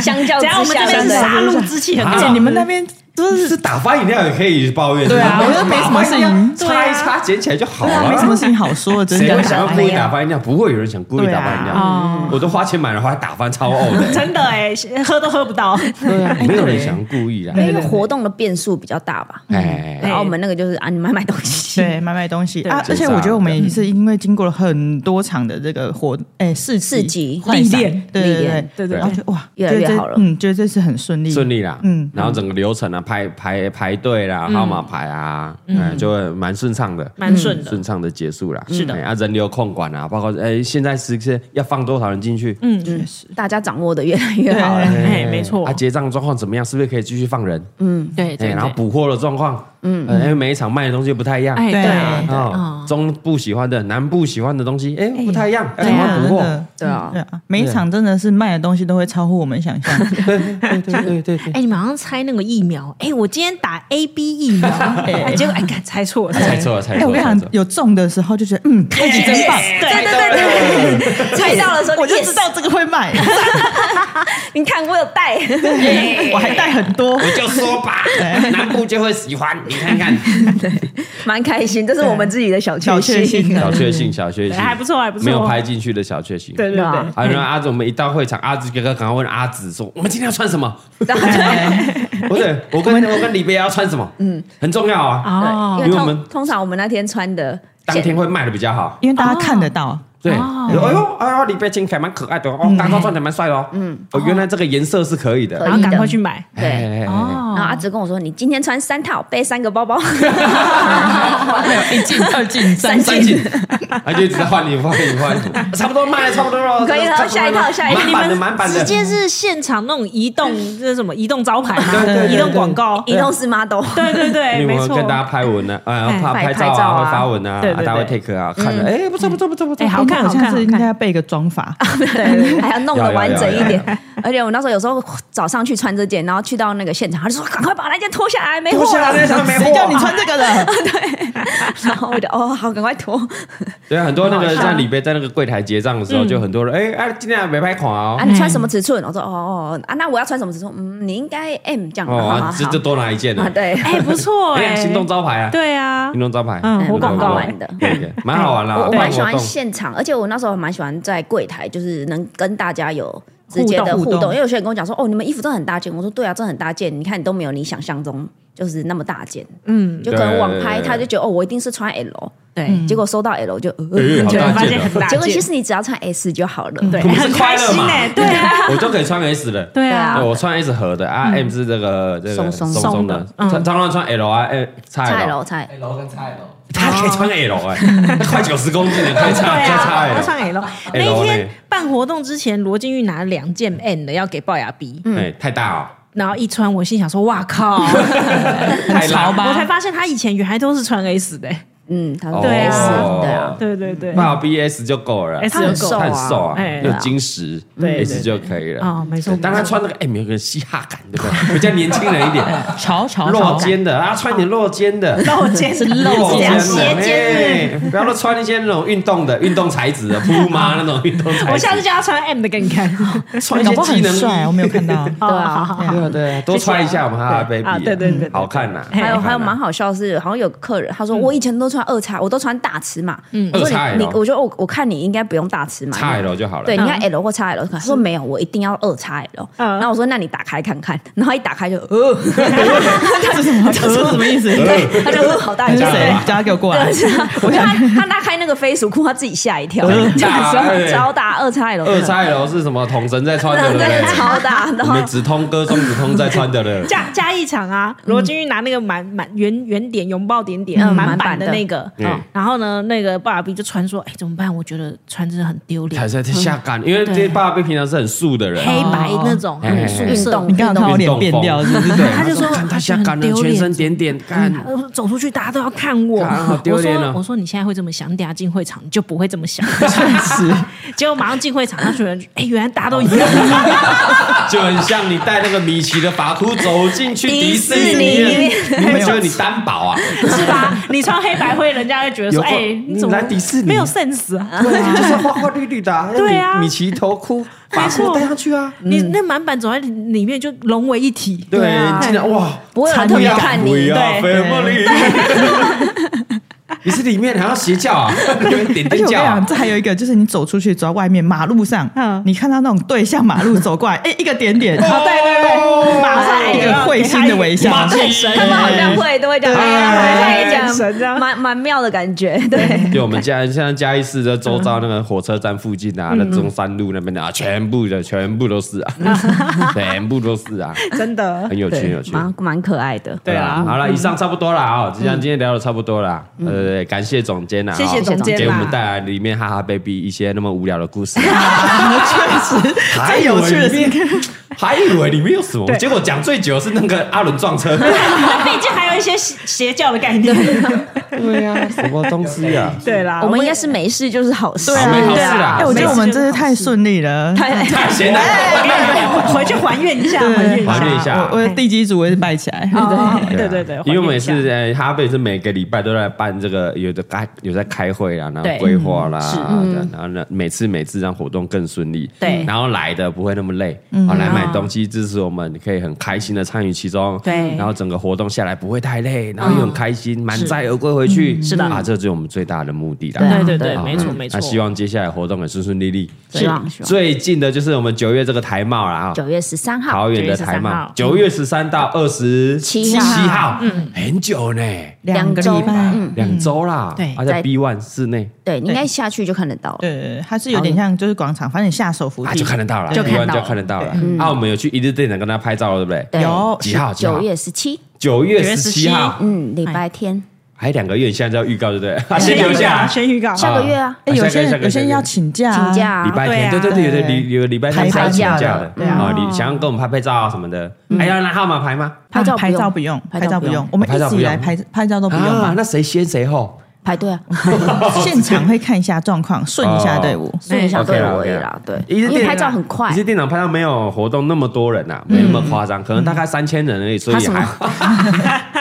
[SPEAKER 4] 相较
[SPEAKER 2] 只
[SPEAKER 4] 之
[SPEAKER 2] 要我们这
[SPEAKER 4] 下，
[SPEAKER 2] 边
[SPEAKER 4] 真的
[SPEAKER 2] 杀戮之气很
[SPEAKER 3] 而且
[SPEAKER 2] 重，
[SPEAKER 3] 你们那边都是
[SPEAKER 1] 是打发饮料也可以抱怨，
[SPEAKER 3] 对啊
[SPEAKER 1] 是吧
[SPEAKER 3] 我觉得没什么事情
[SPEAKER 1] 打
[SPEAKER 4] 啊
[SPEAKER 1] 发饮料擦一擦捡起来就好
[SPEAKER 3] 对啊没什么
[SPEAKER 1] 了。
[SPEAKER 3] 事情好说的，真
[SPEAKER 1] 谁会想要
[SPEAKER 2] 啊
[SPEAKER 3] 的。
[SPEAKER 1] 故意打发饮料？不会有人想故意打发饮
[SPEAKER 3] 对
[SPEAKER 4] 啊
[SPEAKER 1] 料。我都花钱买了，还打翻超呕的。
[SPEAKER 2] 真的哎，喝都喝不到。
[SPEAKER 1] 对啊，没有人想要故意啊。
[SPEAKER 4] 因为活动的变数比较大吧。
[SPEAKER 1] 哎，
[SPEAKER 4] 然后我们那个就是啊，你买买东 西，
[SPEAKER 3] 对，买买东西啊！
[SPEAKER 1] 对
[SPEAKER 3] 而且我觉得我们也
[SPEAKER 1] 嗯
[SPEAKER 3] 是因为经过了很多场的这个活，哎，市
[SPEAKER 4] 市集
[SPEAKER 3] 快闪
[SPEAKER 2] 历练
[SPEAKER 3] 对对
[SPEAKER 4] 历
[SPEAKER 3] 对
[SPEAKER 4] 练
[SPEAKER 3] 对对，然后就哇，
[SPEAKER 4] 越来
[SPEAKER 3] 觉得
[SPEAKER 4] 越
[SPEAKER 3] 这
[SPEAKER 4] 好了
[SPEAKER 3] 嗯，觉得这次很顺利，
[SPEAKER 1] 顺利啦，嗯
[SPEAKER 3] 嗯，
[SPEAKER 1] 然后整个流程啊，排排排队啦，号码牌啊，嗯，就会蛮顺畅的，嗯
[SPEAKER 2] 蛮顺的
[SPEAKER 1] 顺畅的结束啦。
[SPEAKER 2] 是的
[SPEAKER 1] 哎啊，人流控管啊，包括哎，现在是是要放多少人进去？嗯，
[SPEAKER 3] 确实。
[SPEAKER 4] 大家掌握的越来越 好了。
[SPEAKER 2] 哎，没错
[SPEAKER 1] 啊，，结账状况怎么样？是不是可以继续放人？
[SPEAKER 2] 对
[SPEAKER 1] 哎，
[SPEAKER 2] 对
[SPEAKER 1] 然后
[SPEAKER 2] 对，
[SPEAKER 1] 补货的状况，嗯，因为每一场卖的东西不太一样，
[SPEAKER 2] 哎
[SPEAKER 3] 对
[SPEAKER 2] 对
[SPEAKER 3] 啊。
[SPEAKER 1] 哦，中部喜欢的、南部喜欢的东西，哎，不太一样，要
[SPEAKER 3] 对
[SPEAKER 1] 怎么
[SPEAKER 3] 啊，
[SPEAKER 1] 补
[SPEAKER 3] 真
[SPEAKER 1] 货？
[SPEAKER 3] 的，
[SPEAKER 4] 对啊
[SPEAKER 3] 对啊，每一场真的是卖的东西都会超乎我们 想象。
[SPEAKER 1] 对对对对对，
[SPEAKER 2] 哎，你们好像猜那个疫苗，哎，我今天打 A B 疫 苗，哎结果哎，干猜错了，
[SPEAKER 1] 猜错了，猜
[SPEAKER 3] 哎，
[SPEAKER 1] 错了，
[SPEAKER 3] 我跟你
[SPEAKER 1] 猜错
[SPEAKER 3] 讲，有中的时候就觉得，嗯，开
[SPEAKER 2] 哎
[SPEAKER 3] 心真棒，
[SPEAKER 2] 对对对对，
[SPEAKER 4] 猜到了说，
[SPEAKER 3] 我就知道这个会卖，
[SPEAKER 4] yes，你看我有 带，
[SPEAKER 3] 我还带很多。
[SPEAKER 1] 了，就说吧，南部就会喜欢，你看看，
[SPEAKER 4] 蛮开心，这是我们自己的小
[SPEAKER 3] 小确幸
[SPEAKER 4] 幸。
[SPEAKER 1] 小确 幸，小确幸，
[SPEAKER 2] 对还不错还不错
[SPEAKER 1] 没有拍进去的小确幸。
[SPEAKER 2] 对对
[SPEAKER 4] 对
[SPEAKER 2] 对
[SPEAKER 4] 啊。
[SPEAKER 1] 啊，然后阿紫，我们一到会场，阿紫哥哥赶快问阿紫说：“我们今天要穿什 么？
[SPEAKER 4] 然后就
[SPEAKER 1] 不对，我跟我跟李贝要穿什么？嗯，很重要啊，
[SPEAKER 2] 哦，
[SPEAKER 4] 对
[SPEAKER 1] 因
[SPEAKER 4] 因
[SPEAKER 1] 为
[SPEAKER 4] 为
[SPEAKER 1] 我们
[SPEAKER 4] 通通常我们那天穿的，
[SPEAKER 1] 当天会卖的比较好。
[SPEAKER 3] 因为大家看得到，
[SPEAKER 1] 对，
[SPEAKER 2] 哦
[SPEAKER 1] 哎呦，哎呦，李贝青凯蛮可爱的哦，刚刚穿的蛮帅的哦，嗯，哦，原来这个颜色是可以的，
[SPEAKER 4] 可以
[SPEAKER 2] 然后赶快去买。
[SPEAKER 1] 哎哎哎
[SPEAKER 4] 对。
[SPEAKER 1] 哎哎
[SPEAKER 4] 然后阿紫跟我说：“你今天穿三套，背三个包包。
[SPEAKER 3] 没有一进、二进、三
[SPEAKER 1] 三进，他啊就一直在换衣服，换衣服，换衣服， 差不多卖了，差不多了，
[SPEAKER 4] 可以了
[SPEAKER 1] 差不多
[SPEAKER 4] 下一套下一套
[SPEAKER 1] 满版的，满版
[SPEAKER 2] 直
[SPEAKER 1] 的，
[SPEAKER 2] 接是现场那种移动，这是什么移动招牌
[SPEAKER 1] 对对对
[SPEAKER 2] 嘛，
[SPEAKER 1] 对
[SPEAKER 2] 移动广告”，
[SPEAKER 4] 移动是 model，
[SPEAKER 2] 对对对，
[SPEAKER 1] 因为
[SPEAKER 2] 哎没
[SPEAKER 1] 我
[SPEAKER 2] 错
[SPEAKER 1] 哎跟。大家拍文呢，啊，
[SPEAKER 2] 哎
[SPEAKER 1] 拍
[SPEAKER 4] 拍
[SPEAKER 1] 拍照
[SPEAKER 4] 拍照
[SPEAKER 1] 啊，
[SPEAKER 4] 啊
[SPEAKER 1] 会发文啊，
[SPEAKER 2] 对
[SPEAKER 1] 啊
[SPEAKER 2] 对对嗯
[SPEAKER 1] 大家会 take 啊，看了，哎，不错不错不错不错
[SPEAKER 2] 哎，好看
[SPEAKER 3] 我
[SPEAKER 2] 好看
[SPEAKER 3] 下次应该要备一个妆法，
[SPEAKER 4] 对，还要弄
[SPEAKER 1] 要
[SPEAKER 4] 得
[SPEAKER 1] 要
[SPEAKER 4] 完整一
[SPEAKER 1] 要
[SPEAKER 4] 点。而且我那时候有时候早上去穿这件，然后去到那个现场，他就说：“赶快把那件脱下来，没
[SPEAKER 1] 脱
[SPEAKER 4] 货
[SPEAKER 1] 下来
[SPEAKER 4] 了。
[SPEAKER 1] 那上面没
[SPEAKER 3] 谁叫你
[SPEAKER 1] 货。
[SPEAKER 3] 穿这个的？”
[SPEAKER 4] 然后我就哦，好，赶快脱。
[SPEAKER 1] 对啊，很多那个在里边在那个柜台结账的时候，就很多人哎哎，今天还没拍款哦
[SPEAKER 4] 啊，，你穿什么尺寸？我说哦哦哦啊，那我要穿什么尺寸？嗯，你应该 M 这样。
[SPEAKER 1] 哦，
[SPEAKER 4] 好好
[SPEAKER 1] 啊
[SPEAKER 4] 好
[SPEAKER 1] 这就多拿一件
[SPEAKER 4] 啊，
[SPEAKER 1] 了，
[SPEAKER 4] 对，
[SPEAKER 2] 哎，不错
[SPEAKER 1] 哎，
[SPEAKER 2] 哎，
[SPEAKER 1] 行动招牌啊，
[SPEAKER 2] 对啊
[SPEAKER 1] 行，动招牌，
[SPEAKER 2] 嗯
[SPEAKER 1] 对
[SPEAKER 2] 活广告
[SPEAKER 1] 活
[SPEAKER 4] 玩的
[SPEAKER 1] 对对蛮好玩啦，
[SPEAKER 4] 我我
[SPEAKER 1] 办
[SPEAKER 4] 蛮喜
[SPEAKER 1] 啊活
[SPEAKER 4] 欢
[SPEAKER 1] 动。
[SPEAKER 4] 现场，而且我那时候还蛮喜欢在柜台，就是能跟大家有直接的
[SPEAKER 3] 互
[SPEAKER 4] 互
[SPEAKER 3] 动
[SPEAKER 4] 动，因为有些人跟我讲说，哦，你们衣服真的很大件，我说对啊，真的很大件，你看你都没有你想象中就是那么大件，嗯，就可能网拍
[SPEAKER 1] 对
[SPEAKER 4] 他就觉得哦，我一定是穿 L，
[SPEAKER 2] 对，
[SPEAKER 4] 结果收到 L 就，呃
[SPEAKER 1] 哎好
[SPEAKER 2] 就
[SPEAKER 1] 大
[SPEAKER 2] 发
[SPEAKER 1] 件
[SPEAKER 2] 现
[SPEAKER 1] 啊
[SPEAKER 2] 很大
[SPEAKER 4] 结
[SPEAKER 2] 件，
[SPEAKER 4] 果其实你只要穿 S 就好了，
[SPEAKER 2] 对
[SPEAKER 1] 我们是
[SPEAKER 2] 很开
[SPEAKER 1] 快乐
[SPEAKER 2] 心
[SPEAKER 1] 嘛
[SPEAKER 2] 哎，对啊，
[SPEAKER 1] 我就可以穿 S 了。
[SPEAKER 2] 对
[SPEAKER 4] 啊
[SPEAKER 2] 啊
[SPEAKER 1] 哦对，，我穿 S 合的啊，M 是这个这个
[SPEAKER 4] 松松
[SPEAKER 1] 松的，他当然穿 L 啊，M 叉
[SPEAKER 4] 菜
[SPEAKER 1] L，
[SPEAKER 4] 楼菜。
[SPEAKER 5] 楼跟菜楼，
[SPEAKER 1] 他可以穿 L 哎，他快九十公斤了，可以
[SPEAKER 2] 对
[SPEAKER 1] 穿可以
[SPEAKER 2] 啊，
[SPEAKER 1] 穿
[SPEAKER 2] 要
[SPEAKER 1] L，
[SPEAKER 2] 上 L。那
[SPEAKER 1] L
[SPEAKER 2] 一天
[SPEAKER 1] 哎呢
[SPEAKER 2] 办活动之前，罗金玉拿了两件 N 的要给龅牙 B，
[SPEAKER 1] 哎，太大哦，
[SPEAKER 2] 然后一穿，我心想说：“哇靠！”
[SPEAKER 1] 太
[SPEAKER 3] 潮
[SPEAKER 1] 辣。
[SPEAKER 3] 吧
[SPEAKER 2] 我才发现他以前原来都是穿 S 的、
[SPEAKER 4] 嗯，他说
[SPEAKER 1] 对哦
[SPEAKER 2] 啊
[SPEAKER 4] S，对啊，
[SPEAKER 2] 对对对，
[SPEAKER 1] 爸 B S 就够了，
[SPEAKER 2] S
[SPEAKER 1] 他很
[SPEAKER 2] 就够
[SPEAKER 1] 瘦
[SPEAKER 4] 了
[SPEAKER 1] 他很瘦啊
[SPEAKER 2] 哎，
[SPEAKER 1] 有金石
[SPEAKER 2] 对
[SPEAKER 1] S 就可以了。
[SPEAKER 2] 哦，没错，
[SPEAKER 1] 但他穿那个 M 有个嘻哈感，对不对？比 较年轻人一 点，
[SPEAKER 3] 潮潮
[SPEAKER 1] 落
[SPEAKER 3] 潮，
[SPEAKER 1] 肩的，啊，穿点落肩的，
[SPEAKER 2] 露肩是
[SPEAKER 1] 露肩
[SPEAKER 2] 肩
[SPEAKER 1] 的，
[SPEAKER 2] 斜肩。
[SPEAKER 1] 哎不要都穿一些那种运动的、运动材质的，铺麻那种运动材质。
[SPEAKER 2] 我下次叫他穿 M 的给你看。
[SPEAKER 1] 穿一
[SPEAKER 3] 搞
[SPEAKER 1] 些
[SPEAKER 3] 不好
[SPEAKER 1] 机
[SPEAKER 3] 很
[SPEAKER 1] 能
[SPEAKER 3] 帅，我没有看到。
[SPEAKER 2] 对啊，好好
[SPEAKER 1] 对啊对啊，多穿一下我们哈哈 baby，啊
[SPEAKER 2] 啊对对对对
[SPEAKER 1] 好看呐。
[SPEAKER 4] 还有还有蛮
[SPEAKER 1] 嘛，
[SPEAKER 4] 好笑的是，好像有个客人他说我以前都穿二叉，我都穿大尺码。嗯，我
[SPEAKER 1] 二叉
[SPEAKER 4] 说
[SPEAKER 1] L
[SPEAKER 4] 你你，我觉得我我看你应该不用大尺码。
[SPEAKER 1] 差 L 就好了。
[SPEAKER 4] 对，你看 L 或叉 L，他说没有，我一定要二叉 L。
[SPEAKER 2] 嗯
[SPEAKER 4] 然后我说那你打开看看，然后一打开就呃，
[SPEAKER 3] 这是什么？ 这是什么意思？
[SPEAKER 4] 对，他就呃好大
[SPEAKER 3] 你
[SPEAKER 4] 一
[SPEAKER 3] 是
[SPEAKER 4] 件。
[SPEAKER 3] 谁？叫他给我过来。
[SPEAKER 4] 啊我他他拉开那个飞鼠裤，他自己吓一跳，
[SPEAKER 1] 很
[SPEAKER 4] 这
[SPEAKER 1] 大
[SPEAKER 4] 样
[SPEAKER 1] 哎
[SPEAKER 4] 子超大二叉 L，
[SPEAKER 1] 二叉 L 是什么？统神在穿的，对不
[SPEAKER 4] 对，
[SPEAKER 1] 对？
[SPEAKER 4] 超大，然
[SPEAKER 1] 我
[SPEAKER 4] 后
[SPEAKER 1] 们直通歌中直通在穿的了。
[SPEAKER 2] 加加一场啊！
[SPEAKER 1] 嗯
[SPEAKER 2] 罗金玉拿那个满满圆圆点拥抱点点
[SPEAKER 4] 嗯
[SPEAKER 2] 满
[SPEAKER 4] 满版
[SPEAKER 2] 版的
[SPEAKER 4] 的
[SPEAKER 2] 那个哦
[SPEAKER 1] 嗯，
[SPEAKER 2] 然后呢，那个爸爸 B 就穿说：“哎，怎么办？我觉得穿真的很丢
[SPEAKER 1] 还
[SPEAKER 2] 脸，
[SPEAKER 1] 是在下岗，因为这爸爸平常是很素的人，
[SPEAKER 2] 黑白那种
[SPEAKER 1] 哦
[SPEAKER 2] 很素
[SPEAKER 4] 运
[SPEAKER 2] 色。”
[SPEAKER 4] 动
[SPEAKER 3] 你刚刚看我脸变掉是不是？
[SPEAKER 1] 对，
[SPEAKER 2] 他就说
[SPEAKER 1] 看他下岗
[SPEAKER 2] 很
[SPEAKER 1] 了，
[SPEAKER 2] 丢
[SPEAKER 1] 全
[SPEAKER 2] 脸
[SPEAKER 1] 身点点，看
[SPEAKER 2] 我说走出去，大家都要看我
[SPEAKER 1] 啊好。丢
[SPEAKER 2] 我
[SPEAKER 1] 脸哦
[SPEAKER 2] 说，我说你现在会这么想，你等下进会场你就不会这么想。
[SPEAKER 3] 是
[SPEAKER 2] 结果马上进会场，那群人就哎，原来大家都一样。
[SPEAKER 1] 就很像你带那个米奇的法裤走进去迪士尼
[SPEAKER 4] 迪
[SPEAKER 1] 里
[SPEAKER 4] 士
[SPEAKER 1] 面，你们觉得你担保啊？
[SPEAKER 2] 是吧？你穿黑白灰，人家会觉得说，
[SPEAKER 1] 有
[SPEAKER 2] 哎、
[SPEAKER 1] 过
[SPEAKER 2] 你怎么
[SPEAKER 1] 你来迪士尼
[SPEAKER 2] 没有 sense 啊？
[SPEAKER 1] 对啊，就是花花绿绿的啊，
[SPEAKER 2] 对啊
[SPEAKER 1] 米米奇头箍，把
[SPEAKER 2] 没
[SPEAKER 1] 裤
[SPEAKER 2] 错
[SPEAKER 1] 戴上去啊，
[SPEAKER 2] 你那满版走在里面就融为一体，
[SPEAKER 1] 对，
[SPEAKER 2] 啊
[SPEAKER 1] 竟然哇，
[SPEAKER 4] 不会有人特别看你，
[SPEAKER 1] 啊
[SPEAKER 2] 对
[SPEAKER 1] family。你 是里面还要邪教啊？ 你们点
[SPEAKER 3] 而
[SPEAKER 1] 点
[SPEAKER 3] 且我跟你
[SPEAKER 1] 教
[SPEAKER 3] 讲，
[SPEAKER 1] 啊？
[SPEAKER 3] 这还有一个，就是你走出去，走到外面马路上，
[SPEAKER 2] 嗯
[SPEAKER 3] 你看到那种对向马路走过 来，哎、一个点点，
[SPEAKER 1] 哦
[SPEAKER 3] 然后对对对，马上一个会心的微笑，
[SPEAKER 1] 马奇，
[SPEAKER 4] 他们好像会都会讲，哎呀，
[SPEAKER 2] 眼
[SPEAKER 4] 会
[SPEAKER 2] 神这
[SPEAKER 4] 讲，
[SPEAKER 2] 样
[SPEAKER 4] 蛮蛮妙的感觉，对。
[SPEAKER 1] 就我们嘉现在嘉义市的周遭那个火车站附近
[SPEAKER 2] 嗯
[SPEAKER 1] 啊，那中山路那边的啊，全部的全部都是啊， 全部都是啊，
[SPEAKER 2] 真的
[SPEAKER 1] 很有趣，很有趣。
[SPEAKER 4] 蛮蛮可爱的。
[SPEAKER 1] 对啊，好了，以上差不多了啊，就像今天聊的差不多了，呃，感谢总监啊，
[SPEAKER 2] 嗯谢谢
[SPEAKER 1] 哦
[SPEAKER 2] 总监啦
[SPEAKER 1] 给我们带来里面哈哈 baby 一些那么无聊的 故事，
[SPEAKER 3] 最有趣的是，
[SPEAKER 1] 还以为里面有什么，结果讲最久是那个阿伦撞 车，
[SPEAKER 2] 毕竟还有一些邪邪教的概念。
[SPEAKER 1] 对呀，什么东西啊？
[SPEAKER 2] 对啦，
[SPEAKER 4] 我们应该是没事就是好事，
[SPEAKER 1] 好没好事
[SPEAKER 3] 哎、
[SPEAKER 1] 啦，
[SPEAKER 3] 我觉得我们真是太顺利了。
[SPEAKER 4] 太
[SPEAKER 1] 太闲了，
[SPEAKER 2] 回去还愿一下，
[SPEAKER 3] 对
[SPEAKER 2] 还愿一下。
[SPEAKER 1] 还愿一下
[SPEAKER 3] 我我的地基组我也是拜起来，
[SPEAKER 2] 哦对 对对，
[SPEAKER 1] 啊因为我们也
[SPEAKER 2] 还愿一下
[SPEAKER 1] 是呃，哈贝是每个礼拜都在办这个，有的开有在开会啦，然后
[SPEAKER 2] 对嗯
[SPEAKER 1] 规划啦，啊对然后呢，每次每次让活动更顺利，
[SPEAKER 2] 对嗯
[SPEAKER 1] 然后来的不会那么累，好来买东西支持我们，可以很开心的参与其中，
[SPEAKER 2] 对嗯
[SPEAKER 1] 然后整个活动下来不会太累，然后又很开心，满载而归回去，是的啊，这就是我们最大的目的啦，
[SPEAKER 2] 对对对，
[SPEAKER 1] 好
[SPEAKER 2] 没错
[SPEAKER 1] 嗯
[SPEAKER 2] 没
[SPEAKER 1] 那
[SPEAKER 2] 错。
[SPEAKER 1] 希望接下来活动也顺顺利利，
[SPEAKER 4] 希望希望
[SPEAKER 1] 最近的就是我们九月这个台贸啦，啊。
[SPEAKER 4] 九月十三号，
[SPEAKER 1] 桃园的
[SPEAKER 2] 9月13
[SPEAKER 1] 台贸
[SPEAKER 2] 号，
[SPEAKER 1] 九月十三到二十
[SPEAKER 4] 7
[SPEAKER 1] 号，嗯很久呢，
[SPEAKER 3] 两个礼拜，
[SPEAKER 4] 嗯
[SPEAKER 1] 两周啦。
[SPEAKER 2] 对
[SPEAKER 1] 啊，在
[SPEAKER 4] 在
[SPEAKER 1] B one 室内
[SPEAKER 4] 对，你应该下去就看得到了。
[SPEAKER 3] 对，它是有点像就是广场，反正你下手扶
[SPEAKER 1] 啊，
[SPEAKER 3] 梯
[SPEAKER 1] 就看得到了，
[SPEAKER 4] 就
[SPEAKER 1] B
[SPEAKER 4] 看
[SPEAKER 1] one
[SPEAKER 4] 到
[SPEAKER 1] 就
[SPEAKER 4] 了
[SPEAKER 1] 看得到了。啊，我们有去一日电影跟他拍照了，对不对？
[SPEAKER 4] 对，
[SPEAKER 3] 有
[SPEAKER 1] 几号几号
[SPEAKER 4] 九月十七，
[SPEAKER 1] 九月
[SPEAKER 2] 9月
[SPEAKER 1] 十七号，
[SPEAKER 4] 嗯，礼拜天，
[SPEAKER 1] 还两个月，你现在就要预告，对不对？啊，
[SPEAKER 2] 先
[SPEAKER 1] 先留下来，
[SPEAKER 2] 先预告，
[SPEAKER 4] 下个月啊，
[SPEAKER 3] 哎、有
[SPEAKER 1] 下
[SPEAKER 3] 些
[SPEAKER 1] 个月下个
[SPEAKER 3] 人
[SPEAKER 1] 月
[SPEAKER 3] 有些人要请假、
[SPEAKER 4] 请假，
[SPEAKER 1] 礼
[SPEAKER 4] 啊，
[SPEAKER 1] 拜天，对
[SPEAKER 2] 对
[SPEAKER 1] 对
[SPEAKER 2] 啊
[SPEAKER 1] 对，有的
[SPEAKER 3] 对
[SPEAKER 1] 礼有的礼拜天
[SPEAKER 3] 排
[SPEAKER 1] 是要请
[SPEAKER 4] 假
[SPEAKER 1] 假
[SPEAKER 4] 的
[SPEAKER 1] 的，
[SPEAKER 3] 对啊
[SPEAKER 1] 啊，你想要跟我们拍拍照啊什么的，还要拿号码牌吗？
[SPEAKER 4] 拍照
[SPEAKER 3] 啊拍照不用，拍照不用，我们一直以来拍拍照都不用
[SPEAKER 1] 啊
[SPEAKER 3] 嘛，，
[SPEAKER 1] 那谁先谁后？
[SPEAKER 4] 排队啊，
[SPEAKER 3] 现场会看一下状况，顺一下队伍。
[SPEAKER 4] 顺一下队
[SPEAKER 1] OK 啦
[SPEAKER 4] 伍而已
[SPEAKER 1] OK 啦
[SPEAKER 4] 啦，对，
[SPEAKER 1] 一
[SPEAKER 4] 因
[SPEAKER 1] 日
[SPEAKER 4] 为
[SPEAKER 1] 电
[SPEAKER 4] 拍照很快嗯
[SPEAKER 1] 一，日电脑拍照没有活动那么多人呐、没那么夸张，可能大概三千人而已，所以
[SPEAKER 4] 他什么
[SPEAKER 1] 还好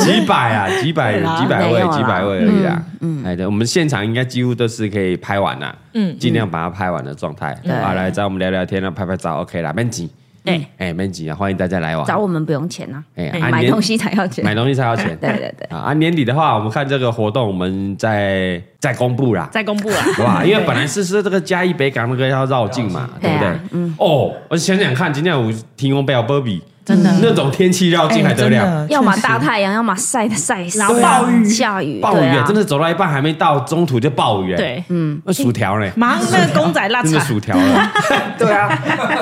[SPEAKER 1] 几百啊，几百
[SPEAKER 2] 对啦
[SPEAKER 1] 几百
[SPEAKER 4] 没
[SPEAKER 1] 位
[SPEAKER 4] 有啦
[SPEAKER 1] 几百位而已啦。嗯，哎对，我们现场应该几乎都是可以啊拍完啦，嗯，尽量把它拍完的状态。
[SPEAKER 4] 对
[SPEAKER 1] 好，来，再我们聊聊天啊，拍拍照，OK 啦，没急。
[SPEAKER 4] 对，
[SPEAKER 1] 哎，没急啊，欢迎大家来玩。
[SPEAKER 4] 找我们不用钱啊，
[SPEAKER 1] 哎啊
[SPEAKER 4] 买
[SPEAKER 1] 年
[SPEAKER 4] 东西才要钱。
[SPEAKER 1] 买东西才要钱。
[SPEAKER 4] 对对对，
[SPEAKER 1] 啊啊，年底的话，我们看这个活动，我们再再公布啦。
[SPEAKER 2] 再公布了。
[SPEAKER 1] 哇，因为本来是是这个嘉义北港那个要绕境嘛，对
[SPEAKER 4] 对
[SPEAKER 1] 不对
[SPEAKER 4] 啊？嗯
[SPEAKER 1] 哦，我想想看，今天我提供贝尔波比，
[SPEAKER 3] 真的
[SPEAKER 1] 那种天气绕境
[SPEAKER 3] 哎
[SPEAKER 1] 还
[SPEAKER 7] 哎
[SPEAKER 1] 得了？
[SPEAKER 4] 要么大
[SPEAKER 3] 大
[SPEAKER 4] 太阳，要么晒晒晒，
[SPEAKER 2] 然后暴雨
[SPEAKER 4] 下雨，
[SPEAKER 1] 暴雨
[SPEAKER 4] 对
[SPEAKER 1] 啊，
[SPEAKER 4] 啊，
[SPEAKER 1] 真的走到一半还没到，中途就暴雨。，啊
[SPEAKER 2] 对，
[SPEAKER 7] 嗯
[SPEAKER 1] 那薯条呢？
[SPEAKER 2] 马上那个公仔拉
[SPEAKER 1] 真的
[SPEAKER 2] 扯，
[SPEAKER 1] 薯条了。
[SPEAKER 7] 对啊，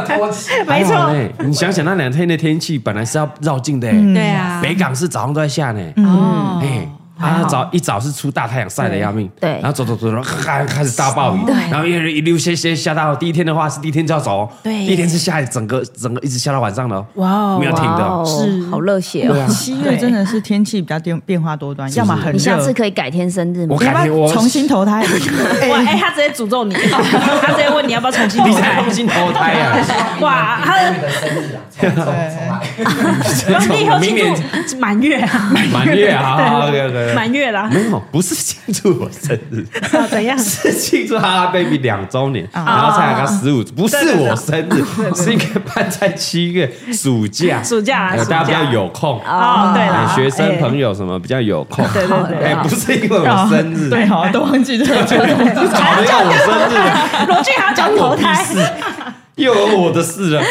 [SPEAKER 7] 拖起
[SPEAKER 2] 没
[SPEAKER 1] 还好
[SPEAKER 2] 错，
[SPEAKER 1] 呢。你想想那两天的天气，本来是要绕境的，欸
[SPEAKER 7] 嗯
[SPEAKER 2] 对啊，
[SPEAKER 1] 北港是早上都在下呢。
[SPEAKER 2] 哦，
[SPEAKER 1] 哎，啊，早一早是出大太阳，晒得要命。
[SPEAKER 4] 对
[SPEAKER 1] 然后走走走，然后开开始大暴雨，
[SPEAKER 4] 对
[SPEAKER 1] 然后一一溜歇歇下到第一天的话是第一天就要走哦，
[SPEAKER 2] 对
[SPEAKER 1] 第一天是下整个整个一直下到晚上的哦，
[SPEAKER 3] 哇哦
[SPEAKER 1] 没有停
[SPEAKER 4] 哇
[SPEAKER 1] 的。
[SPEAKER 4] 哦，好热血
[SPEAKER 1] 对
[SPEAKER 4] 哦！
[SPEAKER 1] 啊
[SPEAKER 3] 七月真的是天气比较变变化多端，要么很热，
[SPEAKER 4] 你下次可以改天生日吗
[SPEAKER 1] 我？改
[SPEAKER 3] 要
[SPEAKER 1] 天
[SPEAKER 3] 不
[SPEAKER 1] 我
[SPEAKER 3] 要重新投胎？
[SPEAKER 2] 哇，哎，他直接诅咒你，他直接问你要不要重新
[SPEAKER 1] 你
[SPEAKER 2] 投
[SPEAKER 1] 才
[SPEAKER 2] 胎
[SPEAKER 1] 重。新投胎 啊！
[SPEAKER 2] 哇，他你以后
[SPEAKER 1] 明
[SPEAKER 2] 庆
[SPEAKER 1] 年
[SPEAKER 2] 祝满月啊，
[SPEAKER 1] 满月 啊好好，OK，OK，
[SPEAKER 2] 对
[SPEAKER 1] OK，OK
[SPEAKER 2] 满月 啦，
[SPEAKER 1] 没有，不是庆祝我生日，
[SPEAKER 2] 啊怎样？
[SPEAKER 1] 是庆祝哈哈 baby 两周年，
[SPEAKER 2] 啊
[SPEAKER 1] 然后蔡雅刚十五，不是我生日，是应该办在七月暑假，
[SPEAKER 2] 暑假啊
[SPEAKER 1] 哎
[SPEAKER 2] 暑假
[SPEAKER 1] 大家比较有空。
[SPEAKER 2] 哦，对
[SPEAKER 1] 哎
[SPEAKER 2] 了，
[SPEAKER 1] 学生朋
[SPEAKER 2] 友，
[SPEAKER 1] 友什么比较有空？
[SPEAKER 2] 对对对
[SPEAKER 1] 哎，不是因为我生日，
[SPEAKER 3] 对哦，都忘记这个。
[SPEAKER 1] 搞得要我生日啊，
[SPEAKER 2] 罗俊还要讲投胎，
[SPEAKER 1] 又有我的事了，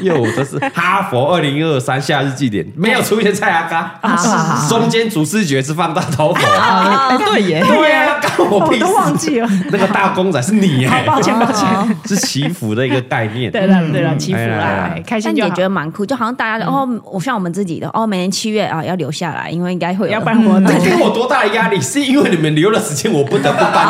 [SPEAKER 1] 又有我的事。哈佛二零二三夏日祭典没有出现蔡阿嘎，中间主视觉是放大头佛。
[SPEAKER 3] 哎，对耶，
[SPEAKER 1] 对啊，干我
[SPEAKER 2] 啊我
[SPEAKER 1] 屁事！
[SPEAKER 2] 都忘记了。
[SPEAKER 1] 那个大公仔是你哎，
[SPEAKER 2] 抱歉抱歉，
[SPEAKER 1] 是祈福的一个概念。
[SPEAKER 2] 对了对了，祈福
[SPEAKER 1] 哎来来
[SPEAKER 2] 啦
[SPEAKER 1] 来，
[SPEAKER 2] 开
[SPEAKER 4] 但
[SPEAKER 2] 心就
[SPEAKER 4] 也
[SPEAKER 2] 好
[SPEAKER 4] 觉。得蛮酷，就好像大家哦，
[SPEAKER 1] 嗯
[SPEAKER 4] 我像我们自己的哦，每年七月啊要留下来，因为应该会 有
[SPEAKER 2] 要办活 动
[SPEAKER 1] 这，给我多大的压力？是因为你们留了时间，我不得不办。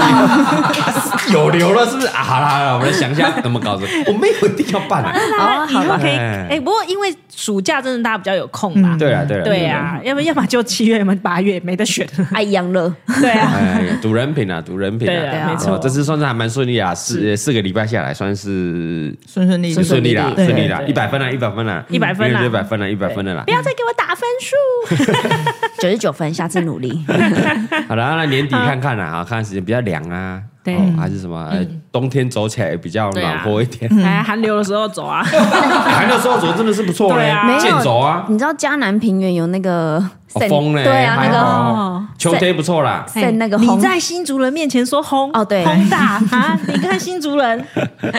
[SPEAKER 1] 有留了是不是啊？好啦好啦，我们想一下怎么搞的。 我没有一定要办啊。
[SPEAKER 4] 哦，
[SPEAKER 2] 以
[SPEAKER 4] 好
[SPEAKER 2] 后
[SPEAKER 4] 了，
[SPEAKER 2] 可以
[SPEAKER 1] 哎
[SPEAKER 2] 哎，不过因为暑假真的大家比较有空嘛，
[SPEAKER 1] 对啊对啊
[SPEAKER 2] 对啊，要不要么就七月，要么八月，没得选。
[SPEAKER 4] 爱养乐，
[SPEAKER 2] 对啊，
[SPEAKER 1] 哎，赌人品啊，赌人品
[SPEAKER 2] 对啊
[SPEAKER 1] 啊，
[SPEAKER 2] 没错
[SPEAKER 1] 哦这次算是还蛮顺利啊，四四个礼拜下来算是
[SPEAKER 3] 顺顺利利，
[SPEAKER 1] 顺利啦，
[SPEAKER 4] 对
[SPEAKER 1] 顺利啦，
[SPEAKER 2] 对
[SPEAKER 1] 一百分啊啦，一百分啦，
[SPEAKER 2] 100分啊啦
[SPEAKER 1] 一百分啦，一百分了啊啦
[SPEAKER 2] 不。要再给我打分数。
[SPEAKER 4] 九十九分，下次努 力。
[SPEAKER 1] 好了，那年底看看啦，啊，看看时间比较凉啊，
[SPEAKER 2] 对嗯
[SPEAKER 1] 哦还是什么，呃冬天走起来比较
[SPEAKER 2] 对
[SPEAKER 1] 暖
[SPEAKER 2] 啊
[SPEAKER 1] 和一点。
[SPEAKER 2] 哎，寒流的时候走啊，
[SPEAKER 1] 还那时候走真的是不错
[SPEAKER 2] 对
[SPEAKER 1] 嘞
[SPEAKER 2] 啊，
[SPEAKER 4] 没有
[SPEAKER 1] 健走啊，
[SPEAKER 4] 你知道江南平原有那个
[SPEAKER 1] 哦
[SPEAKER 4] 圣
[SPEAKER 1] 风嘞，
[SPEAKER 4] 对啊，那
[SPEAKER 1] 还好
[SPEAKER 4] 个
[SPEAKER 2] 哦
[SPEAKER 1] 啊秋天不错啦。
[SPEAKER 4] 晒那个
[SPEAKER 8] 你
[SPEAKER 4] 红
[SPEAKER 8] 在新族人面前说轰
[SPEAKER 4] 哦对
[SPEAKER 8] 轰大啊！你看新族人，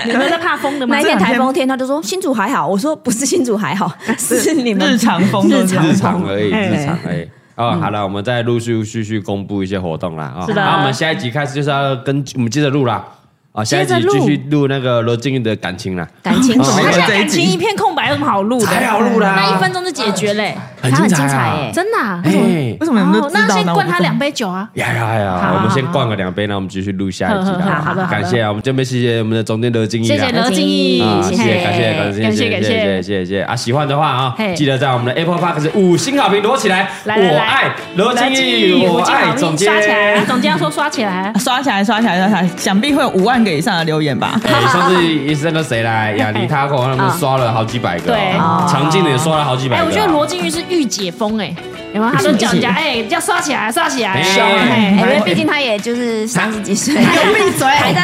[SPEAKER 2] 你们在怕风的吗？
[SPEAKER 4] 那一天台风天，他就说新竹还好，我说不是新竹还 好，是你
[SPEAKER 3] 日
[SPEAKER 4] 们
[SPEAKER 3] 常风，
[SPEAKER 4] 日常
[SPEAKER 1] 日常而已，
[SPEAKER 2] 哎嗯
[SPEAKER 1] 日常而已。哦，好了，我们再陆续续续公布一些活动啦。啊，
[SPEAKER 2] 是的
[SPEAKER 1] 那我们下一集开始就是要跟我们接着录啦。啊，下一集
[SPEAKER 4] 接着录
[SPEAKER 1] 继续录那个罗晋的感情啦，
[SPEAKER 4] 感情
[SPEAKER 1] 哦
[SPEAKER 4] 什
[SPEAKER 2] 他
[SPEAKER 4] 么
[SPEAKER 2] 现
[SPEAKER 4] 的
[SPEAKER 2] 在感情一片空白，有什么好录的？
[SPEAKER 1] 太好录啦，
[SPEAKER 2] 那一分钟就解决嘞，
[SPEAKER 1] 很
[SPEAKER 4] 他很精彩
[SPEAKER 1] 啊
[SPEAKER 4] 哎，
[SPEAKER 2] 真的啊。
[SPEAKER 1] 哎
[SPEAKER 3] 为，什么你们都
[SPEAKER 2] 哦
[SPEAKER 3] 知道
[SPEAKER 2] 那
[SPEAKER 3] 呢？
[SPEAKER 2] 先灌
[SPEAKER 3] 我
[SPEAKER 2] 他
[SPEAKER 3] 不懂
[SPEAKER 2] 两杯酒啊。
[SPEAKER 1] 呀呀呀！
[SPEAKER 2] 好
[SPEAKER 1] 我们先灌个两杯，那我们继续录下一集
[SPEAKER 2] 呵呵好好的
[SPEAKER 1] 啦。
[SPEAKER 2] 好的
[SPEAKER 1] 感谢啊，我们这边谢谢我们的总监罗晋毅
[SPEAKER 2] 谢
[SPEAKER 1] 啦
[SPEAKER 2] 谢。刘静怡
[SPEAKER 1] 啊，，谢
[SPEAKER 2] 嘿
[SPEAKER 1] 谢，感谢，感谢，
[SPEAKER 2] 感谢，
[SPEAKER 1] 谢
[SPEAKER 2] 感
[SPEAKER 1] 谢，谢
[SPEAKER 2] 谢，
[SPEAKER 1] 谢，谢啊！喜欢的话啊，
[SPEAKER 2] 嘿
[SPEAKER 1] 记得在我们的 Apple Park 是五星好评夺起来。
[SPEAKER 2] 来来
[SPEAKER 1] 我
[SPEAKER 2] 来
[SPEAKER 1] 爱罗
[SPEAKER 2] 来
[SPEAKER 1] 晋
[SPEAKER 2] 敬
[SPEAKER 1] 毅，
[SPEAKER 2] 意
[SPEAKER 1] 我
[SPEAKER 2] 敬
[SPEAKER 1] 爱
[SPEAKER 2] 好
[SPEAKER 1] 总
[SPEAKER 2] 刷起来，
[SPEAKER 1] 监。
[SPEAKER 2] 总监要说刷起来。
[SPEAKER 3] 刷起来，刷起来，刷起来，想必会有五万个以上的留言吧？
[SPEAKER 1] 哎，上次一是那个谁 来，雅尼他口他们刷了好几百嗯个哦，
[SPEAKER 2] 对
[SPEAKER 1] 常进的也刷了好几百
[SPEAKER 2] 哎，
[SPEAKER 1] 个啊。
[SPEAKER 2] 我觉 得罗晋玉是御姐风哎，有没有？他都叫人家哎，要刷起来，刷起来，
[SPEAKER 1] 哎
[SPEAKER 2] 哎
[SPEAKER 4] 因
[SPEAKER 2] 哎
[SPEAKER 4] 为毕竟他也就是三十几岁，
[SPEAKER 3] 闭嘴！
[SPEAKER 4] 还在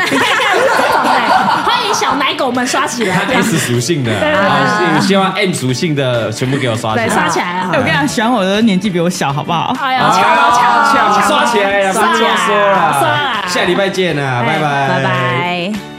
[SPEAKER 2] 欢迎小奶狗们刷起来，
[SPEAKER 1] 他 S 属性的，啊希望 M 属性的全部给我刷起
[SPEAKER 2] 对，
[SPEAKER 1] 来，
[SPEAKER 2] 刷起来啊！
[SPEAKER 3] 哎我跟你讲，喜欢我的年纪比我小，好不好？
[SPEAKER 2] 哎呀，
[SPEAKER 1] 啊，
[SPEAKER 2] 抢了抢了
[SPEAKER 1] 抢啊
[SPEAKER 2] 抢了，
[SPEAKER 1] 刷起来呀！不
[SPEAKER 2] 刷
[SPEAKER 1] 啰嗦
[SPEAKER 2] 刷
[SPEAKER 1] 了，
[SPEAKER 2] 啦
[SPEAKER 1] 啊下礼拜见啦，拜拜，
[SPEAKER 4] 拜拜。